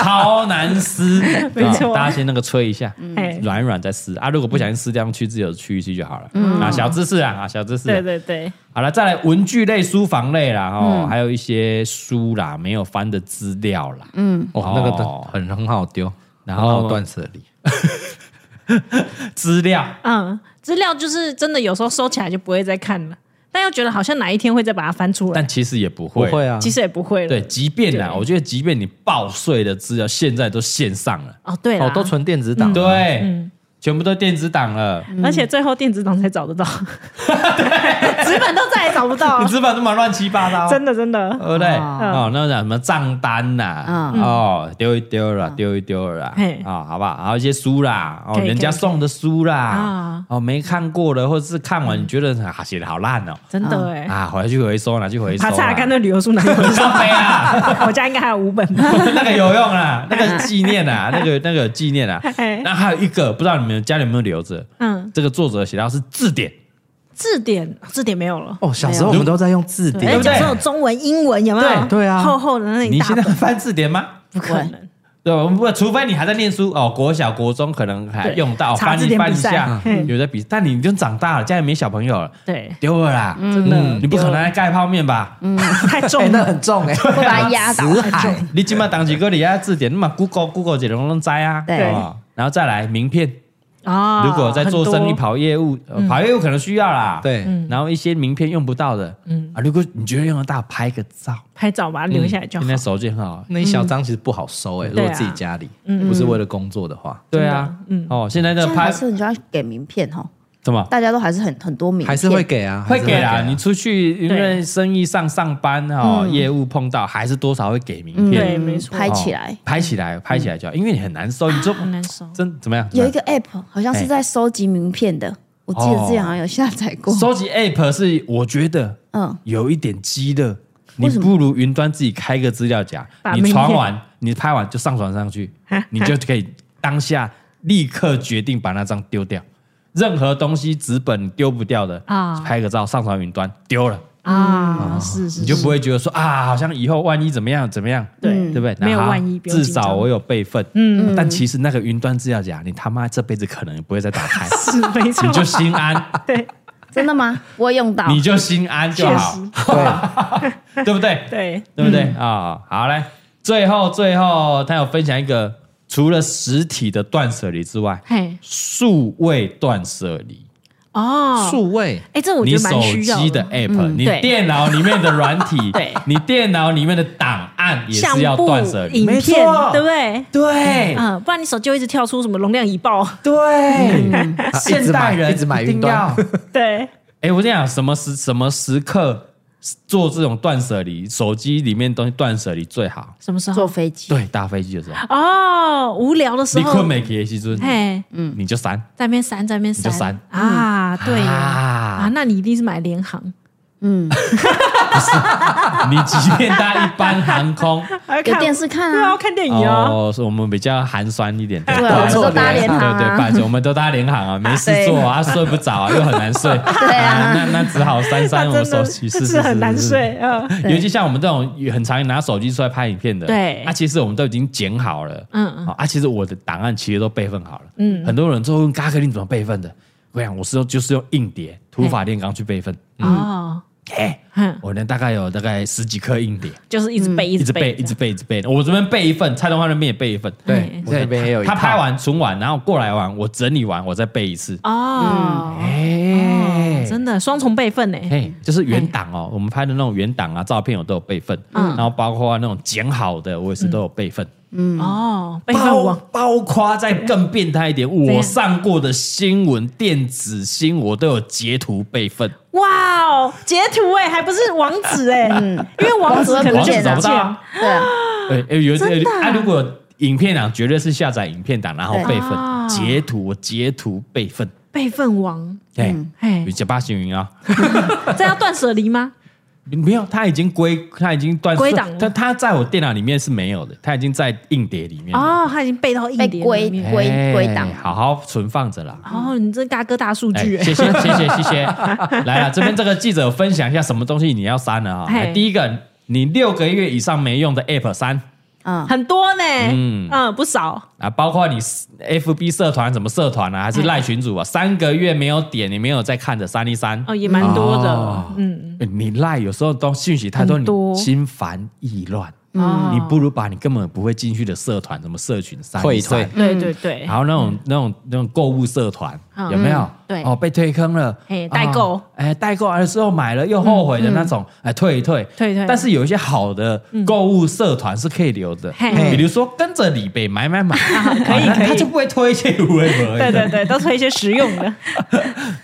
Speaker 1: 超难撕？啊
Speaker 2: 没错嗯
Speaker 1: 大家先那个吹一下
Speaker 2: 嘿，
Speaker 1: 软软再撕啊。如果不小心撕掉，去自由去一去就好了。啊，小知识啊，啊，小知识啊。
Speaker 2: 嗯对嗯对对，
Speaker 1: 好了，再来文具类、书房类啦，哦，还有一些书啦，没有翻的资料啦。
Speaker 2: 嗯
Speaker 4: 哦，那个都
Speaker 1: 哦
Speaker 4: 很很好丢，
Speaker 1: 然
Speaker 4: 然
Speaker 1: 后
Speaker 4: 后断舍离。
Speaker 1: 资料
Speaker 2: 嗯，资料就是真的有时候收起来就不会再看了，但又觉得好像哪一天会再把它翻出来
Speaker 1: 但，其实也不
Speaker 4: 不
Speaker 1: 会，
Speaker 4: 会啊，
Speaker 2: 其实也不会了。
Speaker 1: 对，即便啦，
Speaker 2: 对
Speaker 1: 我觉得即便你报税的资料现在都线上了，
Speaker 2: 哦，对啦嗯
Speaker 4: 哦，都存电子档，
Speaker 1: 对，全部都电子档了，
Speaker 2: 而且最后电子档才找得到，纸 本都再也找不到
Speaker 3: 啊
Speaker 1: 你，资本这么乱七八糟，
Speaker 2: 真的真的。
Speaker 1: 对不对？
Speaker 3: 哦
Speaker 1: 哦，那讲什么账单呐，
Speaker 3: 嗯
Speaker 1: 哦，丢一丢了啦，丢一丢了啦
Speaker 2: 嗯嘿，
Speaker 1: 啊，好不好？还有一些书啦，哦，
Speaker 2: 可以
Speaker 1: 人家
Speaker 2: 可以
Speaker 1: 送的书啦
Speaker 2: 啊，
Speaker 1: 哦，没看过的，或者是看完你觉得啊写的好烂哦，
Speaker 2: 真的嗯哎、
Speaker 1: 啊，回去回收拿去回收
Speaker 2: 爬
Speaker 1: 啦，
Speaker 2: 查看那旅游书哪有？
Speaker 1: 上飞 啊，
Speaker 2: 我家应该还有五本吧。
Speaker 1: 那个有用啦，那个纪念啊，那个那个有纪念啊
Speaker 2: 嗯 嘿。
Speaker 1: 那还有一个，不知道你们家里有没有留着？
Speaker 2: 嗯，
Speaker 1: 这个作者写到是字典，
Speaker 2: 字典字典没有了。
Speaker 4: 哦，小时候我们都在用字典，
Speaker 2: 哎，
Speaker 1: 对不对
Speaker 2: 小时候有中文、英文有没有？
Speaker 4: 对对啊
Speaker 2: 厚厚的那一
Speaker 1: 你
Speaker 2: 大
Speaker 1: 现在
Speaker 2: 哎本，
Speaker 1: 翻字典吗？
Speaker 2: 不可能。
Speaker 1: 对，我们不，除非你还在念书哦，国小、国中可能还
Speaker 2: 对
Speaker 1: 用到，
Speaker 2: 查
Speaker 1: 翻
Speaker 2: 字
Speaker 1: 一
Speaker 2: 典
Speaker 1: 翻一
Speaker 2: 比赛
Speaker 1: 下，
Speaker 2: 嗯
Speaker 1: 有的比，但你就长大了，家里没小朋友了，
Speaker 2: 对，
Speaker 1: 丢了啦，
Speaker 3: 嗯
Speaker 4: 嗯
Speaker 1: 真
Speaker 2: 嗯
Speaker 1: 的，你不可能来盖泡面吧？
Speaker 2: 太
Speaker 4: 哎
Speaker 2: 重
Speaker 4: 那
Speaker 2: 了。
Speaker 4: 很重哎，
Speaker 1: 啊
Speaker 3: 会把它压倒
Speaker 4: 死海
Speaker 1: 你起码当几个你要字典，那么 Google Google 这种拢摘啊，
Speaker 3: 对
Speaker 1: 哦然后再来名片，
Speaker 2: 啊
Speaker 1: 如果在做生意
Speaker 2: 很多嗯
Speaker 1: 跑业务，呃跑业务可能需要啦，
Speaker 4: 对嗯，
Speaker 1: 然后一些名片用不到的，
Speaker 2: 嗯
Speaker 1: 啊，如果你觉得用得到，拍个照，
Speaker 2: 拍照把它留下来就好嗯
Speaker 1: 现。在手机很好，
Speaker 4: 那一小
Speaker 3: 嗯
Speaker 4: 张其实不好收哎，如
Speaker 2: 对啊
Speaker 4: 果自己家里不是为了工作的话，
Speaker 1: 对啊，嗯，哦，现在的
Speaker 3: 现在
Speaker 1: 拍
Speaker 3: 还是你就要给名片哈，
Speaker 1: 怎么？
Speaker 3: 大家都还是很很多名片，
Speaker 4: 还是会给啊，
Speaker 1: 会
Speaker 4: 还是
Speaker 1: 给啦，
Speaker 4: 啊
Speaker 1: 你出去因为生意上上班哦，业务碰到还是多少会给名
Speaker 2: 嗯对，
Speaker 1: 片，
Speaker 2: 没错，嗯
Speaker 3: 嗯
Speaker 2: 啊
Speaker 3: 拍
Speaker 1: 哦
Speaker 3: 起来。
Speaker 1: 拍起来，拍起来就好，因为你很难收，你说
Speaker 2: 很难收
Speaker 1: 真怎么样？
Speaker 3: 有一
Speaker 1: 怎
Speaker 3: 个 app 好像
Speaker 1: 哎
Speaker 3: 是在收集名片的，我记得之前好像有下载过
Speaker 1: 么样。收集 app 是我觉得
Speaker 3: 嗯，
Speaker 1: 有一点鸡肋，你
Speaker 3: 为什么
Speaker 1: 不如云端自己开个资料夹
Speaker 2: 把，
Speaker 1: 你
Speaker 2: 名
Speaker 1: 传
Speaker 2: 片
Speaker 1: 完，你拍完就上传上 去
Speaker 2: 哈，
Speaker 1: 你就可以当下立刻决定把那张丢掉。任何东西纸本丢不掉的
Speaker 2: 啊
Speaker 1: 拍个照上传云端丢了。
Speaker 2: 啊，是
Speaker 1: 嗯
Speaker 2: 是，
Speaker 1: 你就不会觉得说啊，好像以后万一怎么样怎么样，
Speaker 2: 对
Speaker 1: 对不对？
Speaker 2: 嗯没有
Speaker 1: 那好
Speaker 2: 万一不用
Speaker 1: 至
Speaker 2: 紧张
Speaker 1: 少我有备份。嗯，但其实那个云端资料夹，你他妈这辈子可能也不会再打 开，
Speaker 2: 是没错，
Speaker 1: 你就心安，
Speaker 2: 对
Speaker 3: 真的吗？我有用到，
Speaker 1: 你就心安就好， 对不对？
Speaker 2: 对，
Speaker 1: 对不对啊？好嘞，最后最后，他有分享一个，除了实体的断舍离之外，
Speaker 2: 嘿，
Speaker 1: 数位断舍离。
Speaker 2: 哦，
Speaker 4: 数位
Speaker 2: 哎，这我
Speaker 1: 你
Speaker 2: 觉
Speaker 1: 手
Speaker 2: 得蛮需要嗯
Speaker 1: 机的 app，你
Speaker 2: 对
Speaker 1: 电脑里面的软体
Speaker 2: 对，
Speaker 1: 你电脑里面的档案也
Speaker 2: 相
Speaker 1: 是要
Speaker 2: 簿
Speaker 1: 断舍、离。
Speaker 2: 影
Speaker 4: 没
Speaker 2: 片
Speaker 4: 错，
Speaker 2: 对不对？
Speaker 1: 对
Speaker 2: 嗯，不然你手机会一直跳出什么容量已爆。
Speaker 1: 对，
Speaker 4: 啊一
Speaker 1: 现
Speaker 4: 直买
Speaker 1: 代人
Speaker 4: 一直买
Speaker 1: 定
Speaker 4: 云端
Speaker 1: 要。
Speaker 2: 对，
Speaker 1: 哎，我跟你讲，什么时什么时刻做这种断舍离，手机里面东西断舍离最好。
Speaker 2: 什么时
Speaker 3: 坐
Speaker 2: 候？
Speaker 3: 飞机，
Speaker 1: 对，搭飞机的时候，
Speaker 2: 哦，无聊的时
Speaker 1: 你困
Speaker 2: 候，
Speaker 1: 没给时阵，
Speaker 2: 嘿，
Speaker 1: 你就删
Speaker 2: 在那边删，在那边
Speaker 1: 你就
Speaker 2: 删
Speaker 1: 删
Speaker 2: 啊，对呀，啊，
Speaker 1: 啊！
Speaker 2: 那你一定是买联航，
Speaker 3: 嗯
Speaker 1: 你即便搭一般航空，
Speaker 2: 还要
Speaker 3: 有
Speaker 2: 看
Speaker 3: 电视看
Speaker 2: 对啊，
Speaker 3: 啊
Speaker 2: 要，看电影啊。
Speaker 1: 哦，是我们比较寒酸一点，对，
Speaker 3: 对
Speaker 1: 不好
Speaker 3: 我
Speaker 1: 意
Speaker 3: 们
Speaker 1: 思
Speaker 3: 都搭联航啊
Speaker 1: 对对，反正我们都搭联航啊，没事做啊，睡不着啊，又很难睡，对
Speaker 3: 啊
Speaker 1: 那那只好删删
Speaker 2: 那
Speaker 1: 我们
Speaker 2: 真
Speaker 1: 手
Speaker 2: 的
Speaker 1: 机，是
Speaker 2: 是很难。睡啊。嗯
Speaker 1: 是尤其像我们这种很常拿手机出来拍影片的，
Speaker 2: 对
Speaker 1: 啊，其实我们都已经剪好了，
Speaker 2: 嗯
Speaker 1: 嗯，啊，其实我的档案其实都备份好了，嗯，很多人都问嘎克林怎么备份的，我跟你讲，我是用就是用硬碟土法炼钢去备份，
Speaker 2: 哦，
Speaker 1: 哎，
Speaker 2: 哼，
Speaker 1: 我呢大概有大概十几颗硬碟，
Speaker 2: 就是一直嗯背，一
Speaker 1: 一直背，
Speaker 2: 这
Speaker 1: 嗯一
Speaker 2: 样
Speaker 1: 直背，一直背。我这边背一份，蔡东华那边也背一份。
Speaker 4: 对，我这边也有一
Speaker 1: 他
Speaker 4: 套
Speaker 1: 拍完存完，然后过来完，我整理完，我再背一
Speaker 2: 嗯
Speaker 1: 次。
Speaker 2: 哦，
Speaker 1: 哎
Speaker 2: 哦真的双重备份呢。
Speaker 1: 嘿，就是原档哦，我们拍的那种原档啊，照片我都有备份，
Speaker 2: 嗯
Speaker 1: 然后包括那种剪好的，我也是都有备份。
Speaker 2: 哦，备份
Speaker 1: 包
Speaker 2: 网
Speaker 1: 包括再更变态一点，
Speaker 2: 样
Speaker 1: 我上过的新闻、电子新闻我都有截图备份，
Speaker 2: 哇哦，截图哎，还不是网址哎，因为网址可能
Speaker 1: 网
Speaker 2: 就
Speaker 1: 址
Speaker 3: 见
Speaker 1: 找
Speaker 3: 啊
Speaker 1: 不到
Speaker 2: 不见。
Speaker 1: 啊。
Speaker 3: 对啊，
Speaker 1: 哎哎，有
Speaker 2: 真的啊
Speaker 1: 啊，如果有影片档绝对是下载影片档，然后备
Speaker 2: 啊
Speaker 1: 份截图，我截图备份。
Speaker 2: 备份王，
Speaker 1: 哎，
Speaker 2: 哎
Speaker 1: 有，假八行云啊，
Speaker 2: 这要断舍离吗？
Speaker 1: 没有，他已经归，他已经断
Speaker 2: 归档了
Speaker 1: 他他在我电脑里面是没有的，他已经在硬碟里面了，
Speaker 2: 哦，他已经背到硬
Speaker 3: 被
Speaker 2: 碟
Speaker 3: 归
Speaker 2: 里面。
Speaker 1: 哎
Speaker 3: 归归档
Speaker 1: 好好存放着啦。
Speaker 2: 哦，你这嘎哥大数
Speaker 1: 哎，
Speaker 2: 据
Speaker 1: 谢谢
Speaker 2: 哎，
Speaker 1: 谢谢谢 谢，来啊了这边这个记者分享一下什么东西你要删了啊？
Speaker 2: 嘿
Speaker 1: 来第一个，你六个月以上没用的 App 删
Speaker 3: 嗯，
Speaker 2: 很多呢，
Speaker 1: 嗯
Speaker 2: 嗯，不少，
Speaker 1: 啊，包括你 FB 社团什么社团啊，还是
Speaker 2: 哎
Speaker 1: 赖群主啊，三个月没有点，你没有在看的删一删。
Speaker 2: 哦，也蛮多的
Speaker 1: 哦，
Speaker 2: 嗯，
Speaker 1: 你赖有时候都讯息太多，
Speaker 2: 很多
Speaker 1: 你心烦意乱。
Speaker 2: 哦
Speaker 1: 你不如把你根本不会进去的社团、什么社群删
Speaker 4: 退
Speaker 1: 一删
Speaker 4: 退，
Speaker 2: 对对对，
Speaker 1: 然后那种、那种那种购物社团、
Speaker 2: 嗯
Speaker 1: 有没有？
Speaker 2: 对
Speaker 1: 哦，被退坑了，
Speaker 2: 嘿代购嗯
Speaker 1: 哦哎，代购完了之后买了又后悔的那种，哎，退一退，
Speaker 2: 退一退嗯
Speaker 1: 但是有一些好的购物社团是可以留的，
Speaker 2: 嘿
Speaker 1: 比如说跟着李贝买买买，
Speaker 2: 可以
Speaker 1: 啊
Speaker 2: 可以
Speaker 1: 他就不会推一些无为而
Speaker 2: 对对对，都推一些实用 的，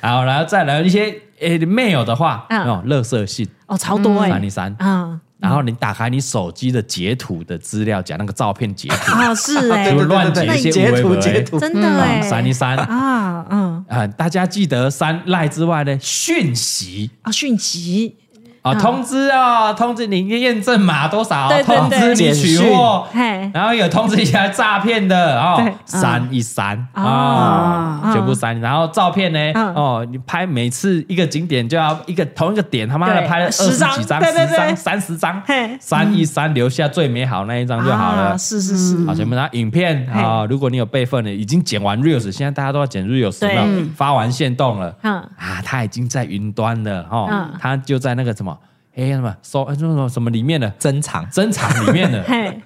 Speaker 1: 好，然后再来一些哎没有的话，
Speaker 2: 嗯
Speaker 1: 那种垃圾信
Speaker 2: 哦，超多哎
Speaker 1: 删一，删。
Speaker 2: 嗯，
Speaker 1: 然后你打开你手机的截图的资料夹，那个照片截图，
Speaker 2: 哦，是哎
Speaker 1: 就，是乱
Speaker 4: 对
Speaker 1: 剪
Speaker 4: 对
Speaker 1: 一些
Speaker 4: 截
Speaker 1: 无
Speaker 4: 图
Speaker 1: 为而
Speaker 4: 截图，
Speaker 2: 真的哎，
Speaker 1: 删一删啊、
Speaker 2: 啊，嗯，
Speaker 1: 大家记得删赖之外呢，讯息
Speaker 2: 啊，讯息
Speaker 1: 啊、
Speaker 2: 嗯
Speaker 1: 通知啊、通知你验证码多少，哦
Speaker 2: 对对对
Speaker 1: 通知你取货
Speaker 2: 嘿，
Speaker 1: 然后有通知一下诈骗的哦
Speaker 2: 对，
Speaker 1: 删一删
Speaker 2: 哦
Speaker 1: 啊、
Speaker 2: 嗯
Speaker 1: 全部删。然后照片呢，
Speaker 2: 嗯
Speaker 1: 哦，你拍每次一个景点就要一个同一个点，他妈的
Speaker 2: 对
Speaker 1: 拍了二
Speaker 2: 十
Speaker 1: 十
Speaker 2: 张
Speaker 1: 几张、
Speaker 2: 对对
Speaker 1: 十
Speaker 2: 对
Speaker 1: 张、三十张
Speaker 2: 嘿，
Speaker 1: 删一删，留下最美好那一张就好了
Speaker 2: 啊。是是是，
Speaker 1: 好，前面拿影片
Speaker 2: 嘿
Speaker 1: 啊，如果你有备份的，已经剪完 reels，现在大家都要剪 reels
Speaker 2: 对
Speaker 1: 了，发完线动了，
Speaker 2: 嗯
Speaker 1: 啊，它已经在云端了哦
Speaker 2: 嗯，
Speaker 1: 它就在那个什么，哎，什么收哎什么什么里面的
Speaker 4: 珍藏
Speaker 1: 珍藏里面的，
Speaker 2: 嘿，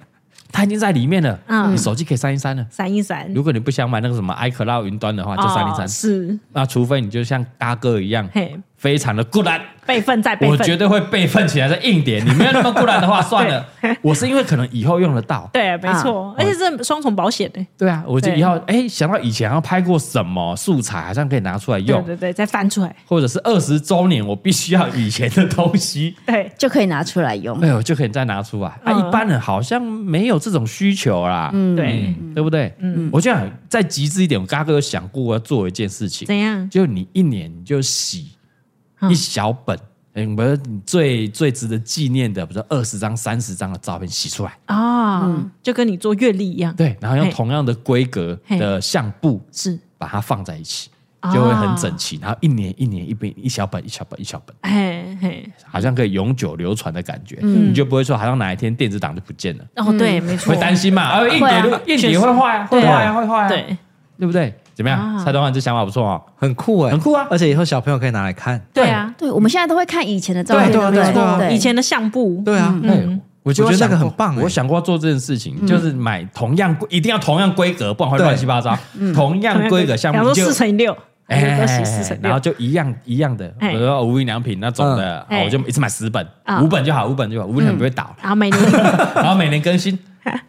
Speaker 1: 它已经在里面了，
Speaker 2: 嗯
Speaker 1: 你手机可以删一删了。
Speaker 2: 闪一闪，
Speaker 1: 如果你不想买那个什么 iCloud 云端的话，就删一
Speaker 2: 哦
Speaker 1: 删。
Speaker 2: 是
Speaker 1: 那除非你就像嘎哥一样
Speaker 2: 嘿，
Speaker 1: 非常的固然，
Speaker 2: 备份再备
Speaker 1: 我
Speaker 2: 份，
Speaker 1: 绝对会备份起来在硬点。你没有那么固然的 话，算了，我是因为可能以后用得到。
Speaker 2: 对，没
Speaker 1: 啊
Speaker 2: 错，而且这双重保险呢，
Speaker 1: 对啊，我就
Speaker 2: 对
Speaker 1: 以后哎想到以前要拍过什么素材，好像可以拿出来
Speaker 2: 对
Speaker 1: 用，
Speaker 2: 对对，再翻出来，，
Speaker 1: 或者是二十周年，我必须要以前的东西
Speaker 2: 对，
Speaker 3: 就可以拿出来用
Speaker 1: 哎，呦就可以再拿出来。啊，
Speaker 2: 嗯
Speaker 1: 一般人好像没有这种需求啦，嗯，
Speaker 2: 对，
Speaker 1: 对不对？嗯，我就想再极致一点，我刚刚有想过要做一件事情，
Speaker 2: 怎样？
Speaker 1: 就你一年你就洗
Speaker 2: 嗯
Speaker 1: 一小本。嗯，比如你最最值得纪念的，比如说二十张、三十张的照片洗出来，
Speaker 2: 哦，就跟你做阅历一样，
Speaker 1: 对，然后用
Speaker 2: 嘿
Speaker 1: 同样的规格
Speaker 2: 嘿
Speaker 1: 的相簿
Speaker 2: 是，
Speaker 1: 把它放在一起
Speaker 2: 啊，
Speaker 1: 就会很整齐。然后一年一年一本一小本一小本一小本，
Speaker 2: 嘿嘿，
Speaker 1: 好像可以永久流传的感觉。
Speaker 2: 嗯
Speaker 1: 你就不会说好像哪一天电子档就不见了，
Speaker 2: 哦，对，没错
Speaker 1: 会，担心嘛？啊，硬
Speaker 3: 会
Speaker 1: 碟
Speaker 3: 啊
Speaker 1: 就硬碟会坏啊，会
Speaker 2: 对啊
Speaker 1: 坏啊，会坏啊，
Speaker 2: 对，
Speaker 1: 对不对？怎么样？
Speaker 2: 啊
Speaker 1: 蔡东汉这想法不错哦。
Speaker 4: 很酷哎，
Speaker 1: 很酷啊
Speaker 4: 而且以后小朋友可以拿来看。
Speaker 2: 对啊，
Speaker 3: 对，我们现在都会看以前的照片，
Speaker 4: 对啊
Speaker 3: 不
Speaker 4: 对啊对啊
Speaker 3: 对，
Speaker 2: 以前的相簿，
Speaker 4: 对啊，
Speaker 2: 嗯
Speaker 1: 哎，我
Speaker 4: 觉得那个很棒哎
Speaker 1: 我想过做这件事情，就是买同样一定要同样规格，不然会
Speaker 4: 对
Speaker 1: 乱七八糟。同样规格项
Speaker 2: 比方
Speaker 1: 目
Speaker 2: 嗯 说
Speaker 1: 就
Speaker 2: 四乘以六，我
Speaker 1: 哎
Speaker 2: 都洗四乘
Speaker 1: 然后
Speaker 2: 六。
Speaker 1: 就一样一样的，哎
Speaker 2: 哎
Speaker 1: 比如说无印良品那种的，
Speaker 2: 嗯
Speaker 1: 好我就一次买十本，
Speaker 2: 啊
Speaker 1: 五本就好，五本就好，五本不会倒，
Speaker 2: 然后每年，
Speaker 1: 然后每年更 新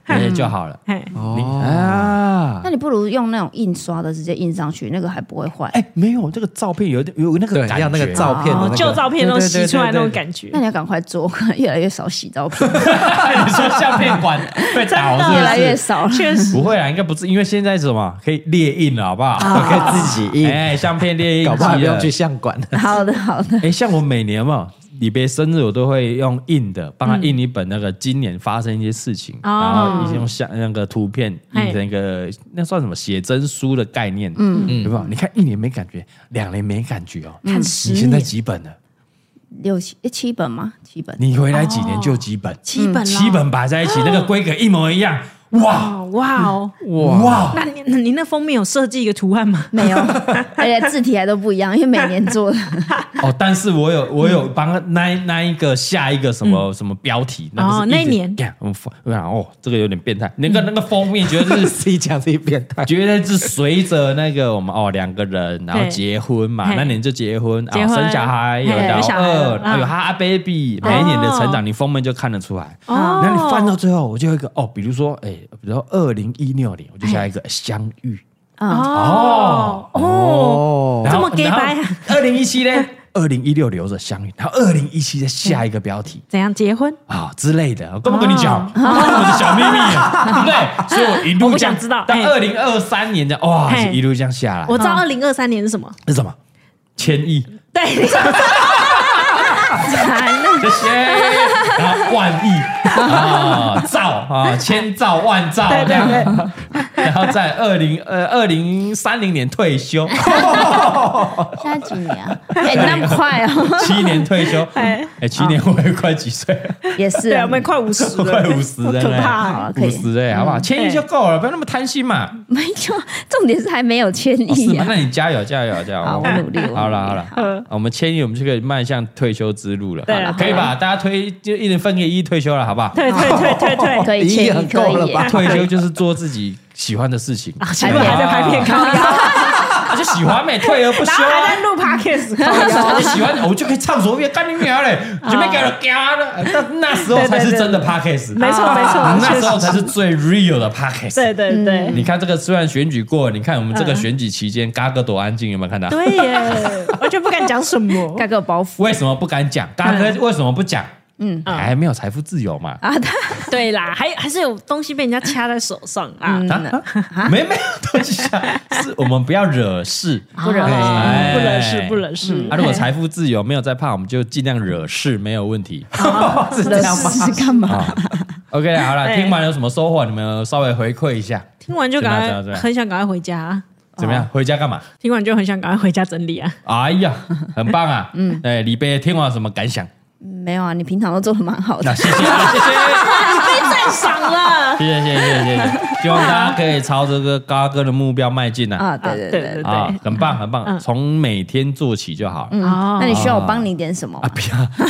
Speaker 1: 哎就好了。
Speaker 2: 哎，
Speaker 1: 你啊
Speaker 3: 那，你不如用那种印刷的直接印上去，那个还不会坏。
Speaker 1: 哎，没有这个照片有点有那个
Speaker 4: 对，
Speaker 1: 感
Speaker 4: 要
Speaker 1: 觉，啊
Speaker 4: 那 个照片的那
Speaker 2: 哦
Speaker 4: 个
Speaker 2: 旧照片都洗出来那种感觉
Speaker 1: 嗯
Speaker 3: 那，你要赶快做， 可能越来越少洗照片，
Speaker 1: 哎你说相片馆被倒是不
Speaker 3: 越
Speaker 1: 是
Speaker 3: 来越少了。
Speaker 2: 确实
Speaker 1: 不会啊，应该不是，因为现在是什么可以列印了，好不好？
Speaker 4: 可以自己印，
Speaker 1: 哎，相片列印，
Speaker 4: 搞不好不用去。相馆。
Speaker 3: 好的，好 的，
Speaker 1: 哎，像我每年嘛，李别生日我都会用印的，帮他印一本那个今年发生一些事情，
Speaker 2: 嗯哦
Speaker 1: 然后用相那个图片印成一个那算什么写真书的概念，嗯嗯，对吧？你看一年没感觉，两年没感觉哦，
Speaker 2: 看十
Speaker 1: 你现在
Speaker 2: 年，
Speaker 1: 几本了？
Speaker 3: 六七诶七本吗？七本。
Speaker 1: 你回来几年就几本，
Speaker 2: 嗯
Speaker 1: 啊
Speaker 2: 七本了
Speaker 1: 七本摆在一起，那个规格一模一样，哇
Speaker 2: 哦哇哦，
Speaker 1: 哇！
Speaker 2: 那你那你那封面有设计一个图案吗？
Speaker 3: 没 有，而且字体还都不一样，因为每年做的。
Speaker 1: 哦，但是我有我有帮他那那一个下一个什么、什么标题，那个
Speaker 2: 嗯哦
Speaker 1: 是
Speaker 2: 那
Speaker 1: 一直
Speaker 2: 年嗯
Speaker 1: 干我发我想哦，这个有点变态，那个那个封面绝对是。
Speaker 4: 自己讲自己变 态，
Speaker 1: 绝对是随着那个我们哦两个人，然后
Speaker 2: 对
Speaker 1: 结婚嘛，
Speaker 2: 嘿
Speaker 1: 那年就结婚，
Speaker 2: 结
Speaker 1: 啊
Speaker 2: 婚
Speaker 1: 生小孩，有
Speaker 3: 嘿
Speaker 1: 老
Speaker 3: 有小孩
Speaker 1: 二，
Speaker 3: 了
Speaker 1: 然后有哈 baby，每一年的成长，你封面就看得出来。
Speaker 2: 哦
Speaker 1: 然后你翻到最后，我就有一个哦，比如说哎，比如说二零一六年，我就下一个相遇，
Speaker 2: 哦哦，
Speaker 4: 哦，
Speaker 1: 然后
Speaker 2: 啊这么 gay 掰啊
Speaker 1: 二零一七呢？ 二零一六留着相遇，然后二零一七再下一个标题
Speaker 2: 怎样结婚？
Speaker 1: 啊、之类的，我干
Speaker 2: 哦
Speaker 1: 嘛跟你讲？这是我的小秘密啊，对不对？所以我一
Speaker 2: 我
Speaker 1: 路
Speaker 2: 不
Speaker 1: 这
Speaker 2: 想
Speaker 1: 样
Speaker 2: 知道
Speaker 1: 到
Speaker 2: 嘿
Speaker 1: 二零二三年的哇，
Speaker 2: 嘿
Speaker 1: 一路这样下来
Speaker 2: 我，知道二零二三年是什么，
Speaker 1: 是什么？千亿，
Speaker 2: 对， 你知道
Speaker 3: 惨了
Speaker 1: 这 些，然后万亿啊，兆啊，千兆万兆这样，然后在二零呃二零三零年退 休，
Speaker 3: 现在几年啊？ 哎、你那么快哦，
Speaker 1: 七年退休，
Speaker 2: 哎
Speaker 1: 哎，七年我也快几岁了。
Speaker 3: 也是
Speaker 2: 对，
Speaker 3: 啊
Speaker 2: 我，们快五十 了，
Speaker 1: 快五十了呢
Speaker 2: 可
Speaker 3: 好
Speaker 2: 怕。啊
Speaker 3: 了， 可
Speaker 1: 五
Speaker 3: 以。嗯
Speaker 1: 十哎，好不好？千亿就够了，不要那么贪心嘛。
Speaker 3: 没有，重点是还没有千
Speaker 1: 哦是
Speaker 3: 亿
Speaker 1: 吗？
Speaker 3: 啊。
Speaker 1: 那你加油，加油，加油！
Speaker 3: 好我努力我努力
Speaker 1: 哦好了，好了，
Speaker 2: 嗯
Speaker 1: 啊我们千亿，我们就可以迈向退休之路了。
Speaker 2: 对了
Speaker 1: 可以吧？大家推就一人分给一退休了，好不好？
Speaker 2: 退退退退 退，
Speaker 3: 可以
Speaker 4: 一亿
Speaker 3: 千
Speaker 4: 很
Speaker 3: 亿
Speaker 4: 够
Speaker 3: 可
Speaker 4: 了
Speaker 3: 以耶
Speaker 4: 吧，
Speaker 1: 退休就是做自己喜欢的事情，
Speaker 2: 啊，前面还在拍片 靠腰，
Speaker 1: 啊，就喜欢呗，退而不休
Speaker 2: 然后还在
Speaker 1: 啊。
Speaker 2: 录 podcast 靠腰
Speaker 1: 我就喜欢，我就可以畅所欲言，干你娘嘞！
Speaker 2: 啊
Speaker 1: 准备给我嘎了，那那时候才是真的 podcast，啊
Speaker 2: 没错没错，
Speaker 1: 那
Speaker 2: 确
Speaker 1: 时候才
Speaker 2: 实，
Speaker 1: 是最 real 的 podcast。
Speaker 2: 对对对
Speaker 1: 你看这个，虽然选举过，你看我们这个选举期间，嘎哥多安静，有没有看到？
Speaker 2: 对耶，完全不敢讲什么
Speaker 3: 盖个包袱
Speaker 1: 为什么不敢讲？嘎哥为什么不讲？嗯，
Speaker 2: 嗯
Speaker 1: 还没有财富自由嘛？
Speaker 3: 啊，他
Speaker 2: 对啦，还还是有东西被人家掐在手上啊，
Speaker 1: 啊，啊没没有东西啊，是我们不要惹事。
Speaker 2: 不忍
Speaker 1: 哎
Speaker 2: 啊不忍事不忍事。
Speaker 1: 啊，如果财富自由没有在怕，我们就尽量惹事，没有问题。
Speaker 2: 哦
Speaker 4: 是这样吗？
Speaker 3: 是干嘛？
Speaker 1: OK，好 了，
Speaker 2: 哎
Speaker 1: 听完有什么收获？你们稍微回馈一下，
Speaker 2: 听完就
Speaker 1: 怎么样
Speaker 2: 赶
Speaker 1: 怎么
Speaker 2: 快
Speaker 1: 样
Speaker 2: 很想赶快回家，
Speaker 1: 怎么样？回家干嘛？
Speaker 2: 听完就很想赶快回家整理啊。
Speaker 1: 哎 呀，很棒啊！嗯，哎，李贝听完有什么感想？
Speaker 3: 没有啊，你平常都做的蛮好
Speaker 1: 那
Speaker 3: 的。
Speaker 1: 谢谢，啊谢谢。
Speaker 2: 被赞赏 了。
Speaker 1: 谢谢谢谢谢谢， 希望大家可以朝这个高哥的目标迈进呐！
Speaker 3: 啊，对对
Speaker 2: 对
Speaker 3: 对
Speaker 2: 对
Speaker 3: 对。
Speaker 1: 啊，很 棒很棒，
Speaker 2: 嗯
Speaker 1: 从每天做起就好了。
Speaker 2: 哦
Speaker 3: 那你需要我帮你点什么
Speaker 1: 啊，
Speaker 3: 吗？
Speaker 1: 不要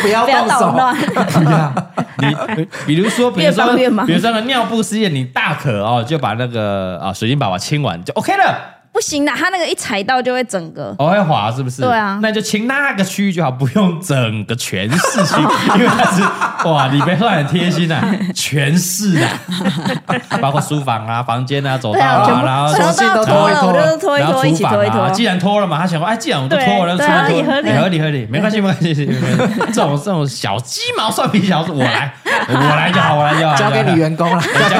Speaker 4: 不要
Speaker 3: 不要
Speaker 4: 放
Speaker 3: 捣
Speaker 4: 手，
Speaker 3: 乱，
Speaker 4: 不要。
Speaker 1: 你，比如说，比如
Speaker 3: 越帮
Speaker 1: 说
Speaker 3: 越，忙
Speaker 1: 比如说呢，尿布事件，你大可哦，就把那个啊水晶宝宝清完就 OK 了，
Speaker 3: 不行的，他那个一踩到就会整个。
Speaker 1: 我会滑是不是？
Speaker 3: 对啊
Speaker 1: 那就清那个区域就好，不用整个全市 区，因为它是哇，你别说很贴心啊，全市 的，包括书房啊、房间啊、走道
Speaker 3: 对啊，全
Speaker 1: 啊，
Speaker 3: 部
Speaker 1: 然后
Speaker 3: 全部都要拖了，我就拖一
Speaker 1: 然后
Speaker 3: 拖，一
Speaker 1: 厨
Speaker 3: 起
Speaker 1: 房
Speaker 3: 拖一
Speaker 1: 啊，既
Speaker 3: 拖。
Speaker 1: 然拖了嘛，他想说，哎，既然我都拖了，
Speaker 2: 对
Speaker 1: 那就
Speaker 2: 对
Speaker 1: 出来
Speaker 2: 合理
Speaker 1: 拖合理合理，没关系没关系，没关系这种这种小鸡毛蒜皮小事，我来，我来就好，我来就好，
Speaker 4: 交给你
Speaker 1: 员，
Speaker 4: 员工了，
Speaker 1: 交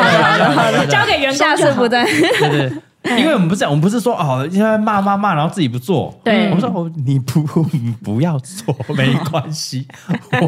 Speaker 1: 给你，
Speaker 2: 交给员工就
Speaker 3: 下
Speaker 2: 好，
Speaker 3: 次不再
Speaker 1: 对对。 因为我们不是，我们不是说哦，现在骂骂骂，然后自己不做。
Speaker 3: 对
Speaker 1: 我们说哦，你不你不要做，没关 系，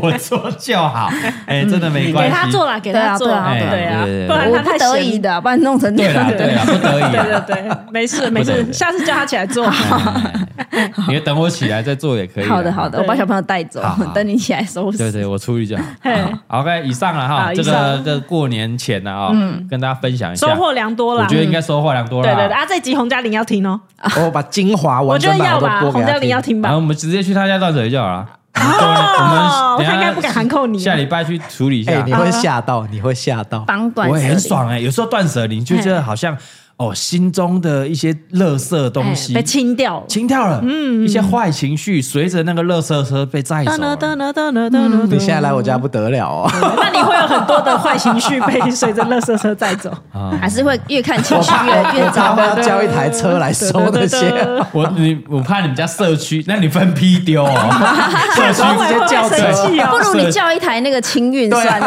Speaker 1: 我做就好。哎，真的没关
Speaker 2: 嗯给
Speaker 1: 系。
Speaker 2: 他做了，给他做
Speaker 3: 对啊
Speaker 2: 啦，
Speaker 1: 对啊
Speaker 2: 对啊，
Speaker 1: 对对对
Speaker 2: 不然
Speaker 3: 我
Speaker 2: 他
Speaker 3: 不
Speaker 2: 太
Speaker 3: 得
Speaker 2: 闲
Speaker 3: 已。的，不然弄成这
Speaker 1: 对啦
Speaker 3: 样。
Speaker 1: 对啦，不得已
Speaker 2: 对
Speaker 1: 啊。
Speaker 2: 对对，没事没
Speaker 1: 不得
Speaker 2: 事
Speaker 1: 已，
Speaker 2: 下次叫他起来 做。
Speaker 1: 哎你等我起来再做也可以啦。
Speaker 3: 好的好的，我把小朋友带走
Speaker 1: 好好，
Speaker 3: 等你起来收拾。
Speaker 1: 对对，我处理就好。
Speaker 2: 嘿
Speaker 1: 好 OK，以上了哈，
Speaker 2: 好
Speaker 1: 这
Speaker 2: 以
Speaker 1: 个
Speaker 2: 上嗯
Speaker 1: 这个过年前呢啊，跟大家分享一下
Speaker 2: 收，获良多
Speaker 1: 我
Speaker 2: 啦。嗯
Speaker 1: 觉得应该收获良多了。
Speaker 2: 对对对啊，这集洪嘉玲要听哦，
Speaker 4: 我把精华
Speaker 2: 我
Speaker 4: 完
Speaker 2: 觉
Speaker 4: 整
Speaker 2: 得
Speaker 4: 版
Speaker 2: 要
Speaker 4: 我
Speaker 2: 吧，
Speaker 4: 都播
Speaker 2: 洪
Speaker 4: 给
Speaker 2: 嘉
Speaker 4: 他
Speaker 2: 玲
Speaker 4: 听
Speaker 2: 要。听
Speaker 1: 然后
Speaker 2: 吧
Speaker 1: 我。们直接去他家断水就好了。
Speaker 2: 哦
Speaker 1: 我，们
Speaker 2: 他
Speaker 1: 等
Speaker 2: 应
Speaker 1: 一
Speaker 2: 该
Speaker 1: 下
Speaker 2: 不敢含扣你。啊
Speaker 1: 下礼拜去处理一
Speaker 4: 哎
Speaker 1: 下，
Speaker 4: 你。会吓到，你会吓到。
Speaker 3: 绑短
Speaker 1: 我也很欸
Speaker 3: 绳
Speaker 1: 爽哎，有时候断舍离就觉得好像哦心中的一些垃圾东西
Speaker 2: 哎被清掉了。
Speaker 1: 清掉了，嗯，一些坏情绪随着那个垃圾车被载走
Speaker 2: 哒啦哒
Speaker 1: 了。
Speaker 2: 啦哒啦哒啦
Speaker 4: 你现在来我家不得了哦，
Speaker 1: 嗯
Speaker 2: 那你会有很多的坏情绪被 随着垃圾车载走。
Speaker 3: 还是会越看情
Speaker 4: 我
Speaker 3: 绪
Speaker 4: 怕
Speaker 3: 越越
Speaker 4: 我怕
Speaker 3: 糟
Speaker 4: 我。要叫一台车来收那些，
Speaker 1: 我你我怕你们家社区，那你分批丢 哦，社区
Speaker 4: 稍微
Speaker 1: 直接叫
Speaker 2: 会
Speaker 1: 车
Speaker 2: 生气哦
Speaker 3: 不如你叫一台那个清运算了，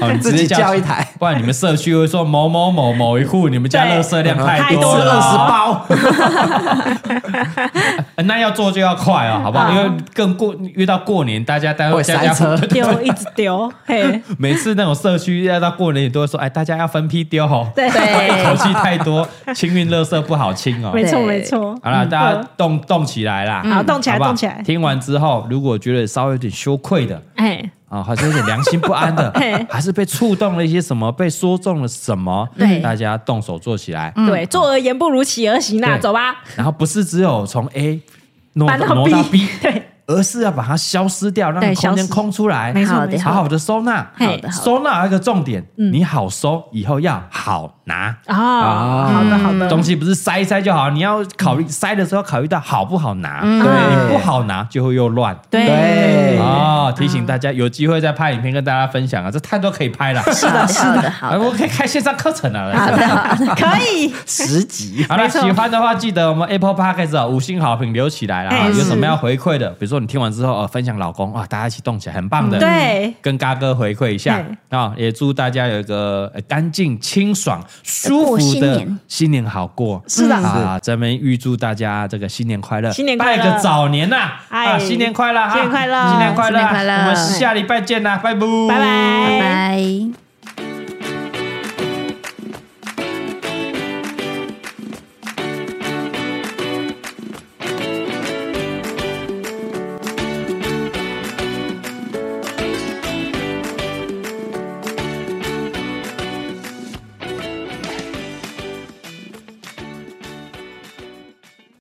Speaker 1: 哦，你直接
Speaker 4: 自己叫一台
Speaker 1: 不然你们社区会说某某某某一户，你们家垃 圾量太多
Speaker 2: 对
Speaker 1: 了，嗯
Speaker 2: 太多
Speaker 1: 包。啊那要做就要快哦，好不好？因为更过遇到过年，大家待会
Speaker 4: 啊会
Speaker 1: 家家
Speaker 4: 塞车
Speaker 1: 户
Speaker 2: 丢，一直丢，嘿，
Speaker 1: 每次那种社区要到过年，也都会说，哎，大家要分批丢 哦，
Speaker 2: 对，
Speaker 1: 一
Speaker 3: 对
Speaker 1: 口气太多，清运垃圾不好清哦。
Speaker 2: 没错
Speaker 3: 对
Speaker 2: 没错。
Speaker 1: 好啦，
Speaker 2: 嗯
Speaker 1: 大家动动起来啦，
Speaker 2: 好动起来
Speaker 1: 嗯好不好
Speaker 2: 动起来
Speaker 1: 听完之后，如果觉得稍微有点羞愧的，
Speaker 2: 哎，
Speaker 1: 啊，好像有点良心不安的
Speaker 2: 嘿，
Speaker 1: 还是被触动了一些什么，被说中了什么，
Speaker 3: 对
Speaker 1: 大家动手做起来。
Speaker 2: 对，坐而言不如起而行呐，
Speaker 1: 对
Speaker 2: 走吧，
Speaker 1: 然后不是只有从 A 挪
Speaker 2: 搬到
Speaker 1: 挪到
Speaker 2: B，
Speaker 1: B，
Speaker 2: 对，
Speaker 1: 而是要把它消失掉，让
Speaker 2: 对
Speaker 1: 空
Speaker 2: 消
Speaker 1: 间
Speaker 2: 失
Speaker 1: 空出来，
Speaker 2: 没错
Speaker 3: 好的
Speaker 2: 没错
Speaker 1: 好好的收纳。
Speaker 2: 嘿嗯
Speaker 3: 好的好的，
Speaker 1: 收纳有一个重点，你好收，以后要好拿。
Speaker 2: 啊，好的好的，
Speaker 1: 东西不是塞一塞就好，你要考虑塞的时候考虑到好不好拿，
Speaker 4: 对
Speaker 1: 对，你不好拿就会又乱。
Speaker 4: 对
Speaker 1: 哦，提醒大家有机会再拍影片跟大家分享啊，这太多可以拍了。是
Speaker 3: 好的好的
Speaker 1: 啊，
Speaker 3: 好的，
Speaker 1: 我可以开线上课程了。好
Speaker 2: 可以，
Speaker 4: 十集
Speaker 1: 好了，喜欢的话记得我们 Apple Podcast 啊五星好评留起来了啊！
Speaker 2: 哎
Speaker 1: 有
Speaker 2: 是
Speaker 1: 什么要回馈的，比如说你听完之后呃分享老公啊，哇大家一起动起来，很棒的。
Speaker 2: 嗯对，
Speaker 1: 跟嘎哥回馈一下啊！也祝大家有一个呃干净、清爽、舒服
Speaker 3: 过新
Speaker 1: 的
Speaker 3: 年
Speaker 1: 新年好过。
Speaker 2: 是的
Speaker 1: 啊，咱们预祝大家这个新年快乐，
Speaker 2: 新年快
Speaker 1: 拜
Speaker 2: 乐
Speaker 1: 个早年呐！啊，
Speaker 2: 哎
Speaker 1: 新年快乐啊，
Speaker 2: 新年快乐
Speaker 1: 新年快乐，
Speaker 3: 新年快乐
Speaker 1: 我们下礼拜见啦，拜拜，
Speaker 2: 拜
Speaker 3: 拜
Speaker 2: 拜。
Speaker 3: 拜。